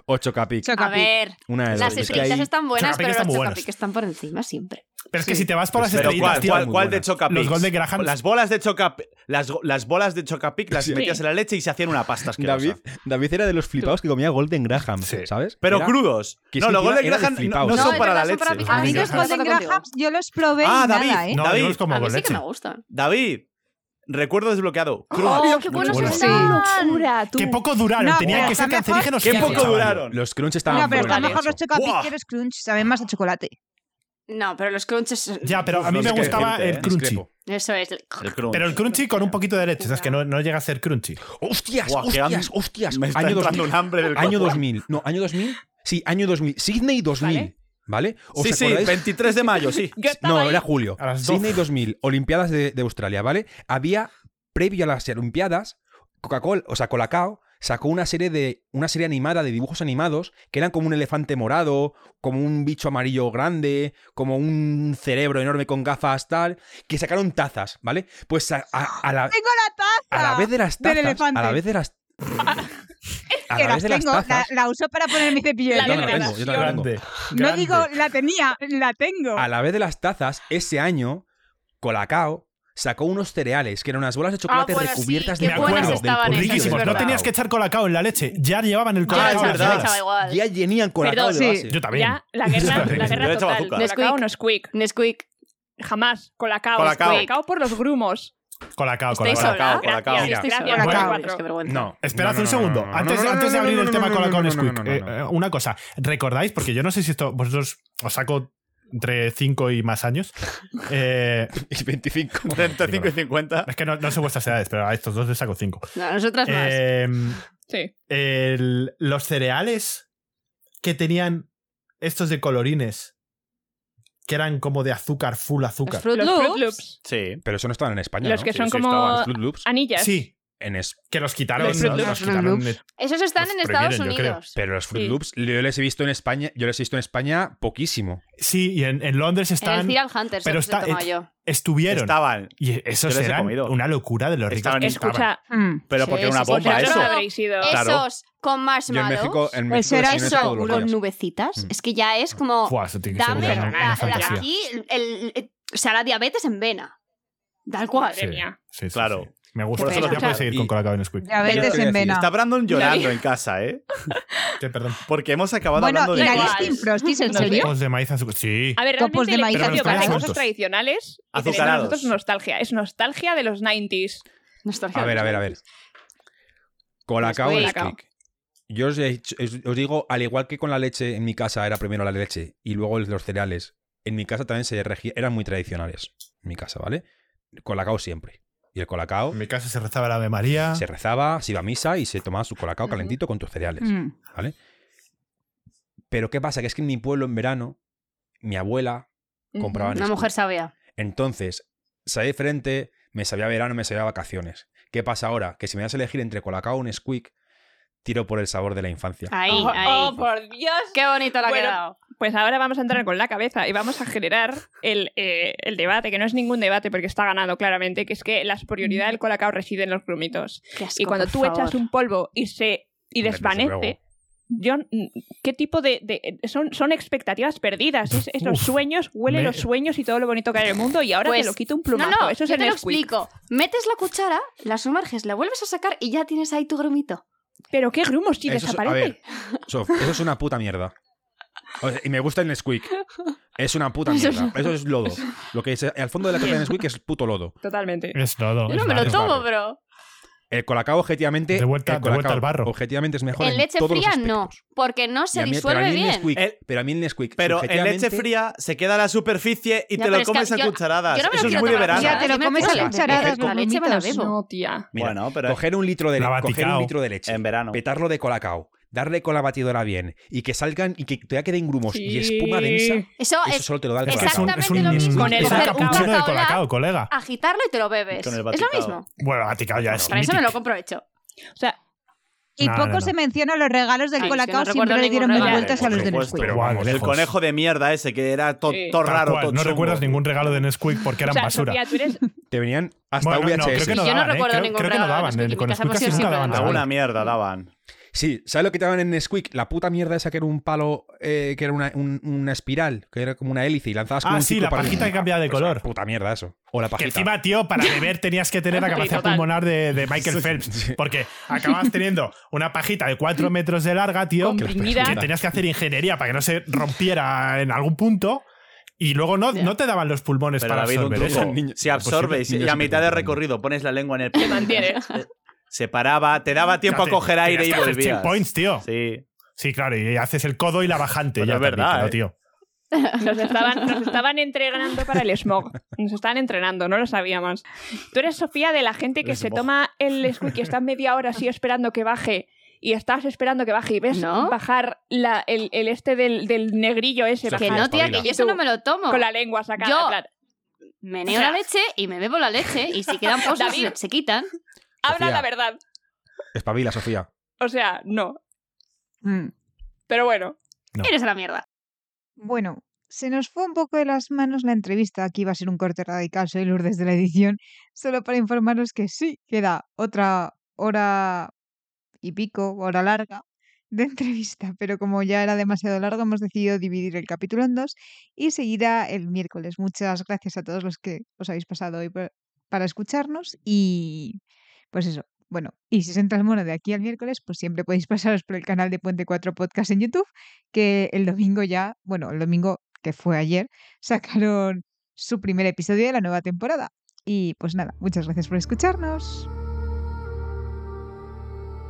[SPEAKER 2] o Chocapic.
[SPEAKER 3] A
[SPEAKER 6] Chocapic.
[SPEAKER 3] ver,
[SPEAKER 2] Una de dos.
[SPEAKER 3] las
[SPEAKER 2] Es que ahí-
[SPEAKER 3] estrellitas están buenas,
[SPEAKER 1] Chocapic
[SPEAKER 3] pero
[SPEAKER 1] están
[SPEAKER 3] los
[SPEAKER 1] muy buenas.
[SPEAKER 3] chocapic están por encima siempre.
[SPEAKER 1] Pero es que si te vas por las
[SPEAKER 4] Pues, Pero
[SPEAKER 1] estrellitas,
[SPEAKER 4] ¿cuál,
[SPEAKER 1] tío,
[SPEAKER 4] cuál,
[SPEAKER 2] muy
[SPEAKER 4] cuál de
[SPEAKER 2] buenas.
[SPEAKER 4] Chocapic?
[SPEAKER 1] Los Golden Grahams.
[SPEAKER 4] Las bolas de Chocapic. Las, go- las bolas de Chocapic las
[SPEAKER 2] Sí.
[SPEAKER 4] metías en la leche y se hacían una pasta asquerosa.
[SPEAKER 2] David, David era de los flipados que comía Golden Graham,
[SPEAKER 1] Sí.
[SPEAKER 2] ¿sabes?
[SPEAKER 4] Pero
[SPEAKER 2] Era-
[SPEAKER 4] crudos.
[SPEAKER 2] que
[SPEAKER 4] no,
[SPEAKER 2] sí,
[SPEAKER 4] los
[SPEAKER 2] que era-
[SPEAKER 4] Golden
[SPEAKER 2] era de
[SPEAKER 4] Graham no,
[SPEAKER 2] flipaos.
[SPEAKER 4] no
[SPEAKER 2] No,
[SPEAKER 4] son
[SPEAKER 3] es
[SPEAKER 4] para
[SPEAKER 3] verdad,
[SPEAKER 4] la
[SPEAKER 3] son
[SPEAKER 4] leche.
[SPEAKER 3] para
[SPEAKER 2] Ah,
[SPEAKER 1] picar.
[SPEAKER 6] A mí
[SPEAKER 1] Golden
[SPEAKER 6] los
[SPEAKER 1] Grahams.
[SPEAKER 6] Golden
[SPEAKER 3] Contigo.
[SPEAKER 6] Grahams yo los probé
[SPEAKER 4] Ah,
[SPEAKER 6] y
[SPEAKER 4] David,
[SPEAKER 6] nada, ¿eh?
[SPEAKER 1] No, yo
[SPEAKER 4] David.
[SPEAKER 1] los como
[SPEAKER 3] A mí
[SPEAKER 1] con
[SPEAKER 3] sí que
[SPEAKER 1] leche.
[SPEAKER 3] me gustan.
[SPEAKER 4] David, Recuerdo desbloqueado. Crunch.
[SPEAKER 3] ¡Oh, qué buenos
[SPEAKER 1] bueno, sí.
[SPEAKER 3] están!
[SPEAKER 5] ¡Locura, tú!
[SPEAKER 1] Qué poco duraron,
[SPEAKER 6] No,
[SPEAKER 1] tenían
[SPEAKER 6] pero
[SPEAKER 1] que ser
[SPEAKER 6] está mejor-
[SPEAKER 1] cancerígenos.
[SPEAKER 4] Qué
[SPEAKER 1] fijo,
[SPEAKER 4] poco
[SPEAKER 1] chaval.
[SPEAKER 4] duraron.
[SPEAKER 2] Los crunch estaban
[SPEAKER 6] No, pero
[SPEAKER 2] por
[SPEAKER 6] está
[SPEAKER 2] la
[SPEAKER 6] mejor los
[SPEAKER 2] leche.
[SPEAKER 6] chocapic
[SPEAKER 4] ¡Buah!
[SPEAKER 6] que los crunch, saben más a chocolate.
[SPEAKER 3] No, pero los crunches.
[SPEAKER 1] Ya, pero a mí
[SPEAKER 4] Uf,
[SPEAKER 1] me
[SPEAKER 4] no sé qué
[SPEAKER 1] gustaba
[SPEAKER 4] decirte,
[SPEAKER 1] el
[SPEAKER 4] eh.
[SPEAKER 1] crunchy.
[SPEAKER 2] Discrepo.
[SPEAKER 3] Eso es.
[SPEAKER 4] El crunch.
[SPEAKER 1] Pero el crunchy con un poquito de leche, ¿sabes? Que no, no llega a ser crunchy.
[SPEAKER 2] ¡Hostias!
[SPEAKER 4] Buah, qué
[SPEAKER 2] ¡Hostias!
[SPEAKER 4] hambre.
[SPEAKER 2] ¡Hostias!
[SPEAKER 4] me está
[SPEAKER 2] Año
[SPEAKER 4] entrando
[SPEAKER 2] 2000.
[SPEAKER 4] un hambre del
[SPEAKER 2] Año
[SPEAKER 4] cojo.
[SPEAKER 2] 2000. No, año 2000. Sí, año 2000. Sydney 2000. ¿Vale?
[SPEAKER 5] Vale.
[SPEAKER 2] ¿Os
[SPEAKER 4] Sí, sí,
[SPEAKER 2] acordáis?
[SPEAKER 4] 23 de mayo, sí.
[SPEAKER 5] Yo estaba
[SPEAKER 2] No,
[SPEAKER 5] ahí.
[SPEAKER 2] era julio.
[SPEAKER 1] A las
[SPEAKER 2] Sydney 2000, Olimpiadas de, de Australia, ¿vale? Había, previo a las Olimpiadas, Coca-Cola, o sea, Colacao, sacó una serie, de, una serie animada de dibujos animados que eran como un elefante morado, como un bicho amarillo grande, como un cerebro enorme con gafas, tal, que sacaron tazas, ¿vale? Pues a, a- a la,
[SPEAKER 6] ¡Tengo la
[SPEAKER 2] a
[SPEAKER 6] taza!
[SPEAKER 2] la vez de las
[SPEAKER 6] Ah, del
[SPEAKER 2] tazas. A
[SPEAKER 6] elefante.
[SPEAKER 2] la vez de las. A
[SPEAKER 6] que
[SPEAKER 2] la
[SPEAKER 6] las
[SPEAKER 2] vez de las
[SPEAKER 6] tengo, la,
[SPEAKER 2] tazas.
[SPEAKER 6] la uso para poner mi cepillo de
[SPEAKER 5] La
[SPEAKER 2] Yo no
[SPEAKER 6] dientes.
[SPEAKER 2] la
[SPEAKER 5] de
[SPEAKER 2] tengo, yo no la tengo.
[SPEAKER 1] Grande.
[SPEAKER 6] No
[SPEAKER 1] grande.
[SPEAKER 6] digo la tenía, la tengo.
[SPEAKER 2] A la vez de las tazas, ese año, Colacao sacó unos cereales que eran unas bolas de chocolate
[SPEAKER 3] bueno, sí,
[SPEAKER 2] recubiertas
[SPEAKER 3] qué
[SPEAKER 2] de
[SPEAKER 1] buenas
[SPEAKER 2] colacao. del
[SPEAKER 3] estaban esas,
[SPEAKER 2] polvillo de
[SPEAKER 3] es
[SPEAKER 1] Riquísimos. No
[SPEAKER 3] verdad.
[SPEAKER 1] tenías que echar colacao en la leche. Ya llevaban el
[SPEAKER 3] Ya,
[SPEAKER 1] colacao. en
[SPEAKER 3] esa-
[SPEAKER 1] las
[SPEAKER 4] verdad.
[SPEAKER 1] bolas.
[SPEAKER 3] esa, igual.
[SPEAKER 2] Ya llenían colacao de
[SPEAKER 3] Perdón, sí.
[SPEAKER 2] base.
[SPEAKER 1] Yo también.
[SPEAKER 5] Ya, la guerra,
[SPEAKER 1] Yo
[SPEAKER 5] la
[SPEAKER 1] también.
[SPEAKER 4] Yo
[SPEAKER 5] guerra
[SPEAKER 4] echaba
[SPEAKER 5] total.
[SPEAKER 4] azúcar.
[SPEAKER 5] Colacao, no squeak.
[SPEAKER 3] Nesquik.
[SPEAKER 5] Jamás. Colacao.
[SPEAKER 4] Colacao.
[SPEAKER 5] Colacao por los grumos.
[SPEAKER 1] Colacao,
[SPEAKER 3] ¿Estáis
[SPEAKER 1] colacao.
[SPEAKER 3] sola?
[SPEAKER 4] Colacao, colacao.
[SPEAKER 5] Gracias,
[SPEAKER 3] Mira,
[SPEAKER 5] Ah. gracias,
[SPEAKER 3] colacao.
[SPEAKER 5] cuatro,
[SPEAKER 3] Es
[SPEAKER 5] cuatro.
[SPEAKER 3] que vergüenza.
[SPEAKER 2] No.
[SPEAKER 1] Esperad
[SPEAKER 2] no, no,
[SPEAKER 1] un
[SPEAKER 2] no,
[SPEAKER 1] segundo.
[SPEAKER 2] no, no,
[SPEAKER 1] antes
[SPEAKER 2] no, no,
[SPEAKER 1] antes de
[SPEAKER 2] no,
[SPEAKER 1] abrir
[SPEAKER 2] no,
[SPEAKER 1] el
[SPEAKER 2] no,
[SPEAKER 1] tema
[SPEAKER 2] no,
[SPEAKER 1] Colacao
[SPEAKER 2] no, no,
[SPEAKER 1] Nesquik,
[SPEAKER 2] no, no,
[SPEAKER 1] eh,
[SPEAKER 2] no,
[SPEAKER 1] eh,
[SPEAKER 2] no.
[SPEAKER 1] una cosa. ¿Recordáis? Porque yo no sé si esto vosotros os saco entre 5 y más años. Eh,
[SPEAKER 2] Y 25.
[SPEAKER 4] 35 y 50.
[SPEAKER 1] es que no, no sé vuestras edades, pero a estos dos les saco 5.
[SPEAKER 3] No, nosotras más.
[SPEAKER 1] Eh,
[SPEAKER 5] Sí.
[SPEAKER 1] el- los cereales que tenían estos de colorines, que eran como de azúcar, full
[SPEAKER 3] los
[SPEAKER 1] azúcar.
[SPEAKER 3] Fruit
[SPEAKER 5] Los Fruit
[SPEAKER 3] Loops.
[SPEAKER 5] Loops.
[SPEAKER 4] Sí.
[SPEAKER 2] Pero eso no estaban en España.
[SPEAKER 5] Los
[SPEAKER 2] ¿no?
[SPEAKER 5] que
[SPEAKER 4] Sí,
[SPEAKER 5] son
[SPEAKER 4] sí,
[SPEAKER 5] como
[SPEAKER 2] Los Fruit Loops.
[SPEAKER 5] anillas.
[SPEAKER 1] Sí,
[SPEAKER 2] En es-
[SPEAKER 1] que los quitaron.
[SPEAKER 5] Los Fruit
[SPEAKER 1] los- los
[SPEAKER 6] Loops.
[SPEAKER 1] quitaron
[SPEAKER 6] Los
[SPEAKER 3] Esos están
[SPEAKER 1] Los
[SPEAKER 3] en Estados
[SPEAKER 1] prohibieron, yo creo.
[SPEAKER 3] Unidos.
[SPEAKER 2] Pero los Fruit
[SPEAKER 5] Sí.
[SPEAKER 2] Loops yo les he visto en España, yo les he visto en España poquísimo.
[SPEAKER 1] Sí, y en, en Londres
[SPEAKER 3] En el
[SPEAKER 1] están,
[SPEAKER 3] Cereal Hunters,
[SPEAKER 1] pero
[SPEAKER 3] los he
[SPEAKER 1] está-
[SPEAKER 3] tomado yo.
[SPEAKER 1] estuvieron.
[SPEAKER 4] Estaban.
[SPEAKER 1] y esos
[SPEAKER 4] Yo les he
[SPEAKER 1] eran
[SPEAKER 4] comido.
[SPEAKER 1] una locura de los ricos.
[SPEAKER 4] Estaban
[SPEAKER 1] que
[SPEAKER 4] en-
[SPEAKER 1] estaban.
[SPEAKER 5] Escucha,
[SPEAKER 6] Mm.
[SPEAKER 4] Pero
[SPEAKER 3] Sí,
[SPEAKER 4] porque era
[SPEAKER 3] sí,
[SPEAKER 4] una
[SPEAKER 3] sí,
[SPEAKER 4] bomba
[SPEAKER 3] claro.
[SPEAKER 4] eso.
[SPEAKER 3] Claro.
[SPEAKER 5] habréis ido.
[SPEAKER 4] Eh, Claro.
[SPEAKER 3] Esos con
[SPEAKER 2] Yo en
[SPEAKER 3] marshmallows.
[SPEAKER 2] México, en México
[SPEAKER 6] era
[SPEAKER 2] desayuné
[SPEAKER 6] eso,
[SPEAKER 2] todos los
[SPEAKER 3] con
[SPEAKER 2] días.
[SPEAKER 3] nubecitas.
[SPEAKER 2] Mm.
[SPEAKER 3] Es que ya es como.
[SPEAKER 1] Buah, eso tiene que ser
[SPEAKER 3] Dame
[SPEAKER 1] una, una
[SPEAKER 3] la- la-
[SPEAKER 1] fantasía.
[SPEAKER 3] aquí el- el- o sea, la diabetes en vena. Tal cual.
[SPEAKER 5] Madre mía.
[SPEAKER 1] Sí, sí,
[SPEAKER 4] Claro.
[SPEAKER 1] sí. Me gusta.
[SPEAKER 3] Por
[SPEAKER 1] Pero
[SPEAKER 3] eso,
[SPEAKER 1] ya puedes
[SPEAKER 2] o sea,
[SPEAKER 1] seguir
[SPEAKER 2] y-
[SPEAKER 1] con Colacao en Squid.
[SPEAKER 6] Diabetes
[SPEAKER 2] Yo quería
[SPEAKER 6] en vena.
[SPEAKER 4] Está Brandon llorando
[SPEAKER 5] Nadie.
[SPEAKER 4] en casa, ¿eh?
[SPEAKER 1] Sí, perdón.
[SPEAKER 4] Porque hemos acabado
[SPEAKER 6] Bueno,
[SPEAKER 4] hablando de
[SPEAKER 6] ¿y
[SPEAKER 5] la
[SPEAKER 4] cosas.
[SPEAKER 5] Igual.
[SPEAKER 6] Agustín Frostis, en
[SPEAKER 5] No sé.
[SPEAKER 6] serio?
[SPEAKER 1] Copos de maíz azúcar. Sí.
[SPEAKER 5] A ver,
[SPEAKER 6] Copos
[SPEAKER 5] realmente
[SPEAKER 6] de
[SPEAKER 5] el
[SPEAKER 6] maíz
[SPEAKER 5] episodio
[SPEAKER 1] azucarados.
[SPEAKER 5] para cosas
[SPEAKER 1] Juntos.
[SPEAKER 5] tradicionales y tener para
[SPEAKER 4] Azucarados.
[SPEAKER 5] nosotros es nostalgia. Es nostalgia de los 90s.
[SPEAKER 3] Nostalgia.
[SPEAKER 2] A ver, a ver, a ver. Colacao
[SPEAKER 5] Después
[SPEAKER 2] en
[SPEAKER 5] Colacao.
[SPEAKER 2] stick. Yo os, he dicho- os- os digo, al igual que con la leche, en mi casa era primero la leche y luego el- los cereales. En mi casa también se regía- eran muy tradicionales. En mi casa, ¿vale? Colacao siempre. Y el colacao
[SPEAKER 1] En mi casa se rezaba la Ave María.
[SPEAKER 2] se rezaba, se iba a misa y se tomaba su colacao
[SPEAKER 3] Ujú.
[SPEAKER 2] calentito con tus cereales.
[SPEAKER 6] Mm.
[SPEAKER 2] Pero ¿qué pasa? Que es que en mi pueblo en verano, mi abuela compraba
[SPEAKER 3] Una
[SPEAKER 2] Nesquik.
[SPEAKER 3] mujer sabia.
[SPEAKER 2] Entonces, sabía diferente, me sabía verano, me sabía vacaciones. ¿Qué pasa ahora? Que si me das a elegir entre colacao o Nesquik, tiro por el sabor de la infancia.
[SPEAKER 3] Ahí,
[SPEAKER 5] Oh,
[SPEAKER 3] ahí.
[SPEAKER 5] oh, por Dios.
[SPEAKER 3] Qué bonito la ha
[SPEAKER 5] Bueno,
[SPEAKER 3] quedado.
[SPEAKER 5] Pues ahora vamos a entrar con la cabeza y vamos a generar el, eh, el debate, que no es ningún debate porque está ganado claramente, que es que la superioridad del colacao reside en los grumitos.
[SPEAKER 3] Qué asco,
[SPEAKER 5] Y cuando
[SPEAKER 3] por
[SPEAKER 5] tú
[SPEAKER 3] favor.
[SPEAKER 5] echas un polvo y se y
[SPEAKER 2] Hombre, desde
[SPEAKER 5] desvanece,
[SPEAKER 2] luego.
[SPEAKER 5] yo, mm, ¿qué tipo de, de- son, son expectativas perdidas? Es, es los
[SPEAKER 1] Uf,
[SPEAKER 5] sueños, huele
[SPEAKER 1] me-
[SPEAKER 5] los sueños y todo lo bonito que hay en el mundo y ahora
[SPEAKER 3] Pues,
[SPEAKER 5] te lo quita un plumazo.
[SPEAKER 3] No, no,
[SPEAKER 5] Eso es
[SPEAKER 3] yo
[SPEAKER 5] el
[SPEAKER 3] te lo
[SPEAKER 5] Nesquik.
[SPEAKER 3] explico. Metes la cuchara, la sumerges, la vuelves a sacar y ya tienes ahí tu grumito.
[SPEAKER 5] Pero qué grumos, si
[SPEAKER 2] Eso es-
[SPEAKER 5] desaparece.
[SPEAKER 2] a ver, Sof, eso es una puta mierda. O sea, y me gusta el Nesquik. Es una puta
[SPEAKER 3] Eso es-
[SPEAKER 2] mierda. Eso es lodo. Lo que dice al fondo de la taza de Nesquik es puto lodo.
[SPEAKER 5] Totalmente.
[SPEAKER 1] Es todo.
[SPEAKER 3] Yo
[SPEAKER 1] es
[SPEAKER 3] no me
[SPEAKER 1] barro.
[SPEAKER 3] lo tomo, bro.
[SPEAKER 2] El colacao, objetivamente.
[SPEAKER 1] De vuelta-
[SPEAKER 2] el
[SPEAKER 1] de vuelta al barro.
[SPEAKER 2] Objetivamente es mejor.
[SPEAKER 3] En leche
[SPEAKER 2] todos los
[SPEAKER 3] fría no,
[SPEAKER 2] aspectos.
[SPEAKER 3] porque no se
[SPEAKER 2] Y a mí-
[SPEAKER 3] disuelve
[SPEAKER 2] pero a mí el
[SPEAKER 3] bien.
[SPEAKER 2] Nesquik-
[SPEAKER 4] El-
[SPEAKER 2] pero a mí el Nesquik.
[SPEAKER 4] Pero en leche
[SPEAKER 2] subjetivamente,
[SPEAKER 4] fría se queda a la superficie
[SPEAKER 3] Ya,
[SPEAKER 4] y te
[SPEAKER 3] pero
[SPEAKER 4] lo
[SPEAKER 3] es que
[SPEAKER 4] comes
[SPEAKER 3] yo-
[SPEAKER 4] a
[SPEAKER 3] yo no me lo
[SPEAKER 4] cucharadas. Eso es
[SPEAKER 3] quiero
[SPEAKER 4] muy de
[SPEAKER 3] tomar.
[SPEAKER 4] verano.
[SPEAKER 6] Ya, te
[SPEAKER 3] Yo
[SPEAKER 6] lo
[SPEAKER 3] me
[SPEAKER 6] comes a
[SPEAKER 3] acuerdo-
[SPEAKER 6] cucharadas,
[SPEAKER 3] con
[SPEAKER 6] con
[SPEAKER 3] leche me la bebo.
[SPEAKER 5] No, tía.
[SPEAKER 2] Mira,
[SPEAKER 4] Bueno, pero
[SPEAKER 2] Coger un litro de
[SPEAKER 1] La
[SPEAKER 2] le- coger un
[SPEAKER 1] Vaticao.
[SPEAKER 2] litro de leche.
[SPEAKER 4] en verano.
[SPEAKER 2] Petarlo de colacao. Darle con la batidora bien. Y que salgan y que todavía queden grumos y espuma densa. Eso
[SPEAKER 3] Eso es
[SPEAKER 2] solo te lo da el
[SPEAKER 1] Es que
[SPEAKER 2] colacao.
[SPEAKER 1] un-
[SPEAKER 3] exactamente
[SPEAKER 1] un-
[SPEAKER 3] lo mismo.
[SPEAKER 5] Con el
[SPEAKER 1] es un
[SPEAKER 5] colacao.
[SPEAKER 1] capuchino de
[SPEAKER 3] Colacao.
[SPEAKER 1] colacao, colega.
[SPEAKER 3] agitarlo y te lo bebes.
[SPEAKER 4] Con el
[SPEAKER 3] es lo
[SPEAKER 4] Vaticao.
[SPEAKER 3] mismo.
[SPEAKER 1] Bueno, Vaticao ya es.
[SPEAKER 3] Para eso me lo
[SPEAKER 1] mítico.
[SPEAKER 3] compro hecho.
[SPEAKER 5] O sea,
[SPEAKER 6] Y
[SPEAKER 1] No, no,
[SPEAKER 6] poco
[SPEAKER 1] no.
[SPEAKER 6] se mencionan los regalos del
[SPEAKER 3] Ay, es que
[SPEAKER 6] Colacao,
[SPEAKER 3] no recuerdo
[SPEAKER 6] siempre le dieron
[SPEAKER 3] ningún
[SPEAKER 6] mil
[SPEAKER 3] regalo.
[SPEAKER 6] vueltas a los de
[SPEAKER 4] Por
[SPEAKER 6] Nesquik.
[SPEAKER 4] supuesto.
[SPEAKER 1] Pero vamos,
[SPEAKER 4] El
[SPEAKER 1] lejos.
[SPEAKER 4] conejo de mierda ese que era todo
[SPEAKER 5] Sí.
[SPEAKER 1] Tal
[SPEAKER 4] raro,
[SPEAKER 1] cual,
[SPEAKER 4] todo
[SPEAKER 1] No
[SPEAKER 4] chungo.
[SPEAKER 1] recuerdas ningún regalo de Nesquik porque eran
[SPEAKER 5] o sea,
[SPEAKER 1] basura.
[SPEAKER 5] Sofía, tú eres
[SPEAKER 2] Te venían hasta
[SPEAKER 1] Bueno,
[SPEAKER 2] VHS.
[SPEAKER 1] no, creo que no
[SPEAKER 3] Yo no
[SPEAKER 1] daban. eh.
[SPEAKER 3] recuerdo
[SPEAKER 1] Creo-
[SPEAKER 3] ningún
[SPEAKER 1] creo que no
[SPEAKER 3] regalo de
[SPEAKER 1] daban.
[SPEAKER 3] Nesquik,
[SPEAKER 1] eh.
[SPEAKER 3] en
[SPEAKER 1] Con
[SPEAKER 3] mi casa
[SPEAKER 1] Nesquik
[SPEAKER 3] pues hemos
[SPEAKER 1] casi
[SPEAKER 3] sido
[SPEAKER 1] nunca
[SPEAKER 3] siempre
[SPEAKER 1] daban
[SPEAKER 3] de
[SPEAKER 1] nada.
[SPEAKER 4] Alguna mierda daban.
[SPEAKER 2] Sí, ¿sabes lo que te daban en Nesquik? La puta mierda esa que era un palo, eh, que era una, un- una espiral, que era como una hélice y lanzabas
[SPEAKER 1] Ah,
[SPEAKER 2] como un
[SPEAKER 1] sí,
[SPEAKER 2] ciclo
[SPEAKER 1] la
[SPEAKER 2] para
[SPEAKER 1] pajita
[SPEAKER 2] arriba.
[SPEAKER 1] que cambiaba de
[SPEAKER 2] Pues una
[SPEAKER 1] color.
[SPEAKER 2] Puta mierda eso. O la
[SPEAKER 1] Que
[SPEAKER 2] pajita.
[SPEAKER 1] encima, tío, para beber tenías que tener la
[SPEAKER 5] Sí,
[SPEAKER 1] capacidad
[SPEAKER 5] total.
[SPEAKER 1] pulmonar de, de Michael Phelps. Porque acababas teniendo una pajita de 4 metros de larga, tío, que
[SPEAKER 5] comprimida.
[SPEAKER 1] tenías que hacer ingeniería para que no se rompiera en algún punto. Y luego no,
[SPEAKER 3] Ya.
[SPEAKER 1] no te daban los pulmones
[SPEAKER 4] Pero
[SPEAKER 1] para
[SPEAKER 4] David, un
[SPEAKER 1] absorber Pues
[SPEAKER 4] truco.
[SPEAKER 1] eso.
[SPEAKER 2] niño-
[SPEAKER 4] Si absorbes
[SPEAKER 2] Imposible,
[SPEAKER 4] y a
[SPEAKER 2] niño,
[SPEAKER 4] mitad de
[SPEAKER 2] siempre-
[SPEAKER 4] recorrido pones la lengua en el
[SPEAKER 5] Te mantiene.
[SPEAKER 4] se paraba, te daba tiempo a
[SPEAKER 1] Te-
[SPEAKER 4] coger aire y
[SPEAKER 1] tenías que hacer
[SPEAKER 4] volvías.
[SPEAKER 1] checkpoints, tío. Sí.
[SPEAKER 4] Sí.
[SPEAKER 1] claro, y haces el codo y la bajante.
[SPEAKER 4] Pero
[SPEAKER 1] ya
[SPEAKER 4] es
[SPEAKER 1] también,
[SPEAKER 4] verdad,
[SPEAKER 1] claro,
[SPEAKER 4] ¿eh?
[SPEAKER 1] tío.
[SPEAKER 5] Nos estaban, nos estaban entrenando para el smog. Nos estaban entrenando, no lo sabíamos. Tú eres Sofía de la gente que
[SPEAKER 1] El
[SPEAKER 5] se
[SPEAKER 1] smog.
[SPEAKER 5] toma el squeak y estás media hora así esperando que baje. Y estás esperando que baje y ves
[SPEAKER 3] ¿No?
[SPEAKER 5] bajar la- el, el este del, del negrillo ese.
[SPEAKER 2] Que
[SPEAKER 3] Que
[SPEAKER 5] bajar
[SPEAKER 3] no, tía, que
[SPEAKER 2] espabila.
[SPEAKER 3] yo eso no me lo tomo.
[SPEAKER 5] Con la lengua sacada.
[SPEAKER 3] Yo-
[SPEAKER 5] en plan,
[SPEAKER 3] Meneo la leche y me bebo la leche. Y si quedan pozos,
[SPEAKER 5] David.
[SPEAKER 3] se, se quitan.
[SPEAKER 5] Habla
[SPEAKER 2] Sofía.
[SPEAKER 5] la verdad.
[SPEAKER 2] Espabila, Sofía.
[SPEAKER 5] O sea, no.
[SPEAKER 6] Mm.
[SPEAKER 5] Pero bueno.
[SPEAKER 1] No.
[SPEAKER 3] Eres a la mierda.
[SPEAKER 6] Bueno, se nos fue un poco de las manos la entrevista. Aquí va a ser un corte radical, soy Lourdes de la edición. Solo para informaros que sí, queda otra hora y pico, hora larga de entrevista, pero como ya era demasiado largo hemos decidido dividir el capítulo en dos y seguirá el miércoles. Muchas gracias a todos los que os habéis pasado hoy por- para escucharnos y pues eso, bueno, y si os entra el mono de aquí al miércoles, pues siempre podéis pasaros por el canal de Puente 4 Podcast en YouTube que el domingo ya, bueno, el domingo que fue ayer, sacaron su primer episodio de la nueva temporada. Y pues nada, muchas gracias por escucharnos.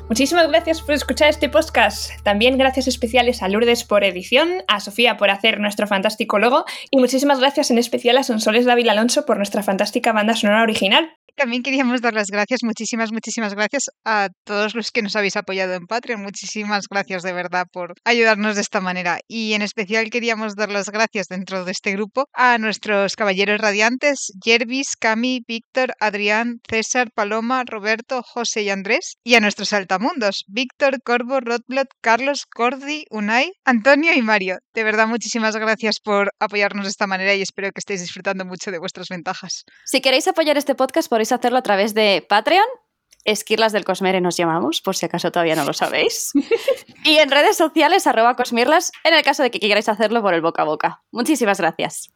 [SPEAKER 5] Muchísimas gracias por escuchar este podcast. También gracias especiales a Lourdes por edición, a Sofía por hacer nuestro fantástico logo y muchísimas gracias en especial a Sonsoles David Alonso por nuestra fantástica banda sonora original.
[SPEAKER 6] También queríamos dar las gracias, muchísimas, muchísimas gracias a todos los que nos habéis apoyado en Patreon. Muchísimas gracias de verdad por ayudarnos de esta manera. Y en especial queríamos dar las gracias dentro de este grupo a nuestros caballeros radiantes, Jervis, Cami, Víctor, Adrián, César, Paloma, Roberto, José y Andrés. Y a nuestros altamundos, Víctor, Corvo, Rotblot, Carlos, Cordi, Unai, Antonio y Mario. De verdad, muchísimas gracias por apoyarnos de esta manera y espero que estéis disfrutando mucho de vuestras ventajas.
[SPEAKER 3] Si queréis apoyar este podcast, podéis hacerlo a través de Patreon. Esquirlas del Cosmere nos llamamos, por si acaso todavía no lo sabéis. y en redes sociales, arroba Cosmirlas, en el caso de que queráis hacerlo por el boca a boca. Muchísimas gracias.